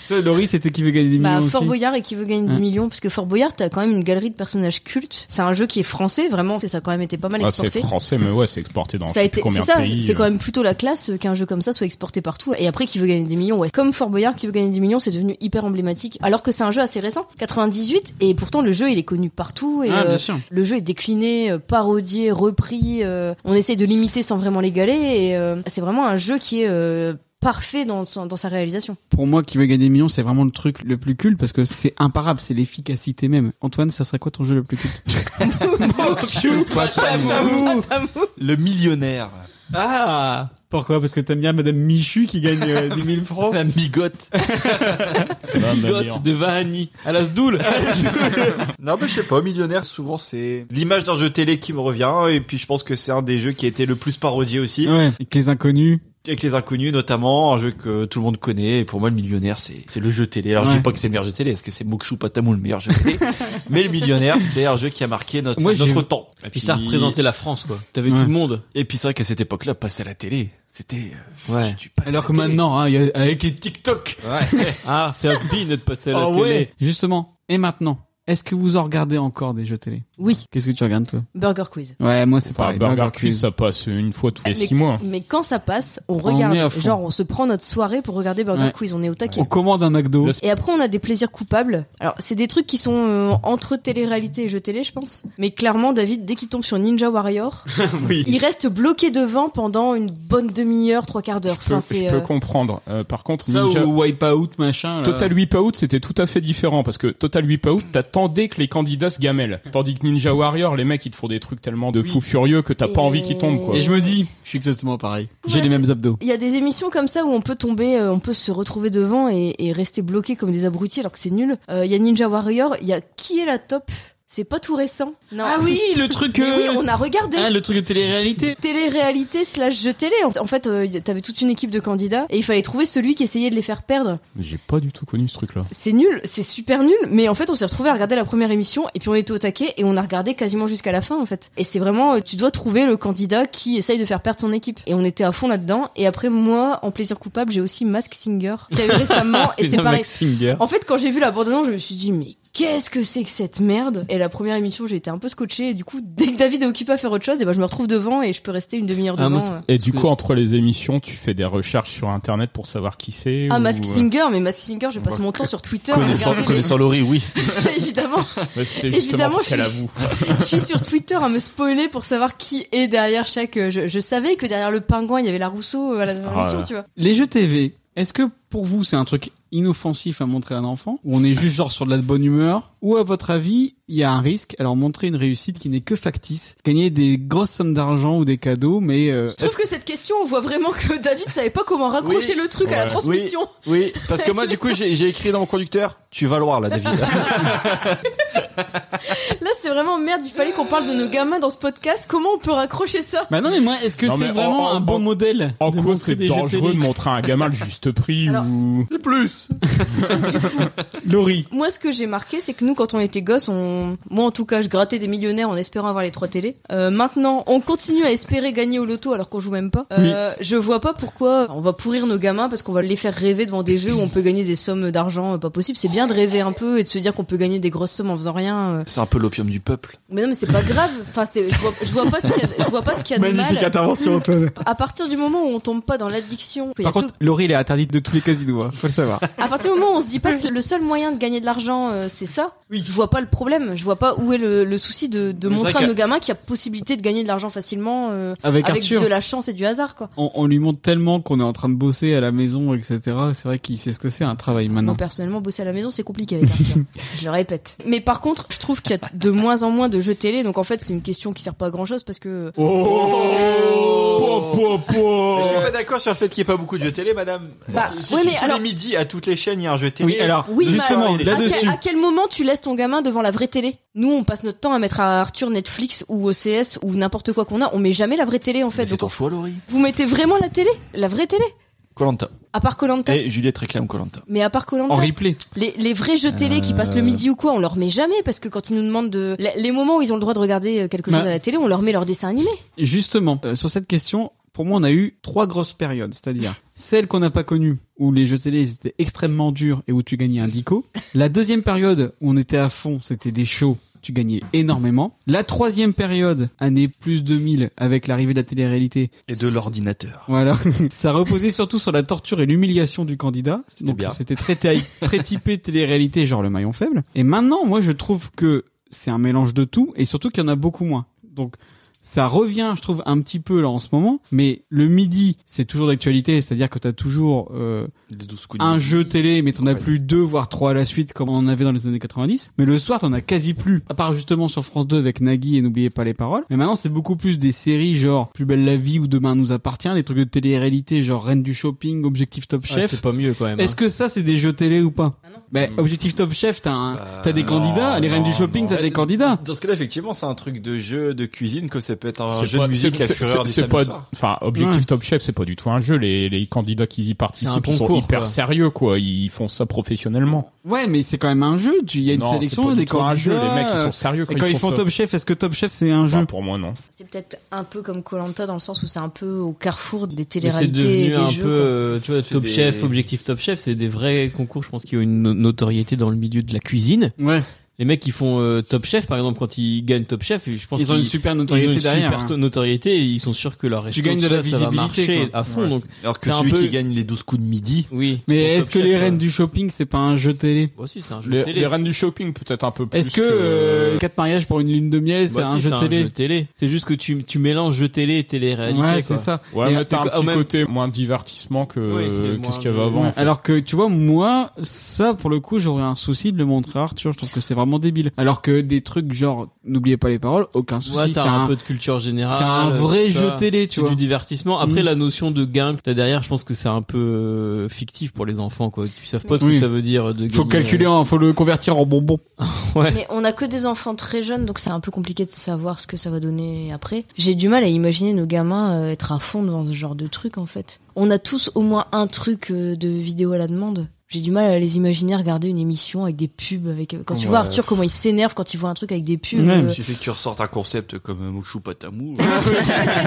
[SPEAKER 2] Toi, Laurie, c'était qui veut gagner des
[SPEAKER 4] Bah,
[SPEAKER 2] millions
[SPEAKER 4] Fort
[SPEAKER 2] aussi
[SPEAKER 4] Boyard et qui veut gagner
[SPEAKER 5] Mm.
[SPEAKER 2] Ouais.
[SPEAKER 4] des millions, parce que Fort Boyard, t'as quand même une galerie de personnages cultes. C'est un jeu qui est français, vraiment, et ça a quand même été pas mal
[SPEAKER 5] Ah,
[SPEAKER 4] exporté.
[SPEAKER 5] C'est français, mais ouais, c'est exporté dans je
[SPEAKER 4] ça a
[SPEAKER 5] sais plus
[SPEAKER 4] été,
[SPEAKER 5] combien
[SPEAKER 4] c'est
[SPEAKER 5] de
[SPEAKER 4] ça,
[SPEAKER 5] pays.
[SPEAKER 4] c'est
[SPEAKER 5] euh.
[SPEAKER 4] quand même plutôt la classe euh, qu'un jeu comme ça soit exporté partout. Et après, qui veut gagner des millions, ouais. Comme Fort Boyard, qui veut gagner des millions, c'est devenu hyper emblématique. Alors que c'est un jeu assez récent, 98, et pourtant le jeu il est connu partout. Et,
[SPEAKER 2] Ah, bien
[SPEAKER 4] euh,
[SPEAKER 2] sûr.
[SPEAKER 4] le jeu est décliné, euh, parodié, repris. euh, on essaie de l'imiter sans vraiment l'égaler. Et euh, c'est vraiment un jeu qui est euh, parfait dans, son- dans sa réalisation.
[SPEAKER 2] Pour moi, qui veut gagner des millions, c'est vraiment le truc le plus culte parce que c'est imparable, c'est l'efficacité même. Antoine, ça serait quoi ton jeu le plus culte
[SPEAKER 3] Ah,
[SPEAKER 2] Patamou.
[SPEAKER 3] Le millionnaire.
[SPEAKER 2] Ah Pourquoi Parce que t'aimes bien Madame Michu qui gagne euh, 10 000 francs
[SPEAKER 3] La migote
[SPEAKER 6] Bigote de Vahani. À la Sdoul.
[SPEAKER 3] Non, mais je sais pas, millionnaire, souvent c'est l'image hein, d'un jeu télé qui me revient, et puis je pense que c'est un des jeux qui a été le plus parodié aussi.
[SPEAKER 2] Ouais, avec les inconnus.
[SPEAKER 3] avec les inconnus notamment, un jeu que tout le monde connaît. Et pour moi, le millionnaire, c'est c'est le jeu télé. Alors je
[SPEAKER 2] Ouais.
[SPEAKER 3] dis pas que c'est le meilleur jeu télé, parce que c'est Mokshu Patamou le meilleur jeu télé. Mais le millionnaire, c'est un jeu qui a marqué notre
[SPEAKER 6] Moi, j'ai
[SPEAKER 3] notre
[SPEAKER 6] vu.
[SPEAKER 3] temps.
[SPEAKER 6] Et puis ça représentait la France, quoi. T'avais tout le
[SPEAKER 3] monde. Et puis c'est vrai qu'à cette époque-là, passer à la télé, c'était euh,
[SPEAKER 6] Ouais.
[SPEAKER 2] Alors que maintenant, hein, il y a- avec les TikTok.
[SPEAKER 6] ah, c'est has-been de te passer à la
[SPEAKER 2] Ah
[SPEAKER 6] télé.
[SPEAKER 2] ouais. Justement. Et maintenant, est-ce que vous en regardez encore des jeux télé
[SPEAKER 4] Oui.
[SPEAKER 2] Qu'est-ce que tu regardes toi
[SPEAKER 4] Burger Quiz. Ah,
[SPEAKER 2] Ouais, moi c'est
[SPEAKER 5] Enfin,
[SPEAKER 2] pareil.
[SPEAKER 5] Burger Quiz, ça passe une fois tous les
[SPEAKER 4] mais,
[SPEAKER 5] six mois.
[SPEAKER 4] mais quand ça passe, on
[SPEAKER 5] On
[SPEAKER 4] regarde.
[SPEAKER 5] est à fond.
[SPEAKER 4] genre, on se prend notre soirée pour regarder Burger
[SPEAKER 5] Ouais.
[SPEAKER 4] Quiz. On est au taquet.
[SPEAKER 2] On commande un McDo.
[SPEAKER 4] Et après, on a des plaisirs coupables. Alors, c'est des trucs qui sont euh, entre télé-réalité et jeux télé, je pense. Mais clairement, David, dès qu'il tombe sur Ninja Warrior, il reste bloqué devant pendant une bonne demi-heure, trois quarts d'heure.
[SPEAKER 5] Je peux,
[SPEAKER 4] Enfin, c'est.
[SPEAKER 5] je peux
[SPEAKER 4] euh,
[SPEAKER 5] comprendre. Euh, par contre,
[SPEAKER 2] Ça
[SPEAKER 5] Ninja-
[SPEAKER 2] ou Wipeout machin. là.
[SPEAKER 5] Total Wipeout, c'était tout à fait différent parce que Total Wipeout, t'attendais que les candidats se gamellent. Tandis que Ninja Warrior, les mecs, ils te font des trucs tellement de fous furieux que t'as pas envie qu'ils tombent, quoi.
[SPEAKER 2] Et je me dis, je suis exactement pareil. J'ai
[SPEAKER 4] Ouais,
[SPEAKER 2] les mêmes abdos.
[SPEAKER 4] Il y a des émissions comme ça où on peut tomber, euh, on peut se retrouver devant et, et rester bloqué comme des abrutis alors que c'est nul. Euh, Il y a Ninja Warrior, il y a qui est la top C'est pas tout récent. Non.
[SPEAKER 6] Ah oui, le truc.
[SPEAKER 4] Mais
[SPEAKER 6] euh,
[SPEAKER 4] oui, on a regardé.
[SPEAKER 6] Ah, le truc de télé-réalité.
[SPEAKER 4] Télé-réalité slash jeu télé. En- En fait, euh, y- t'avais toute une équipe de candidats et il fallait trouver celui qui essayait de les faire perdre.
[SPEAKER 5] J'ai pas du tout connu ce truc-là.
[SPEAKER 4] C'est nul, c'est super nul, mais en fait, on s'est retrouvé à regarder la première émission et puis on était au taquet et on a regardé quasiment jusqu'à la fin en fait. Et c'est vraiment, euh, tu dois trouver le candidat qui essaye de faire perdre son équipe. Et on était à fond là-dedans. Et après, moi, en plaisir coupable, j'ai aussi Mask Singer qui a eu récemment et c'est
[SPEAKER 6] Putain,
[SPEAKER 4] pareil.
[SPEAKER 6] Max Singer.
[SPEAKER 4] En fait, quand j'ai vu la bande-annonce, je me suis dit, mais qu'est-ce que c'est que cette merde Et la première émission, j'ai été un peu scotché. Et du coup, dès que David est occupé à faire autre chose, et ben, je me retrouve devant et je peux rester une demi-heure
[SPEAKER 5] Ah,
[SPEAKER 4] devant.
[SPEAKER 5] moi, c'est-
[SPEAKER 4] euh.
[SPEAKER 5] et du coup, entre les émissions, tu fais des recherches sur Internet pour savoir qui c'est.
[SPEAKER 4] Ah,
[SPEAKER 5] ou,
[SPEAKER 4] Mask
[SPEAKER 5] euh,
[SPEAKER 4] Singer, mais Mask Singer, je passe mon temps sur Twitter. à
[SPEAKER 3] Connaissant,
[SPEAKER 4] regarder les-
[SPEAKER 3] connaissant Laurie, oui.
[SPEAKER 4] Évidemment.
[SPEAKER 5] Ouais, c'est justement
[SPEAKER 4] Évidemment,
[SPEAKER 5] pour
[SPEAKER 4] je
[SPEAKER 5] qu'elle
[SPEAKER 4] suis-
[SPEAKER 5] avoue.
[SPEAKER 4] je suis sur Twitter à me spoiler pour savoir qui est derrière chaque. euh, Je, je savais que derrière le pingouin, il y avait la Rousseau euh, à la
[SPEAKER 2] Ah
[SPEAKER 4] dernière émission, tu vois.
[SPEAKER 2] Les jeux TV, est-ce que pour vous c'est un truc inoffensif à montrer à un enfant Ou on est juste genre sur de la bonne humeur Ou à votre avis, il y a un risque Alors montrer une réussite qui n'est que factice, gagner des grosses sommes d'argent ou des cadeaux, mais... euh,
[SPEAKER 4] Je trouve
[SPEAKER 2] est-ce-
[SPEAKER 4] que cette question, on voit vraiment que David savait pas comment raccrocher le truc à la
[SPEAKER 3] Ouais.
[SPEAKER 4] transmission.
[SPEAKER 3] Oui, oui, parce que moi, du coup, j'ai j'ai écrit dans mon conducteur, tu vas loin là, David.
[SPEAKER 4] Là, c'est vraiment merde. Il fallait qu'on parle de nos gamins dans ce podcast. Comment on peut raccrocher ça
[SPEAKER 2] Bah non mais moi, est-ce que
[SPEAKER 5] Non,
[SPEAKER 2] c'est
[SPEAKER 5] mais en-
[SPEAKER 2] vraiment
[SPEAKER 5] en-
[SPEAKER 2] un bon
[SPEAKER 5] en-
[SPEAKER 2] modèle
[SPEAKER 5] En
[SPEAKER 2] de
[SPEAKER 5] quoi
[SPEAKER 2] montrer
[SPEAKER 5] c'est
[SPEAKER 2] des jeux télé
[SPEAKER 5] dangereux de montrer à un gamin le juste prix ou
[SPEAKER 2] plus Laurie.
[SPEAKER 4] Moi, ce que j'ai marqué, c'est que nous, quand on était gosses, on... moi en tout cas, je grattais des millionnaires en espérant avoir les trois télés. Euh, maintenant, on continue à espérer gagner au loto alors qu'on joue même pas. Euh, Je vois pas pourquoi on va pourrir nos gamins parce qu'on va les faire rêver devant des jeux où on peut gagner des sommes d'argent euh, pas possible. C'est bien de rêver un peu et de se dire qu'on peut gagner des grosses sommes en faisant rien. euh.
[SPEAKER 3] C'est un peu l'opium du peuple.
[SPEAKER 4] Mais non, mais c'est pas grave. Enfin, c'est... Je, vois... je vois pas ce qu'il y a, je vois pas ce qu'il y a de mal.
[SPEAKER 2] Antoine.
[SPEAKER 4] À partir du moment où on tombe pas dans l'addiction, il y a
[SPEAKER 2] Par
[SPEAKER 4] que-
[SPEAKER 2] contre, Laurie, elle est interdite de tous les casinos, hein, faut le savoir.
[SPEAKER 4] À partir du moment où on se dit pas que c'est le seul moyen de gagner de l'argent, euh, c'est ça, je vois pas le problème. Je vois pas où est le, le souci de, de
[SPEAKER 2] Mais c'est
[SPEAKER 4] montrer
[SPEAKER 2] vrai
[SPEAKER 4] à
[SPEAKER 2] que-
[SPEAKER 4] nos gamins qu'il y a possibilité de gagner de l'argent facilement euh,
[SPEAKER 2] Avec Arthur.
[SPEAKER 4] de la chance et du hasard, quoi.
[SPEAKER 2] On, on lui montre tellement qu'on est en train de bosser à la maison, etc. C'est vrai qu'il sait ce que c'est un travail maintenant.
[SPEAKER 4] Moi, personnellement, bosser à la maison, c'est compliqué avec Arthur. je le répète. Mais par contre, je trouve qu'il y a de moins en moins de jeux télé, donc en fait, c'est une question qui sert pas à grand chose parce que.
[SPEAKER 2] Oh,
[SPEAKER 3] Mais Oh. Je suis pas d'accord sur le fait qu'il n'y ait pas beaucoup de jeux télé, madame.
[SPEAKER 4] Bah,
[SPEAKER 3] si si
[SPEAKER 4] oui,
[SPEAKER 3] tu-
[SPEAKER 4] mais
[SPEAKER 3] tous
[SPEAKER 4] alors-
[SPEAKER 3] les midis, à toutes les chaînes, il y a un jeu télé.
[SPEAKER 2] Oui, alors,
[SPEAKER 4] Oui, mais
[SPEAKER 2] Justement,
[SPEAKER 4] alors, à,
[SPEAKER 2] là-dessus.
[SPEAKER 4] quel, à quel moment tu laisses ton gamin devant la vraie télé Nous, on passe notre temps à mettre à Arthur Netflix ou OCS ou n'importe quoi qu'on a. On met jamais la vraie télé en fait.
[SPEAKER 3] C'est
[SPEAKER 4] Donc,
[SPEAKER 3] ton choix, Laurie.
[SPEAKER 4] vous mettez vraiment la télé, la vraie télé,
[SPEAKER 3] Colanta.
[SPEAKER 4] à part Colanta.
[SPEAKER 3] Et Juliette réclame Colanta.
[SPEAKER 4] Mais à part Colanta. Les, les vrais jeux télé qui passent le
[SPEAKER 3] Euh.
[SPEAKER 4] midi ou quoi, on leur met jamais parce que quand ils nous demandent de les, les moments où ils ont le droit de regarder euh, quelque chose
[SPEAKER 2] Bah.
[SPEAKER 4] à la télé, on leur met leur dessin animé.
[SPEAKER 2] Justement, euh, sur cette question, pour moi, on a eu trois grosses périodes, c'est-à-dire celle qu'on n'a pas connue, où les jeux télé ils étaient extrêmement durs et où tu gagnais un dico. La deuxième période où on était à fond, c'était des shows. Tu gagnais énormément. La troisième période, année plus 2000, avec l'arrivée de la télé-réalité.
[SPEAKER 3] Et de l'ordinateur.
[SPEAKER 2] Voilà. Ça reposait surtout sur la torture et l'humiliation du candidat. Donc
[SPEAKER 3] bien.
[SPEAKER 2] c'était très, taille- très typé télé-réalité, genre le maillon faible. Et maintenant, moi, je trouve que c'est un mélange de tout et surtout qu'il y en a beaucoup moins. Donc ça revient, je trouve, un petit peu là en ce moment. Mais le midi, c'est toujours d'actualité, c'est-à-dire que t'as toujours euh, un jeu télé, mais t'en as plus deux, voire trois à la suite, comme on en avait dans les années 90. Mais le soir, t'en as quasi plus, à part justement sur France 2 avec Nagui et N'oubliez pas les paroles. Mais maintenant, c'est beaucoup plus des séries genre Plus belle la vie ou Demain nous appartient, des trucs de télé-réalité genre Reine du shopping, Objectif Top
[SPEAKER 6] Ouais,
[SPEAKER 2] Chef.
[SPEAKER 6] c'est pas mieux quand même. hein. Mm.
[SPEAKER 2] Est-ce que ça c'est des jeux télé ou pas
[SPEAKER 4] Ah
[SPEAKER 2] Ben Objectif Top Chef,
[SPEAKER 6] Bah,
[SPEAKER 3] Euh, Bah,
[SPEAKER 2] t'as un- t'as des candidats, les reines du shopping, t'as des candidats.
[SPEAKER 3] Dans ce cas-là, effectivement, c'est un truc de jeu, de cuisine, comme ça peut être un
[SPEAKER 5] C'est
[SPEAKER 3] jeu
[SPEAKER 5] pas-
[SPEAKER 3] de musique
[SPEAKER 5] c'est-
[SPEAKER 3] à
[SPEAKER 5] c'est-
[SPEAKER 3] fureur du
[SPEAKER 5] c'est
[SPEAKER 3] samedi
[SPEAKER 5] pas-
[SPEAKER 3] soir.
[SPEAKER 5] Enfin, Objectif
[SPEAKER 3] Ouais.
[SPEAKER 5] Top Chef, c'est pas du tout un jeu. Les, les candidats qui y participent
[SPEAKER 2] C'est un
[SPEAKER 5] ils sont
[SPEAKER 2] concours,
[SPEAKER 5] hyper
[SPEAKER 2] quoi.
[SPEAKER 5] sérieux, quoi. Ils font ça professionnellement.
[SPEAKER 2] Ouais, mais c'est quand même un jeu. tu- Il y a une
[SPEAKER 5] Non, c'est
[SPEAKER 2] sélection
[SPEAKER 5] pas
[SPEAKER 2] des
[SPEAKER 5] du tout un
[SPEAKER 2] candidats.
[SPEAKER 5] jeu, les mecs, ils sont sérieux
[SPEAKER 2] Et
[SPEAKER 5] quand ils
[SPEAKER 2] ils
[SPEAKER 5] font
[SPEAKER 2] font
[SPEAKER 5] ça.
[SPEAKER 2] Top Chef, est-ce que Top Chef c'est un jeu
[SPEAKER 5] Pour moi, non.
[SPEAKER 4] C'est peut-être un peu comme Colanta dans le sens où c'est un peu au carrefour des
[SPEAKER 6] Mais c'est
[SPEAKER 4] téléréalités et
[SPEAKER 6] devenu
[SPEAKER 4] des
[SPEAKER 6] un
[SPEAKER 4] jeux.
[SPEAKER 6] peu,
[SPEAKER 4] quoi.
[SPEAKER 6] euh, tu vois,
[SPEAKER 4] C'est
[SPEAKER 6] Top
[SPEAKER 4] des-
[SPEAKER 6] Chef, Objectif Top Chef, c'est des vrais concours, je pense, qui ont une no- notoriété dans le milieu de la cuisine.
[SPEAKER 2] Ouais.
[SPEAKER 6] Les mecs qui font euh, Top Chef, par exemple, quand ils gagnent Top Chef, je pense
[SPEAKER 2] Ils ont
[SPEAKER 6] qu'ils-
[SPEAKER 2] une super notoriété
[SPEAKER 6] ils ont une
[SPEAKER 2] derrière,
[SPEAKER 6] super
[SPEAKER 2] hein.
[SPEAKER 6] to- notoriété, et ils sont sûrs que leur
[SPEAKER 2] Si tu
[SPEAKER 6] resto,
[SPEAKER 2] gagnes de
[SPEAKER 6] tout
[SPEAKER 2] la
[SPEAKER 6] ça, ça va
[SPEAKER 2] visibilité,
[SPEAKER 6] marcher
[SPEAKER 2] quoi.
[SPEAKER 6] à fond.
[SPEAKER 2] Ouais.
[SPEAKER 6] Donc,
[SPEAKER 2] Alors que
[SPEAKER 6] c'est un
[SPEAKER 2] celui
[SPEAKER 6] peu-
[SPEAKER 2] qui
[SPEAKER 3] gagne les 12 coups de midi.
[SPEAKER 6] Oui.
[SPEAKER 2] Mais
[SPEAKER 6] Pour
[SPEAKER 2] est-ce
[SPEAKER 6] Top
[SPEAKER 2] que
[SPEAKER 6] Chef, euh,
[SPEAKER 2] les
[SPEAKER 6] ouais.
[SPEAKER 2] reines du shopping c'est pas un jeu télé
[SPEAKER 6] si, c'est un jeu
[SPEAKER 5] Les,
[SPEAKER 6] télé.
[SPEAKER 5] les reines du shopping, peut-être un peu plus.
[SPEAKER 2] Est-ce que euh, quatre mariages pour une lune de miel c'est
[SPEAKER 6] Bah
[SPEAKER 2] un
[SPEAKER 6] si,
[SPEAKER 2] jeu télé
[SPEAKER 6] C'est juste que tu, tu mélanges jeu télé et télé-réalité.
[SPEAKER 2] Ouais,
[SPEAKER 6] quoi.
[SPEAKER 2] c'est ça.
[SPEAKER 5] Ouais,
[SPEAKER 2] Et euh,
[SPEAKER 5] mais t'as un
[SPEAKER 6] c'est
[SPEAKER 5] petit
[SPEAKER 6] quand même-
[SPEAKER 5] côté moins divertissement que
[SPEAKER 6] Oui, c'est
[SPEAKER 5] euh, que
[SPEAKER 6] moins-
[SPEAKER 5] ce qu'il y avait avant.
[SPEAKER 2] Ouais,
[SPEAKER 5] en fait.
[SPEAKER 2] Alors que tu vois, moi, ça pour le coup, j'aurais un souci de le montrer à Arthur. Je trouve que c'est vraiment débile. Alors que des trucs genre n'oubliez pas les paroles, aucun souci.
[SPEAKER 6] Ouais,
[SPEAKER 2] c'est
[SPEAKER 6] t'as un, peu de culture générale.
[SPEAKER 2] C'est un vrai
[SPEAKER 6] tout
[SPEAKER 2] jeu
[SPEAKER 6] ça.
[SPEAKER 2] télé, tu
[SPEAKER 6] C'est
[SPEAKER 2] vois.
[SPEAKER 6] du divertissement. Après,
[SPEAKER 2] Mm.
[SPEAKER 6] la notion de gain que t'as derrière, je pense que c'est un peu euh, fictif pour les enfants, quoi. Tu savent pas ce que
[SPEAKER 2] Oui.
[SPEAKER 6] ça veut dire de
[SPEAKER 2] Faut
[SPEAKER 6] gagner,
[SPEAKER 2] calculer,
[SPEAKER 6] euh,
[SPEAKER 2] hein, faut le convertir en bonbon.
[SPEAKER 6] ouais.
[SPEAKER 4] Mais on a que des enfants très jeunes, donc c'est un peu compliqué de savoir ce que ça va donner après. J'ai du mal à imaginer nos gamins euh, être à fond devant ce genre de truc, en fait. On a tous au moins un truc euh, de vidéo à la demande. J'ai du mal à les imaginer regarder une émission avec des pubs. Avec... euh, Quand tu
[SPEAKER 3] Ouais.
[SPEAKER 4] vois Arthur, comment il s'énerve quand il voit un truc avec des pubs. euh,
[SPEAKER 3] Il suffit que tu ressortes un concept comme euh, Mouchou Patamou.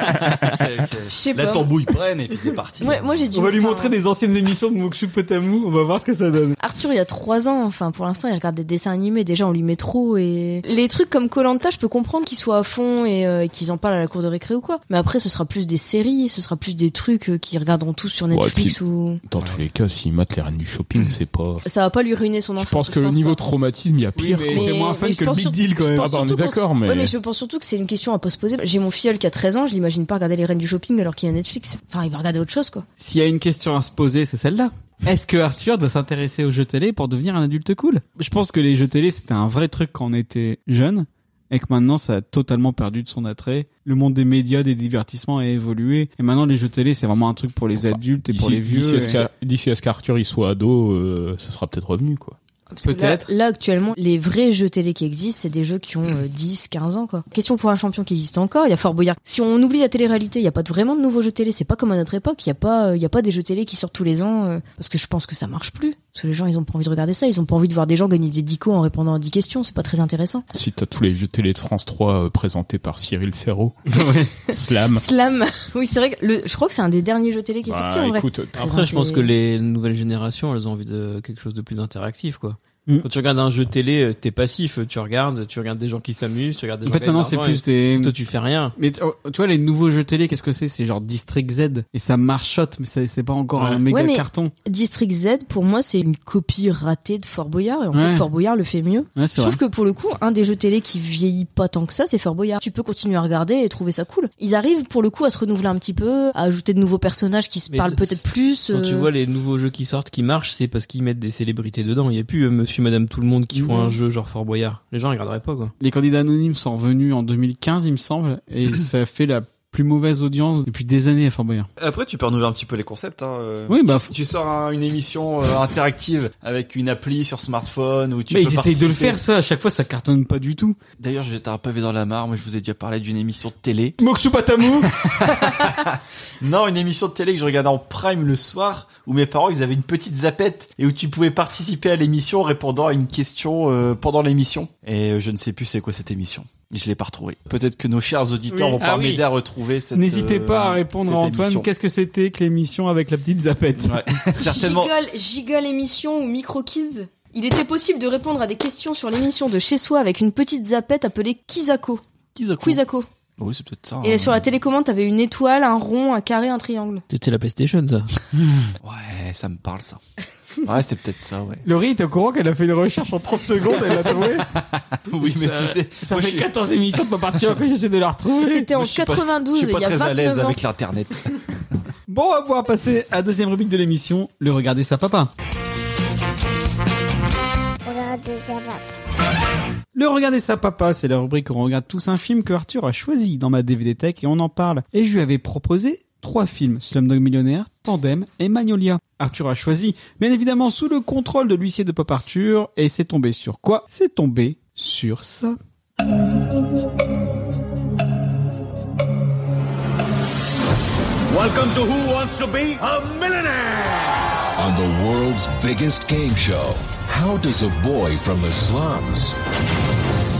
[SPEAKER 4] Je sais
[SPEAKER 3] La
[SPEAKER 4] pas.
[SPEAKER 3] tambouille prenne et puis c'est parti.
[SPEAKER 4] Ouais, moi j'ai du hein.
[SPEAKER 2] On va lui
[SPEAKER 4] enfin,
[SPEAKER 2] montrer des anciennes émissions de Mokshu Potamou, on va voir ce que ça donne.
[SPEAKER 4] Arthur, il y a trois ans, enfin, pour l'instant, il regarde des dessins animés. Déjà, on lui met trop et les trucs comme Colanta, je peux comprendre qu'ils soient à fond et euh, qu'ils en parlent à la cour de récré ou quoi. Mais après, ce sera plus des séries, ce sera plus des trucs euh, qu'ils regarderont tous sur Netflix
[SPEAKER 5] puis-
[SPEAKER 4] ou.
[SPEAKER 5] Dans tous les cas, s'ils matent les reines du shopping, c'est pas.
[SPEAKER 4] Ça va pas lui ruiner son enfant.
[SPEAKER 5] Je pense que le niveau de traumatisme, il y a pire.
[SPEAKER 4] mais
[SPEAKER 5] quoi.
[SPEAKER 4] c'est moins fun mais je que le pense Big sur- Deal, quand je même.
[SPEAKER 5] Ah
[SPEAKER 4] pense
[SPEAKER 5] bah, on est
[SPEAKER 4] surtout qu'on-
[SPEAKER 5] d'accord, mais.
[SPEAKER 4] Ouais, mais je pense surtout que c'est une question à pas se poser. J'ai mon filleul qui a 13 ans, je l'imagine pas regarder les reines du shopping alors qu'il y a Netflix. Enfin, il va regarder autre chose, quoi.
[SPEAKER 2] S'il y a une question à se poser, c'est celle-là. Est-ce que Arthur doit s'intéresser aux jeux télé pour devenir un adulte cool Je pense que les jeux télé, c'était un vrai truc quand on était jeune et que maintenant ça a totalement perdu de son attrait. Le monde des médias, des divertissements a évolué et maintenant les jeux télé, c'est vraiment un truc pour les adultes et pour
[SPEAKER 5] D'ici-
[SPEAKER 2] les vieux.
[SPEAKER 5] d'ici à ce
[SPEAKER 2] et-
[SPEAKER 5] qu'Ar- D'ici à ce qu'Arthur il soit ado, euh, ça sera peut-être revenu, quoi.
[SPEAKER 4] Parce que là- Là, actuellement, les vrais jeux télé qui existent, c'est des jeux qui ont euh, 10, 15 ans, quoi. Question pour un champion qui existe encore, il y a Fort Boyard. Si on oublie la télé-réalité, il n'y a pas de- vraiment de nouveaux jeux télé. C'est pas comme à notre époque, il n'y a, pas, euh, il y a pas des jeux télé qui sortent tous les ans, euh, parce que je pense que ça marche plus. Parce que les gens, ils ont pas envie de regarder ça, ils ont pas envie de voir des gens gagner des dicos en répondant à 10 questions, c'est pas très intéressant.
[SPEAKER 5] Si t'as tous les jeux télé de France 3 euh, présentés par Cyril Ferraud, Slam.
[SPEAKER 4] Slam, oui, c'est vrai que le, je crois que c'est un des derniers jeux télé qui est
[SPEAKER 5] Bah,
[SPEAKER 4] sorti en vrai.
[SPEAKER 5] écoute,
[SPEAKER 6] Après, je pense
[SPEAKER 4] Présenté-
[SPEAKER 6] que les nouvelles générations, elles ont envie de quelque chose de plus interactif, quoi.
[SPEAKER 2] Mm.
[SPEAKER 6] Quand tu regardes un jeu télé, euh, t'es passif, tu regardes, tu regardes des gens qui s'amusent, tu regardes des
[SPEAKER 2] En
[SPEAKER 6] gens
[SPEAKER 2] fait,
[SPEAKER 6] qui gagnent
[SPEAKER 2] maintenant, c'est
[SPEAKER 6] de l'argent
[SPEAKER 2] plus
[SPEAKER 6] et-
[SPEAKER 2] des.
[SPEAKER 6] Toi, tu fais rien.
[SPEAKER 2] Mais tu oh, tu vois, les nouveaux jeux télé, qu'est-ce que c'est C'est genre District Z et ça marchote, mais c'est c'est pas encore un méga
[SPEAKER 4] Ouais, mais
[SPEAKER 2] carton.
[SPEAKER 4] District Z, pour moi, c'est une copie ratée de Fort Boyard. Et en
[SPEAKER 2] Ouais.
[SPEAKER 4] fait, Fort Boyard le fait mieux.
[SPEAKER 2] Ouais,
[SPEAKER 4] Je
[SPEAKER 2] c'est
[SPEAKER 4] trouve
[SPEAKER 2] vrai.
[SPEAKER 4] que pour le coup, un des jeux télé qui vieillit pas tant que ça, c'est Fort Boyard. Tu peux continuer à regarder et trouver ça cool. Ils arrivent pour le coup à se renouveler un petit peu, à ajouter de nouveaux personnages qui se
[SPEAKER 6] Mais
[SPEAKER 4] parlent
[SPEAKER 6] c'est-
[SPEAKER 4] peut-être plus.
[SPEAKER 6] Quand tu
[SPEAKER 4] euh,
[SPEAKER 6] vois les nouveaux jeux qui sortent, qui marchent, c'est parce qu'ils mettent des célébrités dedans. Il n'y a plus euh, Monsieur, Madame, tout le monde qui font
[SPEAKER 2] Ouais.
[SPEAKER 6] un jeu genre Fort Boyard. Les gens regarderaient pas quoi.
[SPEAKER 2] Les candidats anonymes sont revenus en 2015, il me semble, et ça fait la plus mauvaise audience depuis des années à Fort Boyard.
[SPEAKER 3] Après, tu peux renouveler un petit peu les concepts. Hein. euh,
[SPEAKER 2] Oui,
[SPEAKER 3] tu-
[SPEAKER 2] bah,
[SPEAKER 3] tu, sors un- une émission euh, interactive avec une appli sur smartphone où tu
[SPEAKER 2] mais
[SPEAKER 3] peux
[SPEAKER 2] Bah, ils essayent de le
[SPEAKER 3] participer.
[SPEAKER 2] faire ça, à chaque fois ça cartonne pas du tout.
[SPEAKER 3] D'ailleurs, j'étais un pavé dans la mare. Moi, je vous ai déjà parlé d'une émission de télé.
[SPEAKER 2] Mokshu Patamou
[SPEAKER 3] Non, une émission de télé que je regardais en prime le soir où mes parents ils avaient une petite zapette et où tu pouvais participer à l'émission en répondant à une question euh, pendant l'émission. Et euh, je ne sais plus c'est quoi cette émission. Je l'ai pas retrouvée. Peut-être que nos chers auditeurs
[SPEAKER 2] Oui.
[SPEAKER 3] vont pouvoir
[SPEAKER 2] Ah oui.
[SPEAKER 3] m'aider à retrouver cette.
[SPEAKER 2] N'hésitez
[SPEAKER 3] euh,
[SPEAKER 2] pas à répondre à
[SPEAKER 3] cette
[SPEAKER 2] Antoine,
[SPEAKER 3] émission.
[SPEAKER 2] qu'est-ce que c'était que l'émission avec la petite zapette
[SPEAKER 3] Certainement.
[SPEAKER 16] Gigole, gigole émission ou micro kids.
[SPEAKER 4] Il était possible de répondre à des questions sur l'émission de chez soi avec une petite zapette appelée Kizako.
[SPEAKER 3] Kizako.
[SPEAKER 4] Quizako.
[SPEAKER 3] Oui, c'est peut-être ça.
[SPEAKER 4] Et
[SPEAKER 3] hein.
[SPEAKER 4] sur la télécommande, t'avais une étoile, un rond, un carré, un triangle.
[SPEAKER 6] C'était la PlayStation ça.
[SPEAKER 3] Ouais, ça me parle ça. Ouais, c'est peut-être ça, ouais.
[SPEAKER 2] Laurie, t'es au courant qu'elle a fait une recherche en 30 secondes, elle l'a trouvé
[SPEAKER 3] Oui, mais
[SPEAKER 2] Ah, Ça-
[SPEAKER 3] tu sais,
[SPEAKER 2] Ça
[SPEAKER 3] moi,
[SPEAKER 2] fait
[SPEAKER 3] je suis-
[SPEAKER 2] 14 émissions de ma partie, après j'essaie de la retrouver.
[SPEAKER 4] C'était en
[SPEAKER 2] Moi, je suis pas-
[SPEAKER 4] 92,
[SPEAKER 3] Je suis pas
[SPEAKER 4] il y a
[SPEAKER 3] très à l'aise
[SPEAKER 4] 29 ans.
[SPEAKER 3] avec l'internet.
[SPEAKER 2] Bon, on va pouvoir passer à la deuxième rubrique de l'émission, le regarder sa papa. Le regarder sa papa, c'est la rubrique où on regarde tous un film que Arthur a choisi dans ma DVD Tech et on en parle. Et je lui avais proposé trois films, Slumdog Millionnaire, Tandem et Magnolia. Arthur a choisi, bien évidemment sous le contrôle de l'huissier de Pop Arthur, et c'est tombé sur quoi C'est tombé sur ça.
[SPEAKER 20] Welcome to Who Wants to Be a Millionaire?
[SPEAKER 26] On the world's biggest game show, how does a boy from the slums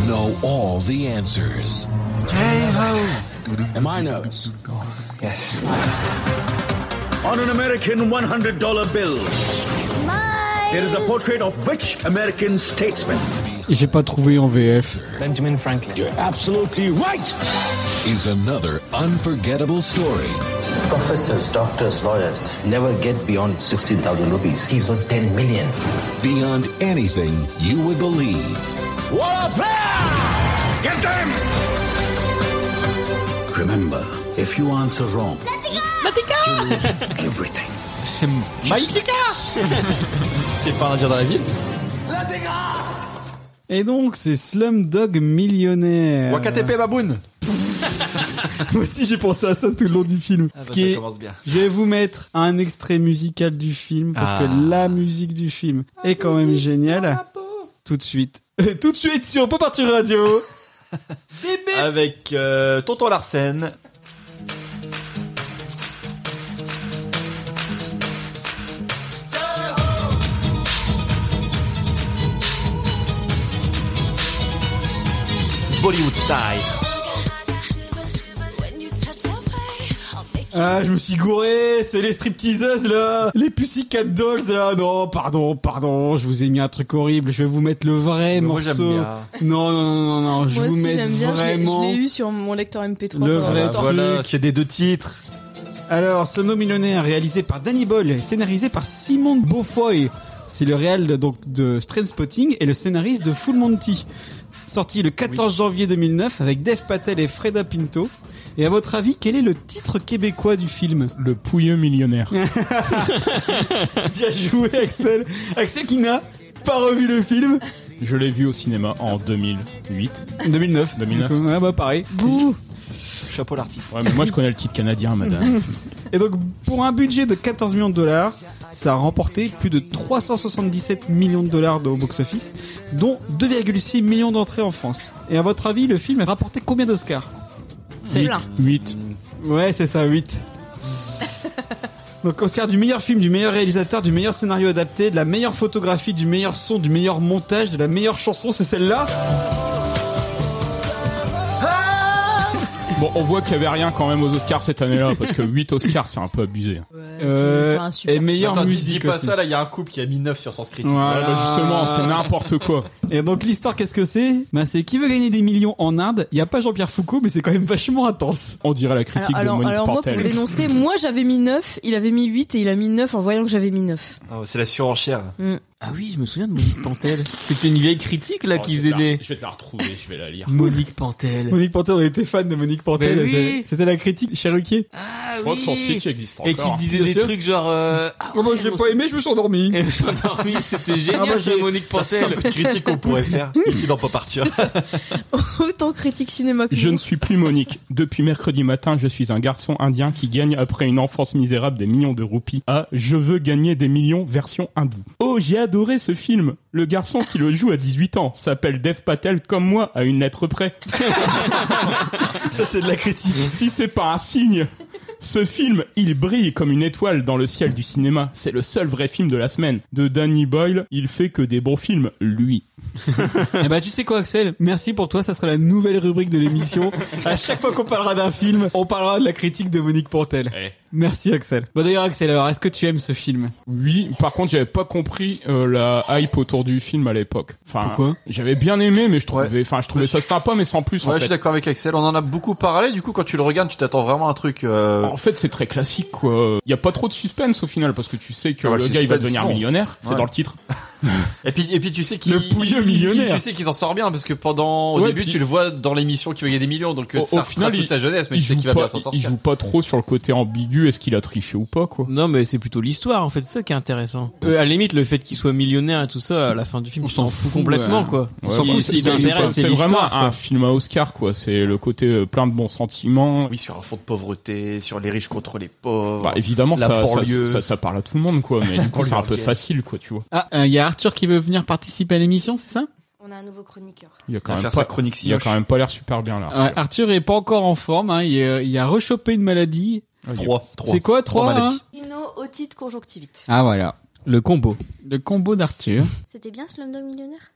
[SPEAKER 26] know all the answers? Hey ho! Am I knows? Yes.
[SPEAKER 20] On an American $100 bill, there is a portrait of which American statesman?
[SPEAKER 2] J'ai pas trouvé en VF.
[SPEAKER 26] Benjamin Franklin. You're absolutely right! Is another unforgettable story.
[SPEAKER 27] Professors, doctors, lawyers never get beyond 16,000 rupees. He's on 10 million.
[SPEAKER 26] Beyond anything you would believe.
[SPEAKER 20] What a player! Get them!
[SPEAKER 26] Remember, if you answer wrong,
[SPEAKER 20] Everything.
[SPEAKER 3] C'est Maïtika C'est pas un indien dans la ville, ça
[SPEAKER 2] Et donc, c'est Slumdog Millionnaire.
[SPEAKER 3] Wakatepe Baboon
[SPEAKER 2] Moi aussi, j'ai pensé à ça tout le long du film.
[SPEAKER 3] Ah
[SPEAKER 2] Ce
[SPEAKER 3] bah,
[SPEAKER 2] qui
[SPEAKER 3] ça
[SPEAKER 2] est-
[SPEAKER 3] commence bien.
[SPEAKER 2] Je vais vous mettre un extrait musical du film, parce
[SPEAKER 3] Ah.
[SPEAKER 2] que la musique du film est quand même géniale. Tout de suite.
[SPEAKER 3] Euh,
[SPEAKER 2] tout de suite sur Pop Party Radio
[SPEAKER 3] Avec euh, Tonton Larsen. Bollywood style.
[SPEAKER 2] Ah, je me suis gouré, c'est les stripteaseuses là, les Pussycat Dolls là. Non, pardon, pardon, je vous ai mis un truc horrible. Je vais vous mettre le
[SPEAKER 3] Mais
[SPEAKER 2] vrai
[SPEAKER 3] moi,
[SPEAKER 2] morceau.
[SPEAKER 3] j'aime bien.
[SPEAKER 2] Non, non, non, non, non, je
[SPEAKER 16] Moi
[SPEAKER 2] vous
[SPEAKER 16] aussi
[SPEAKER 2] mets
[SPEAKER 16] j'aime bien, je l'ai-
[SPEAKER 2] vraiment
[SPEAKER 16] je l'ai eu sur mon lecteur MP3.
[SPEAKER 2] le
[SPEAKER 16] pendant
[SPEAKER 2] vrai
[SPEAKER 16] longtemps.
[SPEAKER 2] truc.
[SPEAKER 3] Ah, bah, c'est des deux titres.
[SPEAKER 2] Alors, Slumdog Millionnaire, réalisé par Danny Boyle, et scénarisé par Simon Beaufoy. C'est le réal de- donc de Strain Spotting et le scénariste de Full Monty. Sorti le 14 janvier 2009 avec Dev Patel et Freda Pinto. Et à votre avis, quel est le titre québécois du film
[SPEAKER 5] Le pouilleux millionnaire.
[SPEAKER 2] Bien joué, Axel. Axel qui n'a pas revu le film.
[SPEAKER 5] Je l'ai vu au cinéma en 2008.
[SPEAKER 2] 2009.
[SPEAKER 5] 2009.
[SPEAKER 2] Ouais, bah pareil. Bouh
[SPEAKER 3] Chapeau l'artiste.
[SPEAKER 5] Ouais, mais moi je connais le titre canadien, madame.
[SPEAKER 2] Et donc, pour un budget de 14 millions de dollars, ça a remporté plus de 377 millions de dollars au box-office, dont 2,6 millions d'entrées en France. Et à votre avis, le film a rapporté combien d'Oscars
[SPEAKER 16] C'est plein.
[SPEAKER 5] 8.
[SPEAKER 2] Ouais, c'est ça, 8. Donc Oscar du meilleur film, du meilleur réalisateur, du meilleur scénario adapté, de la meilleure photographie, du meilleur son, du meilleur montage, de la meilleure chanson, c'est celle-là
[SPEAKER 5] Bon, on voit qu'il y avait rien quand même aux Oscars cette année-là, parce que 8 Oscars, c'est un peu abusé. hein.
[SPEAKER 2] Euh, Et meilleure
[SPEAKER 3] Attends, dis-
[SPEAKER 2] musique
[SPEAKER 3] dis pas
[SPEAKER 2] aussi.
[SPEAKER 3] ça, là, il y a un couple qui a mis 9 sur Sens Critique. Ah,
[SPEAKER 2] Voilà.
[SPEAKER 5] bah, justement, c'est n'importe quoi.
[SPEAKER 2] Et donc l'histoire, qu'est-ce que c'est Bah c'est qui veut gagner des millions en Inde Il y a pas Jean-Pierre Foucault, mais c'est quand même vachement intense.
[SPEAKER 5] On dirait la
[SPEAKER 16] Alors, alors, alors moi pour le dénoncer, moi j'avais mis 9, il avait mis 8 et il a mis 9 en voyant que j'avais mis 9.
[SPEAKER 3] Ah, c'est la surenchère.
[SPEAKER 16] Mm.
[SPEAKER 6] Ah oui, je me souviens de Monique Pantel. C'était une vieille critique
[SPEAKER 3] Oh,
[SPEAKER 6] là qui faisait des.
[SPEAKER 5] Je vais te la retrouver, je vais la lire.
[SPEAKER 6] Monique Pantel.
[SPEAKER 2] Monique Pantel, on était fan de Monique Pantel.
[SPEAKER 6] Mais oui.
[SPEAKER 2] c'est- C'était la critique Cheruquier.
[SPEAKER 16] Ah
[SPEAKER 5] Je crois que son site il existe
[SPEAKER 6] Et
[SPEAKER 5] encore.
[SPEAKER 6] qui disait
[SPEAKER 2] Bien
[SPEAKER 6] des
[SPEAKER 2] sûr.
[SPEAKER 6] trucs genre. Euh... Ah,
[SPEAKER 2] Oh, moi je l'ai pas aimé, je me suis endormi.
[SPEAKER 6] Et je m'endormis, c'était génial,
[SPEAKER 3] Ah, moi,
[SPEAKER 6] c'est
[SPEAKER 3] j'ai-
[SPEAKER 6] Monique
[SPEAKER 3] ça, c'est
[SPEAKER 6] Pantel.
[SPEAKER 3] un peu de critique qu'on pourrait faire ici dans Pop Arthur.
[SPEAKER 16] Autant critique cinéma que
[SPEAKER 5] Je
[SPEAKER 16] nous.
[SPEAKER 5] ne suis plus Monique. Depuis mercredi matin, je suis un garçon indien qui gagne après une enfance misérable des millions de roupies à Je veux gagner des millions version hindoue. Oh, j'ai adoré ce film. Le garçon qui le joue à 18 ans s'appelle Dev Patel comme moi à une lettre près.
[SPEAKER 2] Ça c'est de la critique.
[SPEAKER 5] Si c'est pas un signe. Ce film, il brille comme une étoile dans le ciel du cinéma. C'est le seul vrai film de la semaine. De Danny Boyle, il fait que des bons films, lui.
[SPEAKER 2] Et bah tu sais quoi Axel Merci pour toi, ça sera la nouvelle rubrique de l'émission. à chaque fois qu'on parlera d'un film, on parlera de la critique de Monique Pantel.
[SPEAKER 5] Eh.
[SPEAKER 2] Merci Axel. Bah d'ailleurs Axel, alors est-ce que tu aimes ce film
[SPEAKER 5] Oui, par contre, j'avais pas compris euh, la hype autour du film à l'époque. Enfin,
[SPEAKER 2] Pourquoi
[SPEAKER 5] J'avais bien aimé, mais je trouvais, enfin, je trouvais ça sympa, mais sans plus.
[SPEAKER 3] Ouais,
[SPEAKER 5] en
[SPEAKER 3] je suis
[SPEAKER 5] fait,
[SPEAKER 3] d'accord avec Axel. On en a beaucoup parlé. Du coup, quand tu le regardes, tu t'attends vraiment à un truc. euh,
[SPEAKER 5] en fait, c'est très classique, quoi. Il Euh, y a pas trop de suspense au final, parce que tu sais que
[SPEAKER 3] Ah,
[SPEAKER 5] le
[SPEAKER 3] le
[SPEAKER 5] gars il va
[SPEAKER 3] suspense,
[SPEAKER 5] devenir
[SPEAKER 3] non.
[SPEAKER 5] millionnaire. C'est
[SPEAKER 3] Ouais.
[SPEAKER 5] dans le titre.
[SPEAKER 3] Et puis, et puis tu sais qu'il
[SPEAKER 2] Le pouilleux
[SPEAKER 3] il-
[SPEAKER 2] millionnaire.
[SPEAKER 3] Tu sais qu'ils en sort bien parce que pendant au
[SPEAKER 5] Ouais,
[SPEAKER 3] début
[SPEAKER 5] puis-
[SPEAKER 3] tu le vois dans l'émission qui va gagner des millions donc
[SPEAKER 5] Au-
[SPEAKER 3] ça
[SPEAKER 5] au
[SPEAKER 3] retrace
[SPEAKER 5] final,
[SPEAKER 3] toute
[SPEAKER 5] il-
[SPEAKER 3] sa jeunesse mais
[SPEAKER 5] il
[SPEAKER 3] tu sais
[SPEAKER 5] joue
[SPEAKER 3] qu'il va
[SPEAKER 5] pas-
[SPEAKER 3] bien s'en
[SPEAKER 5] il- Il
[SPEAKER 3] sortir.
[SPEAKER 5] joue pas trop sur le côté ambigu. Est-ce qu'il a triché ou pas, quoi
[SPEAKER 6] Non, mais c'est plutôt l'histoire en fait, c'est ça qui est intéressant. Euh, à la limite, le fait qu'il soit millionnaire et tout ça, à la fin du film,
[SPEAKER 2] On
[SPEAKER 6] tu
[SPEAKER 2] s'en
[SPEAKER 6] t'en fous
[SPEAKER 2] fout,
[SPEAKER 6] complètement
[SPEAKER 2] ouais.
[SPEAKER 6] quoi.
[SPEAKER 2] On s'en
[SPEAKER 6] Il-
[SPEAKER 2] fout,
[SPEAKER 6] c'est-
[SPEAKER 2] c'est-
[SPEAKER 6] c'est-
[SPEAKER 2] l'intérêt,
[SPEAKER 5] c'est vraiment
[SPEAKER 6] quoi.
[SPEAKER 5] un film à Oscar, quoi. C'est le côté euh, plein de bons sentiments.
[SPEAKER 3] Oui, sur un fond de pauvreté, sur les riches contre les pauvres.
[SPEAKER 5] Bah, évidemment,
[SPEAKER 3] la
[SPEAKER 5] ça, ça,
[SPEAKER 3] banlieue.
[SPEAKER 5] ça- ça parle à tout le monde, quoi. Mais du coup, c'est un peu
[SPEAKER 3] banlieue.
[SPEAKER 5] facile, quoi, tu vois.
[SPEAKER 2] Ah, il y a Arthur qui veut venir participer à l'émission, c'est ça
[SPEAKER 16] On a un nouveau chroniqueur.
[SPEAKER 5] Il y a quand
[SPEAKER 3] va
[SPEAKER 5] même
[SPEAKER 3] faire sa
[SPEAKER 5] pas,
[SPEAKER 3] chronique
[SPEAKER 5] il y a
[SPEAKER 3] Sinoche.
[SPEAKER 5] quand même pas l'air super bien là.
[SPEAKER 2] Ouais, Arthur est pas encore en forme, hein, il, euh, il a euh, rechopé une maladie.
[SPEAKER 3] Trois. Trois.
[SPEAKER 2] C'est quoi, trois, hein
[SPEAKER 3] maladies.
[SPEAKER 4] Ino, otite, conjonctivite.
[SPEAKER 2] Ah voilà. Le combo. Le combo d'Arthur.
[SPEAKER 4] C'était bien Slumdog Millionnaire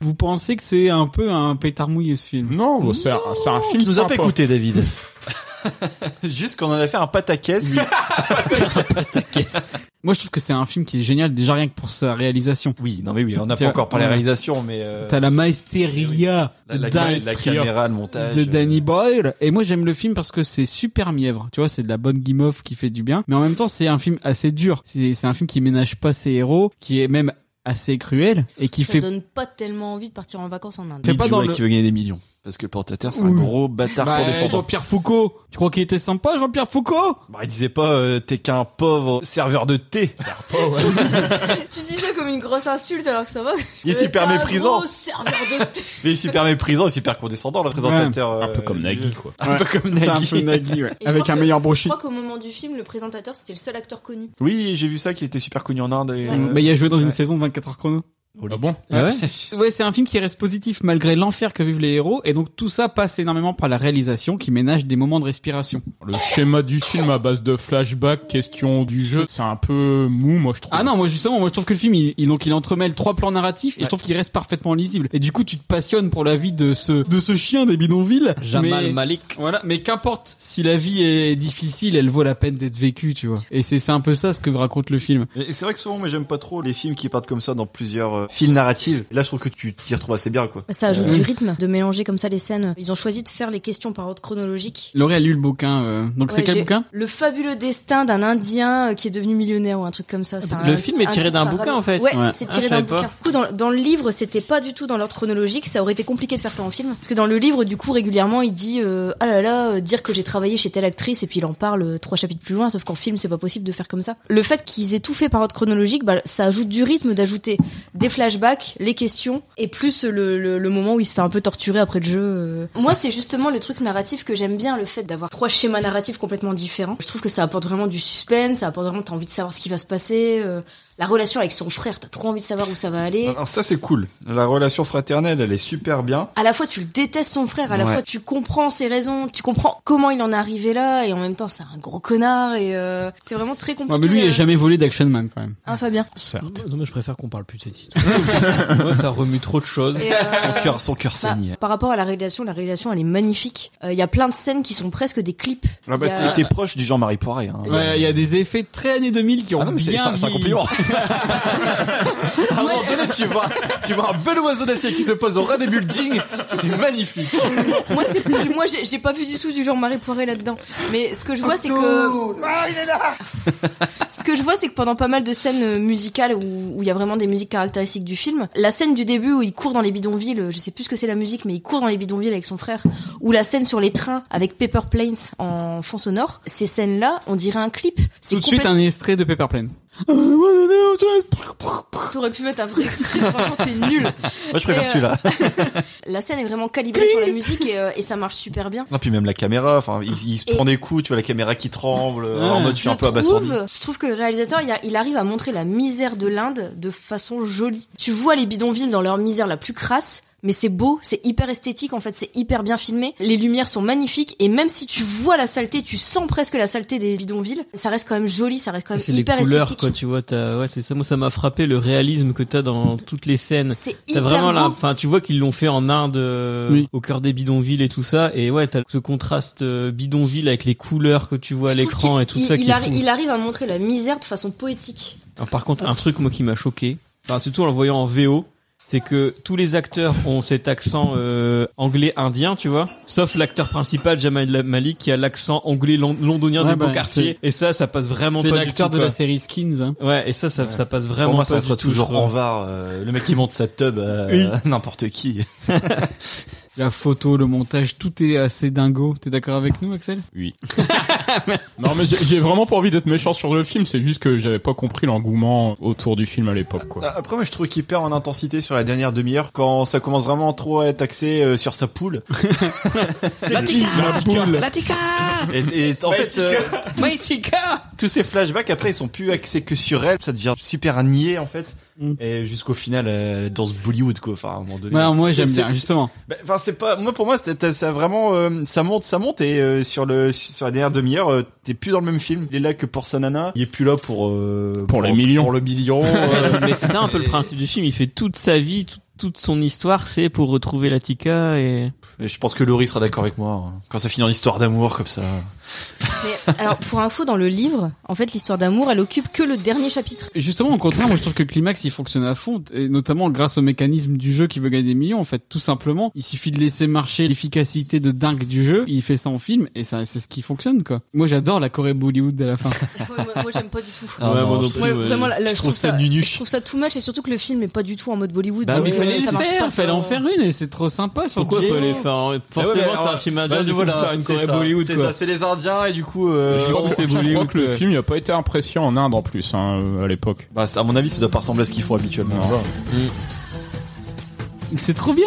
[SPEAKER 2] Vous pensez que c'est un peu un pétard mouillé ce film
[SPEAKER 5] Non, c'est un, c'est un film
[SPEAKER 3] Tu nous as pas
[SPEAKER 5] sympa.
[SPEAKER 3] écouté, David. Juste qu'on en a fait un pataquès.
[SPEAKER 2] Moi je trouve que c'est un film qui est génial déjà rien que pour sa réalisation.
[SPEAKER 3] Oui, non mais oui, on n'a pas encore parlé de la réalisation, mais euh,
[SPEAKER 2] T'as la maestria
[SPEAKER 3] la, la-
[SPEAKER 2] de
[SPEAKER 3] la
[SPEAKER 2] Dan-
[SPEAKER 3] caméra, le montage. euh.
[SPEAKER 2] de Danny Boyle. Et moi, j'aime le film parce que c'est super mièvre. Tu vois, c'est de la bonne guimauve qui fait du bien. Mais en même temps, c'est un film assez dur. C'est c'est un film qui ménage pas ses héros, qui est même assez cruel et qui
[SPEAKER 4] Ça
[SPEAKER 2] fait
[SPEAKER 4] donne pas tellement envie de partir en vacances en Inde.
[SPEAKER 2] T'es pas dans
[SPEAKER 3] Joey
[SPEAKER 2] le-
[SPEAKER 3] qui veut gagner des millions. Parce que le portateur, c'est un
[SPEAKER 2] Oui.
[SPEAKER 3] gros bâtard
[SPEAKER 2] Bah,
[SPEAKER 3] pour descendre.
[SPEAKER 2] Jean-Pierre Foucault. Tu crois qu'il était sympa, Jean-Pierre Foucault?
[SPEAKER 3] Bah, il disait pas, euh, t'es qu'un pauvre serveur de thé.
[SPEAKER 4] Tu dis ça comme une grosse insulte alors que ça va.
[SPEAKER 3] Il est super
[SPEAKER 4] T'es un
[SPEAKER 3] méprisant.
[SPEAKER 4] gros serveur de thé.
[SPEAKER 3] Mais super méprisant et super condescendant, le présentateur. euh,
[SPEAKER 5] Un peu comme Nagui, quoi.
[SPEAKER 3] Un peu
[SPEAKER 2] Ouais,
[SPEAKER 3] comme
[SPEAKER 2] c'est un
[SPEAKER 3] Nagui.
[SPEAKER 2] peu Nagui, ouais.
[SPEAKER 4] Et je
[SPEAKER 2] Avec
[SPEAKER 4] crois
[SPEAKER 2] un
[SPEAKER 4] que-
[SPEAKER 2] meilleur
[SPEAKER 4] Je
[SPEAKER 2] brochu.
[SPEAKER 4] crois qu'au moment du film, le présentateur c'était le seul acteur connu.
[SPEAKER 3] Oui, j'ai vu ça, qu'il était super connu en Inde. Et, euh,
[SPEAKER 2] Bah, il a joué dans une saison de 24 heures chrono.
[SPEAKER 5] Ah bon
[SPEAKER 2] ouais. Ouais, c'est un film qui reste positif malgré l'enfer que vivent les héros et donc tout ça passe énormément par la réalisation qui ménage des moments de respiration.
[SPEAKER 5] Le schéma du film à base de flashbacks, question du jeu, c'est un peu mou, moi je trouve.
[SPEAKER 2] Ah non, moi justement, moi je trouve que le film il, il- donc il entremêle trois plans narratifs et je trouve qu'il reste parfaitement lisible. Et du coup, tu te passionnes pour la vie de ce de ce chien des bidonvilles.
[SPEAKER 6] Jamal
[SPEAKER 2] mais-
[SPEAKER 6] Malik.
[SPEAKER 2] Voilà, mais qu'importe, si la vie est difficile, elle vaut la peine d'être vécue, tu vois. Et c'est c'est un peu ça ce que raconte le film.
[SPEAKER 3] Et c'est vrai que souvent, mais j'aime pas trop les films qui partent comme ça dans plusieurs euh, fils narratifs. Et Là, je trouve que tu t'y retrouves assez bien, quoi.
[SPEAKER 4] Ça ajoute
[SPEAKER 3] Euh,
[SPEAKER 4] du rythme de mélanger comme ça les scènes. Ils ont choisi de faire les questions par ordre chronologique.
[SPEAKER 2] Laurie a lu le bouquin. euh, Donc c'est
[SPEAKER 4] Ouais,
[SPEAKER 2] quel
[SPEAKER 4] j'ai-
[SPEAKER 2] bouquin
[SPEAKER 4] Le fabuleux destin d'un Indien euh, qui est devenu millionnaire ou un truc comme ça. C'est un-
[SPEAKER 6] Ah, le film est
[SPEAKER 4] un
[SPEAKER 6] tiré
[SPEAKER 4] titre
[SPEAKER 6] d'un
[SPEAKER 4] arabe.
[SPEAKER 6] bouquin, en fait.
[SPEAKER 4] Ouais,
[SPEAKER 6] Ouais.
[SPEAKER 4] c'est
[SPEAKER 6] Ah, je
[SPEAKER 4] tiré d'un
[SPEAKER 6] savais pas.
[SPEAKER 4] bouquin. Du coup, dans, dans le livre, c'était pas du tout dans l'ordre chronologique. Ça aurait été compliqué de faire ça en film. Parce que dans le livre, du coup, régulièrement, il dit euh, ah là là, euh, dire que j'ai travaillé chez telle actrice et puis il en parle euh, trois chapitres plus loin. Sauf qu'en film, c'est pas possible de faire comme ça. Le fait qu'ils aient tout fait par ordre chronologique, bah, ça ajoute du rythme d'ajouter des flashbacks, les questions et plus le, le- le moment où il se fait un peu torturer après le jeu. euh. Moi, c'est justement le truc narratif que j'aime bien, le fait d'avoir trois schémas narratifs complètement différents. Je trouve que ça apporte vraiment du suspense, ça apporte vraiment t'as envie de savoir ce qui va se passer. euh, la relation avec son frère, t'as trop envie de savoir où ça va aller.
[SPEAKER 3] Alors ça, c'est cool. La relation fraternelle, elle est super bien.
[SPEAKER 4] À la fois tu le détestes son frère, à la
[SPEAKER 3] Ouais.
[SPEAKER 4] fois tu comprends ses raisons, tu comprends comment il en est arrivé là, et en même temps c'est un gros connard et euh, c'est vraiment très
[SPEAKER 2] Ouais,
[SPEAKER 4] compliqué.
[SPEAKER 2] mais lui, il
[SPEAKER 4] euh.
[SPEAKER 2] a jamais volé d'Action Man quand même.
[SPEAKER 4] Hein, Fabien.
[SPEAKER 6] Non, mais je préfère qu'on parle plus de cette histoire. Moi, ça remue trop de choses.
[SPEAKER 4] Et, euh,
[SPEAKER 3] Son cœur, son cœur
[SPEAKER 4] Bah,
[SPEAKER 3] saigne.
[SPEAKER 4] par rapport à la réalisation, la réalisation elle est magnifique. Euh, Il y a plein de scènes qui sont presque des clips.
[SPEAKER 3] Ah bah,
[SPEAKER 4] Il y a-
[SPEAKER 3] t'es t'es proche du Jean-Marie Poiré. Hein.
[SPEAKER 2] Ouais, il y a des effets très années 2000 qui ont
[SPEAKER 3] Ah non, mais c'est-
[SPEAKER 2] bien
[SPEAKER 3] c'est un
[SPEAKER 2] vieilli.
[SPEAKER 3] compliment. À un moment donné, tu vois, tu vois un bel oiseau d'acier qui se pose au ras des buildings. C'est magnifique.
[SPEAKER 4] moi, c'est- moi, j'ai j'ai pas vu du tout du genre Marie Poiré là-dedans. Mais ce que je vois, c'est que. Ce que je vois, c'est que pendant pas mal de scènes euh, musicales où où il y a vraiment des musiques caractéristiques du film, la scène du début où il court dans les bidonvilles, euh, je sais plus ce que c'est la musique, mais il court dans les bidonvilles avec son frère, ou la scène sur les trains avec Paper Planes en fond sonore, ces scènes-là, on dirait un clip. C'est
[SPEAKER 2] Tout de suite,
[SPEAKER 4] complètement-
[SPEAKER 2] un Ah, extrait de Paper Plane.
[SPEAKER 4] T'aurais pu mettre un vrai extrait, franchement, Oh, t'es nul.
[SPEAKER 3] Moi, je préfère
[SPEAKER 4] Et, euh,
[SPEAKER 3] celui-là.
[SPEAKER 4] La scène est vraiment calibrée sur la musique et, euh, et ça marche super bien.
[SPEAKER 3] Non, puis même la caméra, enfin, il, il se
[SPEAKER 4] Et-
[SPEAKER 3] prend des coups, tu vois la caméra qui tremble, euh,
[SPEAKER 2] Ouais.
[SPEAKER 3] en mode je suis un peu abasourdi.
[SPEAKER 4] trouve, je trouve que le réalisateur, il, a- il arrive à montrer la misère de l'Inde de façon jolie. Tu vois les bidonvilles dans leur misère la plus crasse, mais c'est beau, c'est hyper esthétique, en fait, c'est hyper bien filmé. Les lumières sont magnifiques, et même si tu vois la saleté, tu sens presque la saleté des bidonvilles, ça reste quand même joli, ça reste quand même
[SPEAKER 6] C'est les
[SPEAKER 4] hyper
[SPEAKER 6] couleurs,
[SPEAKER 4] esthétique.
[SPEAKER 6] quoi, tu vois. t'as- Ouais, c'est ça. Moi, ça m'a frappé le réalisme que t'as dans toutes les scènes.
[SPEAKER 4] C'est
[SPEAKER 6] T'as
[SPEAKER 4] hyper
[SPEAKER 6] vraiment là,
[SPEAKER 4] beau.
[SPEAKER 6] enfin, tu vois qu'ils l'ont fait en Inde, euh,
[SPEAKER 2] Oui.
[SPEAKER 6] au cœur des bidonvilles et tout ça. Et ouais, t'as ce contraste euh, bidonville avec les couleurs que tu vois à
[SPEAKER 4] Je trouve
[SPEAKER 6] l'écran
[SPEAKER 4] qu'il-
[SPEAKER 6] et tout
[SPEAKER 4] il-
[SPEAKER 6] ça
[SPEAKER 4] il
[SPEAKER 6] qui Ah bah. est
[SPEAKER 4] arri-
[SPEAKER 6] fou.
[SPEAKER 4] il arrive à montrer la misère de façon poétique.
[SPEAKER 6] Alors, par contre, un truc moi qui m'a choqué, enfin, surtout en le voyant en VO, c'est que tous les acteurs ont cet accent euh, anglais-indien, tu vois, sauf l'acteur principal Jamal Malik qui a l'accent anglais lon- londonien
[SPEAKER 2] Ouais,
[SPEAKER 6] des
[SPEAKER 2] bah,
[SPEAKER 6] beaux quartiers. Et ça, ça passe vraiment
[SPEAKER 2] C'est
[SPEAKER 6] pas du tout.
[SPEAKER 2] l'acteur de la
[SPEAKER 6] quoi.
[SPEAKER 2] série Skins. hein.
[SPEAKER 6] Ouais, et ça, ça, ça passe vraiment
[SPEAKER 3] Pour moi,
[SPEAKER 6] pas
[SPEAKER 3] ça
[SPEAKER 6] du
[SPEAKER 3] sera
[SPEAKER 6] tout, je
[SPEAKER 3] toujours
[SPEAKER 6] trouve.
[SPEAKER 3] en var, euh, le mec qui monte sa tub, euh,
[SPEAKER 2] Oui.
[SPEAKER 3] n'importe qui.
[SPEAKER 2] La photo, le montage, tout est assez dingo. T'es d'accord avec nous, Axel
[SPEAKER 5] Oui. Non mais j'ai j'ai vraiment pas envie d'être méchant sur le film, c'est juste que j'avais pas compris l'engouement autour du film à l'époque quoi.
[SPEAKER 3] Ah, Après, moi, je trouve qu'il perd en intensité sur la dernière demi-heure quand ça commence vraiment trop à être axé euh, sur sa poule.
[SPEAKER 6] C'est qui
[SPEAKER 5] La poule.
[SPEAKER 3] Et,
[SPEAKER 6] Bah,
[SPEAKER 3] et en fait, euh, tous ces flashbacks après, ils sont plus axés que sur elle. Ça devient super niais en fait.
[SPEAKER 6] Mm.
[SPEAKER 3] Et jusqu'au final, elle danse Bollywood, quoi. Enfin, à un moment donné.
[SPEAKER 2] Ouais, alors moi,
[SPEAKER 3] C'est-
[SPEAKER 2] j'aime bien,
[SPEAKER 3] c'est-
[SPEAKER 2] justement.
[SPEAKER 3] Bah, Enfin, c'est pas. Moi, pour moi, c'était ça vraiment. euh, ça monte, ça monte. Et euh, sur le sur la dernière demi-heure, euh, t'es plus dans le même film. Il est là que pour sa nana. Il est plus là pour euh, pour, le million. Pour le million. euh,
[SPEAKER 6] mais c'est ça un peu le principe du film. Il fait toute sa vie, tout- toute son histoire, c'est pour retrouver la Tika et.
[SPEAKER 3] Et je pense que Laurie sera d'accord avec moi. hein. Quand ça finit en histoire d'amour comme ça.
[SPEAKER 4] Mais alors, pour info, dans le livre, en fait, l'histoire d'amour, elle occupe que le dernier chapitre.
[SPEAKER 2] Justement, au contraire, moi je trouve que le climax il fonctionne à fond, et notamment grâce au mécanisme du jeu qui veut gagner des millions. En fait, tout simplement, il suffit de laisser marcher l'efficacité de dingue du jeu. Il fait ça en film et ça, c'est ce qui fonctionne quoi. Moi, j'adore la Corée Bollywood à la fin.
[SPEAKER 4] moi, moi, j'aime pas du tout.
[SPEAKER 2] Ah Ouais, non, moi non c'est- plus,
[SPEAKER 4] Moi,
[SPEAKER 2] ouais.
[SPEAKER 4] vraiment, là,
[SPEAKER 2] Je
[SPEAKER 4] je,
[SPEAKER 2] trouve
[SPEAKER 4] trouve
[SPEAKER 2] ça
[SPEAKER 4] ça,
[SPEAKER 2] nunuche.
[SPEAKER 4] Je trouve ça too much et surtout que le film est pas du tout en mode Bollywood.
[SPEAKER 2] Bah
[SPEAKER 4] donc,
[SPEAKER 2] oui,
[SPEAKER 4] euh,
[SPEAKER 2] fallait
[SPEAKER 4] ça
[SPEAKER 2] le
[SPEAKER 4] marche
[SPEAKER 2] faire,
[SPEAKER 4] pas.
[SPEAKER 2] fallait en faire une et c'est trop sympa. Ah Sur
[SPEAKER 6] Pourquoi
[SPEAKER 2] le
[SPEAKER 6] fallait
[SPEAKER 2] fallait
[SPEAKER 6] faire un- forcément,
[SPEAKER 3] Ouais, ouais,
[SPEAKER 6] c'est
[SPEAKER 3] alors,
[SPEAKER 6] un film indien,
[SPEAKER 3] bah,
[SPEAKER 6] du coup,
[SPEAKER 3] voilà,
[SPEAKER 6] faire une
[SPEAKER 3] c'est
[SPEAKER 6] Corée
[SPEAKER 3] ça.
[SPEAKER 6] Bollywood,
[SPEAKER 3] C'est
[SPEAKER 6] quoi.
[SPEAKER 3] ça, c'est les Indiens et du coup. euh,
[SPEAKER 5] je crois,
[SPEAKER 3] on-
[SPEAKER 5] que,
[SPEAKER 3] on-
[SPEAKER 5] je crois que le
[SPEAKER 3] euh,
[SPEAKER 5] film n'a pas été impressionnant en Inde en plus hein, euh, à l'époque.
[SPEAKER 3] Bah, à mon avis, ça doit pas ressembler à ce qu'ils font habituellement.
[SPEAKER 2] C'est trop bien.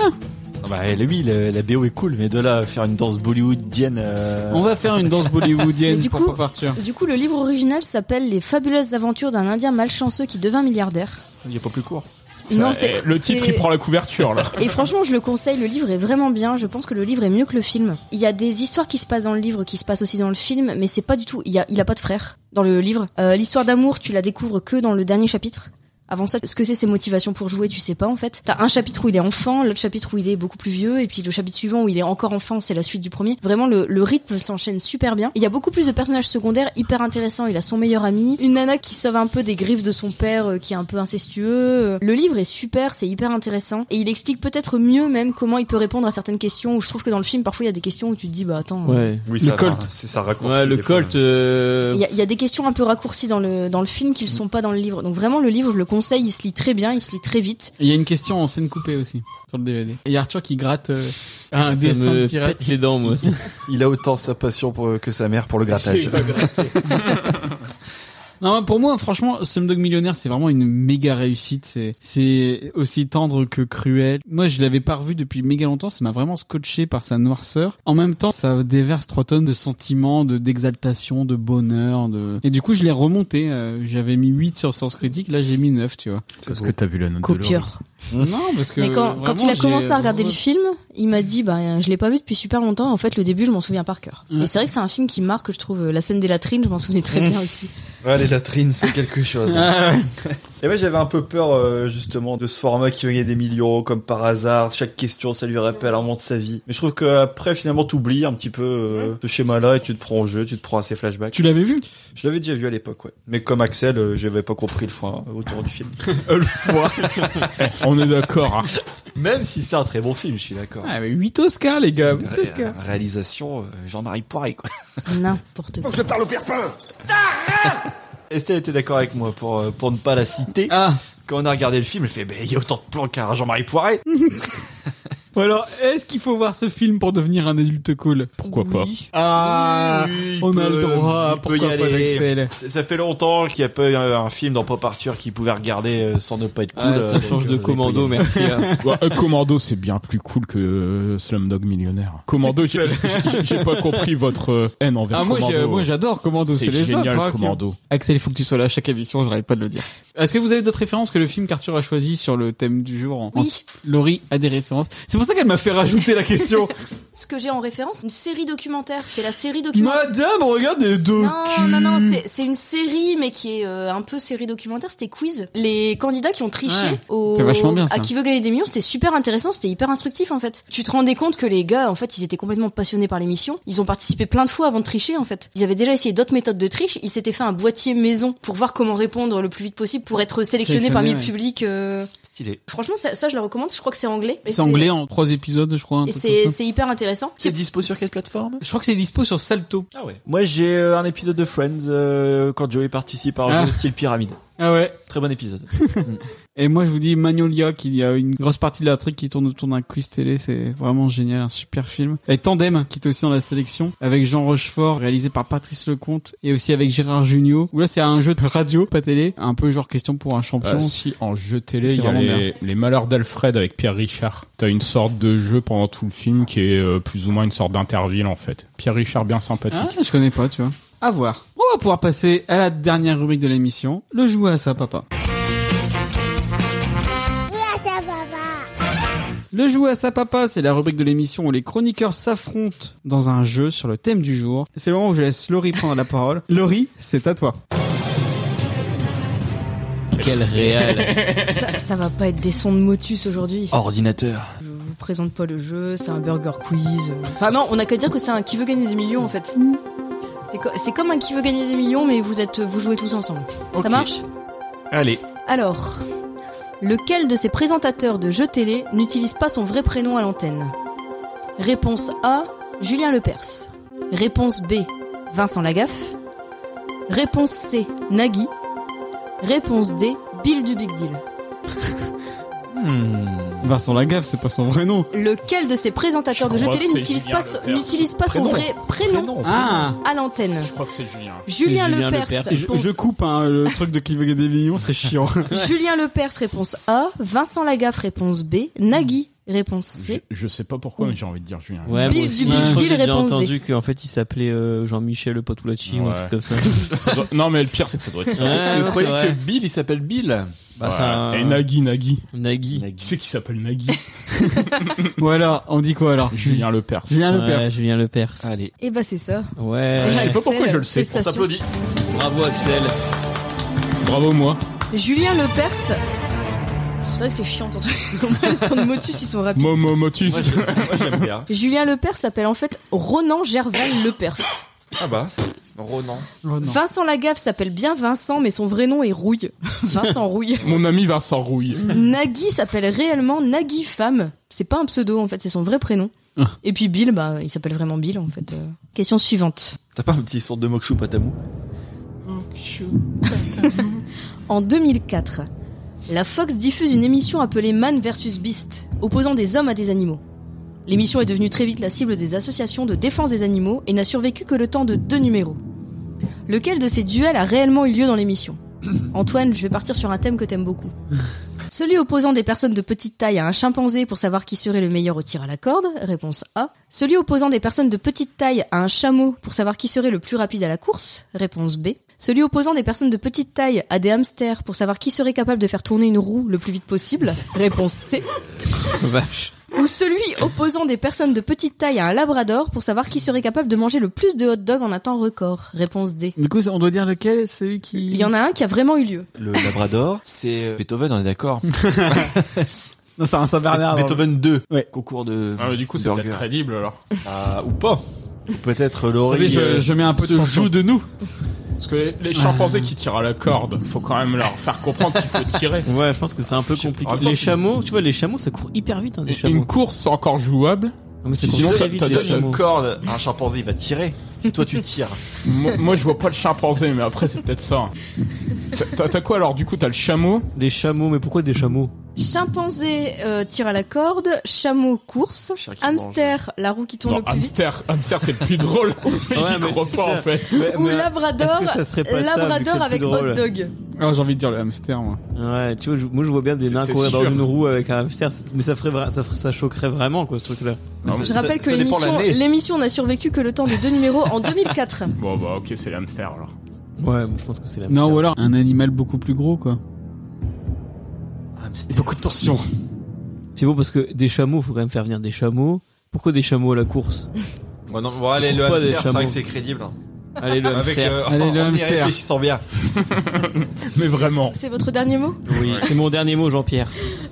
[SPEAKER 3] Ah Bah elle- oui, la, la BO est cool, mais de là à faire une danse bollywoodienne. euh,
[SPEAKER 2] On va faire une danse
[SPEAKER 4] Mais
[SPEAKER 2] bollywoodienne
[SPEAKER 4] du
[SPEAKER 2] pour
[SPEAKER 4] coup-
[SPEAKER 2] pas partir.
[SPEAKER 4] Du coup, le livre original s'appelle Les fabuleuses aventures d'un Indien malchanceux qui devint milliardaire.
[SPEAKER 3] Il y a pas plus court.
[SPEAKER 4] Non,
[SPEAKER 5] Ça,
[SPEAKER 4] c'est-
[SPEAKER 5] eh, le titre
[SPEAKER 4] c'est-
[SPEAKER 5] il prend la couverture là.
[SPEAKER 4] Et franchement, je le conseille, le livre est vraiment bien, je pense que le livre est mieux que le film. Il y a des histoires qui se passent dans le livre, qui se passent aussi dans le film, mais c'est pas du tout, il, y a, il a pas de frère dans le livre. Euh, L'histoire d'amour, tu la découvres que dans le dernier chapitre. Avant ça, ce que c'est ses motivations pour jouer, tu sais pas en fait. T'as un chapitre où il est enfant, l'autre chapitre où il est beaucoup plus vieux, et puis le chapitre suivant où il est encore enfant, c'est la suite du premier. Vraiment, le, le rythme s'enchaîne super bien. Il y a beaucoup plus de personnages secondaires hyper intéressants. Il a son meilleur ami, une nana qui sauve un peu des griffes de son père euh, qui est un peu incestueux. Euh, Le livre est super, c'est hyper intéressant, et il explique peut-être mieux même comment il peut répondre à certaines questions. Où je trouve que dans le film, parfois il y a des questions où tu te dis bah attends. euh,
[SPEAKER 3] Oui,
[SPEAKER 6] Le
[SPEAKER 3] ça,
[SPEAKER 6] Colt.
[SPEAKER 3] enfin, C'est ça raccourci.
[SPEAKER 6] Ouais, le
[SPEAKER 3] des fois.
[SPEAKER 6] Colt. euh,
[SPEAKER 4] il y, a- il y a des questions un peu raccourcies dans le, dans le film qu'ils sont pas dans le livre. Donc vraiment, le livre, je le conseille, il se lit très bien, il se lit très vite.
[SPEAKER 2] Et Il y a une question en scène coupée aussi sur le DVD. Et il y a Arthur qui gratte euh, un
[SPEAKER 3] Ah, Ça
[SPEAKER 2] dessin
[SPEAKER 3] me
[SPEAKER 2] de pirate.
[SPEAKER 3] pète les dents, moi. Il a autant sa passion pour- que sa mère pour le grattage.
[SPEAKER 2] Non, pour moi, franchement, Slumdog Millionnaire, c'est vraiment une méga réussite. C'est, c'est aussi tendre que cruel. Moi, je l'avais pas revu depuis méga longtemps. Ça m'a vraiment scotché par sa noirceur. En même temps, ça déverse trois tonnes de sentiments, de, d'exaltation, de bonheur, de, et du coup, je l'ai remonté. Euh, J'avais mis 8 sur Sens Critique. Là, j'ai mis 9, tu vois.
[SPEAKER 5] Parce que t'as vu la note
[SPEAKER 4] Copieur.
[SPEAKER 5] de Laurie.
[SPEAKER 2] Non, parce que.
[SPEAKER 4] Mais quand, quand
[SPEAKER 2] vraiment,
[SPEAKER 4] il a
[SPEAKER 2] j'ai-
[SPEAKER 4] commencé à regarder le film, il m'a dit bah euh, je l'ai pas vu depuis super longtemps. et En fait, le début, je m'en souviens par cœur.
[SPEAKER 2] Ouais.
[SPEAKER 4] Et c'est vrai que c'est un film qui marque, je trouve. euh, La scène des latrines, je m'en souvenais très
[SPEAKER 3] Mmh.
[SPEAKER 4] bien aussi.
[SPEAKER 3] Ouais, les latrines, c'est quelque chose.
[SPEAKER 2] Ah
[SPEAKER 3] Et moi, j'avais un peu peur, euh, justement, de ce format qui gagnait des millions, comme par hasard. Chaque question, ça lui rappelle un moment de sa vie. Mais je trouve qu'après, finalement, t'oublies un petit peu euh, ce schéma-là et tu te prends au jeu, tu te prends à ces flashbacks.
[SPEAKER 2] Tu l'avais vu
[SPEAKER 3] Je l'avais déjà vu à l'époque, ouais. Mais comme Axel, euh, j'avais pas compris le foin euh, autour du film.
[SPEAKER 5] le foin On est d'accord. hein.
[SPEAKER 3] Même si c'est un très bon film, je suis d'accord.
[SPEAKER 2] Ah, mais 8 Oscars, les gars. 8
[SPEAKER 3] Ré-
[SPEAKER 2] Oscars.
[SPEAKER 3] réalisation euh, Jean-Marie Poiré, quoi.
[SPEAKER 4] N'importe quoi.
[SPEAKER 3] je parle au perpin Estelle était d'accord avec moi pour, euh, pour ne pas la citer.
[SPEAKER 2] Ah.
[SPEAKER 3] Quand on a regardé le film, elle fait, ben, il y a autant de plans qu'un Jean-Marie Poiré.
[SPEAKER 2] Ou alors, est-ce qu'il faut voir ce film pour devenir un adulte cool
[SPEAKER 5] Pourquoi pas
[SPEAKER 2] Ah, on a le droit.
[SPEAKER 3] Il peut y
[SPEAKER 2] Ah, pourquoi pas
[SPEAKER 3] aller.
[SPEAKER 2] Axel
[SPEAKER 3] Ça- Ça fait longtemps qu'il n'y a pas eu un un film dans Pop Arthur qu'il pouvait regarder euh, sans ne pas être cool.
[SPEAKER 6] Ah, ça
[SPEAKER 3] euh,
[SPEAKER 6] change
[SPEAKER 3] donc,
[SPEAKER 6] de
[SPEAKER 3] euh,
[SPEAKER 6] commando,
[SPEAKER 3] il peut y aller.
[SPEAKER 6] merci. hein.
[SPEAKER 5] Ouais, euh, Commando, c'est bien plus cool que euh, Slumdog Millionnaire. Commando, j'ai j'ai- j'ai pas compris votre euh, haine envers
[SPEAKER 2] Ah, moi,
[SPEAKER 5] Commando.
[SPEAKER 2] j'ai- moi, j'adore Commando, c'est les
[SPEAKER 5] génial,
[SPEAKER 2] autres, hein, qui-
[SPEAKER 5] Commando.
[SPEAKER 2] Axel, il faut que tu sois là à chaque émission, j'arrête pas de le dire. Est-ce que vous avez d'autres références que le film qu'Arthur a choisi sur le thème du jour en-
[SPEAKER 4] Oui.
[SPEAKER 2] en- Laurie a des références. C'est pour ça qu'elle m'a fait rajouter la question.
[SPEAKER 4] Ce que j'ai en référence, une série documentaire. C'est la série documentaire.
[SPEAKER 2] Madame, regarde les deux
[SPEAKER 4] Non, non, non, c'est- c'est une série, mais qui est euh, un peu série documentaire. C'était quiz. Les candidats qui ont triché
[SPEAKER 2] Ouais.
[SPEAKER 4] au,
[SPEAKER 2] C'est vachement bien, ça.
[SPEAKER 4] à qui veut gagner des millions, c'était super intéressant, c'était hyper instructif en fait. Tu te rendais compte que les gars, en fait, ils étaient complètement passionnés par l'émission. Ils ont participé plein de fois avant de tricher en fait. Ils avaient déjà essayé d'autres méthodes de triche. Ils s'étaient fait un boîtier maison pour voir comment répondre le plus vite possible pour être sélectionné
[SPEAKER 2] Sélectionné,
[SPEAKER 4] parmi
[SPEAKER 2] ouais.
[SPEAKER 4] le public. euh.
[SPEAKER 3] Stylé.
[SPEAKER 4] Franchement, ça, ça, je la recommande. Je crois que c'est anglais. Et
[SPEAKER 2] C'est anglais en trois épisodes, je crois. un
[SPEAKER 4] Et
[SPEAKER 2] truc
[SPEAKER 4] c'est
[SPEAKER 2] comme ça.
[SPEAKER 4] c'est hyper intéressant.
[SPEAKER 3] C'est dispo sur quelle plateforme
[SPEAKER 2] Je crois que c'est dispo sur Salto.
[SPEAKER 3] Ah ouais. Moi, j'ai euh, un épisode de Friends euh, quand Joey participe à un
[SPEAKER 2] Ah.
[SPEAKER 3] jeu style pyramide.
[SPEAKER 2] Ah ouais.
[SPEAKER 3] Très bon épisode.
[SPEAKER 2] Et moi, je vous dis Magnolia, qu'il y a une grosse partie de la trique qui tourne autour d'un quiz télé. C'est vraiment génial, un super film. Et Tandem, qui était aussi dans la sélection, avec Jean Rochefort, réalisé par Patrice Lecomte, et aussi avec Gérard Jugnot. Où là, c'est un jeu de radio, pas télé, un peu genre question pour un champion.
[SPEAKER 5] Euh, si en jeu télé,
[SPEAKER 2] C'est
[SPEAKER 5] il y a
[SPEAKER 2] vraiment
[SPEAKER 5] les, les malheurs d'Alfred avec Pierre Richard. T'as une sorte de jeu pendant tout le film qui est euh, plus ou moins une sorte d'interville en fait. Pierre Richard bien sympathique.
[SPEAKER 2] Ah, je connais pas, tu vois. À voir. On va pouvoir passer à la dernière rubrique de l'émission, le jouet à sa papa. Le jouet à sa papa, c'est la rubrique de l'émission où les chroniqueurs s'affrontent dans un jeu sur le thème du jour. C'est le moment où je laisse Laurie prendre la parole. Laurie, c'est à toi.
[SPEAKER 6] Quel réel.
[SPEAKER 4] ça, ça va pas être des sons de motus aujourd'hui.
[SPEAKER 3] Oh, Ordinateur.
[SPEAKER 4] Je vous présente pas le jeu, c'est un burger quiz. Enfin non, on a qu'à dire que c'est un qui veut gagner des millions en fait. C'est co- C'est comme un qui veut gagner des millions, mais vous êtes, vous jouez tous ensemble. Ça marche
[SPEAKER 3] Allez.
[SPEAKER 4] Alors, lequel de ces présentateurs de jeux télé n'utilise pas son vrai prénom à l'antenne Réponse A, Julien Lepers. Réponse B, Vincent Lagaffe. Réponse C, Nagui. Réponse D, Bill du Big Deal.
[SPEAKER 2] Hmm. Vincent Lagaffe, c'est pas son vrai nom.
[SPEAKER 4] Lequel de ces présentateurs
[SPEAKER 2] Je
[SPEAKER 4] de jeux
[SPEAKER 2] crois
[SPEAKER 4] télé
[SPEAKER 2] que c'est
[SPEAKER 4] n'utilise
[SPEAKER 2] Julien
[SPEAKER 4] pas, son-
[SPEAKER 2] Lepers.
[SPEAKER 4] n'utilise pas son
[SPEAKER 2] Prénom.
[SPEAKER 4] vrai prénom,
[SPEAKER 2] Ah.
[SPEAKER 4] à l'antenne
[SPEAKER 5] Je crois que c'est Julien.
[SPEAKER 4] Julien
[SPEAKER 2] C'est
[SPEAKER 4] Lepers,
[SPEAKER 2] Je,
[SPEAKER 4] pense-
[SPEAKER 2] je coupe hein, le truc de qui veut gagner des millions, c'est chiant.
[SPEAKER 4] Julien Lepers, réponse A. Vincent Lagaffe, réponse B. Nagui, réponse C.
[SPEAKER 5] Je sais pas pourquoi, mais j'ai envie de dire Julien.
[SPEAKER 6] Ouais,
[SPEAKER 4] Bill
[SPEAKER 6] moi aussi,
[SPEAKER 4] du Big
[SPEAKER 6] je crois que
[SPEAKER 4] Deal,
[SPEAKER 6] j'ai déjà
[SPEAKER 4] réponse D.
[SPEAKER 6] entendu qu'en fait il s'appelait euh, Jean-Michel le Patulacci ou un
[SPEAKER 5] Ouais.
[SPEAKER 6] truc comme ça.
[SPEAKER 5] Ça doit- Non, mais le pire, c'est que ça doit être ça.
[SPEAKER 6] Ouais,
[SPEAKER 5] Vous
[SPEAKER 6] non,
[SPEAKER 5] croyez
[SPEAKER 6] c'est vrai.
[SPEAKER 5] que Bill, il s'appelle Bill
[SPEAKER 6] Bah, c'est un-
[SPEAKER 5] Et Nagui, Nagui.
[SPEAKER 6] Nagui.
[SPEAKER 5] Qui c'est qui s'appelle Nagui
[SPEAKER 2] Ou alors, Ah, on dit quoi alors
[SPEAKER 5] Julien Lepers.
[SPEAKER 2] Julien
[SPEAKER 6] Ouais,
[SPEAKER 2] Lepers.
[SPEAKER 6] Julien Lepers.
[SPEAKER 3] Allez.
[SPEAKER 4] Et bah c'est ça.
[SPEAKER 6] Ouais.
[SPEAKER 4] Je sais pas pourquoi je le sais.
[SPEAKER 6] On
[SPEAKER 4] Félicitations.
[SPEAKER 6] s'applaudit. Bravo Axel.
[SPEAKER 5] Bravo moi.
[SPEAKER 4] Julien Lepers. C'est vrai que c'est chiant ton truc. Comment Son de motus, ils sont rapides.
[SPEAKER 5] Momo Motus.
[SPEAKER 3] j'aime bien.
[SPEAKER 4] Julien Lepers s'appelle en fait Ronan Gerval Lepers.
[SPEAKER 3] Ah bah. Ronan.
[SPEAKER 4] Vincent Lagaffe s'appelle bien Vincent, mais son vrai nom est Rouille. Vincent Rouille.
[SPEAKER 5] Mon ami Vincent Rouille.
[SPEAKER 4] Nagui s'appelle réellement Nagui Femme. C'est pas un pseudo en fait, c'est son vrai prénom. Et puis Bill, bah, il s'appelle vraiment Bill en fait. euh. Question suivante.
[SPEAKER 3] T'as pas un petit sort de mokshu patamou
[SPEAKER 4] En 2004, la Fox diffuse une émission appelée Man vs Beast, opposant des hommes à des animaux. L'émission est devenue très vite la cible des associations de défense des animaux et n'a survécu que le temps de deux numéros. Lequel de ces duels a réellement eu lieu dans l'émission Antoine, je vais partir sur un thème que t'aimes beaucoup. Celui opposant des personnes de petite taille à un chimpanzé pour savoir qui serait le meilleur au tir à la corde, réponse A. Celui opposant des personnes de petite taille à un chameau pour savoir qui serait le plus rapide à la course, réponse B. Celui opposant des personnes de petite taille à des hamsters pour savoir qui serait capable de faire tourner une roue le plus vite possible, réponse C.
[SPEAKER 6] Vache.
[SPEAKER 4] Ou celui opposant des personnes de petite taille à un labrador pour savoir qui serait capable de manger le plus de hot dog en un temps record, réponse D.
[SPEAKER 2] Du coup, on doit dire lequel Celui qui.
[SPEAKER 4] Il y en a un qui a vraiment eu lieu.
[SPEAKER 3] Le Labrador, c'est euh, Beethoven, on est d'accord.
[SPEAKER 2] non, c'est un Saint-Bernard.
[SPEAKER 3] Beethoven 2. Concours de.
[SPEAKER 5] Ah, du coup, c'est
[SPEAKER 3] burger.
[SPEAKER 5] peut-être crédible alors.
[SPEAKER 3] Ah, ou pas. Ou Peut-être
[SPEAKER 2] Vous
[SPEAKER 3] Laurie.
[SPEAKER 2] savez, je,
[SPEAKER 3] euh,
[SPEAKER 2] je mets un peu de tension.
[SPEAKER 5] de nous. Parce que les, les chimpanzés qui tirent à la corde, faut quand même leur faire comprendre qu'il faut tirer.
[SPEAKER 6] Ouais, je pense que c'est un peu compliqué.
[SPEAKER 5] En même temps,
[SPEAKER 6] Les
[SPEAKER 5] Ah, tu-
[SPEAKER 6] chameaux, tu vois, les chameaux, ça court hyper vite. Hein, les
[SPEAKER 5] Une-
[SPEAKER 6] chameaux.
[SPEAKER 5] Une course c'est encore jouable.
[SPEAKER 6] mais c'est court
[SPEAKER 5] Sinon,
[SPEAKER 6] très
[SPEAKER 5] t'as-
[SPEAKER 6] vite,
[SPEAKER 5] t'as
[SPEAKER 6] les
[SPEAKER 5] donné
[SPEAKER 6] chameaux.
[SPEAKER 5] une corde.
[SPEAKER 3] Un chimpanzé, il va tirer. Si toi, tu tires.
[SPEAKER 5] moi, moi, je vois pas le chimpanzé, mais après, c'est peut-être ça. T'as- T'as t'as quoi alors Du coup, t'as le chameau.
[SPEAKER 6] Des chameaux, mais pourquoi des chameaux
[SPEAKER 4] Chimpanzé euh, tire à la corde, chameau course, hamster la roue qui tourne
[SPEAKER 5] Non,
[SPEAKER 4] le plus
[SPEAKER 5] hamster, hamster, c'est le plus drôle. J'y
[SPEAKER 6] mais
[SPEAKER 5] crois
[SPEAKER 6] c'est
[SPEAKER 5] pas
[SPEAKER 6] ça.
[SPEAKER 5] en fait.
[SPEAKER 6] Ouais,
[SPEAKER 4] vite, ou
[SPEAKER 6] mais- euh,
[SPEAKER 4] labrador,
[SPEAKER 6] est-ce que ça serait pas ça, vu que c'est
[SPEAKER 4] labrador
[SPEAKER 6] plus
[SPEAKER 4] avec
[SPEAKER 6] drôle
[SPEAKER 4] hot dog.
[SPEAKER 2] Alors, Ah, j'ai envie de dire le hamster, moi.
[SPEAKER 6] Ouais, tu vois, je- moi je vois bien des nains
[SPEAKER 5] C'était
[SPEAKER 6] courir dans
[SPEAKER 5] sûr.
[SPEAKER 6] une roue avec un hamster, c'est- mais ça ferait, vra- ça, ferait- ça choquerait vraiment quoi ce truc-là.
[SPEAKER 2] Euh,
[SPEAKER 4] Je rappelle que l'émission, l'émission n'a survécu que le temps de deux numéros en 2004.
[SPEAKER 5] Bon bah ok, c'est l'hamster alors.
[SPEAKER 6] Ouais, bon, je pense que c'est la.
[SPEAKER 2] Non, ou alors un animal beaucoup plus gros, quoi.
[SPEAKER 6] Ah, Beaucoup de tension. C'est bon parce que des chameaux, faut quand même faire venir des chameaux. Pourquoi des chameaux à la course
[SPEAKER 3] Ouais, non, bon, allez, le
[SPEAKER 6] Pourquoi des
[SPEAKER 3] hamster, c'est vrai
[SPEAKER 6] chameaux
[SPEAKER 3] que c'est crédible. hein.
[SPEAKER 6] Allez le
[SPEAKER 3] Avec,
[SPEAKER 6] hamster.
[SPEAKER 3] euh, on y réfléchissant bien.
[SPEAKER 5] Mais vraiment.
[SPEAKER 4] C'est votre dernier mot
[SPEAKER 6] Oui. C'est mon dernier mot, Jean-Pierre.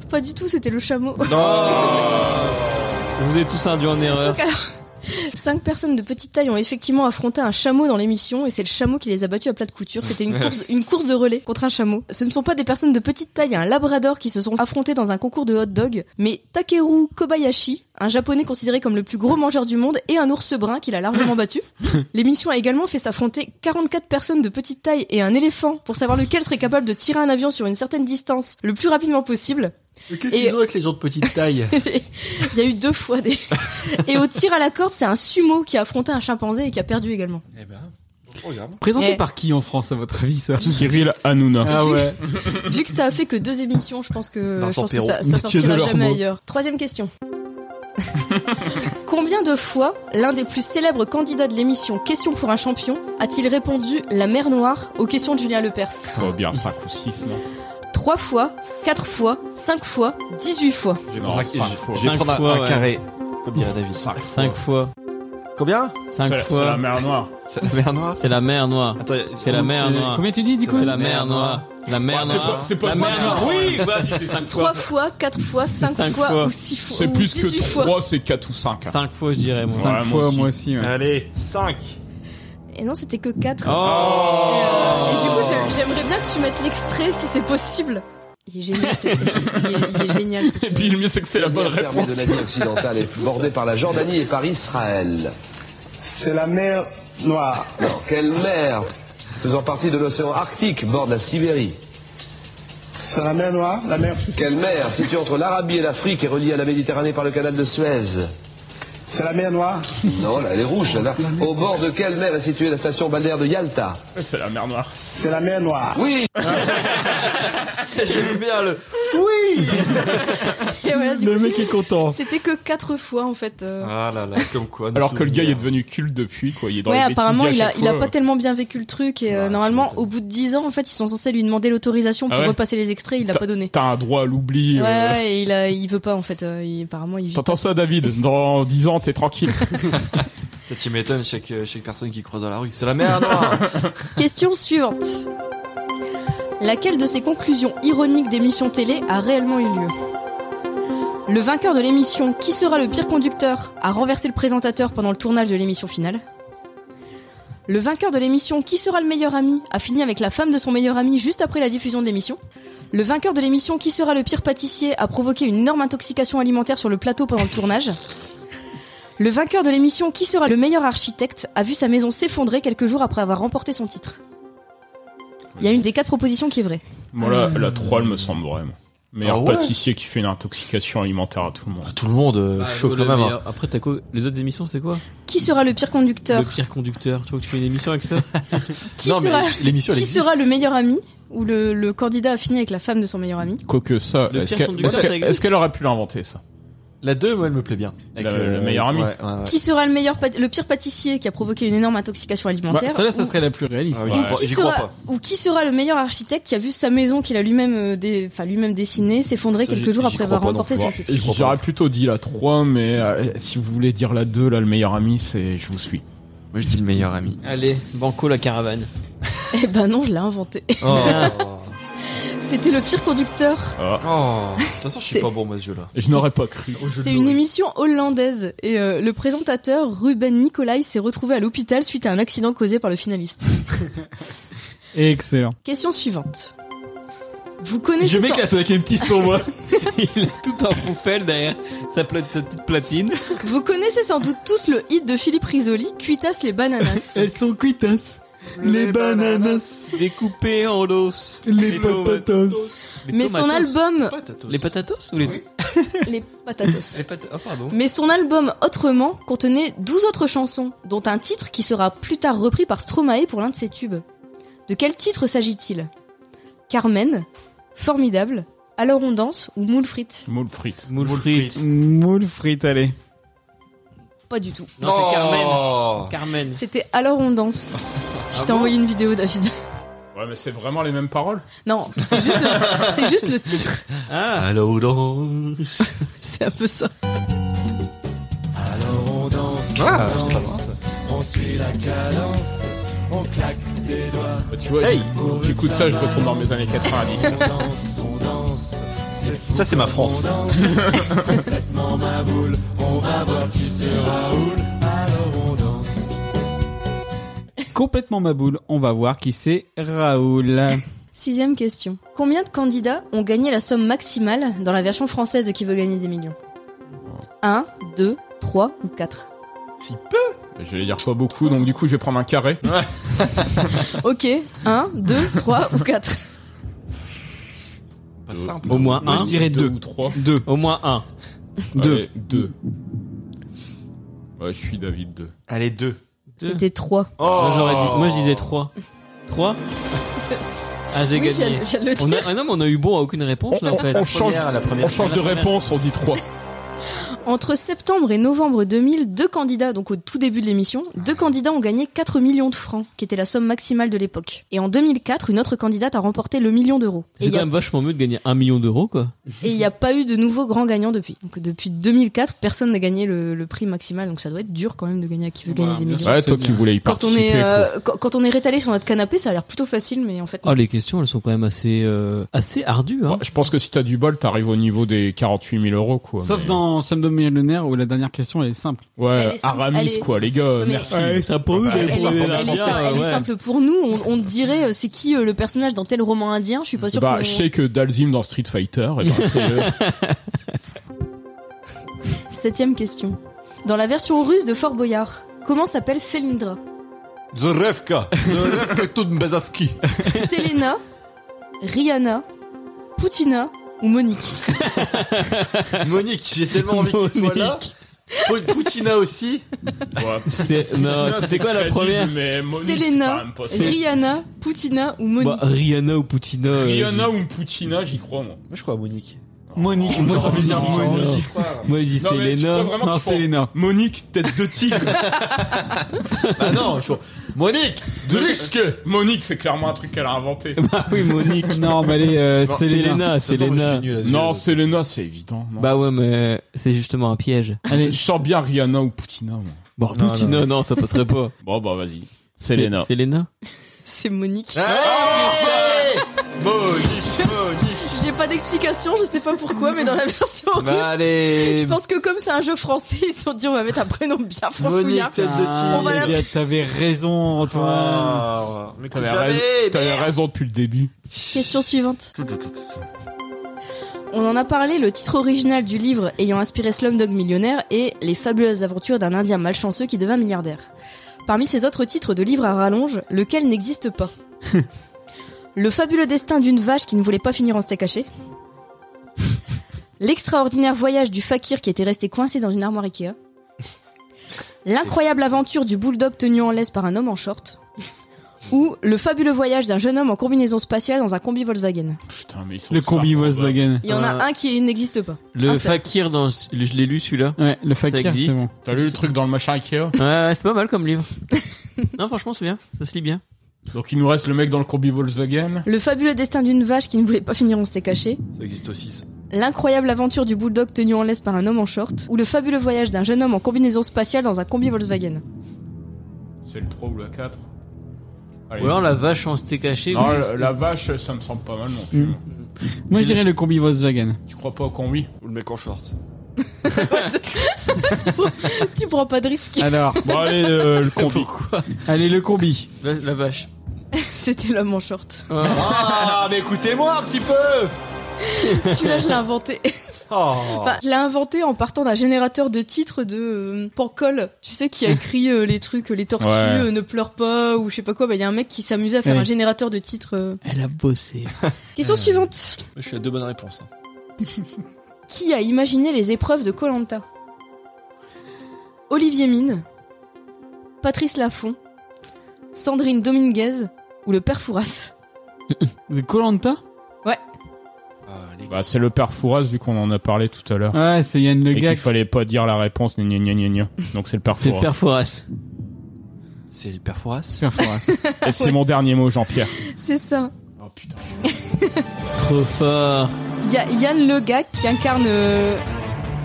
[SPEAKER 4] Pas du tout, c'était le chameau.
[SPEAKER 6] Vous êtes tous induits en erreur.
[SPEAKER 4] Donc, alors, Cinq personnes de petite taille ont effectivement affronté un chameau dans l'émission et c'est le chameau qui les a battus à plat de couture. C'était une course, une course de relais contre un chameau. Ce ne sont pas des personnes de petite taille à un labrador qui se sont affrontés dans un concours de hot dog, mais Takeru Kobayashi, un japonais considéré comme le plus gros mangeur du monde et un ours brun qu'il a largement battu. L'émission a également fait s'affronter 44 personnes de petite taille et un éléphant pour savoir lequel serait capable de tirer un avion sur une certaine distance le plus rapidement possible.
[SPEAKER 3] Qu'est-ce
[SPEAKER 4] Et-
[SPEAKER 3] qu'ils ont avec les gens de petite taille
[SPEAKER 4] Il y a eu deux fois des. Et au tir à la corde, c'est un sumo qui a affronté un chimpanzé et qui a perdu également.
[SPEAKER 3] Eh ben, regarde.
[SPEAKER 2] Présenté
[SPEAKER 4] Eh.
[SPEAKER 2] par qui en France, à votre avis, ça
[SPEAKER 5] Cyril Hanouna.
[SPEAKER 2] Ah ouais.
[SPEAKER 4] Vu que ça a fait que deux émissions, je pense que, je
[SPEAKER 5] Vincent
[SPEAKER 4] pense que
[SPEAKER 5] Perrault.
[SPEAKER 4] ça, ça
[SPEAKER 5] Mathieu
[SPEAKER 4] sortira
[SPEAKER 5] Delormeau.
[SPEAKER 4] jamais ailleurs. Troisième question. Combien de fois l'un des plus célèbres candidats de l'émission Question pour un champion a-t-il répondu La mer Noire aux questions de Julien Lepers
[SPEAKER 5] Oh bien 5 ou 6 là.
[SPEAKER 4] 3 fois, 4 fois, 5 fois, 18 fois.
[SPEAKER 3] Je vais prendre, un-
[SPEAKER 2] cinq
[SPEAKER 3] je-
[SPEAKER 2] fois.
[SPEAKER 3] je vais
[SPEAKER 2] Cinq
[SPEAKER 3] prendre un-
[SPEAKER 2] fois,
[SPEAKER 3] un
[SPEAKER 2] ouais.
[SPEAKER 3] carré, comme dirait David.
[SPEAKER 2] 5 fois.
[SPEAKER 3] Combien
[SPEAKER 2] Cinq
[SPEAKER 3] C'est-
[SPEAKER 2] fois.
[SPEAKER 3] c'est la mer
[SPEAKER 5] Noire.
[SPEAKER 2] C'est
[SPEAKER 3] la mer Noire
[SPEAKER 2] C'est la mer Noire. C'est la mer
[SPEAKER 3] euh,
[SPEAKER 2] Noire.
[SPEAKER 3] combien tu dis, du coup
[SPEAKER 2] C'est la mer Noire. La mer
[SPEAKER 3] Ouais, c'est
[SPEAKER 2] Noire.
[SPEAKER 3] pas- c'est pas
[SPEAKER 2] La
[SPEAKER 3] trois
[SPEAKER 2] mer
[SPEAKER 3] fois.
[SPEAKER 2] Noire. Oui, bah si, c'est 5
[SPEAKER 4] 3
[SPEAKER 2] fois.
[SPEAKER 4] fois, 4 fois, 5,
[SPEAKER 2] Cinq
[SPEAKER 4] fois,
[SPEAKER 2] fois.
[SPEAKER 4] ou 6 fois.
[SPEAKER 5] C'est
[SPEAKER 4] ou
[SPEAKER 5] plus que
[SPEAKER 4] 18 fois.
[SPEAKER 5] 3, c'est 4 ou 5.
[SPEAKER 2] 5 fois, je dirais, moi.
[SPEAKER 5] Cinq Ouais, moi fois, aussi. moi
[SPEAKER 28] aussi, ouais.
[SPEAKER 2] Allez, 5.
[SPEAKER 4] Et non, c'était que 4.
[SPEAKER 2] Oh
[SPEAKER 4] Et du coup, j'aime- j'aimerais bien que tu mettes l'extrait si c'est possible. Il est génial, c'est- il, est, il est génial. c'est-
[SPEAKER 5] Et puis le mieux, c'est que c'est la bonne réponse.
[SPEAKER 8] de l'Asie occidentale est bordée par la Jordanie et par Israël. C'est la mer Noire. Non, quelle mer Faisant partie de l'océan Arctique, borde la Sibérie. C'est la mer Noire, la mer Quelle mer située entre l'Arabie et l'Afrique et reliée à la Méditerranée par le canal de Suez C'est la mer Noire Non, là, elle est rouge, là. Au bord de quelle mer est située la station balnéaire de Yalta
[SPEAKER 5] C'est la mer Noire.
[SPEAKER 8] C'est la mer Noire. Oui
[SPEAKER 2] J'aime Eh bien le. Oui
[SPEAKER 4] Et voilà, du
[SPEAKER 2] Le
[SPEAKER 4] coup,
[SPEAKER 2] mec
[SPEAKER 4] c'est-
[SPEAKER 2] est content.
[SPEAKER 4] C'était que 4 fois en fait. euh.
[SPEAKER 3] Ah là là, comme quoi. nos
[SPEAKER 5] Alors que le gars, il est
[SPEAKER 3] souvenirs.
[SPEAKER 5] devenu culte depuis, quoi. Il est dans
[SPEAKER 4] Ouais,
[SPEAKER 5] les
[SPEAKER 4] apparemment,
[SPEAKER 5] bêtises
[SPEAKER 4] il
[SPEAKER 5] à
[SPEAKER 4] a,
[SPEAKER 5] chaque
[SPEAKER 4] il a
[SPEAKER 5] fois. Bah,
[SPEAKER 4] pas tellement bien vécu le truc et euh, normalement, au bout de 10 ans, en fait, ils sont censés lui demander l'autorisation pour
[SPEAKER 5] Ah ouais
[SPEAKER 4] repasser les extraits, il l'a
[SPEAKER 5] T'as-
[SPEAKER 4] pas donné.
[SPEAKER 5] T'as un droit à l'oubli.
[SPEAKER 4] Ouais,
[SPEAKER 5] euh.
[SPEAKER 4] ouais, et il, a, il veut pas en fait. euh, il- apparemment, il vit.
[SPEAKER 5] T'entends ça, David Dans 10 ans, t'es tranquille.
[SPEAKER 3] Tu m'étonnes chaque, euh, chaque personne qui croise dans la rue. C'est la hein. mer Noire
[SPEAKER 4] Question suivante. Laquelle de ces conclusions ironiques d'émissions télé a réellement eu lieu Le vainqueur de l'émission Qui sera le pire conducteur a renversé le présentateur pendant le tournage de l'émission finale. Le vainqueur de l'émission Qui sera le meilleur ami a fini avec la femme de son meilleur ami juste après la diffusion de l'émission. Le vainqueur de l'émission Qui sera le pire pâtissier a provoqué une énorme intoxication alimentaire sur le plateau pendant le tournage. Le vainqueur de l'émission Qui sera le meilleur architecte a vu sa maison s'effondrer quelques jours après avoir remporté son titre. Il y a une des quatre propositions qui est vraie.
[SPEAKER 5] Moi, la, la 3, elle me semble vraiment. Meilleur
[SPEAKER 3] Ah ouais
[SPEAKER 5] pâtissier qui fait une intoxication alimentaire à tout le monde.
[SPEAKER 3] Tout le monde, euh,
[SPEAKER 5] Bah,
[SPEAKER 3] chaud
[SPEAKER 5] le
[SPEAKER 3] quand même. hein.
[SPEAKER 5] meilleur.
[SPEAKER 2] Après, t'as quoi Les autres émissions, c'est quoi
[SPEAKER 4] Qui sera le pire conducteur
[SPEAKER 2] Le pire conducteur. Tu vois que tu fais une émission avec ça
[SPEAKER 4] Qui, sera, qui sera le meilleur ami Ou le, le candidat a fini avec la femme de son meilleur ami
[SPEAKER 5] Quoique ça,
[SPEAKER 2] Le
[SPEAKER 5] est-ce
[SPEAKER 2] pire
[SPEAKER 5] qu'elle
[SPEAKER 2] son du gars,
[SPEAKER 5] est-ce
[SPEAKER 2] ça
[SPEAKER 5] qu'elle-
[SPEAKER 2] existe
[SPEAKER 5] est-ce qu'elle aurait pu l'inventer, ça
[SPEAKER 3] La 2, moi, elle me plaît bien. Avec,
[SPEAKER 5] Le-
[SPEAKER 3] euh,
[SPEAKER 5] le meilleur ami.
[SPEAKER 3] ouais, ouais, ouais.
[SPEAKER 4] Qui sera le, meilleur pâ- le pire pâtissier qui a provoqué une énorme intoxication
[SPEAKER 2] Bah,
[SPEAKER 4] alimentaire
[SPEAKER 28] ça, là,
[SPEAKER 4] Ou-
[SPEAKER 28] ça serait la plus réaliste.
[SPEAKER 3] Ah oui, j'y crois-
[SPEAKER 4] qui
[SPEAKER 3] j'y crois
[SPEAKER 4] sera-
[SPEAKER 3] pas.
[SPEAKER 4] Ou qui sera le meilleur architecte qui a vu sa maison qu'il a lui-même euh, dé- enfin, lui-même dessinée s'effondrer
[SPEAKER 5] Ça,
[SPEAKER 4] quelques
[SPEAKER 5] j'y-
[SPEAKER 4] jours
[SPEAKER 5] j'y
[SPEAKER 4] après
[SPEAKER 5] crois
[SPEAKER 4] avoir
[SPEAKER 5] pas non
[SPEAKER 4] remporté
[SPEAKER 5] plus.
[SPEAKER 4] son titre
[SPEAKER 5] J'aurais plutôt dit la 3, mais euh, si vous voulez dire la 2, là, le meilleur ami, c'est je vous suis.
[SPEAKER 3] Moi, je dis le meilleur ami.
[SPEAKER 2] Allez, banco la caravane.
[SPEAKER 4] Eh ben non, je l'ai inventé. C'était le pire conducteur.
[SPEAKER 3] Oh. De toute façon, je
[SPEAKER 4] C'est- Oh,
[SPEAKER 3] suis pas bon, moi, ce jeu-là.
[SPEAKER 5] Ah. Je n'aurais pas cru.
[SPEAKER 4] C'est une émission hollandaise et euh, le présentateur Ruben Nicolai s'est retrouvé à l'hôpital suite à un accident causé par le finaliste.
[SPEAKER 28] Excellent.
[SPEAKER 4] Question suivante. Vous connaissez
[SPEAKER 2] Je
[SPEAKER 4] sans-
[SPEAKER 2] m'éclate avec les petits sons, moi. Il a tout un poufelle derrière sa, pla- sa petite platine.
[SPEAKER 4] Vous connaissez sans doute tous le hit de Philippe Risoli, Cuitas les bananas.
[SPEAKER 28] Elles sont cuitas. Les bananas.
[SPEAKER 2] Découpé en dos.
[SPEAKER 28] Les patatos.
[SPEAKER 4] Mais son album-
[SPEAKER 2] Les patatos ou les.
[SPEAKER 4] les patatos.
[SPEAKER 2] Les pat- Oh, pardon.
[SPEAKER 4] Mais son album Autrement contenait 12 autres chansons, dont un titre qui sera plus tard repris par Stromae pour l'un de ses tubes. De quel titre s'agit-il Carmen, Formidable, Alors on danse ou Moule frites
[SPEAKER 5] Moule frites.
[SPEAKER 2] Moule frites.
[SPEAKER 28] Moule frites, allez.
[SPEAKER 4] Pas du tout.
[SPEAKER 2] Non, c'est Carmen. Carmen.
[SPEAKER 4] C'était Alors on danse. Je
[SPEAKER 5] Ah
[SPEAKER 4] t'ai
[SPEAKER 5] bon
[SPEAKER 4] envoyé une vidéo, David.
[SPEAKER 5] Ouais, mais c'est vraiment les mêmes paroles
[SPEAKER 4] Non, c'est juste, le- c'est juste le titre.
[SPEAKER 2] Ah.
[SPEAKER 3] Allô, danse.
[SPEAKER 4] C'est un peu ça.
[SPEAKER 14] Alors on danse,
[SPEAKER 3] Ah,
[SPEAKER 14] on,
[SPEAKER 3] j'étais pas
[SPEAKER 14] danse, on suit la cadence, on claque des doigts.
[SPEAKER 5] Bah, Tu vois,
[SPEAKER 14] Hey.
[SPEAKER 5] tu- j'écoute ça, je retourne dans mes années 90.
[SPEAKER 14] On danse, on danse, c'est fou.
[SPEAKER 3] Ça, c'est ma
[SPEAKER 14] On
[SPEAKER 3] France.
[SPEAKER 14] danse, complètement ma boule. On va voir qui c'est Raoul. Alors on danse.
[SPEAKER 28] Complètement ma boule. On va voir qui c'est Raoul.
[SPEAKER 4] Sixième question. Combien de candidats ont gagné la somme maximale dans la version française de Qui veut gagner des millions 1, 2, 3 ou 4
[SPEAKER 5] Je vais dire pas beaucoup, donc du coup, je vais prendre un carré.
[SPEAKER 4] Ok, 1, 2, 3 ou 4
[SPEAKER 3] Pas simple. hein.
[SPEAKER 2] Au moins
[SPEAKER 5] Euh, Moi,
[SPEAKER 2] un.
[SPEAKER 5] je dirais deux.
[SPEAKER 2] ou
[SPEAKER 5] trois.
[SPEAKER 2] Deux. Au moins un.
[SPEAKER 5] Deux. Allez, deux. Ouais, je suis David 2.
[SPEAKER 3] Allez, deux.
[SPEAKER 4] C'était 3.
[SPEAKER 5] Oh.
[SPEAKER 2] Moi, j'aurais dit, moi, je disais trois. Trois Ah, j'ai
[SPEAKER 4] Oui, je viens
[SPEAKER 2] gagné.
[SPEAKER 4] de- je viens de le
[SPEAKER 2] on a,
[SPEAKER 4] dire.
[SPEAKER 2] ah non, mais on a eu bon à aucune réponse, là, en fait.
[SPEAKER 5] on change, on change de réponse, on dit 3.
[SPEAKER 4] Entre septembre et novembre 2000, deux candidats, donc au tout début de l'émission, deux candidats ont gagné 4 millions de francs, qui était la somme maximale de l'époque. Et en 2004, une autre candidate a remporté le million d'euros.
[SPEAKER 6] C'est
[SPEAKER 4] Et il y
[SPEAKER 6] quand
[SPEAKER 4] a-
[SPEAKER 6] même vachement mieux de gagner un million d'euros, quoi.
[SPEAKER 4] et il n'y a pas eu de nouveau grand gagnant depuis. Donc depuis 2004, personne n'a gagné le, le prix maximal, donc ça doit être dur quand même de gagner à qui veut gagner des millions.
[SPEAKER 5] Bah, Ouais, toi qui voulais y
[SPEAKER 4] Quand on
[SPEAKER 5] participer.
[SPEAKER 4] est euh,
[SPEAKER 5] faut-
[SPEAKER 4] quand, quand on est rétalé sur notre canapé, ça a l'air plutôt facile, mais en fait. non.
[SPEAKER 6] Oh, les questions, elles sont quand même assez, euh, assez ardues, hein.
[SPEAKER 5] Ouais, je pense que si t'as du bol, t'arrives au niveau des 48 000 euros, quoi.
[SPEAKER 2] Sauf dans Somdom Millionnaire où la dernière question elle est simple.
[SPEAKER 5] Ouais,
[SPEAKER 4] est simple,
[SPEAKER 5] Aramis,
[SPEAKER 4] elle est-
[SPEAKER 5] quoi, les gars,
[SPEAKER 4] Mais-
[SPEAKER 5] merci.
[SPEAKER 4] Ouais,
[SPEAKER 6] ça pour
[SPEAKER 4] Elle, elle est, elle est simple, elle est simple pour nous. On, on te dirait euh, c'est qui euh, le personnage dans tel roman indien. Je suis pas sûr.
[SPEAKER 5] Bah,
[SPEAKER 4] qu'on-
[SPEAKER 5] je sais que Dalzim dans Street Fighter, et ben, c'est le-
[SPEAKER 4] Septième question. Dans la version russe de Fort Boyard, comment s'appelle Felindra
[SPEAKER 19] Zrevka, Zrevka Tunbazaski.
[SPEAKER 4] Selena, Rihanna, Poutina ou Monique
[SPEAKER 19] Monique, j'ai tellement envie qu'il soit là. Pou- Poutina aussi.
[SPEAKER 6] C'est- non,
[SPEAKER 19] Poutina,
[SPEAKER 6] c'est quoi la
[SPEAKER 19] crédible,
[SPEAKER 6] première
[SPEAKER 19] mais Monique, c'est quand
[SPEAKER 4] Selena,
[SPEAKER 19] même pas ça.
[SPEAKER 4] Rihanna, Poutina ou Monique
[SPEAKER 6] Bah, Rihanna ou Poutina. euh,
[SPEAKER 5] Rihanna ou Poutina, j'y crois, moi.
[SPEAKER 3] Moi, je crois à Monique.
[SPEAKER 6] Monique, moi j'aurais envie de dire
[SPEAKER 5] Non,
[SPEAKER 6] Monique.
[SPEAKER 5] non.
[SPEAKER 6] Moi je dis
[SPEAKER 5] Non, mais tu
[SPEAKER 6] Selena.
[SPEAKER 5] crois vraiment qu'ils font Monique, tête de tigre.
[SPEAKER 6] Bah
[SPEAKER 19] Ah non, je crois- Monique, Drishke.
[SPEAKER 5] Monique, c'est clairement un truc qu'elle a inventé.
[SPEAKER 6] Bah oui, Monique.
[SPEAKER 2] Non, mais allez, euh,
[SPEAKER 6] Non, Selena, Selena.
[SPEAKER 5] Euh, Non, Selena, c'est évident. non.
[SPEAKER 6] Bah ouais, mais c'est justement un piège.
[SPEAKER 5] je sens bien Rihanna ou Poutina. moi.
[SPEAKER 6] Bon, Poutina, non, ça passerait pas.
[SPEAKER 5] Bon, bah, vas-y.
[SPEAKER 6] C'est-
[SPEAKER 5] Selena.
[SPEAKER 6] Selena.
[SPEAKER 4] C'est Monique.
[SPEAKER 19] Monique, Monique.
[SPEAKER 4] J'ai pas d'explication, je sais pas pourquoi, mais dans la version russe,
[SPEAKER 19] Bah, allez.
[SPEAKER 4] je pense que comme c'est un jeu français, ils se sont dit on va mettre un prénom bien franchouillard. on va l'appeler-
[SPEAKER 2] Ah, eh T'avais raison,
[SPEAKER 3] Ah,
[SPEAKER 2] Antoine.
[SPEAKER 5] Mais T'avais raison, t'avais raison depuis le début.
[SPEAKER 4] Question suivante. On en a parlé, le titre original du livre ayant inspiré Slumdog Millionnaire est Les fabuleuses aventures d'un Indien malchanceux qui devint milliardaire. Parmi ses autres titres de livres à rallonge, lequel n'existe pas Le fabuleux destin d'une vache qui ne voulait pas finir en steak haché. L'extraordinaire voyage du fakir qui était resté coincé dans une armoire Ikea. L'incroyable aventure du bulldog tenu en laisse par un homme en short. Ou le fabuleux voyage d'un jeune homme en combinaison spatiale dans un combi Volkswagen.
[SPEAKER 5] Putain, mais ils sont
[SPEAKER 2] Le combi
[SPEAKER 5] tous
[SPEAKER 2] Volkswagen.
[SPEAKER 4] Il y en a un Ah, qui n'existe pas.
[SPEAKER 6] Euh, Le
[SPEAKER 4] Un seul.
[SPEAKER 6] fakir dans. Je l'ai lu celui-là.
[SPEAKER 2] Ouais, le
[SPEAKER 6] Ça
[SPEAKER 2] fakir, c'est
[SPEAKER 6] existe.
[SPEAKER 2] bon.
[SPEAKER 5] T'as lu le truc dans le machin Ikea
[SPEAKER 6] Ouais, ouais, c'est pas mal comme livre. non, franchement, c'est bien. Ça se lit bien.
[SPEAKER 5] Donc il nous reste le mec dans le combi Volkswagen.
[SPEAKER 4] Le fabuleux destin d'une vache qui ne voulait pas finir en s'est caché.
[SPEAKER 3] Ça existe aussi. ça.
[SPEAKER 4] L'incroyable aventure du bulldog tenu en laisse par un homme en short. Ou le fabuleux voyage d'un jeune homme en combinaison spatiale dans un combi Volkswagen.
[SPEAKER 5] C'est le 3 ou le 4. Allez.
[SPEAKER 6] Ou alors la vache en steak caché.
[SPEAKER 5] Non, la, la vache, ça me semble pas mal non plus.
[SPEAKER 2] Mm. Moi, je dirais le combi Volkswagen.
[SPEAKER 5] Tu crois pas au combi
[SPEAKER 3] Ou le mec en short.
[SPEAKER 4] tu prends pas de risque.
[SPEAKER 2] Alors,
[SPEAKER 5] Bon, allez, euh, le combi.
[SPEAKER 2] allez, le combi.
[SPEAKER 6] La, la vache.
[SPEAKER 4] C'était l'homme en short.
[SPEAKER 6] Oh.
[SPEAKER 19] Ah, mais écoutez-moi un petit peu.
[SPEAKER 4] Celui-là, je l'ai inventé.
[SPEAKER 19] Oh.
[SPEAKER 4] Enfin, je l'ai inventé en partant d'un générateur de titres de euh, Pancol. Tu sais, qui a écrit euh, les trucs, euh, les tortues,
[SPEAKER 6] Ouais.
[SPEAKER 4] euh, ne pleure pas, ou je sais pas quoi. Bah, il y a un mec qui s'amusait à faire
[SPEAKER 6] Ouais.
[SPEAKER 4] un générateur de titres. euh.
[SPEAKER 6] Elle a bossé.
[SPEAKER 4] Question suivante.
[SPEAKER 3] Je suis à deux bonnes réponses. hein.
[SPEAKER 4] Qui a imaginé les épreuves de Colanta Olivier Mine, Patrice Laffont, Sandrine Dominguez ou le père Fouras
[SPEAKER 2] De Colanta
[SPEAKER 5] Bah, c'est le père Fouras, vu qu'on en a parlé tout à l'heure.
[SPEAKER 2] Ouais, c'est Yann Le
[SPEAKER 5] Et qu'il
[SPEAKER 2] Gac.
[SPEAKER 5] fallait pas dire la réponse, gna gna gna gna gna. Donc c'est le père
[SPEAKER 6] C'est le
[SPEAKER 5] Fouras.
[SPEAKER 6] père Fouras.
[SPEAKER 3] C'est le père Fouras.
[SPEAKER 5] Et c'est mon dernier mot, Jean-Pierre.
[SPEAKER 4] C'est ça.
[SPEAKER 6] Trop fort.
[SPEAKER 4] Il y a Yann Le Gac qui incarne euh,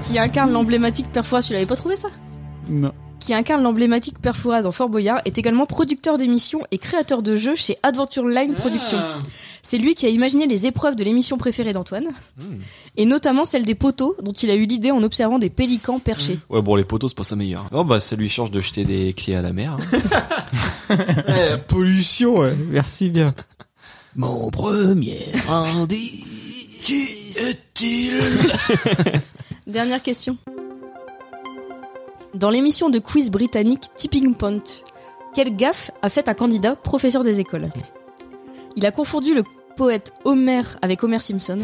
[SPEAKER 4] qui incarne l'emblématique père Fouras. Tu l'avais pas trouvé ça
[SPEAKER 2] Non.
[SPEAKER 4] Qui incarne l'emblématique père Fouras dans Fort Boyard est également producteur d'émissions et créateur de jeux chez Adventure Line Productions. C'est lui qui a imaginé les épreuves de l'émission préférée d'Antoine,
[SPEAKER 3] Hmm.
[SPEAKER 4] et notamment celle des poteaux, dont il a eu l'idée en observant des pélicans perchés.
[SPEAKER 3] Ouais, bon, les poteaux, c'est pas ça meilleur. Oh, bah, ça lui change de jeter des clés à la mer. hein.
[SPEAKER 2] Ouais,
[SPEAKER 5] Eh,
[SPEAKER 2] la pollution, ouais. Merci bien.
[SPEAKER 6] Mon premier Andy.
[SPEAKER 19] Qui est-il
[SPEAKER 4] Dernière question. Dans l'émission de quiz britannique Tipping Point, quelle gaffe a fait un candidat professeur des écoles Il a confondu le poète Homer avec Homer Simpson.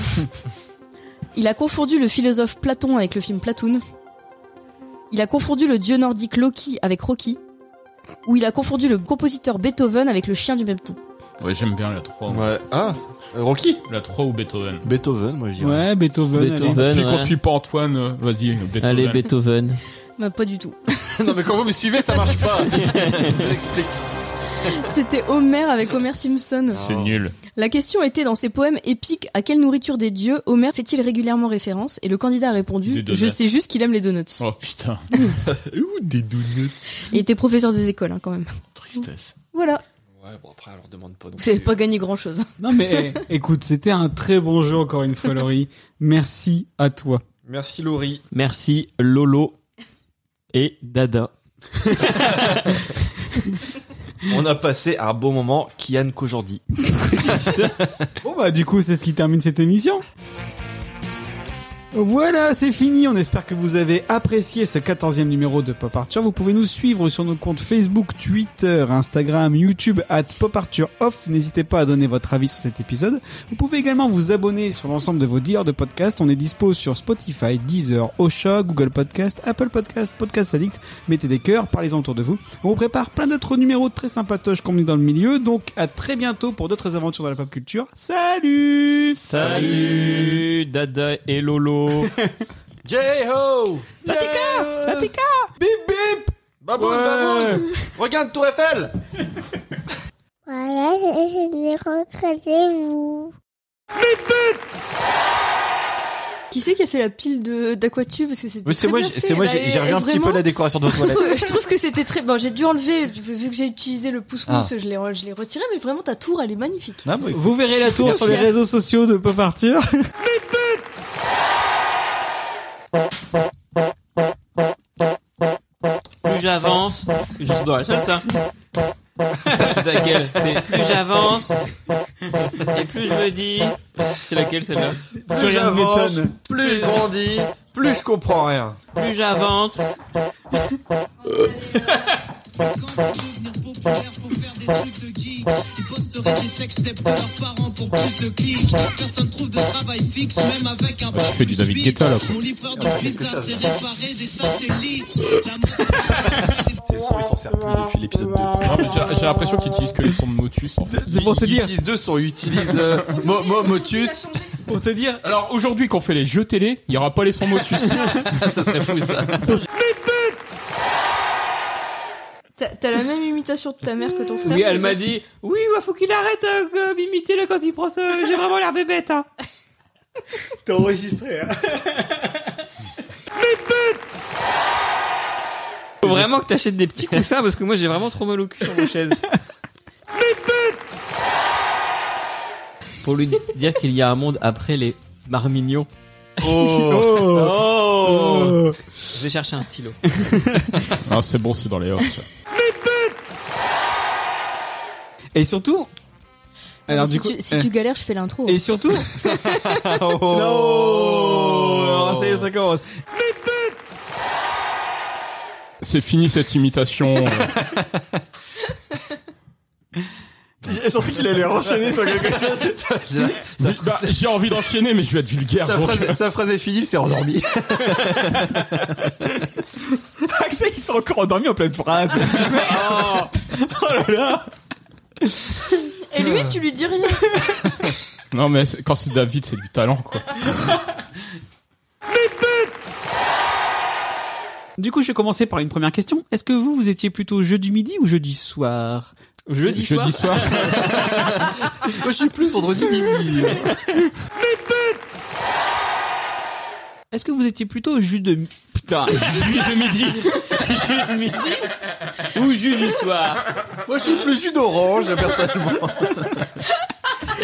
[SPEAKER 4] Il a confondu le philosophe Platon avec le film Platoon. Il a confondu le dieu nordique Loki avec Rocky. Ou il a confondu le compositeur Beethoven avec le chien du même temps.
[SPEAKER 5] Ouais, j'aime bien la 3.
[SPEAKER 3] Ouais. Ah, Rocky
[SPEAKER 5] La 3 ou Beethoven
[SPEAKER 3] Beethoven, moi je dirais.
[SPEAKER 2] Ouais, Beethoven.
[SPEAKER 5] Beethoven.
[SPEAKER 2] allez.
[SPEAKER 5] Puis qu'on suit pas Antoine, euh, vas-y, Beethoven.
[SPEAKER 8] Allez, Beethoven.
[SPEAKER 4] Bah, pas du tout.
[SPEAKER 3] non, mais quand vous me suivez, ça marche pas. je l'explique.
[SPEAKER 4] C'était Homer avec Homer Simpson.
[SPEAKER 5] C'est nul.
[SPEAKER 4] La question était dans ses poèmes épiques à quelle nourriture des dieux Homer fait-il régulièrement référence Et le candidat a
[SPEAKER 5] Des
[SPEAKER 4] répondu
[SPEAKER 5] donuts.
[SPEAKER 4] Je sais juste qu'il aime les donuts.
[SPEAKER 5] Oh putain. Ouh, des donuts.
[SPEAKER 4] Il était professeur des écoles hein, quand même.
[SPEAKER 3] Tristesse.
[SPEAKER 4] Voilà,
[SPEAKER 3] Ouais, bon, après, on leur demande pas non
[SPEAKER 4] vous n'avez
[SPEAKER 3] plus.
[SPEAKER 4] pas gagné grand-chose.
[SPEAKER 2] Non mais eh, écoute, c'était un très bon jeu encore une fois, Laurie. Merci à toi.
[SPEAKER 3] Merci, Laurie.
[SPEAKER 8] Merci Lolo et Dada.
[SPEAKER 3] On a passé un beau moment, Kian qu'aujourd'hui.
[SPEAKER 2] Bon bah du coup, c'est ce qui termine cette émission. Voilà, c'est fini. On espère que vous avez apprécié ce 14e numéro de Pop Arthur. Vous pouvez nous suivre sur nos comptes Facebook, Twitter, Instagram, YouTube, at Pop Arthur Off. N'hésitez pas à donner votre avis sur cet épisode. Vous pouvez également vous abonner sur l'ensemble de vos dealers de podcasts. On est dispo sur Spotify, Deezer, Osha, Google Podcast, Apple Podcast, Podcast Addict. Mettez des cœurs, parlez-en autour de vous. On vous prépare plein d'autres numéros très sympatoches qu'on met dans le milieu. Donc à très bientôt pour d'autres aventures dans la pop culture. Salut
[SPEAKER 8] Salut Dada et Lolo.
[SPEAKER 3] J-Ho Latika Latika Bip bip Baboun, baboun Bah, Regarde Tour Eiffel
[SPEAKER 29] Voilà, je, je regrettez-vous.
[SPEAKER 4] Qui c'est qui a fait la pile de d'aquatube parce que c'était
[SPEAKER 3] Mais c'est
[SPEAKER 4] très
[SPEAKER 3] moi,
[SPEAKER 4] bien
[SPEAKER 3] j'ai-
[SPEAKER 4] fait.
[SPEAKER 3] c'est moi,
[SPEAKER 4] Bah,
[SPEAKER 3] j'ai j'ai revu un petit
[SPEAKER 4] vraiment,
[SPEAKER 3] peu la décoration de vos
[SPEAKER 4] je trouve-
[SPEAKER 3] toilettes.
[SPEAKER 4] Je trouve que c'était très bon. J'ai dû enlever vu vu que j'ai utilisé le pouce mousse,
[SPEAKER 3] Ah.
[SPEAKER 4] je l'ai je l'ai retiré mais vraiment ta tour elle est magnifique.
[SPEAKER 3] Ah, bah, écoute.
[SPEAKER 2] Vous verrez la tour
[SPEAKER 4] plutôt
[SPEAKER 2] sur les
[SPEAKER 4] fière.
[SPEAKER 2] réseaux sociaux de Pop Arthur.
[SPEAKER 8] Plus j'avance, une chanson dans la salle, ça. C'est laquelle C'est plus j'avance et plus je me dis. C'est laquelle celle-là
[SPEAKER 3] Plus j'avance, plus je grandis, plus je comprends rien.
[SPEAKER 8] Plus j'avance.
[SPEAKER 5] Ah, tu fais du David Guetta là, quoi.
[SPEAKER 3] Ces sons, ils s'en servent plus depuis l'épisode 2.
[SPEAKER 5] Non, mais j'ai- J'ai l'impression qu'ils utilisent que les sons de Motus en fait.
[SPEAKER 2] C'est pour te
[SPEAKER 3] Ils
[SPEAKER 2] dire.
[SPEAKER 3] utilisent deux sons, ils utilisent euh, Mo- Mo- Motus.
[SPEAKER 2] Pour te dire.
[SPEAKER 5] Alors aujourd'hui qu'on fait les jeux télé, il y aura pas les sons Motus.
[SPEAKER 3] ça serait fou ça.
[SPEAKER 4] T'as t'as la même imitation de ta mère que ton frère.
[SPEAKER 8] Oui, elle m'a dit. Oui, bah, faut qu'il arrête euh, d'imiter là quand il prend ça. J'ai vraiment l'air bébête. Hein.
[SPEAKER 2] T'es
[SPEAKER 3] hein.
[SPEAKER 2] enregistré.
[SPEAKER 8] Faut vraiment que t'achètes des petits coussins parce que moi j'ai vraiment trop mal au cul sur mes chaises. Pour lui dire qu'il y a un monde après les marmignons. Oh. Je vais chercher un stylo.
[SPEAKER 5] Ah, c'est bon, c'est dans les offs.
[SPEAKER 2] Et surtout. Alors
[SPEAKER 4] si
[SPEAKER 2] du coup.
[SPEAKER 4] tu, si
[SPEAKER 2] euh,
[SPEAKER 3] eh.
[SPEAKER 4] tu galères, je fais l'intro. hein.
[SPEAKER 2] Et surtout.
[SPEAKER 3] Oh,
[SPEAKER 8] Oh.
[SPEAKER 2] Non. Ça y est, ça commence.
[SPEAKER 5] C'est fini cette imitation. euh.
[SPEAKER 2] Je pensais qu'il allait enchaîner sur quelque chose.
[SPEAKER 5] Bah, J'ai envie d'enchaîner, mais je vais être vulgaire.
[SPEAKER 3] Sa
[SPEAKER 5] donc,
[SPEAKER 3] phrase, sa phrase est finie, c'est endormi.
[SPEAKER 2] Axel, il s'est encore endormi en pleine phrase. oh. là là.
[SPEAKER 4] Et lui, tu lui dis rien.
[SPEAKER 5] Non, mais c'est- quand c'est David, c'est du talent, quoi.
[SPEAKER 2] Du coup, je vais commencer par une première question. Est-ce que vous, vous étiez plutôt jeu du midi ou jeudi soir
[SPEAKER 8] Jeudi soir.
[SPEAKER 5] Jeudi soir.
[SPEAKER 3] Moi, je suis plus vendredi midi.
[SPEAKER 2] Est-ce que vous étiez plutôt jeu de putain
[SPEAKER 5] Jus de midi.
[SPEAKER 8] midi ou jus du soir
[SPEAKER 3] Moi, je suis plus jus d'orange, personnellement.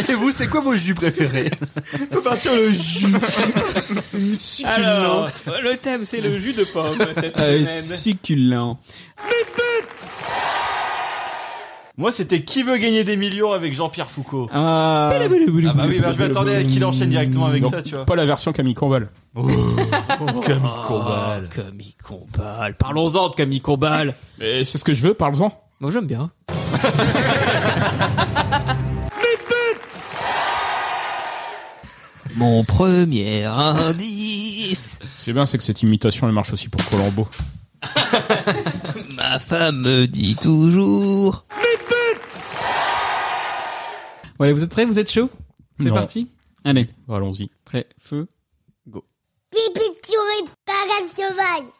[SPEAKER 3] Et vous, c'est quoi vos jus préférés
[SPEAKER 2] peut partir le jus
[SPEAKER 8] Alors, le thème c'est le jus de pomme cette
[SPEAKER 2] Euh,
[SPEAKER 8] semaine.
[SPEAKER 2] succulent.
[SPEAKER 3] Moi, c'était qui veut gagner des millions avec Jean-Pierre Foucault.
[SPEAKER 2] Ah.
[SPEAKER 3] Ah bah oui, bah, je m'attendais à qu'il enchaîne directement avec
[SPEAKER 5] Non,
[SPEAKER 3] ça, tu vois.
[SPEAKER 5] Pas la version Camille Combal.
[SPEAKER 3] Camille
[SPEAKER 8] Oh, Camille Combal. Parlons-en de Camille Combal.
[SPEAKER 5] Mais c'est ce que je veux, parle-en.
[SPEAKER 8] Moi j'aime bien. Mon premier indice.
[SPEAKER 5] C'est bien, c'est que cette imitation, elle marche aussi pour Colombo.
[SPEAKER 8] Ma femme me dit toujours.
[SPEAKER 2] Voilà, vous êtes prêts Vous êtes chaud C'est
[SPEAKER 7] Non.
[SPEAKER 2] parti Allez.
[SPEAKER 7] Allons-y.
[SPEAKER 2] Prêt, feu, go.
[SPEAKER 14] Pipi, souris, cagade sauvage.